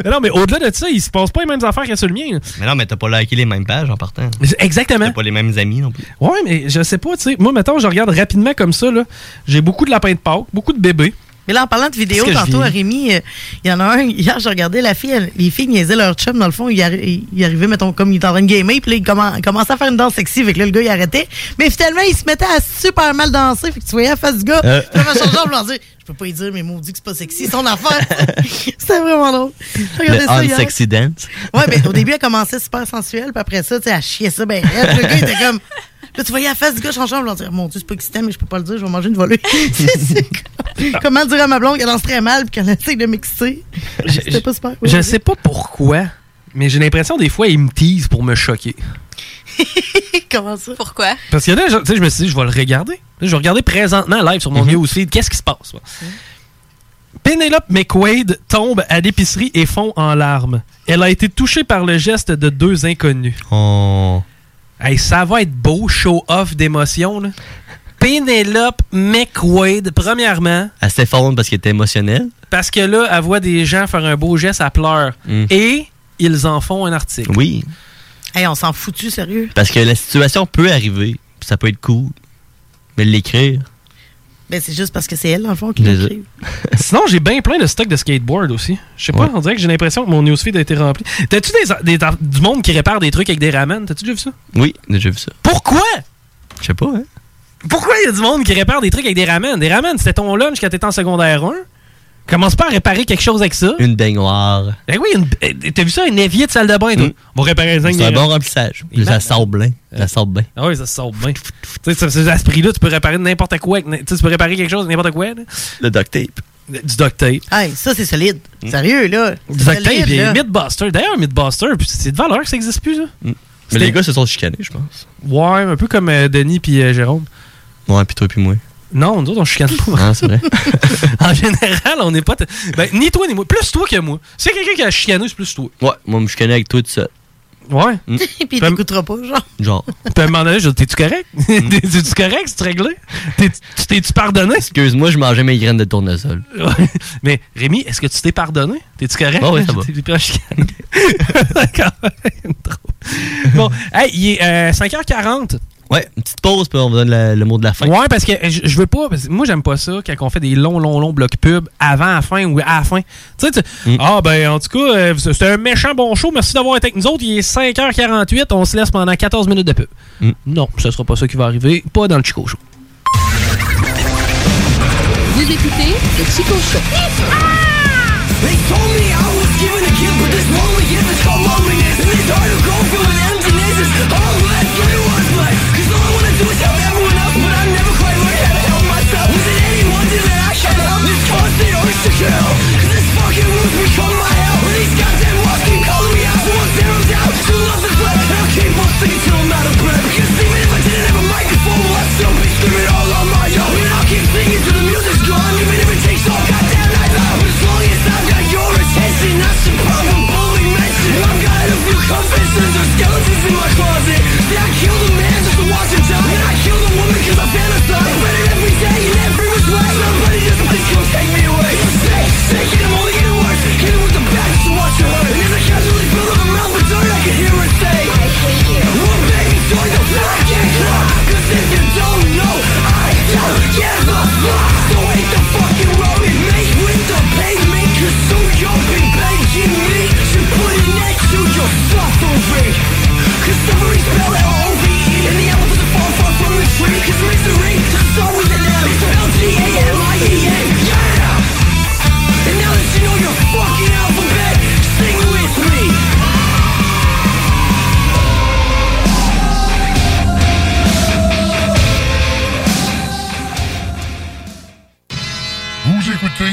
Speaker 1: ça. Non, mais au-delà de ça, il se passe pas les mêmes affaires que sur le mien. là.
Speaker 5: Mais non, mais t'as pas liké les mêmes pages en partant.
Speaker 1: Exactement.
Speaker 5: T'as pas les mêmes amis non plus.
Speaker 1: Ouais, mais je sais pas, tu sais. Moi, mettons, je regarde rapidement comme ça, là. J'ai beaucoup de lapins de Pâques, beaucoup de bébés.
Speaker 9: Mais là, en parlant de vidéos,
Speaker 1: Qu'est-ce que je
Speaker 9: tantôt, à
Speaker 1: vis?
Speaker 9: Rémi, euh, il y en a un, hier, je regardais la fille, elle- les filles niaisaient leur chum, dans le fond, il, arri- il arrivait, mettons, comme il était en train de gamer, puis là, il commen- commençait à faire une danse sexy, fait que là, le gars, il arrêtait, mais finalement, il se mettait à super mal danser, fait que tu voyais la face du gars,
Speaker 5: Euh.
Speaker 9: puis là, ma changeante, je me disais, je peux pas lui dire, mais maudit que c'est pas sexy, son affaire. *laughs* C'était vraiment drôle. Je regardais
Speaker 5: Le
Speaker 9: ça hier.
Speaker 5: on-sexy dance.
Speaker 9: Ouais, mais au début, elle commençait super sensuelle, puis après ça, tu sais, elle chiait ça, ben, raide. le gars, il était comme, là, tu voyais la face du gars, changeant, je dire, mon Dieu, c'est pas excitant, mais je peux pas le dire, je vais manger une volée. *laughs* C'est- c'est comme- Comment dire à ma blonde qu'elle danse très mal, puis qu'elle essaie de m'exciter? C'était pas super. Oui,
Speaker 1: je
Speaker 9: oui.
Speaker 1: sais pas pourquoi, mais j'ai l'impression, des fois, ils me teasent pour me choquer.
Speaker 9: *laughs* Comment ça?
Speaker 53: Pourquoi?
Speaker 1: Parce que là, je- tu sais, je me suis dit, je vais le regarder. Je vais regarder présentement live sur
Speaker 5: Mm-hmm.
Speaker 1: mon newsfeed. Qu'est-ce qui se passe? moi? Penelope McQuaid tombe à l'épicerie et fond en larmes. Elle a été touchée par le geste de deux inconnus.
Speaker 5: Oh.
Speaker 1: Hey, ça va être beau, show-off d'émotion. là. Penelope McQuaid, premièrement,
Speaker 5: Elle s'effondre parce qu'elle était émotionnelle.
Speaker 1: parce que là, elle voit des gens faire un beau geste, elle pleure.
Speaker 5: Mm.
Speaker 1: Et ils en font un article.
Speaker 5: Oui.
Speaker 9: Hey, on s'en foutu, sérieux?
Speaker 5: Parce que la situation peut arriver, puis ça peut être cool. Mais l'écrire,
Speaker 9: Ben, c'est juste parce que c'est elle, dans le fond, qui
Speaker 5: Désolé.
Speaker 9: l'écrit.
Speaker 1: Sinon, j'ai bien plein de stocks de skateboard aussi. Je sais pas, on dirait que j'ai l'impression que mon newsfeed a été rempli. T'as-tu des, des- du monde qui répare des trucs avec des ramènes? T'as-tu déjà vu ça?
Speaker 5: oui, j'ai déjà vu ça.
Speaker 1: Pourquoi?
Speaker 5: Je sais pas, hein?
Speaker 1: Pourquoi il y a du monde qui répare des trucs avec des ramènes? Des ramènes, c'était ton lunch quand t'étais en secondaire 1. Commence pas à réparer quelque chose avec ça.
Speaker 5: Une baignoire. Mm.
Speaker 1: Ben oui, une- euh, t'as vu ça, un évier de salle de bain, toi? On va réparer les
Speaker 5: C'est un bon remplissage. Puis Ça sort bien. Ça sort bien.
Speaker 1: Ah oui, ça se sort bien. Tu sais, ça- ça- à ce prix-là, tu peux réparer n'importe quoi. avec n- Tu sais, tu peux réparer quelque chose, avec n'importe quoi. là.
Speaker 5: Le duct tape.
Speaker 1: Du duct tape.
Speaker 9: Hey, ça, c'est solide.
Speaker 1: Hmm.
Speaker 9: Sérieux, là.
Speaker 1: Du duct
Speaker 9: Solide,
Speaker 1: tape, et
Speaker 9: là.
Speaker 1: Mythbuster. D'ailleurs, Mythbuster, puis c'est de valeur que ça existe plus, ça.
Speaker 5: Mm. Mais les gars se sont chicanés, je pense.
Speaker 1: Ouais, un peu comme euh, Denis puis euh, Jérôme.
Speaker 5: Ouais, puis toi, puis moi.
Speaker 1: Non, nous autres, on chicane pas.
Speaker 5: Ah, c'est vrai.
Speaker 1: *laughs* en général, on n'est pas. t- Ben, ni toi, ni moi. Plus toi que moi. Si y a quelqu'un qui a chicané, c'est plus toi.
Speaker 5: Ouais, moi, je chicanais avec toi tout seul. Mm.
Speaker 1: Ouais.
Speaker 9: *laughs* Puis il t'écoutera pas, genre.
Speaker 5: Genre.
Speaker 1: Puis à un moment donné, je dis, T'es-tu correct?
Speaker 5: Mm.
Speaker 1: *laughs* T'es-tu correct? C'est réglé? T'es- Tu t'es-tu pardonné?
Speaker 5: Excuse-moi, je mangeais mes graines de tournesol.
Speaker 1: Ouais. Mais Rémi, est-ce que tu t'es pardonné? T'es-tu correct? hein,
Speaker 5: Ah oui, ça va.
Speaker 1: T'es plus en *laughs* chicane. D'accord. bon, hey, il est euh, 5h40.
Speaker 5: Ouais, une petite pause, puis on vous donne la- le mot de la fin.
Speaker 1: Ouais, parce que euh, je je veux pas. parce que moi, j'aime pas ça quand on fait des longs, longs, longs blocs pub avant la fin ou à la fin. Tu sais, tu-
Speaker 5: Mm.
Speaker 1: ah, ben, en tout cas, euh, c'était un méchant bon show. Merci d'avoir été avec nous autres. Il est
Speaker 5: Mm.
Speaker 1: 5h48. On se laisse pendant 14 minutes de pub. Non, ce sera pas ça qui va arriver. Pas dans le Chico Show.
Speaker 17: Vous écoutez le Chico Show. E
Speaker 3: Vous écoutez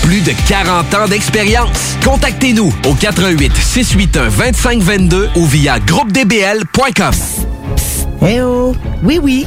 Speaker 6: plus de 40 ans d'expérience. Contactez-nous au 88 681 2522 ou via groupedbl.com.
Speaker 9: Eh oh! Oui, oui,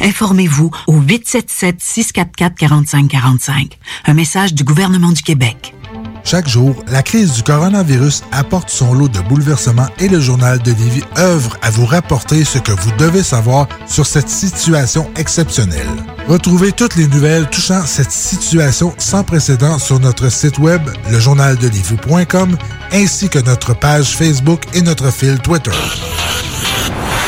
Speaker 18: Informez-vous au 877-644-4545. Un message du gouvernement du Québec.
Speaker 30: Chaque jour, la crise du coronavirus apporte son lot de bouleversements et le journal de Livy œuvre à vous rapporter ce que vous devez savoir sur cette situation exceptionnelle. Retrouvez toutes les nouvelles touchant cette situation sans précédent sur notre site web, lejournaldelivy.com, ainsi que notre page Facebook et notre fil Twitter.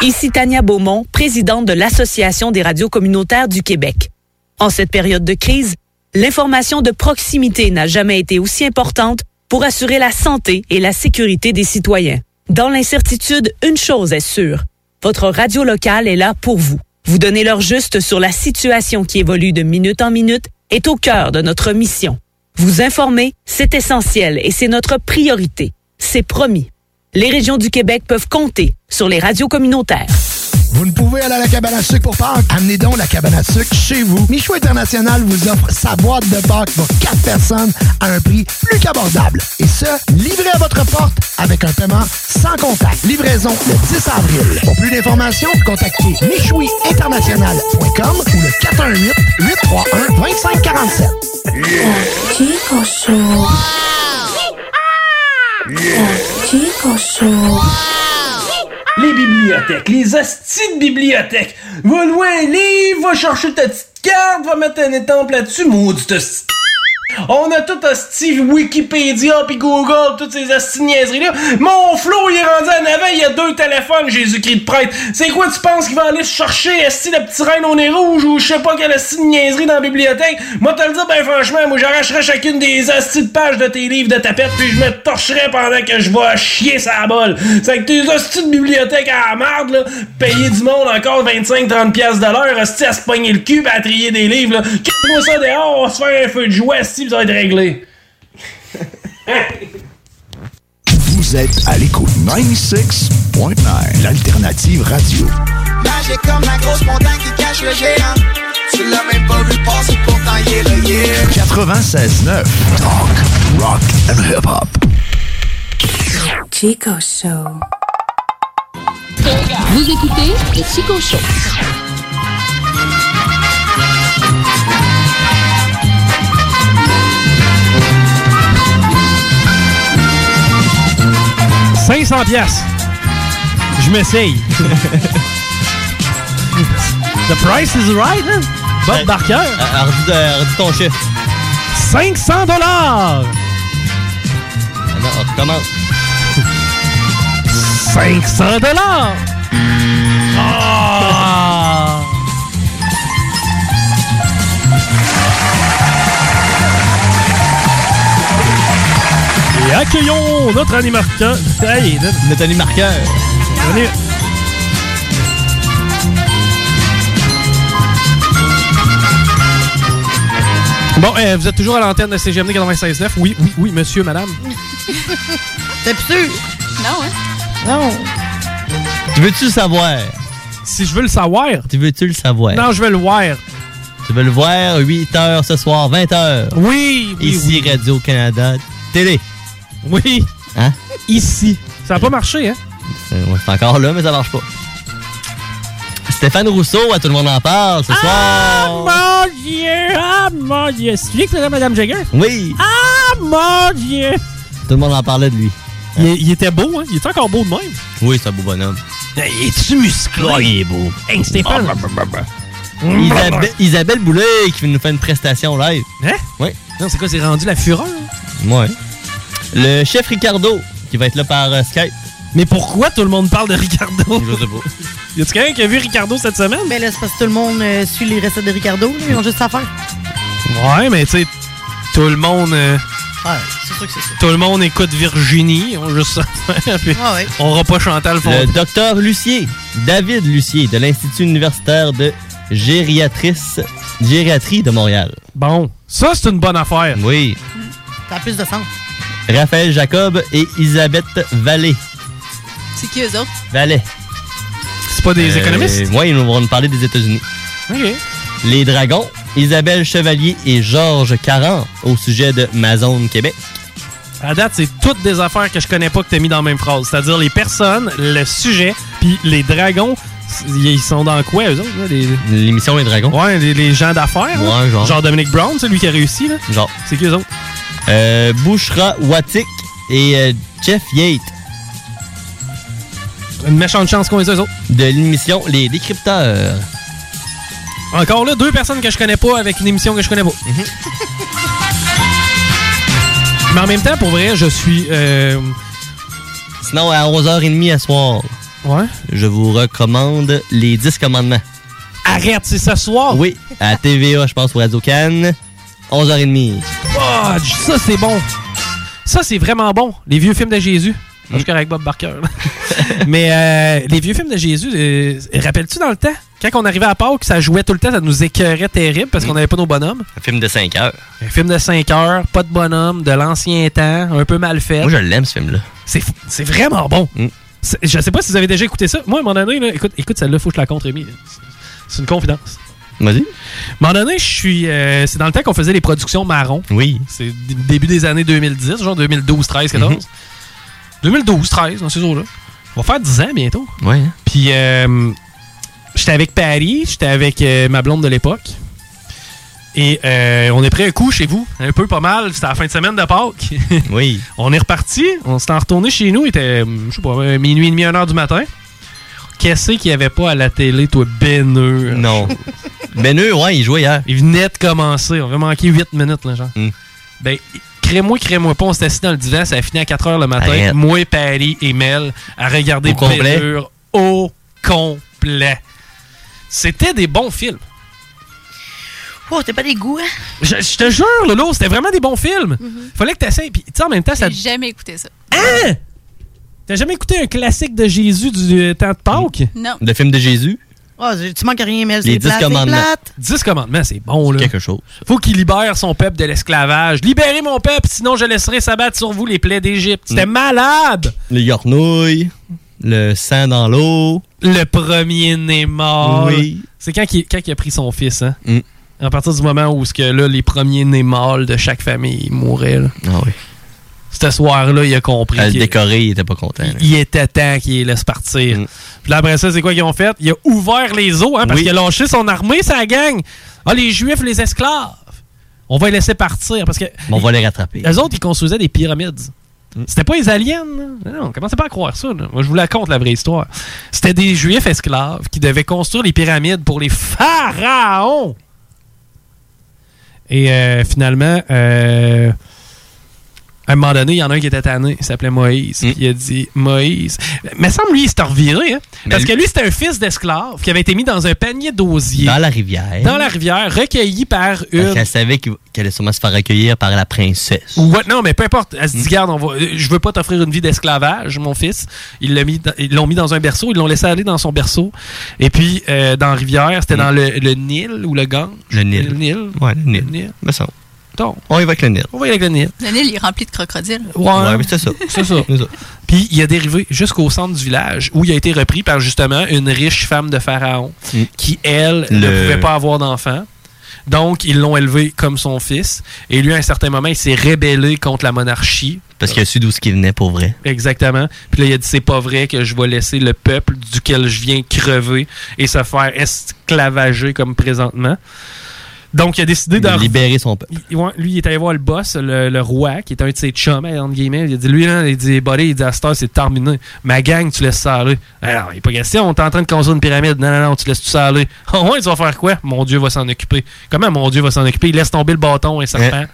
Speaker 44: Ici Tania Beaumont, présidente de l'Association des radios communautaires du Québec. En cette période de crise, l'information de proximité n'a jamais été aussi importante pour assurer la santé et la sécurité des citoyens. Dans l'incertitude, une chose est sûre. Votre radio locale est là pour vous. Vous donner leur juste sur la situation qui évolue de minute en minute est au cœur de notre mission. Vous informer, c'est essentiel et c'est notre priorité. C'est promis. Les régions du Québec peuvent compter sur les radios communautaires.
Speaker 15: Vous ne pouvez aller à la cabane à sucre pour Pâques? Amenez donc la cabane à sucre chez vous. Michou International vous offre sa boîte de Pâques pour 4 personnes à un prix plus qu'abordable. Et ce, livré à votre porte avec un paiement sans contact. Livraison le 10 avril. Pour plus d'informations, contactez michouiinternational.com ou le 418-831-2547.
Speaker 54: Chico Show. Chico Show.
Speaker 12: Les bibliothèques, les hosties de bibliothèques. Va loin un livre, va chercher ta petite carte, Ah, va mettre un étampe là-dessus, maudite hostie. On a tout hostie Wikipédia puis Google, toutes ces hosties de niaiseries-là. Mon Flo, il est rendu en avant, il y a deux téléphones, Jésus-Christ de prêtre. C'est quoi tu penses qu'il va aller chercher hostie la petite reine au nez rouge ou je sais pas quelle hostie de niaiserie dans la bibliothèque? Moi, te le dis, ben franchement, moi j'arracherais chacune des hosties de pages de tes livres de tapette puis je me torcherais pendant que je vais chier sa bol. C'est que tes hosties de bibliothèque à la marde, là, payer du monde encore 25-30$ piastres de l'heure, hostie à se pogner le cul pis à trier des livres, là. Quitte-moi ça dehors, on va se faire un feu de joie, si ça va être réglé.
Speaker 21: Vous êtes à l'écoute 96.9, l'alternative radio.
Speaker 55: Magique comme la grosse montagne qui cache le géant. Tu l'as même pas vu passer, pourtant il est le yeah.
Speaker 21: 96.9, talk, rock and hip-hop.
Speaker 17: Chico Show. Vous écoutez le Chico Show.
Speaker 1: là. 500 pièces. Je m'essaye. The price is right, hein? Bob
Speaker 5: Euh,
Speaker 1: Barker.
Speaker 5: Redis redis ton chiffre.
Speaker 1: 500 dollars.
Speaker 5: Maintenant, Ah on recommence.
Speaker 1: 500 dollars. Ah! Et accueillons notre animateur. Hey, notre,
Speaker 5: animateur.
Speaker 1: Bon, euh, vous êtes toujours à l'antenne de CGMD 96.9. Oui, oui, oui, monsieur, madame.
Speaker 9: T'es plus sûr?
Speaker 7: Non, hein?
Speaker 9: Non.
Speaker 5: Tu veux-tu le savoir?
Speaker 1: Si je veux le savoir.
Speaker 5: Tu veux-tu le savoir?
Speaker 1: Non, je veux le voir.
Speaker 5: Tu veux le voir 8h ce soir, 20h.
Speaker 1: Oui, oui,
Speaker 5: Ici, Radio-Canada, télé.
Speaker 1: Oui.
Speaker 5: Hein?
Speaker 1: Ici. Ça n'a pas marché, hein?
Speaker 5: C'est ouais, c'est encore là, mais ça marche pas. Stéphane Rousseau, à tout le monde en parle
Speaker 1: Ah!
Speaker 5: ce soir.
Speaker 1: Mon Dieu! Ah, mon Dieu! C'est lui qui faisait Madame Jagger?
Speaker 5: Oui.
Speaker 1: Ah, mon Dieu!
Speaker 5: Tout le monde en parlait de lui.
Speaker 1: Il, il était beau, hein? Il était encore beau de même.
Speaker 5: Oui, c'est un beau bonhomme.
Speaker 1: Il est-tu musclé?
Speaker 5: il est beau.
Speaker 1: Hey, Stéphane! Mmh.
Speaker 5: Isabe- Mmh. Isabelle Boulay qui nous fait une prestation live.
Speaker 1: Bah, Hein?
Speaker 5: Oui.
Speaker 1: Non, c'est quoi? C'est rendu la fureur?
Speaker 5: Ouais. Le chef Ricardo qui va être là par euh, Skype.
Speaker 1: Mais pourquoi tout le monde parle de Ricardo?
Speaker 5: Je sais pas.
Speaker 1: *laughs* Y a-tu quelqu'un qui a vu Ricardo cette semaine?
Speaker 9: Mais Ben là, c'est parce que tout le monde euh, suit les recettes de Ricardo. là. Ils ont juste à faire.
Speaker 1: Ouais, mais tu sais, tout le monde. euh,
Speaker 9: Ouais, c'est sûr que c'est ça.
Speaker 1: Tout le monde écoute Virginie, on juste ça. Puis
Speaker 9: Ah ouais.
Speaker 1: On aura pas Chantal Fond.
Speaker 5: Le docteur Lucier, David Lucier de l'Institut universitaire de gériatrice, gériatrie de Montréal.
Speaker 1: Bon, ça c'est une bonne affaire.
Speaker 5: Oui.
Speaker 9: Ça a plus de sens.
Speaker 5: Raphaël Jacob et Isabelle Vallée.
Speaker 7: C'est qui eux autres?
Speaker 5: Vallée.
Speaker 1: C'est pas des économistes?
Speaker 5: Oui, Euh, ils vont nous parler des États-Unis.
Speaker 1: OK.
Speaker 5: Les Dragons, Isabelle Chevalier et Georges Caran au sujet de Mazone Québec.
Speaker 1: À date, c'est toutes des affaires que je connais pas que t'as mis dans la même phrase. C'est-à-dire les personnes, le sujet, puis les dragons. c- Ils sont dans quoi, eux autres? là, les-
Speaker 5: L'émission Les Dragons.
Speaker 1: Ouais, les, les gens d'affaires. là.
Speaker 5: Ouais, genre.
Speaker 1: Genre Dominic Brown, c'est lui qui a réussi. là.
Speaker 5: Genre.
Speaker 1: C'est qui eux autres?
Speaker 5: Euh, Bouchra Watik et euh, Jeff Yates.
Speaker 1: Une méchante chance qu'on les eux autres.
Speaker 5: De l'émission Les Décrypteurs.
Speaker 1: Encore là, deux personnes que je connais pas avec une émission que je connais pas.
Speaker 5: Mhm.
Speaker 1: *laughs* Mais en même temps, pour vrai, je suis. euh,
Speaker 5: Sinon, à 11h30 à soir,
Speaker 1: Ouais.
Speaker 5: je vous recommande Les 10 commandements.
Speaker 1: Arrête, c'est ce soir?
Speaker 5: Oui, à TVA, je pense, pour Radio Cannes. 11h30.
Speaker 1: Fudge, ça c'est bon. Ça c'est vraiment bon. Les vieux films de Jésus.
Speaker 5: Mhm.
Speaker 1: *laughs* Moi, Je suis correct avec Bob Barker. là. Mais euh, les vieux films de Jésus, euh, rappelles-tu dans le temps? Quand on arrivait à Pâques, ça jouait tout le temps, ça nous écœurait terrible parce qu'on n'avait pas nos bonhommes.
Speaker 16: Un film de 5 heures.
Speaker 1: Un film de 5 heures, pas de bonhomme, de l'ancien temps, un peu mal fait.
Speaker 16: Moi, je l'aime, ce film-là. Mm.
Speaker 1: C'est fou- c'est vraiment bon. C'est- Je sais pas si vous avez déjà écouté ça. Moi, à un moment donné, là, écoute, écoute celle-là, faut que je la compte, Rémi. C'est- C'est une confidence.
Speaker 16: Vas-y.
Speaker 1: À un moment donné, je suis. euh, c'est dans le temps qu'on faisait les productions marron.
Speaker 16: Oui.
Speaker 1: C'est d- début des années 2010, genre 2012, 13, 14.
Speaker 16: Mm-hmm.
Speaker 1: 2012, 13, dans ces eaux-là. On va faire 10 ans bientôt.
Speaker 16: Ouais.
Speaker 1: Puis, euh, j'étais avec Paris, j'étais avec euh, ma blonde de l'époque. Et euh, on est pris un coup chez vous, un peu pas mal. C'était la fin de semaine de Pâques. *laughs*
Speaker 16: oui.
Speaker 1: On est reparti, on s'est en retourné chez nous, il était, hum, je sais pas, euh, minuit et demi, 1 heure du matin. Qu'est-ce qu'il y avait pas à la télé, toi, Beneux? *laughs*
Speaker 16: Non. Beneux, ouais, il jouait hier. Hmm.
Speaker 1: Il venait de commencer, on avait manqué 8 minutes, là, genre. Ben, crée-moi, crée-moi pas, on s'est assis dans le divan, ça a fini à 4 heures le matin.
Speaker 16: Arrête.
Speaker 1: Moi, Paris et Mel, à regarder
Speaker 16: Au complet?
Speaker 1: Benhur au complet. C'était des bons films.
Speaker 36: Oh, t'as pas des goûts, hein?
Speaker 1: Je, je te jure, Lolo, c'était vraiment des bons films. Fallait que t'essayes. Puis, tu sais, en même temps, ça.
Speaker 23: J'ai jamais écouté ça.
Speaker 1: Hein? T'as jamais écouté un classique de Jésus du euh, temps de Pâques?
Speaker 23: Non.
Speaker 16: Le film de Jésus.
Speaker 36: Oh, je- tu manques à rien, mais
Speaker 1: Les
Speaker 36: c'est
Speaker 1: dix
Speaker 36: plate, c'est
Speaker 1: commandements.
Speaker 36: plate.
Speaker 1: 10 commandements, c'est bon, là.
Speaker 16: quelque chose.
Speaker 1: Faut qu'il libère son peuple de l'esclavage. Libérez mon peuple, sinon je laisserai s'abattre sur vous les plaies d'Égypte. C'était malade!
Speaker 16: Le Yornouille. Mm. Le sang dans l'eau.
Speaker 1: Le premier né mort.
Speaker 16: Oui. Mm.
Speaker 1: C'est quand, qu'il- quand il a pris son fils, hein? À partir du moment où ce que, là, les premiers nés mâles de chaque famille mouraient. là.
Speaker 16: Ah oui.
Speaker 1: Ce soir-là, il a compris.
Speaker 16: À le
Speaker 1: qu'il-
Speaker 16: décorer, il était pas content. là. Mm.
Speaker 1: il était temps qu'il laisse partir. Puis là, après ça, c'est quoi qu'ils ont fait? Il a ouvert les eaux, hein, parce
Speaker 16: Oui.
Speaker 1: qu'il a lâché son armée, sa gang. Ah, les Juifs, les esclaves. On va les laisser partir. Parce que
Speaker 16: Bon, on va les rattraper.
Speaker 1: les autres, ils construisaient des pyramides.
Speaker 16: Hmm.
Speaker 1: C'était pas les aliens. là. Non, commencez pas à croire ça. là. Moi, je vous la conte, la vraie histoire. C'était des Juifs esclaves qui devaient construire les pyramides pour les pharaons. Et euh, finalement, euh, à un moment donné, il y en a un qui était tanné. Il s'appelait Moïse.
Speaker 16: Hmm.
Speaker 1: Puis il a dit Moïse. Mais semble, lui, il s'est reviré. hein? parce que lui, c'était un fils d'esclave qui avait été mis dans un panier d'osier.
Speaker 16: Dans la rivière.
Speaker 1: Dans la rivière, recueilli par
Speaker 16: Parce
Speaker 1: une.
Speaker 16: qu'elle savait qu'il- qu'elle allait sûrement se faire accueillir par la princesse.
Speaker 1: Ouais, non, mais peu importe. Elle se dit, garde, on va- euh, je veux pas t'offrir une vie d'esclavage, mon fils. Ils l'ont mis, dans- ils l'ont mis dans un berceau, ils l'ont laissé aller dans son berceau. Et puis, euh, dans Rivière, c'était dans le, le Nil ou le Gange.
Speaker 16: Mm. Le Nil.
Speaker 1: Le Nil.
Speaker 16: Ouais, le Nil. Me semble.
Speaker 1: Donc,
Speaker 16: On y va avec le Nil.
Speaker 1: on va y aller avec le Nil.
Speaker 23: Le Nil, il est rempli de crocodiles.
Speaker 16: Ouais, mais c'est ça.
Speaker 1: *laughs* C'est ça. Puis il a dérivé jusqu'au centre du village où il a été repris par justement une riche femme de Pharaon qui, elle, ne
Speaker 16: Mm. Le-
Speaker 1: pouvait pas avoir d'enfant. Donc, ils l'ont élevé comme son fils. Et lui, à un certain moment, il s'est rébellé contre la monarchie.
Speaker 16: Parce qu'il a su d'où ce qu'il venait pour vrai.
Speaker 1: Exactement. Puis là, il a dit c'est pas vrai que je vais laisser le peuple duquel je viens crever et se faire esclavager comme présentement. Donc, il a décidé de.
Speaker 16: libérer son peuple.
Speaker 1: lui, il est allé voir le boss, le, le roi, qui est un de ses chums, hein, entre guillemets. Il a dit lui, là, il dit buddy, il dit à cette heure, c'est terminé. Ma gang, tu laisses ça aller. Alors, il n'est pas question, on est en train de construire une pyramide. Non, non, non, tu laisses tout ça aller. *laughs* Oh, ouais, tu vas faire quoi Mon Dieu va s'en occuper. Comment mon Dieu va s'en occuper Il laisse tomber le bâton, un
Speaker 16: Hein?
Speaker 1: serpent.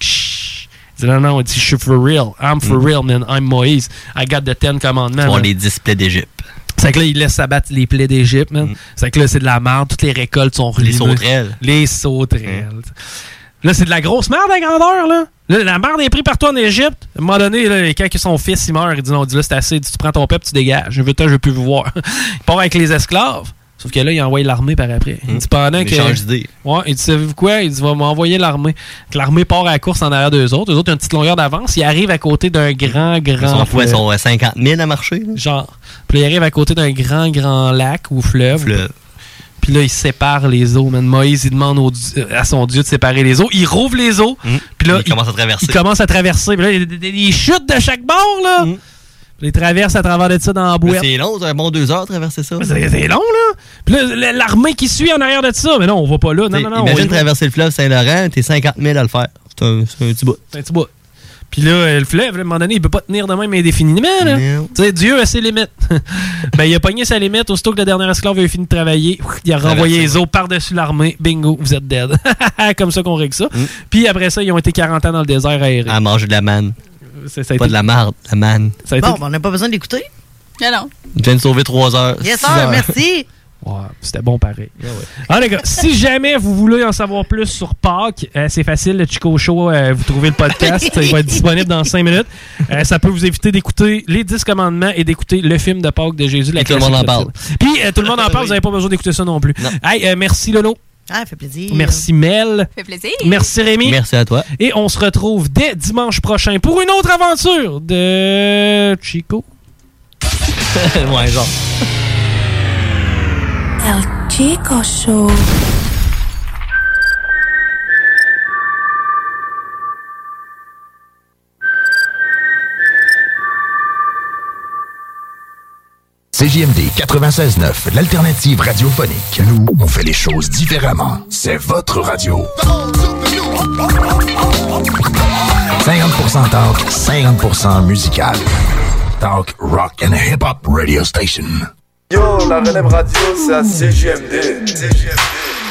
Speaker 1: Il dit non, non, il dit, je suis for real. I'm for real, man. I'm Moïse. I got the Ten Commandments.
Speaker 16: On
Speaker 1: man.
Speaker 16: les displays d'Égypte.
Speaker 1: C'est que là, il laisse s'abattre les plaies d'Égypte, man. C'est que là, c'est de la merde. Toutes les récoltes sont ruinées.
Speaker 16: Mm. sauterelles. Mm.
Speaker 1: Les sauterelles. Là, c'est de la grosse merde à grandeur, là. Là, la merde est prise partout en Égypte. À un moment donné, là, quand son fils il meurt, il dit non, il dit là, c'est assez, Il dit, tu prends ton peuple, tu dégages. Je veux toi, je veux plus vous voir. *laughs* Il part avec les esclaves. Sauf que là, il envoie l'armée par après. Il dit pendant
Speaker 16: Mm. Il
Speaker 1: que.
Speaker 16: change d'idée.
Speaker 1: Ouais, il dit, savez-vous quoi? Il dit, va m'envoyer l'armée. Que L'armée part à la course en arrière d'eux autres. Eux autres, ils ont une petite longueur d'avance. Ils arrivent à côté d'un grand,
Speaker 16: Ils
Speaker 1: grand.
Speaker 16: sont, quoi, ils
Speaker 1: fleuve.
Speaker 16: sont à 50 000 euh, à marcher. là.
Speaker 1: Genre. Puis là, il arrive à côté d'un grand, grand lac ou fleuve. Puis là, il sépare les eaux. man. Moïse, il demande au di- euh, à son Dieu de séparer les eaux. Il rouvre les eaux. Puis là,
Speaker 16: Hum. Il commence à traverser.
Speaker 1: Il commence à traverser. Puis là, il y a des- des- des chutes de chaque bord, là. Puis Il traverse à travers de ça dans la
Speaker 16: Mais
Speaker 1: bouette.
Speaker 16: Hum. C'est long, c'est un bon deux heures traverser ça.
Speaker 1: Ah, C'est c'est long, là. Puis là, l- l'armée qui suit en arrière de ça. Mais non, on va pas là. Non, non, non. on y
Speaker 16: Imagine
Speaker 1: va.
Speaker 16: traverser le fleuve Saint-Laurent, t'es 50 000 à le faire. C'est un, c'est un petit bout.
Speaker 1: C'est un petit bout. Puis là, euh, le fleuve, là, à un moment donné, il peut pas tenir de même indéfiniment. Là. Tu sais, Dieu a ses limites. *laughs* ben, il a pogné sa limite. Aussitôt que le dernier esclave a eu fini de travailler, il a renvoyé les eaux par-dessus l'armée. Bingo, vous êtes dead. *laughs* Comme ça qu'on règle ça. Puis après ça, ils ont été 40 ans dans le désert aéré.
Speaker 16: Mm. À manger de la manne.
Speaker 1: Pas
Speaker 16: de la marde, la manne.
Speaker 1: Ça
Speaker 36: Bon, ben, on n'a pas besoin d'écouter.
Speaker 23: Non, non.
Speaker 16: Tu viens de sauver trois heures.
Speaker 36: Yes,
Speaker 16: six
Speaker 36: sir, merci.
Speaker 1: Ouais, c'était bon pareil. Ah, les gars, si jamais vous voulez en savoir plus sur Pâques, euh, c'est facile, le Chico Show, euh, vous trouvez le podcast, il va être disponible dans 5 minutes. Euh, ça peut vous éviter d'écouter les 10 commandements et d'écouter le film de Pâques de Jésus. La
Speaker 5: Et tout le monde
Speaker 1: création
Speaker 5: en
Speaker 1: de Dieu. Puis euh, tout le monde en parle, vous n'avez pas besoin d'écouter ça non plus. Hey, euh, merci Lolo.
Speaker 9: Ah, ça fait plaisir.
Speaker 1: Merci Mel.
Speaker 56: fait plaisir.
Speaker 1: Merci Rémi. Merci à toi. Et on se retrouve dès dimanche prochain pour une autre aventure de Chico. *laughs* ouais, genre.
Speaker 18: El Chico Show.
Speaker 15: CJMD 96.9, l'alternative radiophonique. Nous, on fait les choses différemment. C'est votre radio. 50% talk, 50% musical. Talk, rock and hip-hop radio station.
Speaker 27: Yo, la relève radio, c'est à CGMD. CGMD.